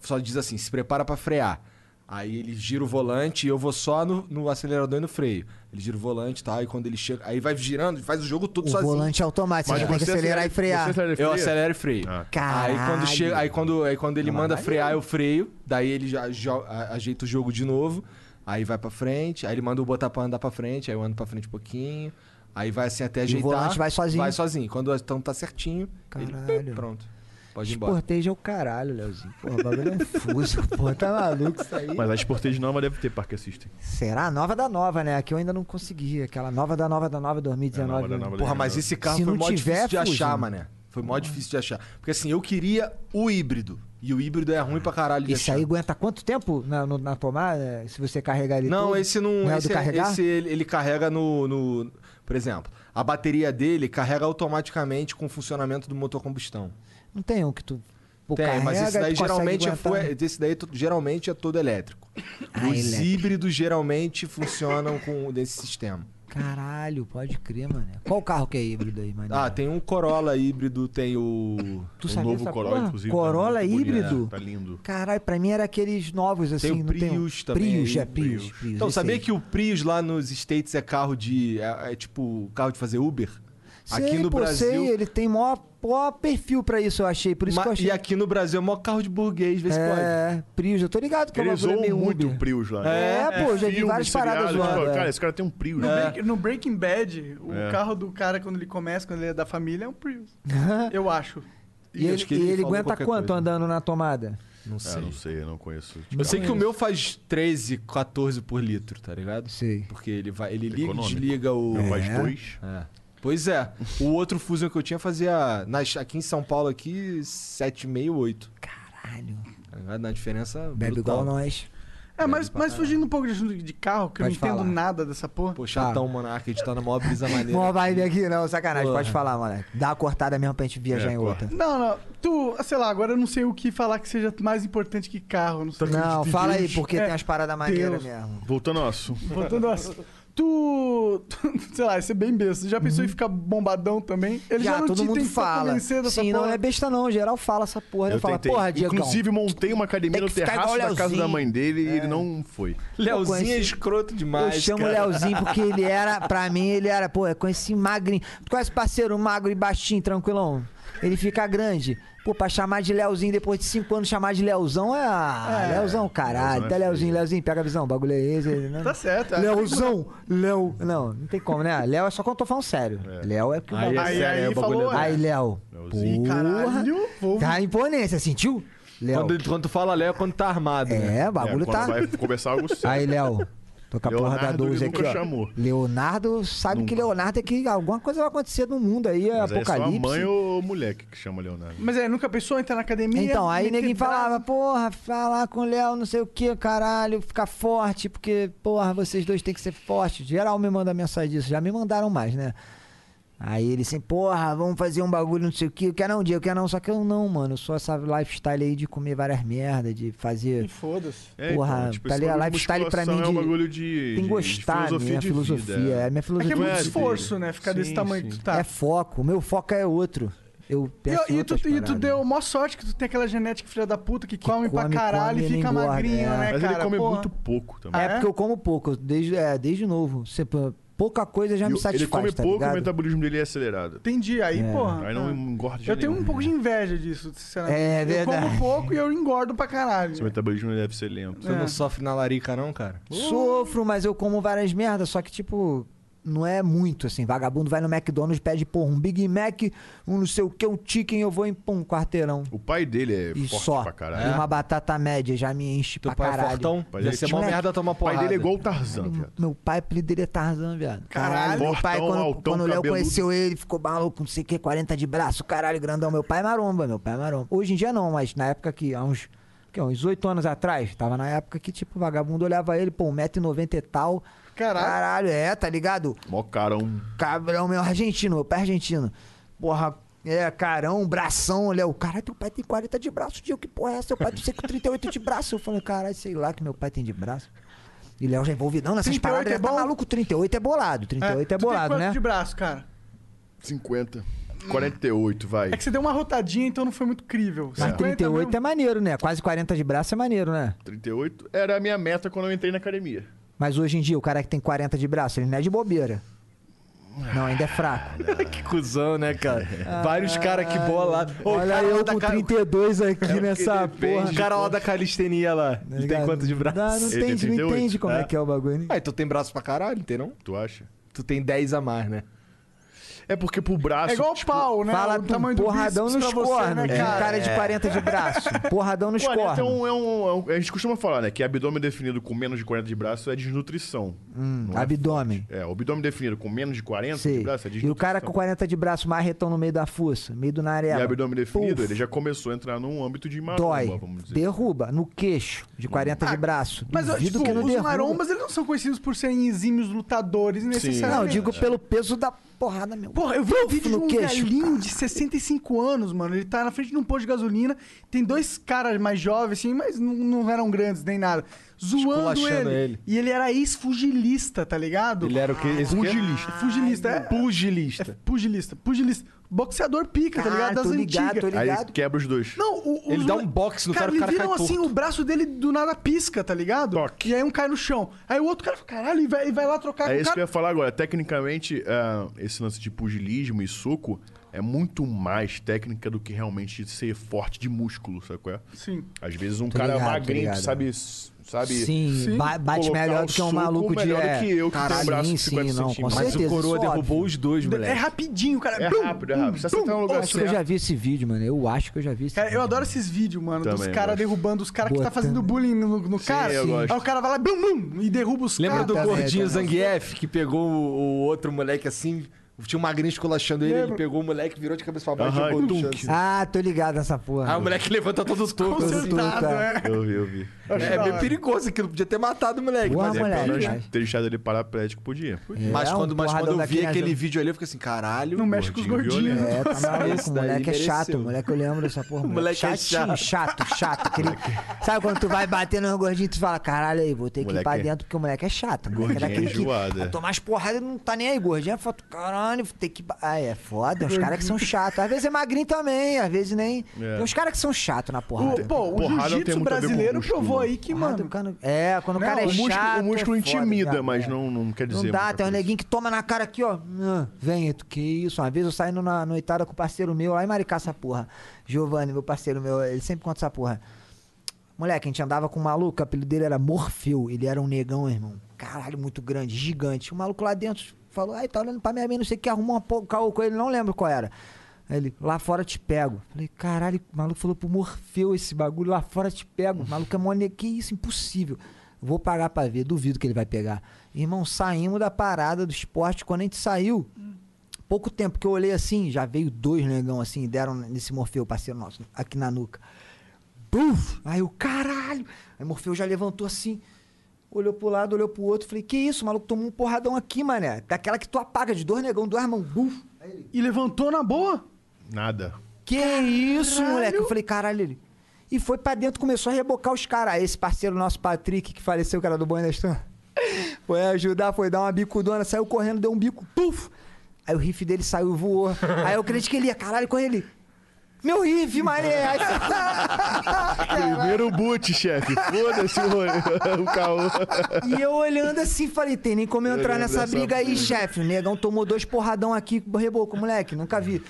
Speaker 2: só diz assim, se prepara pra frear. Aí ele gira o volante e eu vou só no, no acelerador e no freio. Ele gira o volante e tal, e quando ele chega... Aí vai girando, faz o jogo todo
Speaker 5: O
Speaker 2: sozinho.
Speaker 5: volante é automático. Você já tem que acelerar e frear.
Speaker 4: Você acelera e
Speaker 2: Eu
Speaker 4: freia?
Speaker 2: acelero e freio. Aí
Speaker 5: Caralho. É
Speaker 2: quando, chega, aí, quando, aí quando ele manda frear, eu freio. Daí ele já, já- a- ajeita o jogo de novo. Aí vai pra frente. Aí ele manda eu botar pra andar pra frente. Aí eu ando pra frente um pouquinho. Aí vai assim até ajeitar.
Speaker 5: volante vai sozinho.
Speaker 2: Vai sozinho. Quando então tá certinho, ele,
Speaker 5: Caralho.
Speaker 2: pim, pronto. Pode ir embora.
Speaker 5: Esporteja é o caralho, Leozinho. Porra, o bagulho é um fuso. Porra, tá maluco isso aí.
Speaker 4: Mas a Sportage nova deve ter Parque Assistem.
Speaker 5: Será? A nova da nova, né? Aqui eu ainda não consegui. Aquela nova da nova da nova 2019.
Speaker 4: É, nova da nova da
Speaker 2: Porra, mas esse carro
Speaker 5: Se
Speaker 2: foi
Speaker 5: não
Speaker 2: mó
Speaker 5: tiver,
Speaker 2: difícil de
Speaker 5: fuja,
Speaker 2: achar,
Speaker 5: né?
Speaker 2: mané. Foi mó difícil de achar. Porque assim, eu queria o híbrido. E o híbrido é ruim pra caralho de
Speaker 5: Isso
Speaker 2: achar.
Speaker 5: aí aguenta quanto tempo na, no- na tomada? Se você carregar ele
Speaker 2: Não,
Speaker 5: todo?
Speaker 2: esse não.
Speaker 5: Não é o
Speaker 2: esse,
Speaker 5: do carregar?
Speaker 2: esse ele, ele carrega no, no- Por exemplo, a bateria dele carrega automaticamente com o funcionamento do motor combustão.
Speaker 5: Não tem um que tu. pô,
Speaker 2: Tem, mas
Speaker 5: carrega,
Speaker 2: esse daí
Speaker 5: tu consegue
Speaker 2: geralmente é,
Speaker 5: aguentar. né?
Speaker 2: fu- é- esse daí tu- geralmente é todo elétrico.
Speaker 5: Ah,
Speaker 2: Os
Speaker 5: elétrico.
Speaker 2: híbridos geralmente funcionam com desse sistema.
Speaker 5: Caralho, pode crer, mano. Qual carro que é híbrido aí, mano?
Speaker 2: Ah, tem um Corolla híbrido, tem o.
Speaker 5: tu
Speaker 4: O
Speaker 5: sabia
Speaker 4: Um novo
Speaker 5: essa
Speaker 4: Corolla,
Speaker 5: porra?
Speaker 4: inclusive. tá
Speaker 5: Corolla
Speaker 4: muito bonito.
Speaker 5: híbrido?
Speaker 4: É, Tá lindo.
Speaker 5: Caralho, pra mim era aqueles novos, assim.
Speaker 2: Tem o
Speaker 5: não tem um-
Speaker 2: Prius também.
Speaker 5: Prius,
Speaker 2: aí,
Speaker 5: é, Prius. Prius,
Speaker 2: então,
Speaker 5: esse
Speaker 2: sabia
Speaker 5: aí.
Speaker 2: que o Prius lá nos States é carro de. É, é tipo carro de fazer Uber?
Speaker 5: Sei,
Speaker 2: Aqui no
Speaker 5: pô,
Speaker 2: Brasil.
Speaker 5: Sei, ele tem maior, maior perfil pra isso, eu achei. Por isso
Speaker 2: Ma-
Speaker 5: que eu achei.
Speaker 2: E aqui no Brasil é o maior carro de burguês, vê se pode.
Speaker 5: É, Prius, eu tô ligado que o
Speaker 4: Ele
Speaker 5: bagulho é
Speaker 4: usou
Speaker 5: meio
Speaker 4: muito
Speaker 5: Uber.
Speaker 4: o Prius lá. né?
Speaker 5: É, pô, já vi
Speaker 4: Filme,
Speaker 5: várias paradas
Speaker 4: seriado, tipo,
Speaker 5: zoando.
Speaker 4: Cara,
Speaker 5: é.
Speaker 4: esse cara tem um Prius.
Speaker 3: No, Break- no Breaking Bad, o carro do cara, quando ele começa, quando ele é da família, é um Prius. Eu acho. É,
Speaker 5: E ele,
Speaker 2: acho que
Speaker 5: e
Speaker 2: ele
Speaker 5: ele
Speaker 2: falou
Speaker 5: aguenta
Speaker 2: qualquer
Speaker 5: quanto
Speaker 2: coisa.
Speaker 5: andando na tomada?
Speaker 2: Não
Speaker 4: É, não sei, eu não conheço. Tipo,
Speaker 2: Eu sei que o meu faz 13, 14 por litro, tá ligado?
Speaker 5: Sei.
Speaker 2: Porque ele vai, ele liga e
Speaker 4: Econômico.
Speaker 2: desliga o.
Speaker 4: Meu faz dois.
Speaker 2: É. Pois é. O outro Fusion que eu tinha fazia nas, aqui em São Paulo aqui 7,5, 8.
Speaker 5: Caralho.
Speaker 2: Tá ligado? Na diferença
Speaker 5: Bebe
Speaker 2: brutal.
Speaker 5: igual nós.
Speaker 3: É, mas, mas fugindo um pouco de assunto de carro, que eu não
Speaker 5: Pode
Speaker 3: entendo
Speaker 5: falar.
Speaker 3: nada dessa porra.
Speaker 2: Pô, chatão, mano, a gente tá na maior brisa maneira.
Speaker 5: Não vai vir Ah. aqui, não, sacanagem.
Speaker 2: Porra.
Speaker 5: Pode falar, moleque. Dá uma cortada mesmo pra gente viajar
Speaker 4: É,
Speaker 5: em
Speaker 4: porra.
Speaker 5: outra.
Speaker 3: Não, não. Tu, sei lá, agora eu não sei o que falar que seja mais importante que carro. Não, sei.
Speaker 5: Não, fala aí, porque
Speaker 3: É,
Speaker 5: tem as paradas
Speaker 3: Deus.
Speaker 5: maneiras mesmo.
Speaker 4: Voltando ao assunto.
Speaker 3: Voltando ao assunto. Tu, tu- sei lá, isso é bem besta. Tu Já pensou em ficar bombadão também? Ele já,
Speaker 5: Uhum. Já,
Speaker 3: não
Speaker 5: todo
Speaker 3: te
Speaker 5: mundo
Speaker 3: tentou
Speaker 5: fala.
Speaker 3: convencer dessa
Speaker 5: Sim,
Speaker 3: porra.
Speaker 5: não é besta não. Geral fala essa porra. Eu
Speaker 4: Eu
Speaker 5: falo,
Speaker 4: tentei.
Speaker 5: porra, Diego.
Speaker 4: Inclusive, montei uma academia
Speaker 5: Tem
Speaker 4: no
Speaker 5: que ficar
Speaker 4: terraço
Speaker 5: igual
Speaker 4: da casa da
Speaker 5: Leozinho. É.
Speaker 4: mãe dele e ele não foi.
Speaker 2: Leozinho é
Speaker 5: conheci-
Speaker 2: escroto
Speaker 5: Eu
Speaker 2: demais.
Speaker 5: chamo o
Speaker 2: cara.
Speaker 5: Leozinho porque ele era, pra mim, ele era, pô, com esse magrinho. Tu conhece parceiro magro e baixinho, tranquilão? Ele fica grande. Pô, pra chamar de Leozinho depois de cinco anos, chamar de Leozão é. Ah, Leozão, caralho.
Speaker 4: Leozão é
Speaker 5: Tá Leozinho,
Speaker 4: feio.
Speaker 5: Leozinho, pega a visão. O bagulho é esse, né?
Speaker 3: Tá certo. é.
Speaker 5: Leozão, Léo. Não, não tem como, né? Léo é só quando eu tô falando sério. Léo é porque.
Speaker 2: Aí, é
Speaker 3: Aí-
Speaker 2: sério,
Speaker 3: aí
Speaker 2: é o bagulho
Speaker 3: falou,
Speaker 2: é-
Speaker 5: Aí, Léo.
Speaker 4: Leozinho.
Speaker 5: Porra.
Speaker 3: Caralho, vou...
Speaker 5: Tá a imponência, sentiu? Léo.
Speaker 2: Quando, quando tu fala Léo, é quando tá armado. né?
Speaker 5: É, o
Speaker 4: É,
Speaker 5: bagulho
Speaker 4: quando
Speaker 5: tá.
Speaker 4: Vai conversar algo sério.
Speaker 5: Aí, Léo. Tô com a porra da
Speaker 4: Leonardo, ele
Speaker 5: 12
Speaker 4: nunca
Speaker 5: aqui, ó.
Speaker 4: chamou.
Speaker 5: Leonardo sabe que Leonardo é que alguma coisa vai acontecer no mundo aí, é
Speaker 4: Mas aí é só a
Speaker 5: apocalipse.
Speaker 4: mãe ou o moleque que chama Leonardo?
Speaker 3: Mas é, nunca pensou em entrar na academia?
Speaker 5: Então, aí
Speaker 3: meter
Speaker 5: ninguém
Speaker 3: braço?
Speaker 5: falava, porra, falar com o Léo, não sei o que, caralho, ficar forte, porque, porra, vocês dois têm que ser fortes. Geral me manda mensagem disso, já me mandaram mais, né? Aí ele assim, porra, vamos fazer um bagulho, não sei o que. Eu quero não, Diego, eu quero não. Só que eu não, mano. Só essa lifestyle aí de comer várias merdas, de fazer.
Speaker 3: E foda-se.
Speaker 4: É,
Speaker 5: Porra,
Speaker 4: então, tipo,
Speaker 5: tá
Speaker 4: esse
Speaker 5: ali, a
Speaker 4: bagulho de
Speaker 5: lifestyle pra
Speaker 4: musculação
Speaker 5: mim
Speaker 4: É um
Speaker 5: de-
Speaker 4: bagulho de,
Speaker 5: Tem
Speaker 4: de-
Speaker 5: que gostar,
Speaker 4: de filosofia
Speaker 5: minha
Speaker 4: de
Speaker 5: filosofia.
Speaker 4: vida.
Speaker 5: É minha
Speaker 3: É que é
Speaker 5: filosofia.
Speaker 4: Não
Speaker 3: muito
Speaker 4: é,
Speaker 3: esforço, né? Ficar desse
Speaker 4: Sim,
Speaker 3: tamanho
Speaker 4: sim.
Speaker 3: que tu tá.
Speaker 5: É foco. O meu foco é outro. Eu
Speaker 3: E,
Speaker 5: penso em
Speaker 3: e tu,
Speaker 5: outras
Speaker 3: e tu
Speaker 5: paradas. né?
Speaker 3: deu mó sorte que tu tem aquela genética filha da puta que, come, pra
Speaker 5: come,
Speaker 3: caralho
Speaker 5: come
Speaker 3: e
Speaker 5: e
Speaker 3: fica
Speaker 5: não engorda,
Speaker 3: magrinho,
Speaker 5: é.
Speaker 3: né,
Speaker 4: Mas
Speaker 3: cara?
Speaker 4: ele come
Speaker 3: Porra.
Speaker 4: muito pouco também.
Speaker 5: É,
Speaker 3: Ah, é?
Speaker 5: porque eu como pouco, desde, é, desde novo. Se- pô, pouca coisa já
Speaker 4: E
Speaker 5: me
Speaker 4: o-
Speaker 5: satisfaz,
Speaker 4: ele come
Speaker 5: tá
Speaker 4: pouco, o
Speaker 5: ligado? Ah.
Speaker 4: metabolismo dele é acelerado.
Speaker 3: Entendi. Aí,
Speaker 5: É.
Speaker 3: porra.
Speaker 4: Aí não engorda de
Speaker 3: Eu tenho
Speaker 4: nenhum.
Speaker 3: um pouco de inveja disso, sinceramente.
Speaker 5: É verdade.
Speaker 3: Eu como pouco e eu engordo pra
Speaker 4: Seu
Speaker 3: caralho.
Speaker 4: metabolismo deve ser lento.
Speaker 5: é.
Speaker 2: Você não sofre na larica, não, cara?
Speaker 5: Sofro, mas eu como várias merdas, só que tipo... Não é muito, assim. Vagabundo vai no McDonald's, pede, porra, um Big Mac, um não sei o que, um chicken, eu vou em, pum, um quarteirão.
Speaker 4: O pai dele é
Speaker 5: E
Speaker 4: forte
Speaker 5: só.
Speaker 4: pra
Speaker 5: E
Speaker 4: caralho.
Speaker 5: uma batata média já me enche
Speaker 2: Teu
Speaker 5: pra
Speaker 2: pai é
Speaker 5: caralho.
Speaker 2: fortão.
Speaker 4: Pai
Speaker 2: Deve
Speaker 4: dele-
Speaker 2: ser mó
Speaker 5: Moleque.
Speaker 2: merda tomar
Speaker 4: O pai
Speaker 2: porrada.
Speaker 4: dele é igual o Tarzan, viado.
Speaker 5: Meu pai, o apelido dele é Tarzan, viado.
Speaker 3: Caralho.
Speaker 5: meu pai,
Speaker 4: Fortão,
Speaker 5: quando,
Speaker 4: altão,
Speaker 5: quando o Léo
Speaker 4: cabeludo.
Speaker 5: conheceu ele, ficou maluco, não sei o que, 40 de braço, caralho, grandão. Meu pai é maromba, meu pai é maromba. Hoje em dia não, mas na época que, há uns, que, uns 8 anos atrás, tava na época que, tipo, o vagabundo olhava ele, pô, 1,90m e tal.
Speaker 3: Caralho.
Speaker 5: é, tá ligado?
Speaker 4: Mó um carão.
Speaker 5: Cabrão, meu argentino, meu pai é argentino. Porra, é, carão, bração, Léo. Caralho, teu pai tem 40 de braço, Diego, que porra é essa? Teu pai tem 38 de braço. Eu falei, caralho, sei lá que meu pai tem de braço. E Léo já envolvidão nessas
Speaker 3: 38
Speaker 5: paradas.
Speaker 3: é
Speaker 5: ele tá
Speaker 3: bom?
Speaker 5: maluco, 38 é bolado. 38 é,
Speaker 3: tu tem
Speaker 5: bolado,
Speaker 3: quanto
Speaker 5: né?
Speaker 3: de braço, cara?
Speaker 4: 50. 48, vai.
Speaker 3: É que você deu uma rotadinha, então não foi muito crível.
Speaker 5: Mas 38 é maneiro, né? Quase 40 de braço é maneiro, né?
Speaker 4: 38 era a minha meta quando eu entrei na academia.
Speaker 5: Mas hoje em dia, o cara que tem 40 de braço, ele não é de bobeira. Não, ainda é fraco.
Speaker 2: Que cuzão, né, cara? Vários caras que bola lá. Ô, o
Speaker 5: Olha
Speaker 2: cara lá
Speaker 5: eu
Speaker 2: da
Speaker 5: com
Speaker 2: ca-
Speaker 5: 32 aqui nessa porra.
Speaker 2: O cara lá da calistenia lá. Ele tem
Speaker 5: Tá ligado?
Speaker 2: quanto de braço?
Speaker 5: Não,
Speaker 4: Ele
Speaker 5: não
Speaker 4: tem
Speaker 5: entende, não
Speaker 4: 38,
Speaker 5: entende como é.
Speaker 2: é.
Speaker 5: que é o bagulho. né?
Speaker 2: Ah, então tem braço pra caralho, tem não?
Speaker 4: Tu acha?
Speaker 2: Tu tem 10 a mais, né?
Speaker 4: É porque pro braço.
Speaker 3: É igual o pau, né?
Speaker 5: tipo, Fala
Speaker 3: o
Speaker 5: tu,
Speaker 3: tamanho do
Speaker 5: porradão
Speaker 3: bíceps
Speaker 5: nos
Speaker 3: pra você,
Speaker 5: cornos.
Speaker 3: né,
Speaker 5: de um
Speaker 3: cara?
Speaker 5: cara de 40 de braço. Porradão nos
Speaker 4: 40 é
Speaker 5: cornos.
Speaker 4: um, é, um, é um- A gente costuma falar, né? Que abdômen definido com menos de 40 de braço é desnutrição.
Speaker 5: Hum, abdômen.
Speaker 4: É, o abdômen definido com menos de 40
Speaker 5: Sei.
Speaker 4: de braço é
Speaker 5: E
Speaker 4: desnutrição.
Speaker 5: o cara com 40 de braço, marretão no meio da fuça, meio do
Speaker 4: E
Speaker 5: narela.
Speaker 4: abdômen definido,
Speaker 5: Puf,
Speaker 4: ele já começou a entrar num âmbito de maromba,
Speaker 5: Dói.
Speaker 4: vamos dizer.
Speaker 5: Derruba no queixo de 40 de braço.
Speaker 3: Mas, ó,
Speaker 5: Duvido
Speaker 3: tipo,
Speaker 5: que não
Speaker 3: os
Speaker 5: derruba.
Speaker 3: marombas, eles não são conhecidos por serem exímios lutadores necessariamente.
Speaker 5: Não, eu digo pelo peso da porrada, meu.
Speaker 3: Porra, eu vi um vídeo de
Speaker 5: no
Speaker 3: um
Speaker 5: queixo.
Speaker 3: velhinho de 65 anos, mano. Ele tá na frente de um posto de gasolina. Tem dois caras mais jovens, assim, mas não, não eram grandes nem nada. Zoando
Speaker 2: Esculachando
Speaker 3: ele.
Speaker 2: Tipo, ele.
Speaker 3: E ele era ex-fugilista, tá ligado?
Speaker 2: Ele era o quê? Ah, Esse o quê?
Speaker 3: Fugilista. Fugilista, é. É
Speaker 2: Pugilista.
Speaker 3: pugilista, pugilista. Boxeador pica, tá
Speaker 5: Ah,
Speaker 3: ligado? Das
Speaker 5: tô ligado,
Speaker 3: antigas.
Speaker 5: tô ligado.
Speaker 4: Aí quebra os dois.
Speaker 3: Não, o,
Speaker 2: Ele
Speaker 3: os
Speaker 2: dá
Speaker 3: mole-
Speaker 2: um boxe no cara, o
Speaker 3: me
Speaker 2: cara
Speaker 3: viram
Speaker 2: cai
Speaker 3: assim,
Speaker 2: torto.
Speaker 3: o braço dele do nada pisca, tá ligado? E aí um cai no chão. Aí o outro cara fala, caralho, e vai, e vai lá trocar
Speaker 4: É
Speaker 3: com o
Speaker 4: isso que eu
Speaker 3: cara.
Speaker 4: ia falar agora. Tecnicamente, ah, esse lance de pugilismo e soco é muito mais técnica do que realmente ser forte de músculo, sabe qual é?
Speaker 3: Sim.
Speaker 4: Às vezes um
Speaker 5: Tô
Speaker 4: cara
Speaker 5: ligado, tô
Speaker 4: magrinho,
Speaker 5: ligado.
Speaker 4: sabe, sabe...
Speaker 5: Sim, ba- bate
Speaker 4: Colocar
Speaker 5: melhor
Speaker 4: o
Speaker 5: do que um
Speaker 4: soco
Speaker 5: maluco de.
Speaker 4: melhor do
Speaker 5: é,
Speaker 4: que eu, que tenho
Speaker 5: caralho,
Speaker 4: um braço
Speaker 5: sim,
Speaker 4: de
Speaker 5: sim,
Speaker 4: 50
Speaker 5: não, com
Speaker 4: centímetros.
Speaker 2: Mas
Speaker 5: certeza.
Speaker 2: o coroa
Speaker 5: isso é
Speaker 2: derrubou
Speaker 5: óbvio.
Speaker 2: os dois,
Speaker 3: É
Speaker 2: moleque.
Speaker 3: rapidinho, cara.
Speaker 4: É
Speaker 3: Blum,
Speaker 4: rápido, é
Speaker 3: blum,
Speaker 4: rápido. Se você
Speaker 3: blum.
Speaker 4: acertar no lugar
Speaker 3: Nossa,
Speaker 5: Acho que eu já vi esse vídeo, mano. Eu acho que eu já vi esse
Speaker 3: tá Cara, eu
Speaker 5: vídeo.
Speaker 3: adoro esses vídeos, mano, dos
Speaker 4: Uhum. Também,
Speaker 3: caras
Speaker 4: gosto.
Speaker 3: derrubando os caras que tá
Speaker 5: Botando-
Speaker 3: fazendo bullying no, no cara.
Speaker 4: eu gosto.
Speaker 3: Aí o cara vai lá, blum, blum, e derruba os
Speaker 2: Lembra do
Speaker 3: caras.
Speaker 5: também,
Speaker 2: gordinho
Speaker 5: também.
Speaker 2: Zangief, que pegou o, o outro moleque assim... Tinha um magrinho esculachando ele, ele
Speaker 3: Lembro.
Speaker 2: pegou o moleque, virou de cabeça pra baixo
Speaker 4: Aham,
Speaker 2: e jogou no
Speaker 4: tunk.
Speaker 2: chão.
Speaker 5: Ah, tô ligado nessa porra.
Speaker 2: Aí
Speaker 4: Ah,
Speaker 2: o moleque levanta todo o topo.
Speaker 5: Todo
Speaker 2: assim.
Speaker 5: torto,
Speaker 3: né?
Speaker 5: é.
Speaker 4: Eu vi, eu vi.
Speaker 2: É, é meio perigoso aquilo, podia ter matado o moleque.
Speaker 5: Boa,
Speaker 2: mas é
Speaker 5: moleque.
Speaker 4: Pelo menos
Speaker 5: mas-
Speaker 4: ter deixado ele paraplético podia.
Speaker 5: É,
Speaker 2: Mas
Speaker 5: um
Speaker 2: quando, mas quando
Speaker 5: porradão
Speaker 2: eu vi
Speaker 5: daquele
Speaker 2: aquele
Speaker 5: ajuda.
Speaker 2: vídeo ali, eu fiquei assim, caralho.
Speaker 3: Não mexe com os
Speaker 4: Gordinho
Speaker 3: gordinhos.
Speaker 5: É, tá maluco.
Speaker 2: Esse
Speaker 5: O
Speaker 2: daí
Speaker 5: moleque é
Speaker 2: mereceu.
Speaker 5: chato. O moleque eu lembro dessa porra. O
Speaker 2: moleque é
Speaker 5: chatinho, chato, chato. querido. Sabe quando tu vai bater no gordinho, tu fala, caralho aí, vou ter que
Speaker 4: Moleque
Speaker 5: ir pra
Speaker 4: é-
Speaker 5: dentro porque o moleque é chato. O moleque é
Speaker 4: Gordinho é
Speaker 5: daquele que
Speaker 4: enjoado, é.
Speaker 5: vai tomar as porradas e não tá nem aí. Gordinho é foto, caralho, vou ter que. ba- Ah, é foda. Os caras que são chatos. Às vezes é magrinho também, às vezes nem.
Speaker 4: É.
Speaker 5: Tem uns caras que são chatos na porrada.
Speaker 3: O, pô, o
Speaker 4: Porrada não tem
Speaker 3: jiu-jitsu
Speaker 4: muito a ver com
Speaker 3: brasileiro
Speaker 4: músculo,
Speaker 3: provou
Speaker 4: né?
Speaker 3: aí que,
Speaker 5: Porrada,
Speaker 3: mano...
Speaker 5: o cara- É, quando o cara é
Speaker 4: o, músculo,
Speaker 5: chato.
Speaker 4: o músculo
Speaker 5: é foda,
Speaker 4: intimida,
Speaker 5: cara.
Speaker 4: mas não, não quer dizer.
Speaker 5: Não dá,
Speaker 4: muita
Speaker 5: tem um
Speaker 4: coisa.
Speaker 5: neguinho que toma na cara aqui, ó. Ah, Vem, tu- que isso. Uma vez eu saindo na noitada com o parceiro meu lá em Maricá, essa porra. Giovanni, meu parceiro meu, ele sempre conta essa porra. Moleque, a gente andava com um maluco, o apelido dele era Morfeu. Ele era um negão, irmão. Caralho, muito grande, gigante. O maluco lá dentro falou, ai, tá olhando pra minha mina, não sei o que, arrumou uma po- caô com ele, não lembro qual era. Aí Ele, lá fora te pego. Falei, caralho, o maluco falou pro Morfeu esse bagulho, lá fora te pego. O maluco é mone... que isso, impossível. Vou pagar pra ver, duvido que ele vai pegar. Irmão, saímos da parada do esporte. Quando a gente saiu, pouco tempo que eu olhei assim, já veio dois negão assim, e deram nesse Morfeu, parceiro nosso, aqui na nuca. Buf! Aí o caralho! Aí Morfeu já levantou assim. Olhou pro lado, olhou pro outro, falei, que isso, maluco, tomou um porradão aqui, mané. Daquela que tu apaga de dois negão, duas mãos, buf. Aí ele,
Speaker 3: E levantou na boa?
Speaker 4: Nada.
Speaker 5: Que isso, moleque? Eu falei, caralho, ele. E foi pra dentro, começou a rebocar os caras. Aí Esse parceiro nosso, Patrick, que faleceu, que era do Boi da Estância, foi ajudar, foi dar uma bicudona, saiu correndo, deu um bico, puf! Aí o riff dele saiu, voou. Aí eu acredito que ele ia, caralho, corre ele. Meu riff, mané! Aí- Ah,
Speaker 4: Primeiro boot, chefe. Foda-se o, rolê, o caô.
Speaker 5: E eu olhando assim, falei, tem nem como eu
Speaker 4: Eu
Speaker 5: entrar
Speaker 4: lembro
Speaker 5: nessa
Speaker 4: dessa
Speaker 5: briga aí,
Speaker 4: briga.
Speaker 5: chefe. O negão tomou dois porradão aqui, reboco, moleque, nunca vi.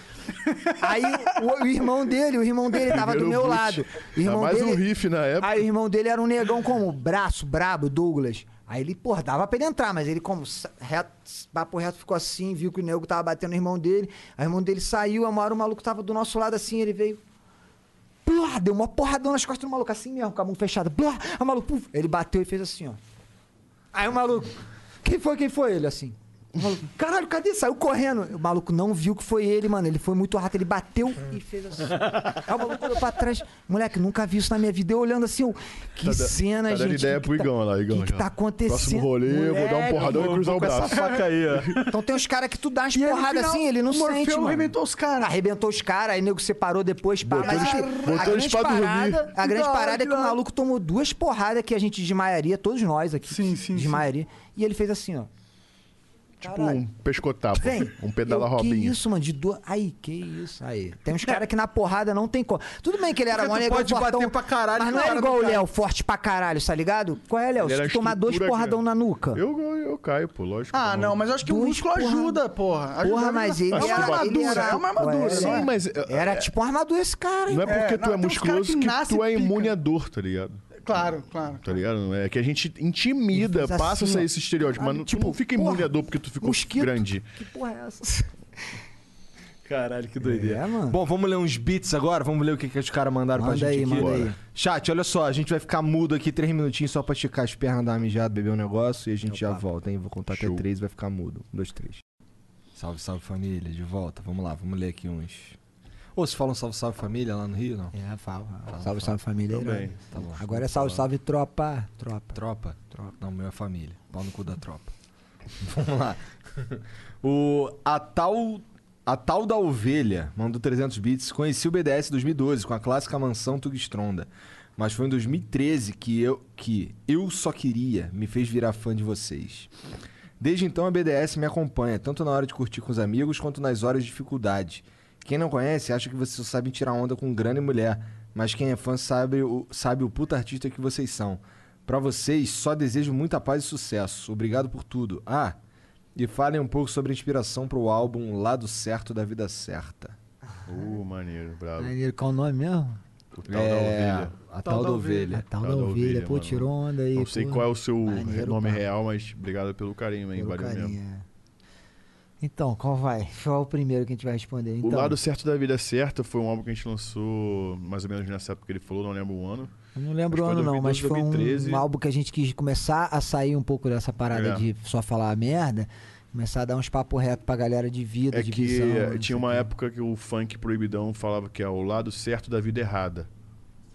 Speaker 5: Aí o, o irmão dele, o irmão dele tava do
Speaker 4: Primeiro
Speaker 5: meu
Speaker 4: boot.
Speaker 5: lado. O
Speaker 4: Ainda
Speaker 5: irmão
Speaker 4: mais
Speaker 5: dele,
Speaker 4: um riff na época.
Speaker 5: Aí o irmão dele era um negão como braço, brabo, Douglas. Aí ele, porra, dava pra ele entrar, mas ele como sa- reto, papo reto ficou assim, viu que o nego tava batendo no irmão dele. Aí o irmão dele saiu, a uma hora o maluco tava do nosso lado assim, ele veio. Plá, deu uma porradão nas costas do maluco, assim mesmo, com a mão fechada. Plá, aí o maluco, puf, ele bateu e fez assim, ó. Aí o maluco, quem foi, quem foi ele, assim? O maluco, Caralho, cadê? Saiu correndo. O maluco não viu que foi ele, mano. Ele foi muito rápido, ele bateu e fez assim. Aí o maluco olhou pra trás. Moleque, nunca vi isso na minha vida. Eu olhando assim, eu, que cena,
Speaker 4: tá dando
Speaker 5: gente.
Speaker 4: ideia
Speaker 5: que
Speaker 4: pro
Speaker 5: que
Speaker 4: Igão, olha lá, Igão,
Speaker 5: que que
Speaker 4: já.
Speaker 5: tá acontecendo?
Speaker 4: Próximo rolê, eu vou dar um
Speaker 5: Moleque,
Speaker 4: porradão e cruzar o
Speaker 2: com essa
Speaker 4: braço.
Speaker 2: faca aí, ó.
Speaker 5: Então tem uns caras que tu dá umas
Speaker 3: E aí, no
Speaker 5: porradas
Speaker 3: final,
Speaker 5: assim, ele não
Speaker 3: o Morfeu
Speaker 5: sente, mano.
Speaker 3: arrebentou os caras.
Speaker 5: Arrebentou os caras, aí o nego separou depois. Pá,
Speaker 4: Botou
Speaker 5: mas
Speaker 4: eles-
Speaker 5: a-
Speaker 4: botou
Speaker 5: a
Speaker 4: eles
Speaker 5: grande
Speaker 4: pra dormir.
Speaker 5: parada, a
Speaker 3: Que
Speaker 5: grande
Speaker 3: da hora,
Speaker 5: parada é
Speaker 3: que
Speaker 5: que o
Speaker 3: da hora.
Speaker 5: maluco tomou duas porradas que a gente desmaiaria, todos nós aqui.
Speaker 3: Sim, sim,
Speaker 5: Desmaiaria. E ele fez assim, ó.
Speaker 4: Tipo
Speaker 5: Caralho.
Speaker 4: um pescotapo.
Speaker 5: Vem.
Speaker 4: Um pedala
Speaker 5: Eu, Que
Speaker 4: robinho.
Speaker 5: isso, mano? De duas. Aí, que isso. Aí. Tem uns caras que na porrada não tem como. Tudo bem que ele era
Speaker 2: Porque
Speaker 5: um
Speaker 2: tu
Speaker 5: negão
Speaker 2: pode
Speaker 5: fortão,
Speaker 2: bater pra caralho
Speaker 5: Mas
Speaker 2: no
Speaker 5: não era
Speaker 2: cara
Speaker 5: igual
Speaker 2: do
Speaker 5: o
Speaker 2: cara.
Speaker 5: Léo, forte pra caralho, tá ligado? Qual é, Léo?
Speaker 4: Ele
Speaker 5: Se
Speaker 4: era
Speaker 5: tu tomar dois
Speaker 4: estrutura,
Speaker 5: porradão
Speaker 4: cara.
Speaker 5: na nuca.
Speaker 4: Eu, eu caio, pô, lógico.
Speaker 3: Ah, não, mas eu acho que o
Speaker 5: Duas
Speaker 3: músculo
Speaker 5: porrada.
Speaker 3: ajuda, porra. Ajuda
Speaker 5: Porra, mas ele
Speaker 3: É uma
Speaker 5: era, ele
Speaker 3: armadura,
Speaker 5: era,
Speaker 3: é uma armadura.
Speaker 5: Ué,
Speaker 4: Sim,
Speaker 3: não é?
Speaker 4: mas,
Speaker 5: Era
Speaker 4: é,
Speaker 5: tipo uma armadura esse cara, hein?
Speaker 4: Não é porque
Speaker 3: É,
Speaker 4: tu
Speaker 3: não,
Speaker 4: é
Speaker 3: tem uns caras
Speaker 4: musculoso
Speaker 3: que
Speaker 4: que,
Speaker 3: nasce
Speaker 4: tu é
Speaker 3: e pica.
Speaker 4: imune à dor, tá ligado?
Speaker 3: Claro, claro.
Speaker 4: Tá ligado? Não É É que a gente
Speaker 5: Ele
Speaker 4: intimida,
Speaker 5: fez
Speaker 4: passa essa-
Speaker 5: assim, ó. tipo,
Speaker 4: esse estereótipo, mas não, tu não fica imune
Speaker 5: porra,
Speaker 4: à dor porque tu ficou
Speaker 5: mosquito.
Speaker 4: grande.
Speaker 5: Que porra é essa?
Speaker 2: Caralho, que doideira.
Speaker 5: É, mano.
Speaker 2: Bom, vamos ler uns beats agora, vamos ler o que, que os caras mandaram
Speaker 5: Manda
Speaker 2: pra gente
Speaker 5: aí,
Speaker 2: aqui.
Speaker 5: manda
Speaker 2: Bora.
Speaker 5: aí.
Speaker 2: Chat, olha só, a gente vai ficar mudo aqui três minutinhos só pra esticar as pernas, dar uma mijada, beber um negócio e a gente já volta, hein? Vou contar
Speaker 4: Show.
Speaker 2: até três e vai ficar mudo. Um, dois, três. Salve, salve família, de volta. Vamos lá, vamos ler aqui uns. Ou se falam salve, salve família lá no Rio, não?
Speaker 5: É, fala. Salve, salve família.
Speaker 4: Tudo
Speaker 5: herói.
Speaker 4: bem,
Speaker 2: tá bom.
Speaker 5: Agora é salve, salve tropa. Tropa.
Speaker 2: Tropa? Tropa. Não, meu é família. Pau no cu da tropa. Vamos lá. O a tal, a tal da Ovelha mandou 300 bits. Conheci o BDS em 2012 com a clássica mansão Tugstronda. Mas foi em 2013 que eu, que eu só queria me fez virar fã de vocês. Desde então a BDS me acompanha, tanto na hora de curtir com os amigos quanto nas horas de dificuldade. Quem não conhece acha que vocês só sabem tirar onda com grana e mulher, mas quem é fã sabe o, sabe o puta artista que vocês são. Pra vocês, só desejo muita paz e sucesso. Obrigado por tudo. Ah, e falem um pouco sobre a inspiração pro álbum Lado Certo da Vida Certa.
Speaker 4: Uh, maneiro, bravo.
Speaker 5: Maneiro, qual o nome mesmo?
Speaker 4: O tal da
Speaker 5: é.
Speaker 4: ovelha.
Speaker 2: A tal,
Speaker 4: um
Speaker 2: da ovelha.
Speaker 5: A tal
Speaker 4: Tal
Speaker 5: da
Speaker 4: da
Speaker 5: ovelha.
Speaker 4: ovelha,
Speaker 5: Pô,
Speaker 4: mano.
Speaker 5: tirou onda aí.
Speaker 4: Não sei
Speaker 5: pô.
Speaker 4: qual é o seu
Speaker 5: Maneiro,
Speaker 4: nome
Speaker 5: cara.
Speaker 4: real, mas obrigado pelo carinho, hein?
Speaker 5: Pelo
Speaker 4: Valeu mesmo.
Speaker 5: carinha. Então, qual vai? Qual é o primeiro que a gente vai responder?
Speaker 4: O
Speaker 5: Então,
Speaker 4: Lado Certo da Vida Certa foi um álbum que a gente lançou mais ou menos nessa época que ele falou, não lembro o ano.
Speaker 5: eu não lembro o
Speaker 4: acho que é
Speaker 5: ano
Speaker 4: foi
Speaker 5: não, mas
Speaker 4: 2012,
Speaker 5: foi um,
Speaker 4: 2013.
Speaker 5: um álbum que a gente quis começar a sair um pouco dessa parada
Speaker 4: É.
Speaker 5: de só falar merda, começar a dar uns papo reto pra galera de vida,
Speaker 4: É
Speaker 5: de
Speaker 4: que
Speaker 5: visão,
Speaker 4: eh,
Speaker 5: não sei
Speaker 4: tinha uma
Speaker 5: o quê.
Speaker 4: época que o funk proibidão falava que é o lado certo da vida errada.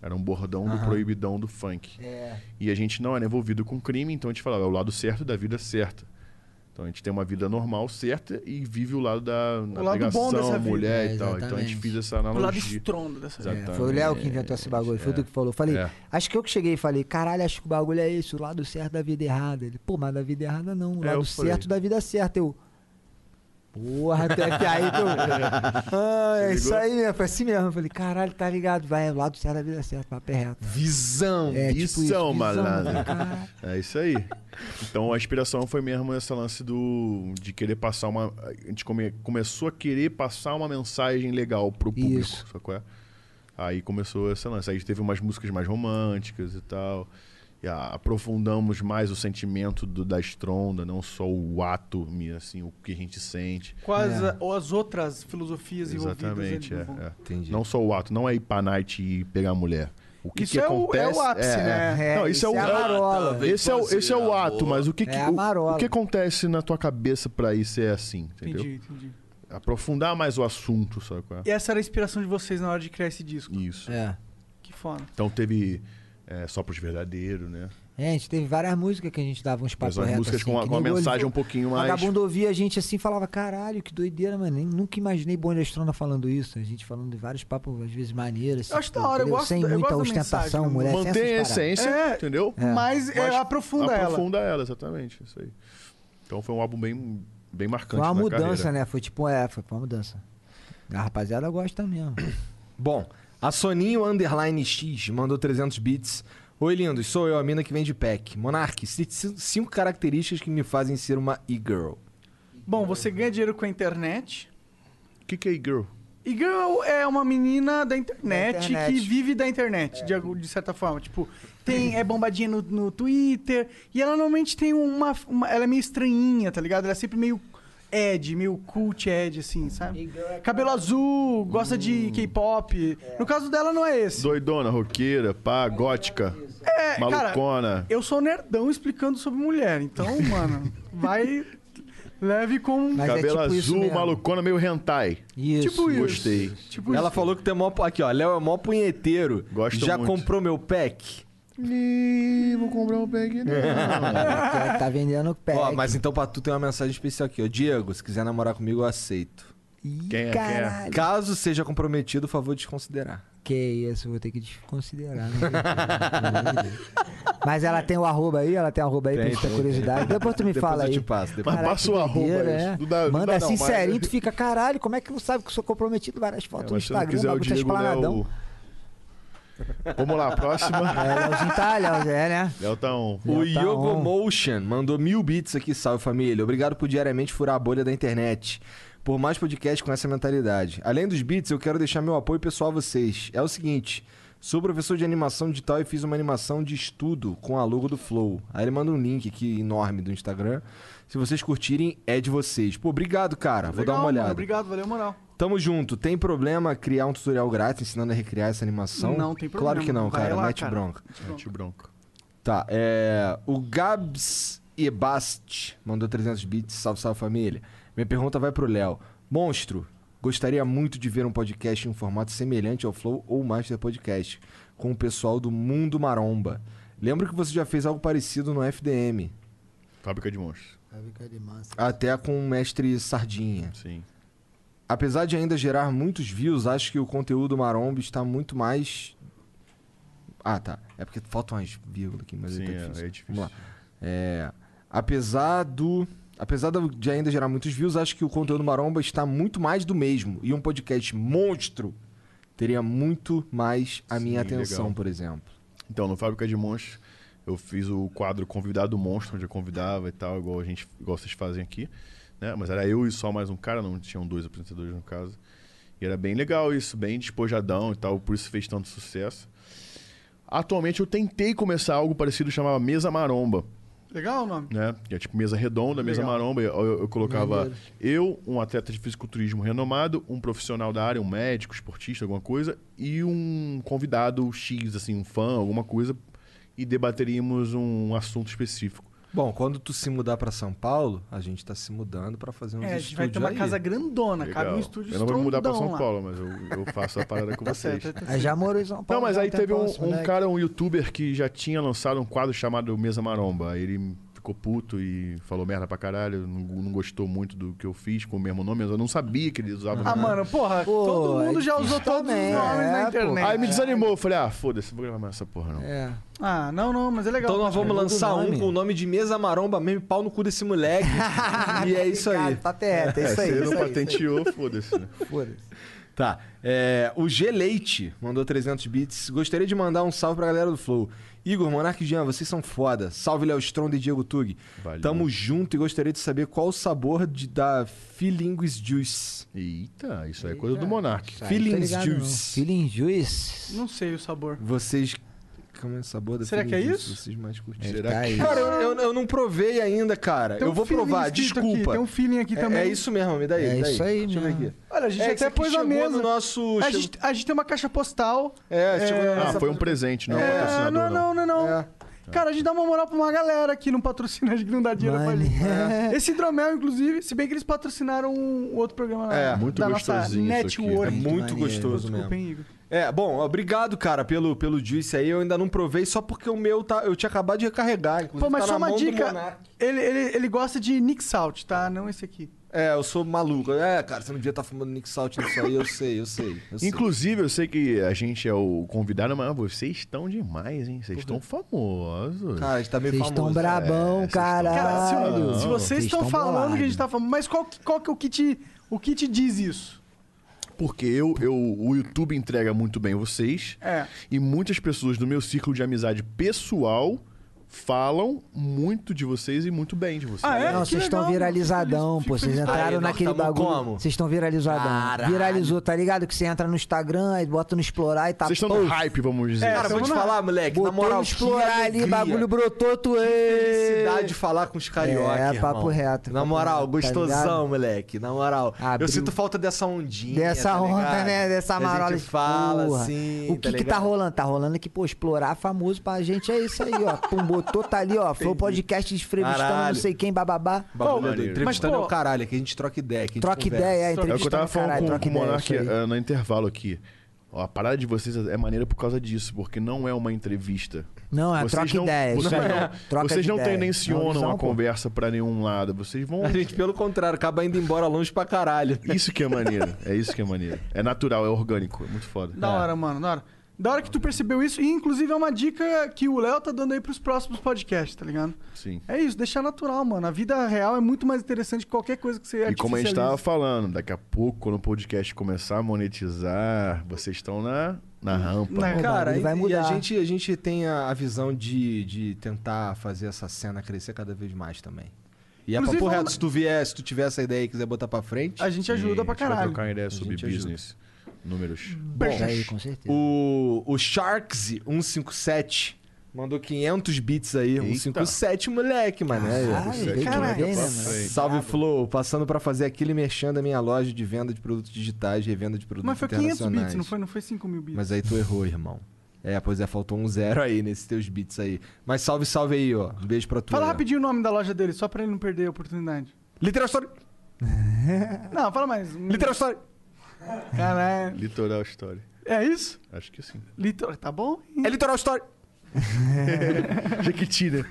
Speaker 4: Era um bordão do proibidão do funk.
Speaker 5: É.
Speaker 4: E a gente não era envolvido com crime, então a gente falava, é o lado certo da vida certa. Então a gente tem uma vida normal certa e vive o lado da
Speaker 3: lado bom
Speaker 4: navegação,
Speaker 3: dessa vida.
Speaker 4: mulher
Speaker 5: É,
Speaker 4: e tal. Então a gente
Speaker 5: exatamente.
Speaker 4: fez essa
Speaker 3: O lado
Speaker 4: analogia.
Speaker 3: estrondo dessa
Speaker 4: Exato.
Speaker 5: É, foi o Léo que inventou esse bagulho, foi tu que falou. Falei,
Speaker 4: É.
Speaker 5: acho que eu que cheguei e falei, caralho, acho que o bagulho é esse, o lado certo da vida errada. Ele, pô, mas da vida errada não, o
Speaker 4: É,
Speaker 5: lado
Speaker 4: eu falei.
Speaker 5: certo da vida certa. Eu, porra, até que aí tu. Ah, é isso aí mesmo, foi assim mesmo. Eu falei, caralho, tá ligado, vai, o lado certo da vida certa, papo é reto.
Speaker 2: Visão.
Speaker 5: É,
Speaker 4: Visão,
Speaker 5: tipo isso, visão, né,
Speaker 4: malandro.
Speaker 5: cara.
Speaker 4: É isso aí. Então a inspiração foi mesmo esse lance do de querer passar uma. A gente come- começou a querer passar uma mensagem legal pro público.
Speaker 5: Isso.
Speaker 4: Sacou? é? Aí começou esse lance. Aí teve umas músicas mais românticas e tal. E a- aprofundamos mais o sentimento do- da estronda, não só o ato, me- assim, o que a gente sente.
Speaker 3: Quais a- ou as outras filosofias envolvidas.
Speaker 4: Exatamente.
Speaker 3: ali
Speaker 4: É,
Speaker 3: no fundo.
Speaker 4: é.
Speaker 2: Entendi.
Speaker 4: Não só o ato, não é ir pra night e pegar mulher. O que,
Speaker 3: Isso
Speaker 4: que
Speaker 3: é o- é o
Speaker 4: acontece,
Speaker 3: ápice, né?
Speaker 5: É,
Speaker 4: não, isso,
Speaker 5: isso
Speaker 4: é, o,
Speaker 5: é a
Speaker 4: é o-
Speaker 5: marola.
Speaker 4: esse é o, esse é o ato, mas o que,
Speaker 5: É
Speaker 4: que-
Speaker 5: a
Speaker 4: o,
Speaker 5: marola.
Speaker 4: o que acontece na tua cabeça pra isso é assim, entendeu?
Speaker 3: Entendi, entendi.
Speaker 4: Aprofundar mais o assunto, sabe qual é?
Speaker 3: E essa era a inspiração de vocês na hora de criar esse disco.
Speaker 4: Isso.
Speaker 5: É.
Speaker 3: Que foda.
Speaker 4: Então teve é, Só pros Verdadeiros, né?
Speaker 5: É, a gente teve várias músicas que a gente dava uns papos
Speaker 4: Mas as
Speaker 5: reto,
Speaker 4: músicas
Speaker 5: assim,
Speaker 4: com a-
Speaker 5: que
Speaker 4: com a
Speaker 5: nego olhou-
Speaker 4: mensagem um pouquinho mais-
Speaker 5: Vagabundo ouvia a gente assim falava, caralho, que doideira, mano. Nem, nunca imaginei Bonde da Estrona falando isso. A gente falando de vários papos, às vezes, maneiras.
Speaker 3: Eu acho da hora, eu
Speaker 5: entendeu?
Speaker 3: gosto
Speaker 5: Sem
Speaker 3: da- eu
Speaker 5: muita
Speaker 3: gosto da
Speaker 5: ostentação,
Speaker 3: mensagem,
Speaker 5: mulher, sem
Speaker 4: Mantém a
Speaker 5: essas paradas.
Speaker 4: essência,
Speaker 3: É.
Speaker 4: entendeu?
Speaker 3: Mas, é, aprofunda, ela.
Speaker 4: Aprofunda ela, exatamente. Isso aí. Então foi um álbum bem, bem marcante.
Speaker 5: Foi uma
Speaker 4: na
Speaker 5: mudança,
Speaker 4: carreira.
Speaker 5: né? Foi tipo, é, foi uma mudança. A rapaziada gosta mesmo.
Speaker 3: Tipo
Speaker 2: Bom, a Soninho Underline X mandou 300 bits. Oi, lindos, sou eu, a mina que vende pack. Monark, c- c- cinco características que me fazem ser uma e-girl.
Speaker 3: Bom, você ganha dinheiro com a internet.
Speaker 4: O que, que é girl?
Speaker 3: E girl é uma menina da internet,
Speaker 5: Da internet.
Speaker 3: que vive da internet,
Speaker 4: É.
Speaker 3: de, algu- de certa forma. Tipo, tem, é bombadinha no, no Twitter. E ela normalmente tem uma, uma- Ela é meio estranhinha, tá ligado? Ela é sempre meio Ed, meio cult Ed, assim, sabe?
Speaker 5: é
Speaker 3: Cabelo azul, gosta
Speaker 4: Hum.
Speaker 3: de K-pop. No caso dela, não é esse.
Speaker 4: Doidona, roqueira, pá, gótica,
Speaker 3: É, cara,
Speaker 4: malucona.
Speaker 3: eu sou nerdão explicando sobre mulher. Então, mano, vai. Leve um com.
Speaker 5: Mas
Speaker 4: cabelo
Speaker 5: é tipo isso
Speaker 4: azul,
Speaker 5: mesmo.
Speaker 4: malucona, meio hentai.
Speaker 5: Isso.
Speaker 3: Tipo isso.
Speaker 4: Gostei.
Speaker 3: Tipo
Speaker 2: Ela
Speaker 3: isso.
Speaker 2: falou que tem mó. Aqui, ó, Léo é mó punheteiro.
Speaker 4: Gosto
Speaker 2: Já
Speaker 4: muito.
Speaker 2: comprou meu pack?
Speaker 4: Ih, vou comprar um bag dela.
Speaker 5: Tá- tá vendendo pé.
Speaker 2: Ó, mas então pra tu tem uma mensagem especial aqui, ó. Diego, se quiser namorar comigo, eu aceito.
Speaker 5: Ih,
Speaker 4: Quem é que é?
Speaker 5: caralho.
Speaker 2: Caso seja comprometido, favor desconsiderar.
Speaker 5: Que isso, vou ter que desconsiderar. não tem jeito. Mas ela tem o arroba aí, ela tem o arroba aí pra
Speaker 2: Tem,
Speaker 5: gente ter
Speaker 2: tem,
Speaker 5: curiosidade. Depois tu me
Speaker 2: Depois
Speaker 5: fala
Speaker 2: eu
Speaker 5: aí.
Speaker 2: te passo. Depois...
Speaker 4: Mas
Speaker 5: Caraca,
Speaker 4: passa
Speaker 5: que
Speaker 4: o arroba
Speaker 5: doideira,
Speaker 4: isso.
Speaker 5: é.
Speaker 4: Não dá- não
Speaker 5: Manda
Speaker 4: dá não,
Speaker 5: sincerinho,
Speaker 4: mas-
Speaker 5: tu fica, caralho, como é que não sabe que eu sou comprometido? Várias fotos no
Speaker 4: É, Mas se não
Speaker 5: Instagram,
Speaker 4: quiser né, o
Speaker 5: bagulho tá
Speaker 4: Diego,
Speaker 5: esplanadão.
Speaker 4: Léo... Vamos lá, próxima.
Speaker 5: É, Léozinho tá, Léo, é, né?
Speaker 4: Léo tá um.
Speaker 2: O
Speaker 5: Já tá
Speaker 2: Yogo
Speaker 5: on.
Speaker 2: Motion mandou mil bits aqui, salve família. Obrigado por diariamente furar a bolha da internet. Por mais podcast com essa mentalidade. Além dos bits, eu quero deixar meu apoio pessoal a vocês. É o seguinte: sou professor de animação digital e fiz uma animação de estudo com a logo do Flow. Aí ele manda um link aqui enorme do Instagram. Se vocês curtirem, é de vocês. Pô, obrigado, cara. Vou dar
Speaker 3: é Legal,
Speaker 2: uma
Speaker 3: mano,
Speaker 2: olhada.
Speaker 3: Obrigado, valeu, moral.
Speaker 2: Tamo junto. Tem problema criar um tutorial grátis ensinando a recriar essa animação?
Speaker 3: Não tem problema.
Speaker 2: Claro que não,
Speaker 3: Vai
Speaker 2: cara.
Speaker 3: lá,
Speaker 2: Mete
Speaker 3: cara.
Speaker 2: bronca.
Speaker 4: Mete o bronco.
Speaker 2: Tá, é. O Gabs Ebast mandou 300 bits. Salve, salve família. Minha pergunta vai pro Léo. Monstro, gostaria muito de ver um podcast em um formato semelhante ao Flow ou Master Podcast, com o pessoal do Mundo Maromba. Lembro que você já fez algo parecido no FDM,
Speaker 4: Fábrica de monstros.
Speaker 2: até com o mestre Sardinha.
Speaker 4: Sim.
Speaker 2: Apesar de ainda gerar muitos views, acho que o conteúdo maromba está muito mais. Ah, tá. É porque faltam umas vírgulas aqui, mas
Speaker 4: Sim,
Speaker 2: tá
Speaker 4: é,
Speaker 2: difícil.
Speaker 4: é difícil.
Speaker 2: Vamos lá. É, apesar do. Apesar do- de ainda gerar muitos views, acho que o conteúdo maromba está muito mais do mesmo. E um podcast monstro teria muito mais a
Speaker 4: Sim,
Speaker 2: minha atenção,
Speaker 4: legal.
Speaker 2: por exemplo.
Speaker 4: Então, no Fábrica de Monstros, eu fiz o quadro Convidado Monstro, onde eu convidava e tal, igual a gente igual vocês fazem aqui. Né? Mas era eu e só mais um cara, não tinham dois apresentadores no caso. E era bem legal isso, bem despojadão e tal, por isso fez tanto sucesso. Atualmente eu tentei começar algo parecido, chamava Mesa Maromba,
Speaker 3: Legal o nome?
Speaker 4: né? Que é tipo mesa redonda, mesa
Speaker 3: Legal.
Speaker 4: maromba. Eu, eu- eu colocava eu, um atleta de fisiculturismo renomado, um profissional da área, um médico, esportista, alguma coisa, e um convidado X, assim, um fã, alguma coisa, e debateríamos um assunto específico.
Speaker 2: Bom, quando tu se mudar para São Paulo, a gente tá se mudando para fazer uns
Speaker 3: É, a gente
Speaker 2: estúdios
Speaker 3: vai ter uma
Speaker 2: aí.
Speaker 3: casa grandona, cabe um
Speaker 4: Legal.
Speaker 3: estúdio
Speaker 4: eu não vou me mudar pra São
Speaker 3: estrondão lá.
Speaker 4: Paulo, mas eu, eu faço a parada com
Speaker 3: Tá
Speaker 4: vocês.
Speaker 3: certo, é tá
Speaker 5: Aí É já morou em São
Speaker 4: Não,
Speaker 5: Paulo.
Speaker 4: mas
Speaker 5: já
Speaker 4: aí
Speaker 5: tem
Speaker 4: teve um,
Speaker 5: próximo,
Speaker 4: um
Speaker 5: né?
Speaker 4: cara, um youtuber, que já tinha lançado um quadro chamado Mesa Maromba. Aí ele ficou puto e falou merda pra caralho, não, não gostou muito do que eu fiz com o mesmo nome, mas eu não sabia que eles usavam.
Speaker 3: Ah, mano, porra,
Speaker 5: Pô,
Speaker 3: todo mundo
Speaker 5: é
Speaker 3: já usou
Speaker 5: difícil
Speaker 3: todos
Speaker 5: também,
Speaker 3: os nomes
Speaker 5: é,
Speaker 3: na
Speaker 5: pô.
Speaker 3: internet.
Speaker 4: Aí me desanimou, eu falei, ah, foda-se, não vou gravar mais essa porra não.
Speaker 5: É.
Speaker 3: Ah, não, não, mas é legal.
Speaker 2: Então nós vamos
Speaker 5: Muda o
Speaker 2: lançar um
Speaker 5: nome.
Speaker 2: com o nome de Mesa Maromba mesmo, pau no cu desse moleque. e é isso aí.
Speaker 5: Cara, tá terra, é
Speaker 4: É,
Speaker 5: isso aí.
Speaker 4: se ele
Speaker 5: isso
Speaker 4: não
Speaker 5: aí.
Speaker 4: patenteou, foda-se, né?
Speaker 5: Foda-se.
Speaker 2: Tá. é, o G Leite mandou 300 bits. Gostaria de mandar um salve pra galera do Flow. Igor, Monark e Jean, vocês são foda. Salve Léo Stronda e Diego Tug.
Speaker 4: Valeu.
Speaker 2: Tamo junto e gostaria de saber qual o sabor de, da Feelings Juice.
Speaker 4: Eita, isso aí é coisa do Monark.
Speaker 5: Tá,
Speaker 2: Feelings
Speaker 5: não tô ligado, não.
Speaker 2: Juice.
Speaker 5: Feelings Juice.
Speaker 4: é
Speaker 3: Não sei o sabor.
Speaker 2: Vocês. Como é o sabor da
Speaker 3: Será que é
Speaker 2: Feelings
Speaker 3: isso?
Speaker 2: Juice? Vocês mais curtiram.
Speaker 4: Será
Speaker 5: tá
Speaker 4: que...
Speaker 5: aí.
Speaker 2: Cara, eu, eu- eu não provei ainda, cara.
Speaker 3: Tem
Speaker 2: eu
Speaker 3: um
Speaker 2: vou
Speaker 3: feeling
Speaker 2: provar,
Speaker 3: escrito
Speaker 2: desculpa.
Speaker 3: aqui, tem um feeling aqui
Speaker 2: É-
Speaker 3: também.
Speaker 2: É isso mesmo, me dá aí.
Speaker 5: É
Speaker 2: me dá
Speaker 5: isso aí
Speaker 2: Deixa eu ver
Speaker 5: mesmo.
Speaker 2: aqui.
Speaker 3: Olha, a gente
Speaker 2: É, isso
Speaker 3: até
Speaker 2: aqui
Speaker 3: pôs a
Speaker 2: chegou
Speaker 3: mesa.
Speaker 2: No nosso...
Speaker 3: A gente, a gente tem uma caixa postal.
Speaker 2: É, chegou na
Speaker 4: Ah,
Speaker 2: nossa-
Speaker 4: foi um presente, não é um
Speaker 3: É,
Speaker 4: patrocinador,
Speaker 3: não,
Speaker 4: não.
Speaker 3: não, não, não.
Speaker 2: É.
Speaker 3: Cara, a gente dá uma moral pra uma galera que não patrocina, a gente que não dá dinheiro pra
Speaker 5: Mano.
Speaker 3: gente.
Speaker 2: né?
Speaker 3: É. Esse hidromel, inclusive, se bem que eles patrocinaram um outro programa lá,
Speaker 4: É, muito
Speaker 3: da nossa
Speaker 4: gostosinho isso aqui.
Speaker 2: É
Speaker 3: network.
Speaker 2: muito
Speaker 5: maneiro.
Speaker 2: gostoso
Speaker 3: Desculpa,
Speaker 2: mesmo.
Speaker 3: hein, Igor.
Speaker 2: É, bom, obrigado, cara, pelo, pelo juice aí. Eu ainda não provei só porque o meu tá, eu tinha acabado de recarregar. Inclusive,
Speaker 3: Pô, mas
Speaker 2: tá
Speaker 3: só
Speaker 2: na
Speaker 3: uma
Speaker 2: mão do
Speaker 3: dica.
Speaker 2: Monark.
Speaker 3: Ele, ele, ele gosta de Nick Salt, tá? Não esse aqui.
Speaker 2: É, eu sou maluco. É, cara, você não devia estar fumando Nick Salt nisso aí, eu sei, eu sei. Eu sei.
Speaker 4: Inclusive, eu sei que a gente é o convidado, mas vocês estão demais, hein? Vocês estão famosos.
Speaker 2: Cara, a gente tá meio
Speaker 5: Vocês estão
Speaker 2: famoso.
Speaker 4: é,
Speaker 5: brabão, cara.
Speaker 3: Cara,
Speaker 2: Ah,
Speaker 3: se, eu- se vocês estão falando que a gente
Speaker 5: tá
Speaker 3: tá falando, mas qual, que- qual que é o que te, o que te diz isso?
Speaker 4: Porque eu, eu, o YouTube entrega muito bem vocês.
Speaker 3: É.
Speaker 4: E muitas pessoas do meu círculo de amizade pessoal falam muito de vocês e muito bem de vocês.
Speaker 3: Ah, é?
Speaker 5: Não,
Speaker 3: Que
Speaker 5: vocês estão
Speaker 3: legal,
Speaker 5: viralizadão,
Speaker 3: fico
Speaker 5: pô. Vocês
Speaker 3: feliz.
Speaker 2: Aí,
Speaker 5: entraram
Speaker 2: nós
Speaker 5: naquele
Speaker 2: tamo
Speaker 5: bagulho.
Speaker 2: como?
Speaker 5: Vocês estão viralizadão.
Speaker 2: Caralho.
Speaker 5: Viralizou, tá ligado? Que você entra no Instagram e bota no explorar e tá.
Speaker 4: Vocês estão
Speaker 5: pô,
Speaker 4: no hype, vamos
Speaker 3: É,
Speaker 4: dizer.
Speaker 2: É,
Speaker 4: assim.
Speaker 3: tá
Speaker 2: Cara, vou te falar, moleque,
Speaker 5: Botou
Speaker 2: na moral,
Speaker 5: no
Speaker 2: que
Speaker 5: explorar ali,
Speaker 2: alegria.
Speaker 5: bagulho brotou, tu
Speaker 2: Felicidade de falar com os carioca,
Speaker 5: É, papo
Speaker 2: irmão.
Speaker 5: reto,
Speaker 2: Na
Speaker 5: papo
Speaker 2: moral,
Speaker 5: reto, tá
Speaker 2: gostosão,
Speaker 5: ligado?
Speaker 2: moleque. Na moral.
Speaker 5: Abriu.
Speaker 2: Eu sinto falta dessa ondinha.
Speaker 5: Dessa
Speaker 2: tá
Speaker 5: onda,
Speaker 2: ligado?
Speaker 5: né? Dessa
Speaker 2: Que
Speaker 5: marola
Speaker 2: A
Speaker 5: de
Speaker 2: gente fala,
Speaker 5: porra.
Speaker 2: assim.
Speaker 5: O que que tá
Speaker 2: ligado?
Speaker 5: rolando? Tá rolando que, pô, explorar famoso pra gente é isso aí, ó. Pum, botou, tá ali, ó. Foi o podcast entrevistando não
Speaker 2: Caralho.
Speaker 5: sei quem, bababá.
Speaker 2: Bagulho
Speaker 4: Pô,
Speaker 2: doido.
Speaker 4: mas,
Speaker 2: Entrevistando é
Speaker 3: pô,
Speaker 2: o caralho, aqui a gente troca ideia. Aqui a gente
Speaker 5: Troca
Speaker 2: conversa.
Speaker 5: ideia,
Speaker 3: É o que
Speaker 4: É o que eu
Speaker 5: entrevistando
Speaker 4: tava
Speaker 5: o
Speaker 4: falando
Speaker 5: caralho.
Speaker 4: com,
Speaker 5: Troca
Speaker 4: com o
Speaker 5: ideia, isso
Speaker 4: Monark
Speaker 5: aí.
Speaker 4: eh, no intervalo aqui. Ó, a parada de vocês é maneira por causa disso, porque não é uma entrevista.
Speaker 5: Não, é
Speaker 4: vocês
Speaker 5: troca
Speaker 4: não,
Speaker 5: ideia, isso
Speaker 4: Vocês
Speaker 5: aí.
Speaker 4: não,
Speaker 5: Troca
Speaker 4: vocês
Speaker 5: de
Speaker 4: não
Speaker 5: ideia. É uma
Speaker 4: tendencionam
Speaker 5: visão,
Speaker 4: a
Speaker 5: pô.
Speaker 4: conversa pra nenhum lado. Vocês vão.
Speaker 2: A gente, pelo contrário, acaba indo embora longe pra caralho.
Speaker 4: Isso que é maneiro. É isso que é maneiro. É natural, é orgânico. É muito foda.
Speaker 3: Da
Speaker 4: É.
Speaker 3: hora, mano, da hora. Da hora que tu percebeu isso, e inclusive é uma dica que o Léo tá dando aí pros próximos podcasts, tá ligado?
Speaker 4: Sim.
Speaker 3: É isso, deixar natural, mano. A vida real é muito mais interessante que qualquer coisa que você
Speaker 4: E como a gente tá tava
Speaker 3: artificializa.
Speaker 4: falando, daqui a pouco, quando o podcast começar a monetizar, vocês estão na, na rampa.
Speaker 3: Na-
Speaker 2: Cara,
Speaker 5: bagulho
Speaker 2: e,
Speaker 5: vai
Speaker 2: e
Speaker 5: mudar.
Speaker 2: a, gente, a gente tem a, a visão de, de tentar fazer essa cena crescer cada vez mais também. E é
Speaker 3: Inclusive,
Speaker 2: papo reto,
Speaker 3: vamos-
Speaker 2: se tu vier, se tu tiver essa ideia e quiser botar pra frente.
Speaker 3: A gente ajuda pra
Speaker 4: A gente vai
Speaker 3: caralho.
Speaker 4: trocar uma ideia
Speaker 2: A
Speaker 4: sobre
Speaker 2: gente ajuda.
Speaker 4: business, números.
Speaker 5: Isso aí, com certeza.
Speaker 2: O, o Sharks157 mandou 500 bits aí.
Speaker 4: Eita.
Speaker 2: 157, moleque, mano. É,
Speaker 5: Caralho, bem de
Speaker 2: Caraca,
Speaker 5: parabéns,
Speaker 4: pra
Speaker 5: né, mano?
Speaker 4: frente.
Speaker 2: Salve Flow, passando pra fazer aquele merchan da minha loja de venda de produtos digitais, revenda de produtos
Speaker 3: Mas foi 500
Speaker 2: internacionais.
Speaker 3: bits, não foi, não foi 5 mil bits.
Speaker 2: Mas aí tu errou, irmão. É, pois é, faltou um zero aí nesses teus bits aí. Mas salve, salve aí, ó. Um beijo pra tu.
Speaker 4: é.
Speaker 3: Fala
Speaker 2: aí, ó.
Speaker 3: rapidinho o nome da loja dele, só pra ele não perder a oportunidade.
Speaker 2: Literal Story!
Speaker 3: Não, fala mais.
Speaker 2: Literal Story!
Speaker 3: Caralho.
Speaker 4: Litoral Story.
Speaker 3: É isso?
Speaker 4: Acho que sim.
Speaker 3: Literal. Tá bom?
Speaker 2: É Literal Story!
Speaker 4: Jequiti, né?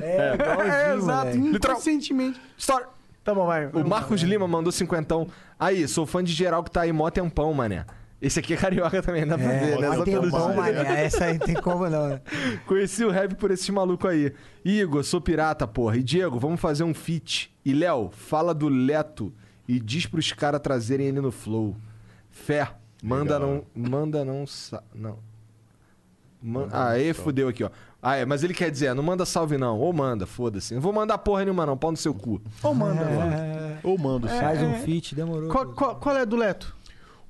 Speaker 5: É, igualzinho,
Speaker 3: É, exato.
Speaker 5: moleque.
Speaker 2: Literal.
Speaker 3: Inconscientemente.
Speaker 2: Story!
Speaker 3: Tá bom, vai.
Speaker 2: O Marcos Lima mandou cinquentão. Aí, sou fã de geral que tá aí mó tempão, mané. Esse aqui é carioca também, dá pra ver, né?
Speaker 5: É,
Speaker 2: Só
Speaker 5: mas tem
Speaker 2: pelo
Speaker 5: bom,
Speaker 2: jeito.
Speaker 5: mané. Essa aí não tem como não, né?
Speaker 2: Conheci o rap por esses malucos aí. Igor, sou pirata, porra. E Diego, vamos fazer um feat. E Léo, fala do Leto e diz pros caras trazerem ele no flow. Fé, manda
Speaker 4: Legal.
Speaker 2: não. Manda não. sa- Não. Man... Ah, aí fudeu aqui, ó. Ah, é, mas ele quer dizer, não manda salve não. Ou manda, foda-se. Não vou mandar porra nenhuma não, pau no seu cu.
Speaker 3: Ou manda.
Speaker 4: Ou mando sim.
Speaker 5: Faz um feat, demorou.
Speaker 3: Qual, qual- qual é do Leto?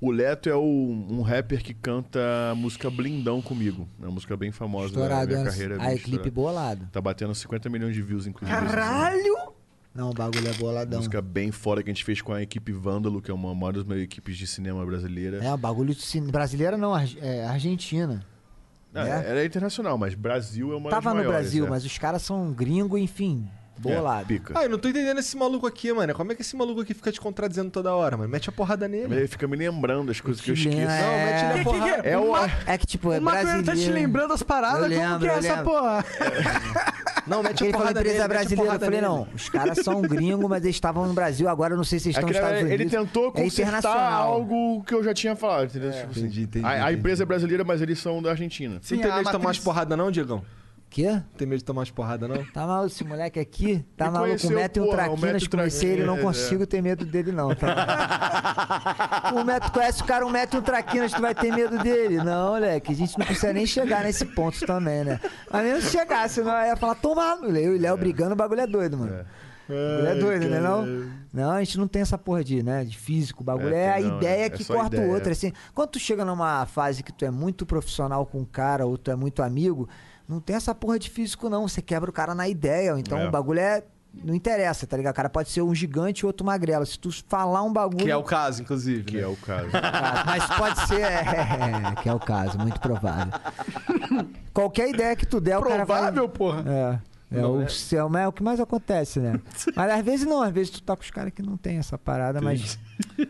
Speaker 4: O Leto é o- um rapper que canta a música Blindão comigo. É uma música bem famosa
Speaker 5: Estourado,
Speaker 4: da minha
Speaker 5: né?
Speaker 4: carreira. é bem
Speaker 5: Aí, clipe
Speaker 4: estourada.
Speaker 5: bolado.
Speaker 4: Tá batendo 50 milhões de views, inclusive.
Speaker 3: Caralho!
Speaker 5: Não, o bagulho é
Speaker 4: Uma
Speaker 5: boladão.
Speaker 4: música bem foda que a gente fez com a equipe Vândalo, que é uma, uma das maiores equipes de cinema brasileira.
Speaker 5: É, o bagulho cin- brasileira não, ar- é argentina.
Speaker 4: Ah,
Speaker 5: né?
Speaker 4: Era internacional, mas Brasil é uma
Speaker 5: Tava
Speaker 4: das
Speaker 5: no
Speaker 4: maiores.
Speaker 5: Brasil,
Speaker 4: é.
Speaker 5: mas os caras são gringo, enfim,
Speaker 4: É,
Speaker 5: bolado.
Speaker 4: pica.
Speaker 2: Ah, eu não tô entendendo esse maluco aqui, mano. Como é que esse maluco aqui fica te contradizendo toda hora, mano? Mete a porrada
Speaker 4: Mas
Speaker 2: nele.
Speaker 4: ele fica me lembrando das coisas que eu esqueço.
Speaker 5: Chilena,
Speaker 2: Não, mete ele
Speaker 5: é.
Speaker 2: a porrada.
Speaker 4: É o...
Speaker 5: É que tipo, é
Speaker 3: o Maconheiro
Speaker 5: brasileiro.
Speaker 3: tá te lembrando as paradas?
Speaker 5: Eu
Speaker 3: Como
Speaker 5: lembro,
Speaker 3: que é
Speaker 5: eu
Speaker 3: essa
Speaker 5: lembro.
Speaker 3: porra?
Speaker 2: Não, mete
Speaker 5: Ele
Speaker 2: a
Speaker 5: falou
Speaker 2: porrada
Speaker 5: empresa
Speaker 2: nele, mete a
Speaker 5: brasileira, eu
Speaker 2: porrada
Speaker 5: falei,
Speaker 2: nele.
Speaker 5: não, os caras são gringo, mas eles estavam no Brasil, agora eu não sei se eles
Speaker 4: É
Speaker 5: estão
Speaker 4: que
Speaker 5: nos Estados
Speaker 4: ele,
Speaker 5: Unidos.
Speaker 4: ele tentou
Speaker 5: é
Speaker 4: consertar
Speaker 5: internacional.
Speaker 4: algo que eu já tinha falado, entendeu? Tipo assim,
Speaker 2: Entendi, entendi,
Speaker 4: a, a
Speaker 2: entendi.
Speaker 4: empresa é brasileira, mas eles são da Argentina.
Speaker 2: Não
Speaker 3: Sim,
Speaker 2: tem
Speaker 3: a
Speaker 2: medo de tomar umas
Speaker 3: matriz.
Speaker 2: porrada não, Diegão?
Speaker 5: Quê?
Speaker 2: Não Tem medo de tomar umas porrada não?
Speaker 5: Tá maluco esse moleque aqui? Tá
Speaker 4: Me
Speaker 5: maluco,
Speaker 4: conheceu,
Speaker 5: um metro e um
Speaker 4: porra, um metro
Speaker 5: traquinas,
Speaker 4: e É,
Speaker 5: conheci ele, não
Speaker 4: traquinas,
Speaker 5: consigo ter medo dele não, tá maluco? Um metro, conhece o cara, um metro e um traquinas, tu vai ter medo dele? Não, moleque, a gente não precisa nem chegar nesse ponto também, né? Mas mesmo se chegasse, não, eu ia falar, toma, eu e o Léo brigando, o bagulho é doido, mano. O bagulho é doido, né não? Não, a gente não tem essa porra de, né, de físico, o bagulho.
Speaker 4: É,
Speaker 5: É, a
Speaker 4: tem não,
Speaker 5: ideia
Speaker 4: é- é
Speaker 5: que
Speaker 4: só
Speaker 5: corta
Speaker 4: ideia.
Speaker 5: o outro, assim. Quando tu chega numa fase que tu é muito profissional com um cara, ou tu é muito amigo, não tem essa porra de físico, não. Você quebra o cara na ideia. ou Então
Speaker 4: É.
Speaker 5: o bagulho é Não interessa, tá ligado? O cara pode ser um gigante e outro magrelo. Se tu falar um bagulho.
Speaker 2: Que é o caso, inclusive.
Speaker 4: Que
Speaker 2: né?
Speaker 4: é o caso.
Speaker 5: Ah, Mas pode ser. É, que é o caso, muito provável. Qualquer ideia que tu der, o cara vai.
Speaker 3: Provável, porra.
Speaker 5: É. É,
Speaker 2: Não,
Speaker 5: o,
Speaker 2: né?
Speaker 5: céu, mas é o que mais acontece, né? Mas às vezes não, às vezes tu tá com os caras que não tem essa parada, mas.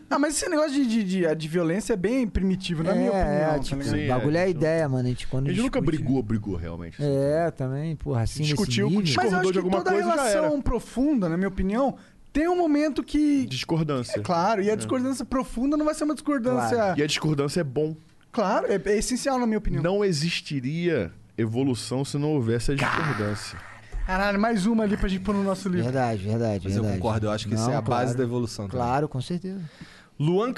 Speaker 3: Ah, mas esse negócio de, de, de, de violência é bem primitivo, na
Speaker 5: é,
Speaker 3: minha opinião.
Speaker 5: é,
Speaker 3: tá
Speaker 5: tipo,
Speaker 3: ligado?
Speaker 4: ligado?
Speaker 5: o bagulho é a ideia, mano. A gente, quando
Speaker 4: A gente nunca
Speaker 5: discute- né?
Speaker 4: brigou, brigou realmente. assim.
Speaker 5: É, também, porra, assim. nesse
Speaker 4: Discutiu,
Speaker 5: nível.
Speaker 4: discu-
Speaker 3: Mas eu acho
Speaker 4: Discordou de
Speaker 3: que
Speaker 4: alguma
Speaker 3: toda
Speaker 4: coisa, já
Speaker 3: relação profunda, na minha opinião, tem um momento que.
Speaker 4: Discordância.
Speaker 3: É claro, e a discordância profunda não vai ser uma discordância.
Speaker 4: E a discordância é bom.
Speaker 3: Claro, é, é essencial, na minha opinião.
Speaker 4: Não existiria evolução se não houvesse a discordância.
Speaker 3: Caralho, mais uma ali pra gente pôr no nosso livro.
Speaker 5: Verdade, verdade.
Speaker 2: Mas eu
Speaker 5: verdade.
Speaker 2: concordo, eu acho que isso é a base da evolução
Speaker 4: né?
Speaker 2: também.
Speaker 5: Claro, com certeza.
Speaker 2: Luan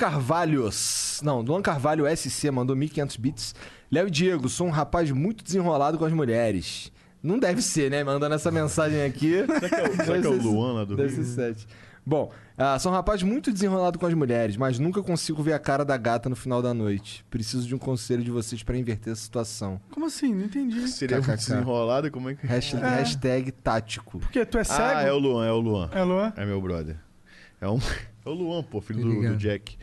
Speaker 2: Carvalhos. Não, Luan Carvalho SC mandou 1500 bits. Léo e Diego, sou um rapaz muito desenrolado com as mulheres. Não deve ser, né? Mandando essa mensagem aqui. Será que é o,
Speaker 4: será que é o Luan lá do
Speaker 2: Deve
Speaker 4: Rio?
Speaker 2: ser sete. Bom, ah, sou um rapaz muito desenrolado com as mulheres, mas nunca consigo ver a cara da gata no final da noite. Preciso de um conselho de vocês pra inverter a situação.
Speaker 5: É.
Speaker 3: Como assim? Não entendi.
Speaker 4: Seria
Speaker 2: KKK.
Speaker 4: desenrolado, como é que.
Speaker 2: Hasht- Hashtag, tático.
Speaker 3: Porque tu é cego?
Speaker 4: Ah, é o Luan, é o Luan.
Speaker 3: É, Luan?
Speaker 4: É meu brother. É, um... é o Luan, pô, filho do, do Jack.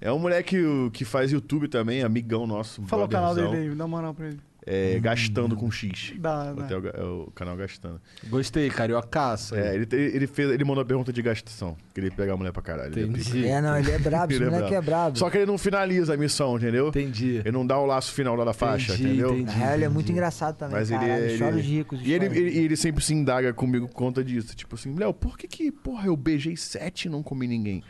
Speaker 4: É um moleque o- que faz YouTube também, amigão nosso.
Speaker 3: Fala o canal
Speaker 4: brotherzão.
Speaker 3: dele Hum. aí, dá uma moral pra ele.
Speaker 4: É, Gastando com X.
Speaker 3: Dá, dá.
Speaker 4: Hotel Ga- é o canal Gastando.
Speaker 2: Gostei, cariocaça.
Speaker 4: É, ele, ele, ele fez, ele mandou a pergunta de gastação. Que ele ia pegar a mulher pra caralho. ele ia pedir.
Speaker 2: Entendi.
Speaker 5: É, não, ele é brabo, esse
Speaker 4: Ele é
Speaker 5: moleque é
Speaker 4: brabo.
Speaker 5: brabo.
Speaker 4: Só que ele não finaliza a missão, entendeu?
Speaker 2: Entendi.
Speaker 4: Ele não dá o laço final lá da faixa,
Speaker 2: Entendi,
Speaker 4: entendeu?
Speaker 2: entendi.
Speaker 5: Na real, ele é muito engraçado também.
Speaker 4: Mas ele, é,
Speaker 5: caralho,
Speaker 4: ele
Speaker 5: né, Chora os ricos.
Speaker 4: E ele,
Speaker 5: chora os
Speaker 4: ele, ele sempre se indaga comigo por conta disso. Tipo assim, Léo, por que que, porra, eu beijei sete e não comi ninguém?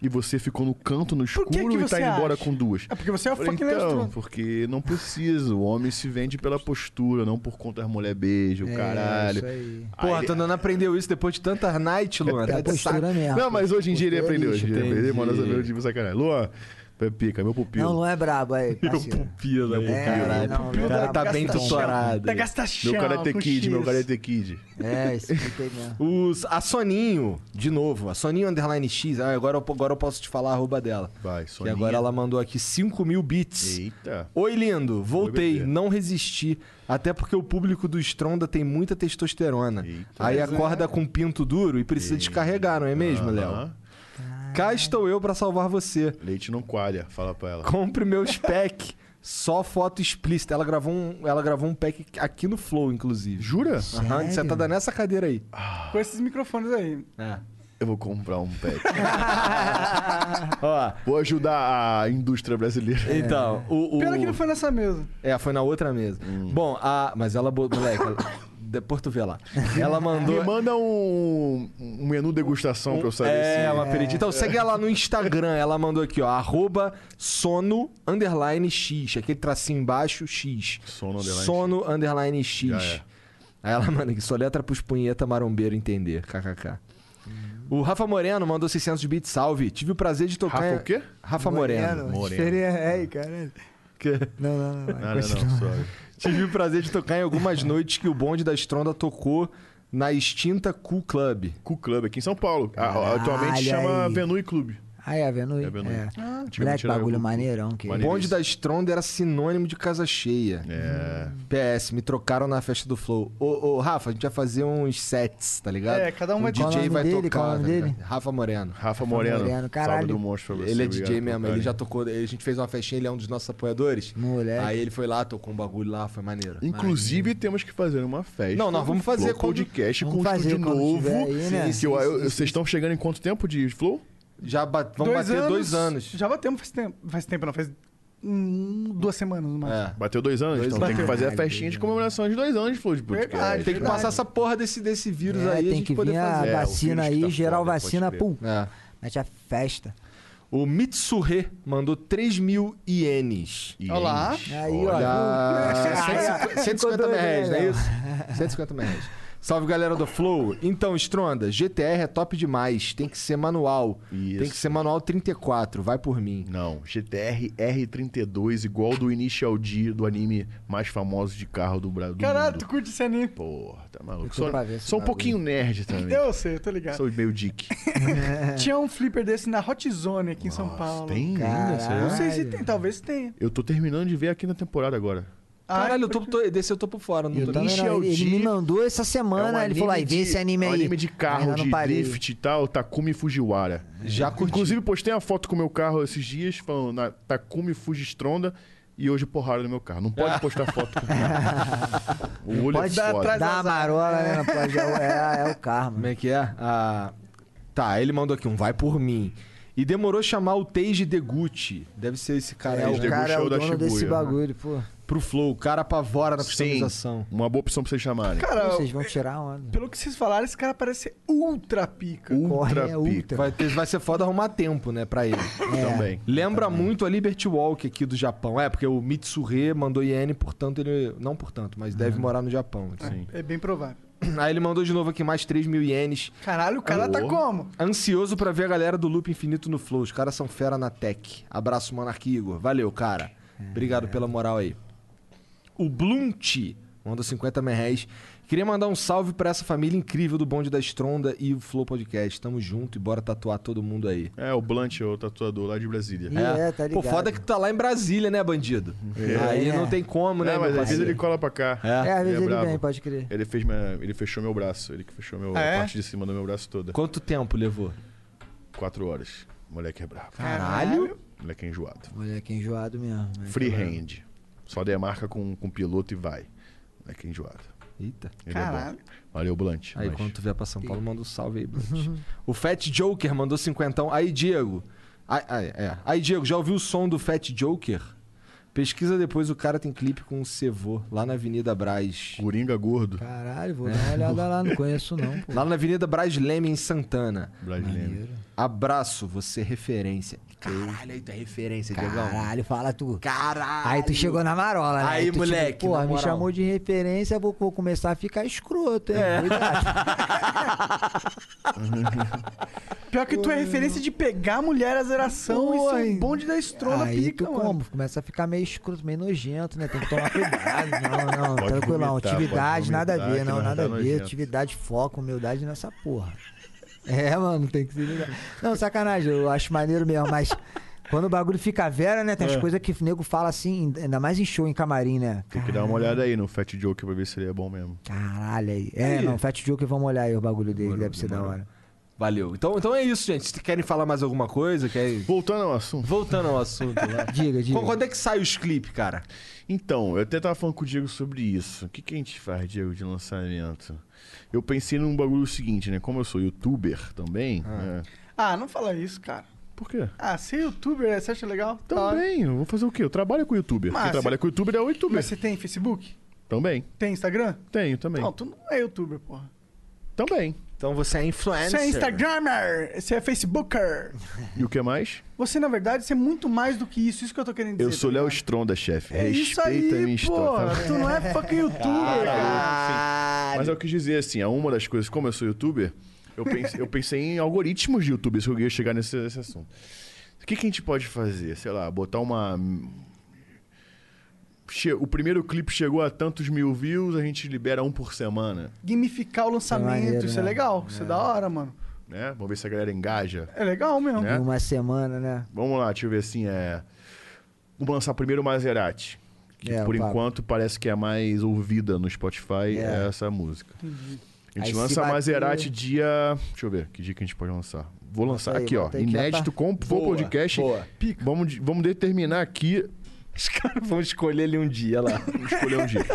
Speaker 4: E você ficou no canto, no escuro
Speaker 3: que que
Speaker 4: e tá
Speaker 3: você
Speaker 4: indo embora
Speaker 3: acha?
Speaker 4: com duas.
Speaker 3: É porque você é
Speaker 4: Eu
Speaker 3: o
Speaker 4: falei,
Speaker 3: fucking
Speaker 4: então,
Speaker 3: Leandro.
Speaker 4: porque não precisa. O homem se vende pela postura, não por conta das mulher beijo,
Speaker 5: É,
Speaker 4: caralho.
Speaker 5: isso aí.
Speaker 4: Aí
Speaker 2: Porra,
Speaker 4: ele-
Speaker 2: tu não aprendeu isso depois de tantas night, Luan.
Speaker 5: É a
Speaker 2: Tá de saco.
Speaker 5: postura mesmo.
Speaker 4: Não, mas hoje em dia ele
Speaker 5: Postura
Speaker 4: aprendeu.
Speaker 5: lixo,
Speaker 4: Hoje em dia ele
Speaker 2: é entendi.
Speaker 4: aprendeu, mano, eu tive sacanagem. Luan, pica, meu pupilo.
Speaker 5: Não, Luan é brabo aí,
Speaker 2: Meu
Speaker 5: parceiro.
Speaker 2: pupilo, meu
Speaker 5: É,
Speaker 2: caralho.
Speaker 5: não,
Speaker 2: o cara
Speaker 5: não,
Speaker 2: tá
Speaker 5: não,
Speaker 2: bem
Speaker 5: gasta
Speaker 2: tutorado.
Speaker 3: Tá gastachão.
Speaker 4: Meu Karate
Speaker 3: com
Speaker 4: Kid,
Speaker 3: X.
Speaker 4: meu Karate Kid.
Speaker 5: É, expliquei mesmo.
Speaker 2: Os, a Soninho, de novo, a Soninho Underline X, ah, agora, eu, agora eu posso te falar a arroba dela.
Speaker 4: Vai,
Speaker 2: Que
Speaker 4: Soninha.
Speaker 2: agora ela mandou aqui 5 mil bits.
Speaker 4: Eita.
Speaker 2: Oi, lindo, voltei,
Speaker 4: bebê.
Speaker 2: não resisti. Até porque o público do Stronda tem muita testosterona.
Speaker 4: Eita.
Speaker 2: Aí acorda
Speaker 5: é.
Speaker 2: com pinto duro e precisa descarregar, não é mesmo, Léo?
Speaker 4: Aham.
Speaker 2: Cá estou eu pra salvar você.
Speaker 4: Leite não coalha, fala pra ela.
Speaker 2: Compre meus pack. Só foto explícita. Ela gravou um, ela gravou um pack aqui no Flow, inclusive.
Speaker 4: Jura?
Speaker 2: Aham, você tá dando essa cadeira aí.
Speaker 3: Com esses microfones aí.
Speaker 2: É.
Speaker 4: Eu vou comprar um pack.
Speaker 2: Ó,
Speaker 4: vou ajudar a indústria brasileira.
Speaker 2: então, o. o-
Speaker 3: É. Pena que não foi Hum. nessa mesa.
Speaker 2: É, foi na outra mesa. Bom, a. Mas ela. bo- Moleque, ela... depois tu vê lá. Ela mandou.
Speaker 4: Me manda um, um menu degustação pra eu saber
Speaker 2: É,
Speaker 4: se...
Speaker 2: uma peridita. Então segue ela no Instagram. Ela mandou aqui, ó. Arroba sono underline X. Aquele tracinho embaixo, X.
Speaker 4: Sono underline
Speaker 2: Sono underline X.
Speaker 4: Já é.
Speaker 2: Aí ela manda aqui, soletra pros punheta marombeiro entender. KKK. O Rafa Moreno mandou 600 bits, salve. Tive o prazer de tocar...
Speaker 4: Rafa
Speaker 2: em-
Speaker 4: o quê?
Speaker 2: Rafa Moreno.
Speaker 4: Moreno. Ah.
Speaker 5: Seria, é, caralho. Não, não, não. vai,
Speaker 4: Não, não,
Speaker 5: continua.
Speaker 4: não, sorry.
Speaker 2: Tive o prazer de tocar em algumas noites que o bonde da Estronda tocou na extinta Cool Club.
Speaker 4: Cu Club aqui em São Paulo. A- a-
Speaker 5: Caralho,
Speaker 4: atualmente chama
Speaker 5: aí.
Speaker 4: Venui Clube.
Speaker 5: Ah, é, Venui.
Speaker 4: É, Venui.
Speaker 5: É.
Speaker 4: Antigamente
Speaker 5: Moleque,
Speaker 4: era
Speaker 5: bagulho
Speaker 4: Cu-
Speaker 5: maneirão. Que...
Speaker 2: O
Speaker 4: Maneiro.
Speaker 2: bonde da Estronda era sinônimo de casa cheia.
Speaker 4: É.
Speaker 2: PS, me trocaram na festa do Flow. Ô, ô, Rafa, a gente vai fazer uns sets, tá ligado?
Speaker 3: É, cada um
Speaker 2: o
Speaker 3: vai-
Speaker 5: Qual o
Speaker 2: DJ
Speaker 5: nome
Speaker 2: vai
Speaker 5: dele? Qual o
Speaker 2: tocar.
Speaker 5: nome
Speaker 2: tá
Speaker 5: dele?
Speaker 2: ligado? Rafa Moreno.
Speaker 4: Rafa Moreno.
Speaker 5: Moreno, caralho.
Speaker 4: Salve do monstro pra você.
Speaker 2: Ele é
Speaker 4: obrigado
Speaker 2: DJ
Speaker 4: pelo
Speaker 2: mesmo, ele
Speaker 4: carinho.
Speaker 2: já tocou. A gente fez uma festinha, ele é um dos nossos apoiadores.
Speaker 5: Moleque.
Speaker 2: Aí ele foi lá, tocou um bagulho lá, foi maneiro.
Speaker 4: Inclusive, temos que fazer uma festa.
Speaker 2: Não, nós vamos fazer
Speaker 4: Flow
Speaker 2: quando-
Speaker 4: podcast
Speaker 5: Vamos
Speaker 4: com o
Speaker 5: fazer
Speaker 4: estúdio
Speaker 5: quando
Speaker 4: novo.
Speaker 5: tiver aí, né?
Speaker 4: Que
Speaker 5: Sim,
Speaker 4: eu-
Speaker 5: sim,
Speaker 4: eu-
Speaker 5: sim,
Speaker 4: vocês estão chegando em quanto tempo de Flow?
Speaker 2: Já bat- vamos bater dois anos.
Speaker 3: Já batemos faz tempo. Faz tempo, não. Faz hum, duas semanas no máximo.
Speaker 2: É.
Speaker 4: Bateu dois anos,
Speaker 2: Dois
Speaker 4: então tem
Speaker 2: anos.
Speaker 4: que fazer a
Speaker 5: Caralho,
Speaker 4: festinha de comemoração de dois anos de Flow de podcast.
Speaker 3: Verdade,
Speaker 2: Tem que
Speaker 3: Verdade.
Speaker 2: passar essa porra desse, desse vírus aí
Speaker 5: É,
Speaker 2: e a
Speaker 5: tem
Speaker 2: gente
Speaker 5: que
Speaker 2: poder
Speaker 5: vir a
Speaker 2: fazer.
Speaker 4: É, o
Speaker 5: vacina
Speaker 4: vírus
Speaker 5: aí,
Speaker 4: que tá
Speaker 5: geral
Speaker 4: foda, pode
Speaker 5: vacina,
Speaker 4: crer.
Speaker 5: pum.
Speaker 2: É.
Speaker 5: Mete a festa.
Speaker 2: O Mitsuhe mandou 3 mil ienes.
Speaker 3: Olha lá.
Speaker 5: Aí, ó.
Speaker 2: Olha,
Speaker 5: Ah,
Speaker 2: 150, 150 mil
Speaker 5: doido,
Speaker 2: reais, não é
Speaker 5: né,
Speaker 2: isso? 150 mil reais. Salve galera do Flow. Então, Stronda, GTR é top demais. Tem que ser manual.
Speaker 4: Isso.
Speaker 2: Tem que ser manual 34. Vai por mim.
Speaker 4: Não, GTR R32, igual do Initial D, do anime mais famoso de carro do
Speaker 2: É.
Speaker 4: Brasil.
Speaker 3: Caralho, tu curte esse anime?
Speaker 4: Porra, tá maluco.
Speaker 5: Eu tô
Speaker 4: Sou,
Speaker 5: pra ver esse
Speaker 4: sou um
Speaker 5: bagulho.
Speaker 4: pouquinho nerd também.
Speaker 3: Eu sei, eu tô ligado.
Speaker 4: Sou meio dick.
Speaker 3: Tinha um flipper desse na Hot Zone aqui em São Paulo.
Speaker 4: Tem ainda,
Speaker 5: Caralho.
Speaker 4: será?
Speaker 3: Não sei se tem, talvez tenha. Ah,
Speaker 4: Eu tô terminando de ver a quinta temporada agora.
Speaker 2: Caralho, eu tô, tô, desse eu tô por fora. Não
Speaker 5: Eu
Speaker 2: tô
Speaker 5: também
Speaker 2: ligado.
Speaker 5: não, ele, ele me mandou essa semana, ele falou, aí, vê esse É um anime aí.
Speaker 4: Um É anime de
Speaker 5: Ainda
Speaker 4: carro,
Speaker 5: não
Speaker 4: de
Speaker 5: parei.
Speaker 4: drift e tal, Takumi Fujiwara.
Speaker 2: Já curti.
Speaker 4: Inclusive, postei uma foto com o meu carro esses dias, falando na Takumi Fujistronda, e hoje porrada no meu carro. Não pode postar foto com o carro. O olho
Speaker 5: Pode
Speaker 4: é foda.
Speaker 5: dar uma marola, né? Pode, é, é o karma.
Speaker 2: Como é que é? Ah, tá, ele mandou aqui um vai por mim. E demorou chamar o Teiji Deguchi. Deve ser esse cara
Speaker 5: É,
Speaker 2: aí.
Speaker 4: Teiji
Speaker 5: o
Speaker 2: né?
Speaker 5: cara é o
Speaker 4: Show da
Speaker 5: dono desse
Speaker 4: Shibuya, né?
Speaker 5: bagulho, pô.
Speaker 2: Pro Flow. O cara apavora na
Speaker 4: Sim,
Speaker 2: customização.
Speaker 4: uma boa opção pra vocês chamarem.
Speaker 3: Cara,
Speaker 5: Vocês vão tirar né? onda.
Speaker 3: pelo que vocês falaram, esse cara parece ultra pica.
Speaker 5: Corre
Speaker 4: ultra
Speaker 5: é
Speaker 4: pica
Speaker 5: ultra. é.
Speaker 2: Vai, ter- vai ser foda arrumar tempo, né, pra ele.
Speaker 4: também.
Speaker 2: Lembra muito a Liberty Walk aqui do Japão. É, porque o Mitsuhe mandou iene, portanto ele... Não portanto, mas deve morar no Japão. assim.
Speaker 3: É bem provável.
Speaker 2: Aí ele mandou de novo aqui mais 3 mil ienes.
Speaker 3: Caralho, o cara tá
Speaker 4: Alô?
Speaker 3: como?
Speaker 2: Ansioso pra ver a galera do Loop Infinito no Flow. Os caras são fera na tech. Abraço, Monark Igor. Valeu, cara. Obrigado pela moral aí. O Blunt mandou 50 mil reais. Queria mandar um salve pra essa família incrível do Bonde da Estronda e o Flow Podcast. Tamo junto e bora tatuar todo mundo aí.
Speaker 4: É, o Blunt é o tatuador lá de Brasília.
Speaker 5: Ih, é, tá
Speaker 2: Pô,
Speaker 5: ligado.
Speaker 2: foda que tu tá lá em Brasília, né, bandido? Aí
Speaker 5: É.
Speaker 2: não tem como, né,
Speaker 4: É,
Speaker 2: meu
Speaker 4: mas às vezes
Speaker 2: parceiro?
Speaker 4: ele cola pra cá.
Speaker 5: É, às
Speaker 4: Ele
Speaker 5: vezes ele
Speaker 4: brabo.
Speaker 5: vem, pode crer.
Speaker 4: Ele, fez minha- ele fechou meu braço, ele que fechou meu,
Speaker 3: Ah, é?
Speaker 4: a parte de cima do meu braço toda.
Speaker 2: Quanto tempo levou?
Speaker 4: Quatro horas. Moleque é bravo.
Speaker 2: Caralho.
Speaker 4: Moleque é enjoado.
Speaker 5: Moleque enjoado mesmo. né?
Speaker 4: Freehand. Só demarca com, com o piloto e vai. Moleque é enjoado.
Speaker 2: Eita.
Speaker 4: Ele
Speaker 3: Caralho.
Speaker 4: é bom. Valeu, Blunt.
Speaker 2: Aí
Speaker 4: mas-
Speaker 2: quando tu vier pra São Paulo, manda um salve aí, Bruno.
Speaker 5: Uhum.
Speaker 2: o Fat Joker mandou cinquentão. Aí, Diego. Ai, ai, é. Aí, Diego, já ouviu o som do Fat Joker? Pesquisa depois, o cara tem clipe com o Cevô, lá na Avenida Braz.
Speaker 4: Coringa gordo.
Speaker 5: Caralho, vou dar uma olhada lá, não conheço não, pô.
Speaker 2: Lá na Avenida Braz Leme, em Santana.
Speaker 4: Brasileiro.
Speaker 2: Abraço, você é referência. Caralho, aí tu é referência, Diegão.
Speaker 5: Caralho, fala tu.
Speaker 2: Caralho.
Speaker 5: Aí tu chegou na marola, né?
Speaker 2: Aí,
Speaker 5: tu, tipo,
Speaker 2: moleque, na
Speaker 5: Porra, me
Speaker 2: moral.
Speaker 5: chamou de referência, vou, vou começar a ficar escroto, hein?
Speaker 2: É.
Speaker 5: Cuidado.
Speaker 3: Pior que tu é referência de pegar mulher a zeração e ser um
Speaker 5: Oi.
Speaker 3: bonde da estrona
Speaker 5: Aí
Speaker 3: pica,
Speaker 5: tu
Speaker 3: mano.
Speaker 5: como? Começa a ficar meio escroto, meio nojento, né? Tem que tomar cuidado. Não, não,
Speaker 4: Pode
Speaker 5: tranquilão.
Speaker 4: vomitar,
Speaker 5: atividade,
Speaker 4: pode
Speaker 5: nada a
Speaker 4: vomitar,
Speaker 5: ver,
Speaker 4: que
Speaker 5: não,
Speaker 4: nós
Speaker 5: nada a
Speaker 4: tá
Speaker 5: ver.
Speaker 4: nojento.
Speaker 5: Atividade, foco, humildade nessa porra. É, mano, tem que se ligar. Não, sacanagem, eu acho maneiro mesmo, mas. Quando o bagulho fica vera, né? Tem
Speaker 2: É.
Speaker 5: as coisas que o nego fala assim, ainda mais em show, em camarim, né?
Speaker 4: Tem que dar uma olhada aí no Fat Joke pra ver se ele é bom mesmo.
Speaker 5: Caralho aí. É, não, Fat Joker, vamos olhar aí o bagulho dele, deve ser da hora.
Speaker 2: Valeu. Então, então é isso, gente. Se querem falar mais alguma coisa, querem...
Speaker 4: Voltando ao assunto.
Speaker 2: Voltando ao assunto lá.
Speaker 5: Diga, diga.
Speaker 2: Qu- Quando é que sai os clipes, cara?
Speaker 4: Então, eu até tava falando com o Diego sobre isso. O que, que a gente faz, Diego, de lançamento? Eu pensei num bagulho seguinte, né? Como eu sou youtuber também. né?
Speaker 3: Ah, não fala isso, cara.
Speaker 4: Por quê?
Speaker 3: Ah, ser youtuber, você acha legal? Tá.
Speaker 4: Também, eu vou fazer o quê? Eu trabalho com youtuber.
Speaker 3: Mas
Speaker 4: Quem
Speaker 3: você-
Speaker 4: trabalha com youtuber é o youtuber.
Speaker 3: Mas você tem Facebook?
Speaker 4: Também.
Speaker 3: Tem Instagram?
Speaker 4: Tenho também.
Speaker 3: Não, tu não é youtuber, porra.
Speaker 4: Também.
Speaker 2: Então você é influencer.
Speaker 3: Você é Instagrammer, você é Facebooker.
Speaker 4: E o que mais?
Speaker 3: Você, na verdade, você é muito mais do que isso. Isso que eu tô querendo dizer.
Speaker 4: Eu sou
Speaker 3: tá
Speaker 4: Léo
Speaker 3: ligado?
Speaker 4: Stronda, chefe.
Speaker 3: É isso
Speaker 4: Respeita a minha
Speaker 3: aí, pô.
Speaker 4: história. tá?
Speaker 3: Tu não é fucking youtuber, cara.
Speaker 2: Ah.
Speaker 4: Mas eu quis dizer assim, é uma das coisas, como eu sou youtuber, eu pensei, eu pensei em algoritmos de youtubers que eu ia chegar nesse, nesse assunto. O que, que a gente pode fazer? Sei lá, botar uma. Che- O primeiro clipe chegou a tantos mil views, a gente libera um por semana.
Speaker 3: Gamificar o lançamento,
Speaker 5: maneiro,
Speaker 3: isso é
Speaker 5: né?
Speaker 3: legal. Isso é da hora, mano.
Speaker 4: Né? Vamos ver se a galera engaja.
Speaker 3: É legal mesmo.
Speaker 4: Né?
Speaker 5: Em uma semana, né?
Speaker 4: Vamos lá, deixa eu ver assim. É... Vamos lançar primeiro o Maserati. Que
Speaker 5: É,
Speaker 4: por
Speaker 5: o papo.
Speaker 4: enquanto parece que é a mais ouvida no Spotify,
Speaker 5: É.
Speaker 4: é essa música. A
Speaker 5: Aí
Speaker 4: gente
Speaker 5: se
Speaker 4: lança a
Speaker 5: bater-
Speaker 4: Maserati dia. Deixa eu ver, que dia que a gente pode lançar. Vou lançar
Speaker 5: aí,
Speaker 4: aqui, ó.
Speaker 5: bota aí que já
Speaker 4: Inédito
Speaker 5: tá.
Speaker 4: com
Speaker 2: Boa,
Speaker 4: o podcast.
Speaker 2: boa.
Speaker 4: Pica. Vamos, de- vamos determinar aqui.
Speaker 2: Os caras vão escolher ele um dia lá.
Speaker 4: Vamos escolher um dia.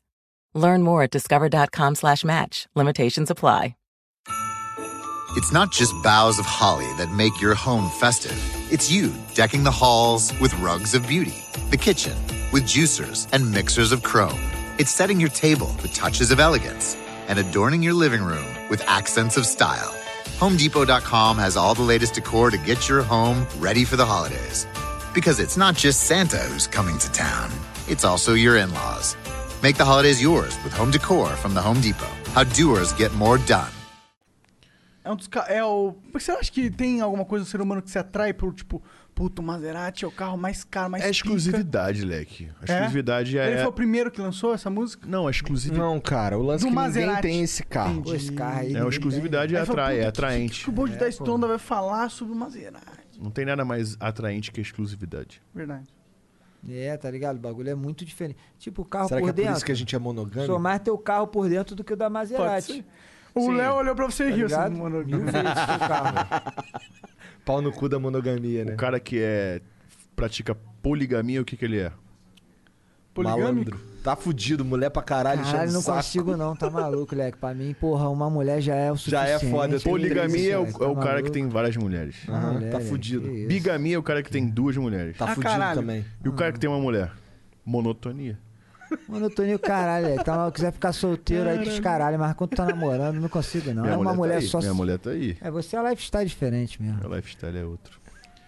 Speaker 7: Learn more at discover.com slash match. Limitations apply.
Speaker 11: It's not just boughs of holly that make your home festive. It's you decking the halls with rugs of beauty, the kitchen with juicers and mixers of chrome. It's setting your table with touches of elegance and adorning your living room with accents of style. HomeDepot.com has all the latest decor to get your home ready for the holidays. Because it's not just Santa who's coming to town, it's also your in laws. Make the holidays yours with home decor from the Home Depot. How doers get more done.
Speaker 3: É um dos ca- é o. Mas Você acha que tem alguma coisa do ser humano que se atrai por, tipo, puto, o Maserati é o carro mais caro, mais
Speaker 4: É
Speaker 3: pica?
Speaker 4: exclusividade, Leque. A exclusividade
Speaker 3: Ele
Speaker 4: é.
Speaker 3: foi o primeiro que lançou essa música?
Speaker 4: Não, é a exclusividade.
Speaker 2: Não, cara, o lance é
Speaker 3: Do
Speaker 2: que ninguém
Speaker 3: Maserati.
Speaker 2: tem esse carro.
Speaker 5: Pô, esse carro aí.
Speaker 4: É, a exclusividade
Speaker 3: Aí ele falou,
Speaker 4: atrai, é
Speaker 3: "Puta, que- Que,
Speaker 4: atraente.
Speaker 3: que o bonde da Estonda vai falar sobre o Maserati.
Speaker 4: Não tem nada mais atraente que a exclusividade.
Speaker 3: Verdade.
Speaker 5: É, tá ligado? O bagulho é muito diferente. Tipo, o carro
Speaker 2: Será que
Speaker 5: por
Speaker 2: é por
Speaker 5: dentro.
Speaker 2: isso que a gente é monogâmico?
Speaker 5: Sou mais teu carro por dentro do que o da Maserati.
Speaker 3: O Léo olhou pra você e
Speaker 5: Tá
Speaker 3: riu
Speaker 5: ligado?
Speaker 3: assim, mano.
Speaker 5: Mil vezes teu carro.
Speaker 2: Pau no cu da monogamia, né?
Speaker 4: O cara que é. pratica poligamia, o que, que ele é?
Speaker 3: Poligâmico?
Speaker 2: Malandro. Tá fudido, mulher pra caralho,
Speaker 5: Caralho,
Speaker 2: enchendo
Speaker 5: não
Speaker 2: o saco.
Speaker 5: consigo não, tá maluco, Leque. Pra mim, porra, uma mulher já é o
Speaker 2: Já
Speaker 5: suficiente.
Speaker 2: é foda, eu tenho
Speaker 4: Poligamia é o,
Speaker 5: Três, tá
Speaker 4: é o cara que
Speaker 5: maluco.
Speaker 4: tem várias mulheres.
Speaker 5: Uma
Speaker 2: Aham,
Speaker 5: mulher,
Speaker 2: tá
Speaker 5: Leque,
Speaker 2: fudido.
Speaker 5: que isso.
Speaker 4: Bigamia é o cara que tem duas mulheres.
Speaker 2: Tá
Speaker 3: Ah,
Speaker 2: fudido
Speaker 3: caralho.
Speaker 2: também.
Speaker 4: E o cara que tem uma mulher? Monotonia.
Speaker 5: Mano, eu tô nem o caralho, Leque. Então, se quiser ficar solteiro aí dos caralho, mas quando tá namorando, não consigo não.
Speaker 4: Minha
Speaker 5: é uma mulher,
Speaker 4: tá aí.
Speaker 5: só.
Speaker 4: Minha mulher tá aí.
Speaker 5: É, você é lifestyle diferente mesmo.
Speaker 4: Meu lifestyle é outro.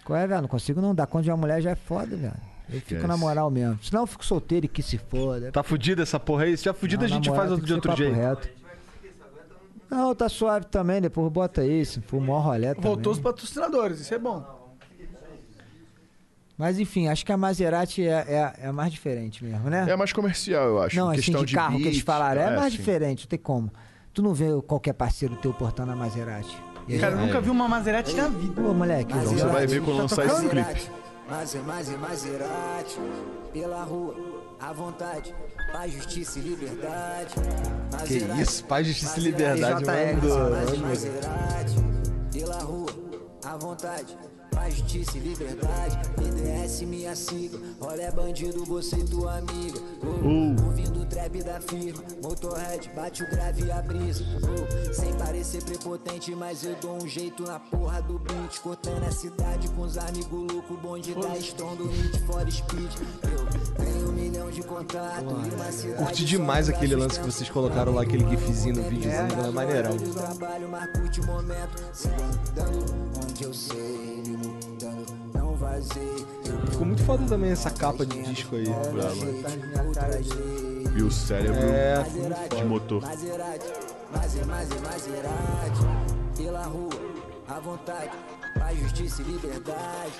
Speaker 5: Qual é, velho? Não consigo não dar conta de uma mulher, já é foda, velho. Eu fico
Speaker 4: Esquece.
Speaker 5: na moral mesmo. Senão eu fico solteiro e que se foda.
Speaker 2: Tá fudido essa porra aí? Se tiver fudido,
Speaker 5: Não,
Speaker 2: a gente
Speaker 5: namorado
Speaker 2: faz
Speaker 5: tem
Speaker 2: outro
Speaker 5: que
Speaker 2: de
Speaker 5: ser
Speaker 2: outro
Speaker 5: papo
Speaker 2: jeito.
Speaker 5: reto. Não, tá suave também, depois bota isso. Foi o maior rolê também.
Speaker 3: Voltou os patrocinadores, isso é bom.
Speaker 5: Mas enfim, acho que a Maserati é, é, é a mais diferente mesmo, né?
Speaker 4: É mais comercial, eu acho.
Speaker 5: não, assim,
Speaker 4: questão
Speaker 5: de carro que eles
Speaker 4: beat,
Speaker 5: falaram, é,
Speaker 4: ah,
Speaker 5: mais
Speaker 4: sim.
Speaker 5: diferente, não tem como. Tu não vê qualquer parceiro teu portando a Maserati. E aí,
Speaker 3: Cara, eu nunca vi uma Maserati na vida.
Speaker 5: Pô, moleque. tá
Speaker 4: Então você vai ver quando lançar esse clipe.
Speaker 5: Maser, Maser, Maserati, pela rua, à vontade, paz, justiça e liberdade.
Speaker 2: Que isso, paz, justiça e liberdade,
Speaker 5: JL,
Speaker 2: mano.
Speaker 5: Maserati, pela rua, à vontade, paz, justiça e liberdade. BDS, minha sigla, olha é bandido, você e tua amiga. Oh, Ouvindo o trap da firma, motorhead, bate o grave e a brisa. Oh, sem parecer prepotente, mas eu dou um jeito na porra do beat. Cortando a cidade com os amigos loucos, bonde da estrondo, hit for speed. Eu tenho um milhão de contatos e uma cidade.
Speaker 2: Curti demais aquele lance que vocês colocaram lá, aquele gifzinho no videozinho, é maneirão.
Speaker 5: Trabalho, mas curte o momento. Se mudando onde eu sei, me mudando
Speaker 2: Ficou muito foda também essa capa de disco aí.
Speaker 5: Tá
Speaker 4: E o cérebro
Speaker 2: É.
Speaker 4: de motor.
Speaker 12: Maserati, Maser, Maser, Maserati. Pela rua, à vontade, paz, justiça e liberdade.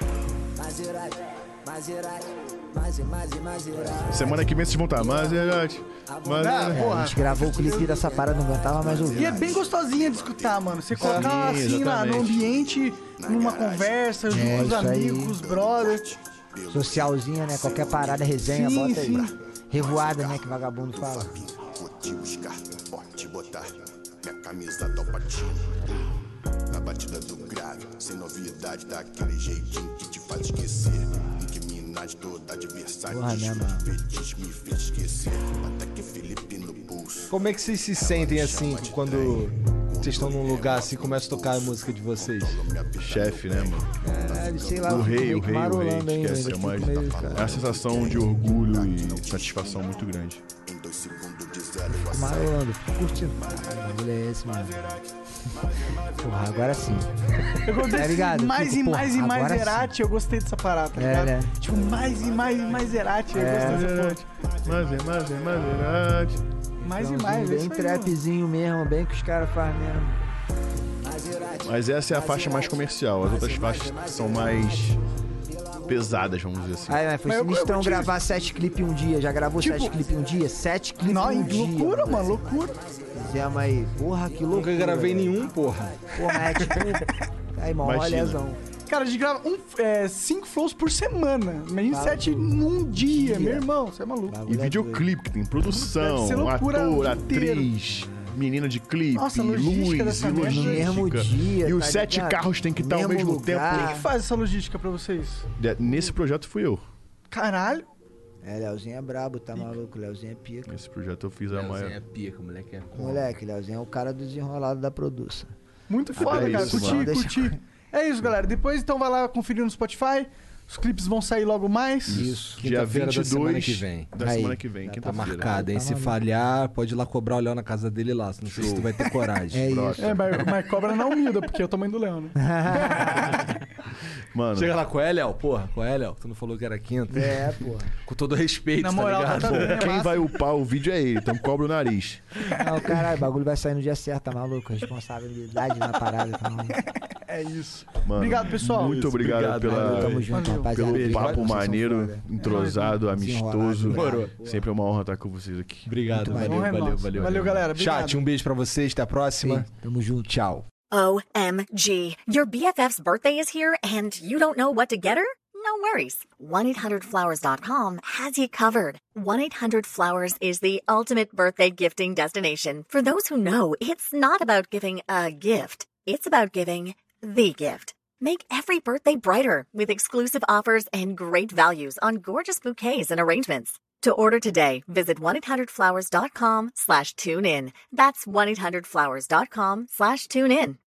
Speaker 12: Maserati, Maserati, Maser, Maser, Maserati.
Speaker 4: Semana que vem vocês vão tá, é estar. Maserati. Maserati.
Speaker 5: É, a gente gravou o clipe dessa parada, não aguentava mais ouvir.
Speaker 3: E é bem gostosinha de escutar, mano. Você colocar
Speaker 4: Sim,
Speaker 3: assim na, no
Speaker 4: exatamente.
Speaker 3: ambiente, numa conversa, junto
Speaker 5: É,
Speaker 3: com os
Speaker 5: isso aí.
Speaker 3: amigos, com os brothers.
Speaker 5: Socialzinha, né? Qualquer parada, resenha,
Speaker 3: Sim,
Speaker 5: bota aí.
Speaker 3: sim.
Speaker 5: Revoada, né? Que vagabundo fala.
Speaker 13: Vou te buscar, pode te botar. Minha camisa topa ti. Na batida do grave, sem novidade, daquele jeitinho que te faz esquecer. Em que Minas toda adversária
Speaker 2: Porra, né, mano?
Speaker 13: fetiche me fez esquecer. Até que Felipe no bolso.
Speaker 2: Como é que vocês se sentem assim quando vocês estão num lugar assim e começa a tocar a música de vocês?
Speaker 4: Chefe, né, mano?
Speaker 5: Caralho, Tá sei lá.
Speaker 4: o rei, o
Speaker 5: meio que
Speaker 4: rei, o rei.
Speaker 5: marolando ainda, né?
Speaker 4: Esquece, é
Speaker 5: ainda
Speaker 4: mais.
Speaker 5: fico meio,
Speaker 4: É uma sensação de orgulho e satisfação muito grande.
Speaker 5: Fico Marolando, fico curtindo. Caralho, o bagulho é esse, mano. Porra, agora sim.
Speaker 3: Eu gostei
Speaker 5: Tá ligado?
Speaker 3: desse mais
Speaker 5: Fico,
Speaker 3: e
Speaker 5: porra,
Speaker 3: mais e mais
Speaker 5: agora sim.
Speaker 3: Zerati, eu gostei dessa parada, tá
Speaker 5: É,
Speaker 3: ligado?
Speaker 5: né?
Speaker 3: Tipo, mais e mais e mais Zerati, eu
Speaker 5: É.
Speaker 3: gostei dessa porra.
Speaker 4: Maser, Maser, Maserati.
Speaker 3: Mais e
Speaker 5: Então,
Speaker 3: mais, é
Speaker 5: Bem
Speaker 3: isso aí, mano.
Speaker 5: trapzinho mesmo, bem que os caras fazem mesmo.
Speaker 4: Mas essa é a faixa mais comercial. As outras faixas são mais pesadas, vamos dizer
Speaker 3: Ah,
Speaker 4: assim.
Speaker 3: é.
Speaker 5: Aí, Ah, é, mas foi
Speaker 4: Mas eu- eu
Speaker 5: sinistrão
Speaker 4: curti.
Speaker 5: gravar sete clipes em um dia. Já gravou
Speaker 4: Tipo-
Speaker 5: sete clipes em um dia? Sete clipes
Speaker 3: Não, é
Speaker 5: em um dia.
Speaker 3: loucura, mano, loucura.
Speaker 5: Fizemos aí. Porra, que loucura.
Speaker 2: Nunca gravei
Speaker 5: velho.
Speaker 2: nenhum, porra.
Speaker 5: Porra, é tipo. Aí, mó
Speaker 2: Imagina.
Speaker 5: lesão.
Speaker 3: Cara, a gente grava um, é, cinco flows por semana.
Speaker 5: Tá
Speaker 3: Imagina sete num dia, meu irmão. Você é maluco.
Speaker 4: E videoclipe, que tem produção,
Speaker 3: Deve ser loucura
Speaker 4: ator,
Speaker 3: o dia inteiro.
Speaker 4: atriz, menina de clipe,
Speaker 3: Nossa,
Speaker 4: luz
Speaker 3: logística
Speaker 4: e
Speaker 3: dessa
Speaker 4: logística.
Speaker 3: merda.
Speaker 5: Mesmo dia,
Speaker 4: e os
Speaker 5: tá
Speaker 4: sete
Speaker 5: ligado?
Speaker 4: carros têm que estar ao
Speaker 5: Mesmo
Speaker 4: mesmo
Speaker 5: lugar.
Speaker 3: Quem que faz essa logística pra vocês?
Speaker 4: tempo. Nesse projeto fui eu.
Speaker 3: Caralho.
Speaker 5: É, Leozinho é brabo, tá maluco? Leozinho é pica.
Speaker 4: Nesse projeto eu fiz a
Speaker 2: Leozinho
Speaker 4: maior.
Speaker 2: é pica, moleque é
Speaker 5: Moleque, Leozinho é o cara do desenrolado da produção.
Speaker 3: Muito foda,
Speaker 4: é
Speaker 3: cara.
Speaker 4: isso,
Speaker 3: curti,
Speaker 4: mano.
Speaker 3: curti. É isso, galera. Depois então vai lá conferir no Spotify. Os clipes vão sair logo mais.
Speaker 2: Isso,
Speaker 4: Dia
Speaker 2: quinta-feira da semana
Speaker 4: 22
Speaker 2: que vem.
Speaker 4: da
Speaker 5: Aí,
Speaker 4: semana que vem,
Speaker 5: já
Speaker 2: Tá
Speaker 4: quinta-feira.
Speaker 2: marcado, hein? Se falhar, pode ir lá cobrar o Léo na casa dele lá. Não sei se tu vai ter coragem.
Speaker 5: É isso.
Speaker 4: Próximo.
Speaker 3: É, mas, mas cobra não humilda, porque é o tamanho do leão, né?
Speaker 4: Mano,
Speaker 2: Chega lá com é, Léo? Porra, com é, Léo? Tu não falou que era quinta?
Speaker 5: É, porra.
Speaker 2: Com todo respeito,
Speaker 3: Na moral,
Speaker 2: tá ligado?
Speaker 3: tá bom.
Speaker 4: quem vai upar o vídeo é ele, então cobra o nariz.
Speaker 5: Não, caralho, o bagulho vai sair no dia certo, tá maluco? Responsabilidade na parada, tá maluco?
Speaker 3: É isso.
Speaker 4: Mano,
Speaker 3: Obrigado, pessoal.
Speaker 4: Muito obrigado,
Speaker 2: Obrigado, mano.
Speaker 4: pela,
Speaker 5: Tamo junto, rapaziada.
Speaker 4: pelo
Speaker 5: Obrigado,
Speaker 4: papo
Speaker 5: vocês são
Speaker 4: maneiro,
Speaker 5: foda.
Speaker 4: entrosado, amistoso.
Speaker 2: Demorou.
Speaker 4: Sempre é uma honra estar com vocês aqui.
Speaker 2: Obrigado, valeu,
Speaker 5: Muito
Speaker 2: valeu,
Speaker 3: bom. Honra é
Speaker 2: valeu,
Speaker 3: nossa. Valeu, galera. Obrigado.
Speaker 2: Chat, um beijo pra vocês. Até a próxima.
Speaker 5: Sim, tamo junto.
Speaker 2: Tchau.
Speaker 1: OMG. Your BFF's birthday is here and you don't know what to get her? No worries. 1-800-Flowers.com has you covered. 1-800-Flowers is the ultimate birthday gifting destination. For those who know, it's not about giving a gift. It's about giving the gift. Make every birthday brighter with exclusive offers and great values on gorgeous bouquets and arrangements. To order today, visit 1-800-Flowers.com slash tune in. That's 1-800-Flowers.com slash tune in.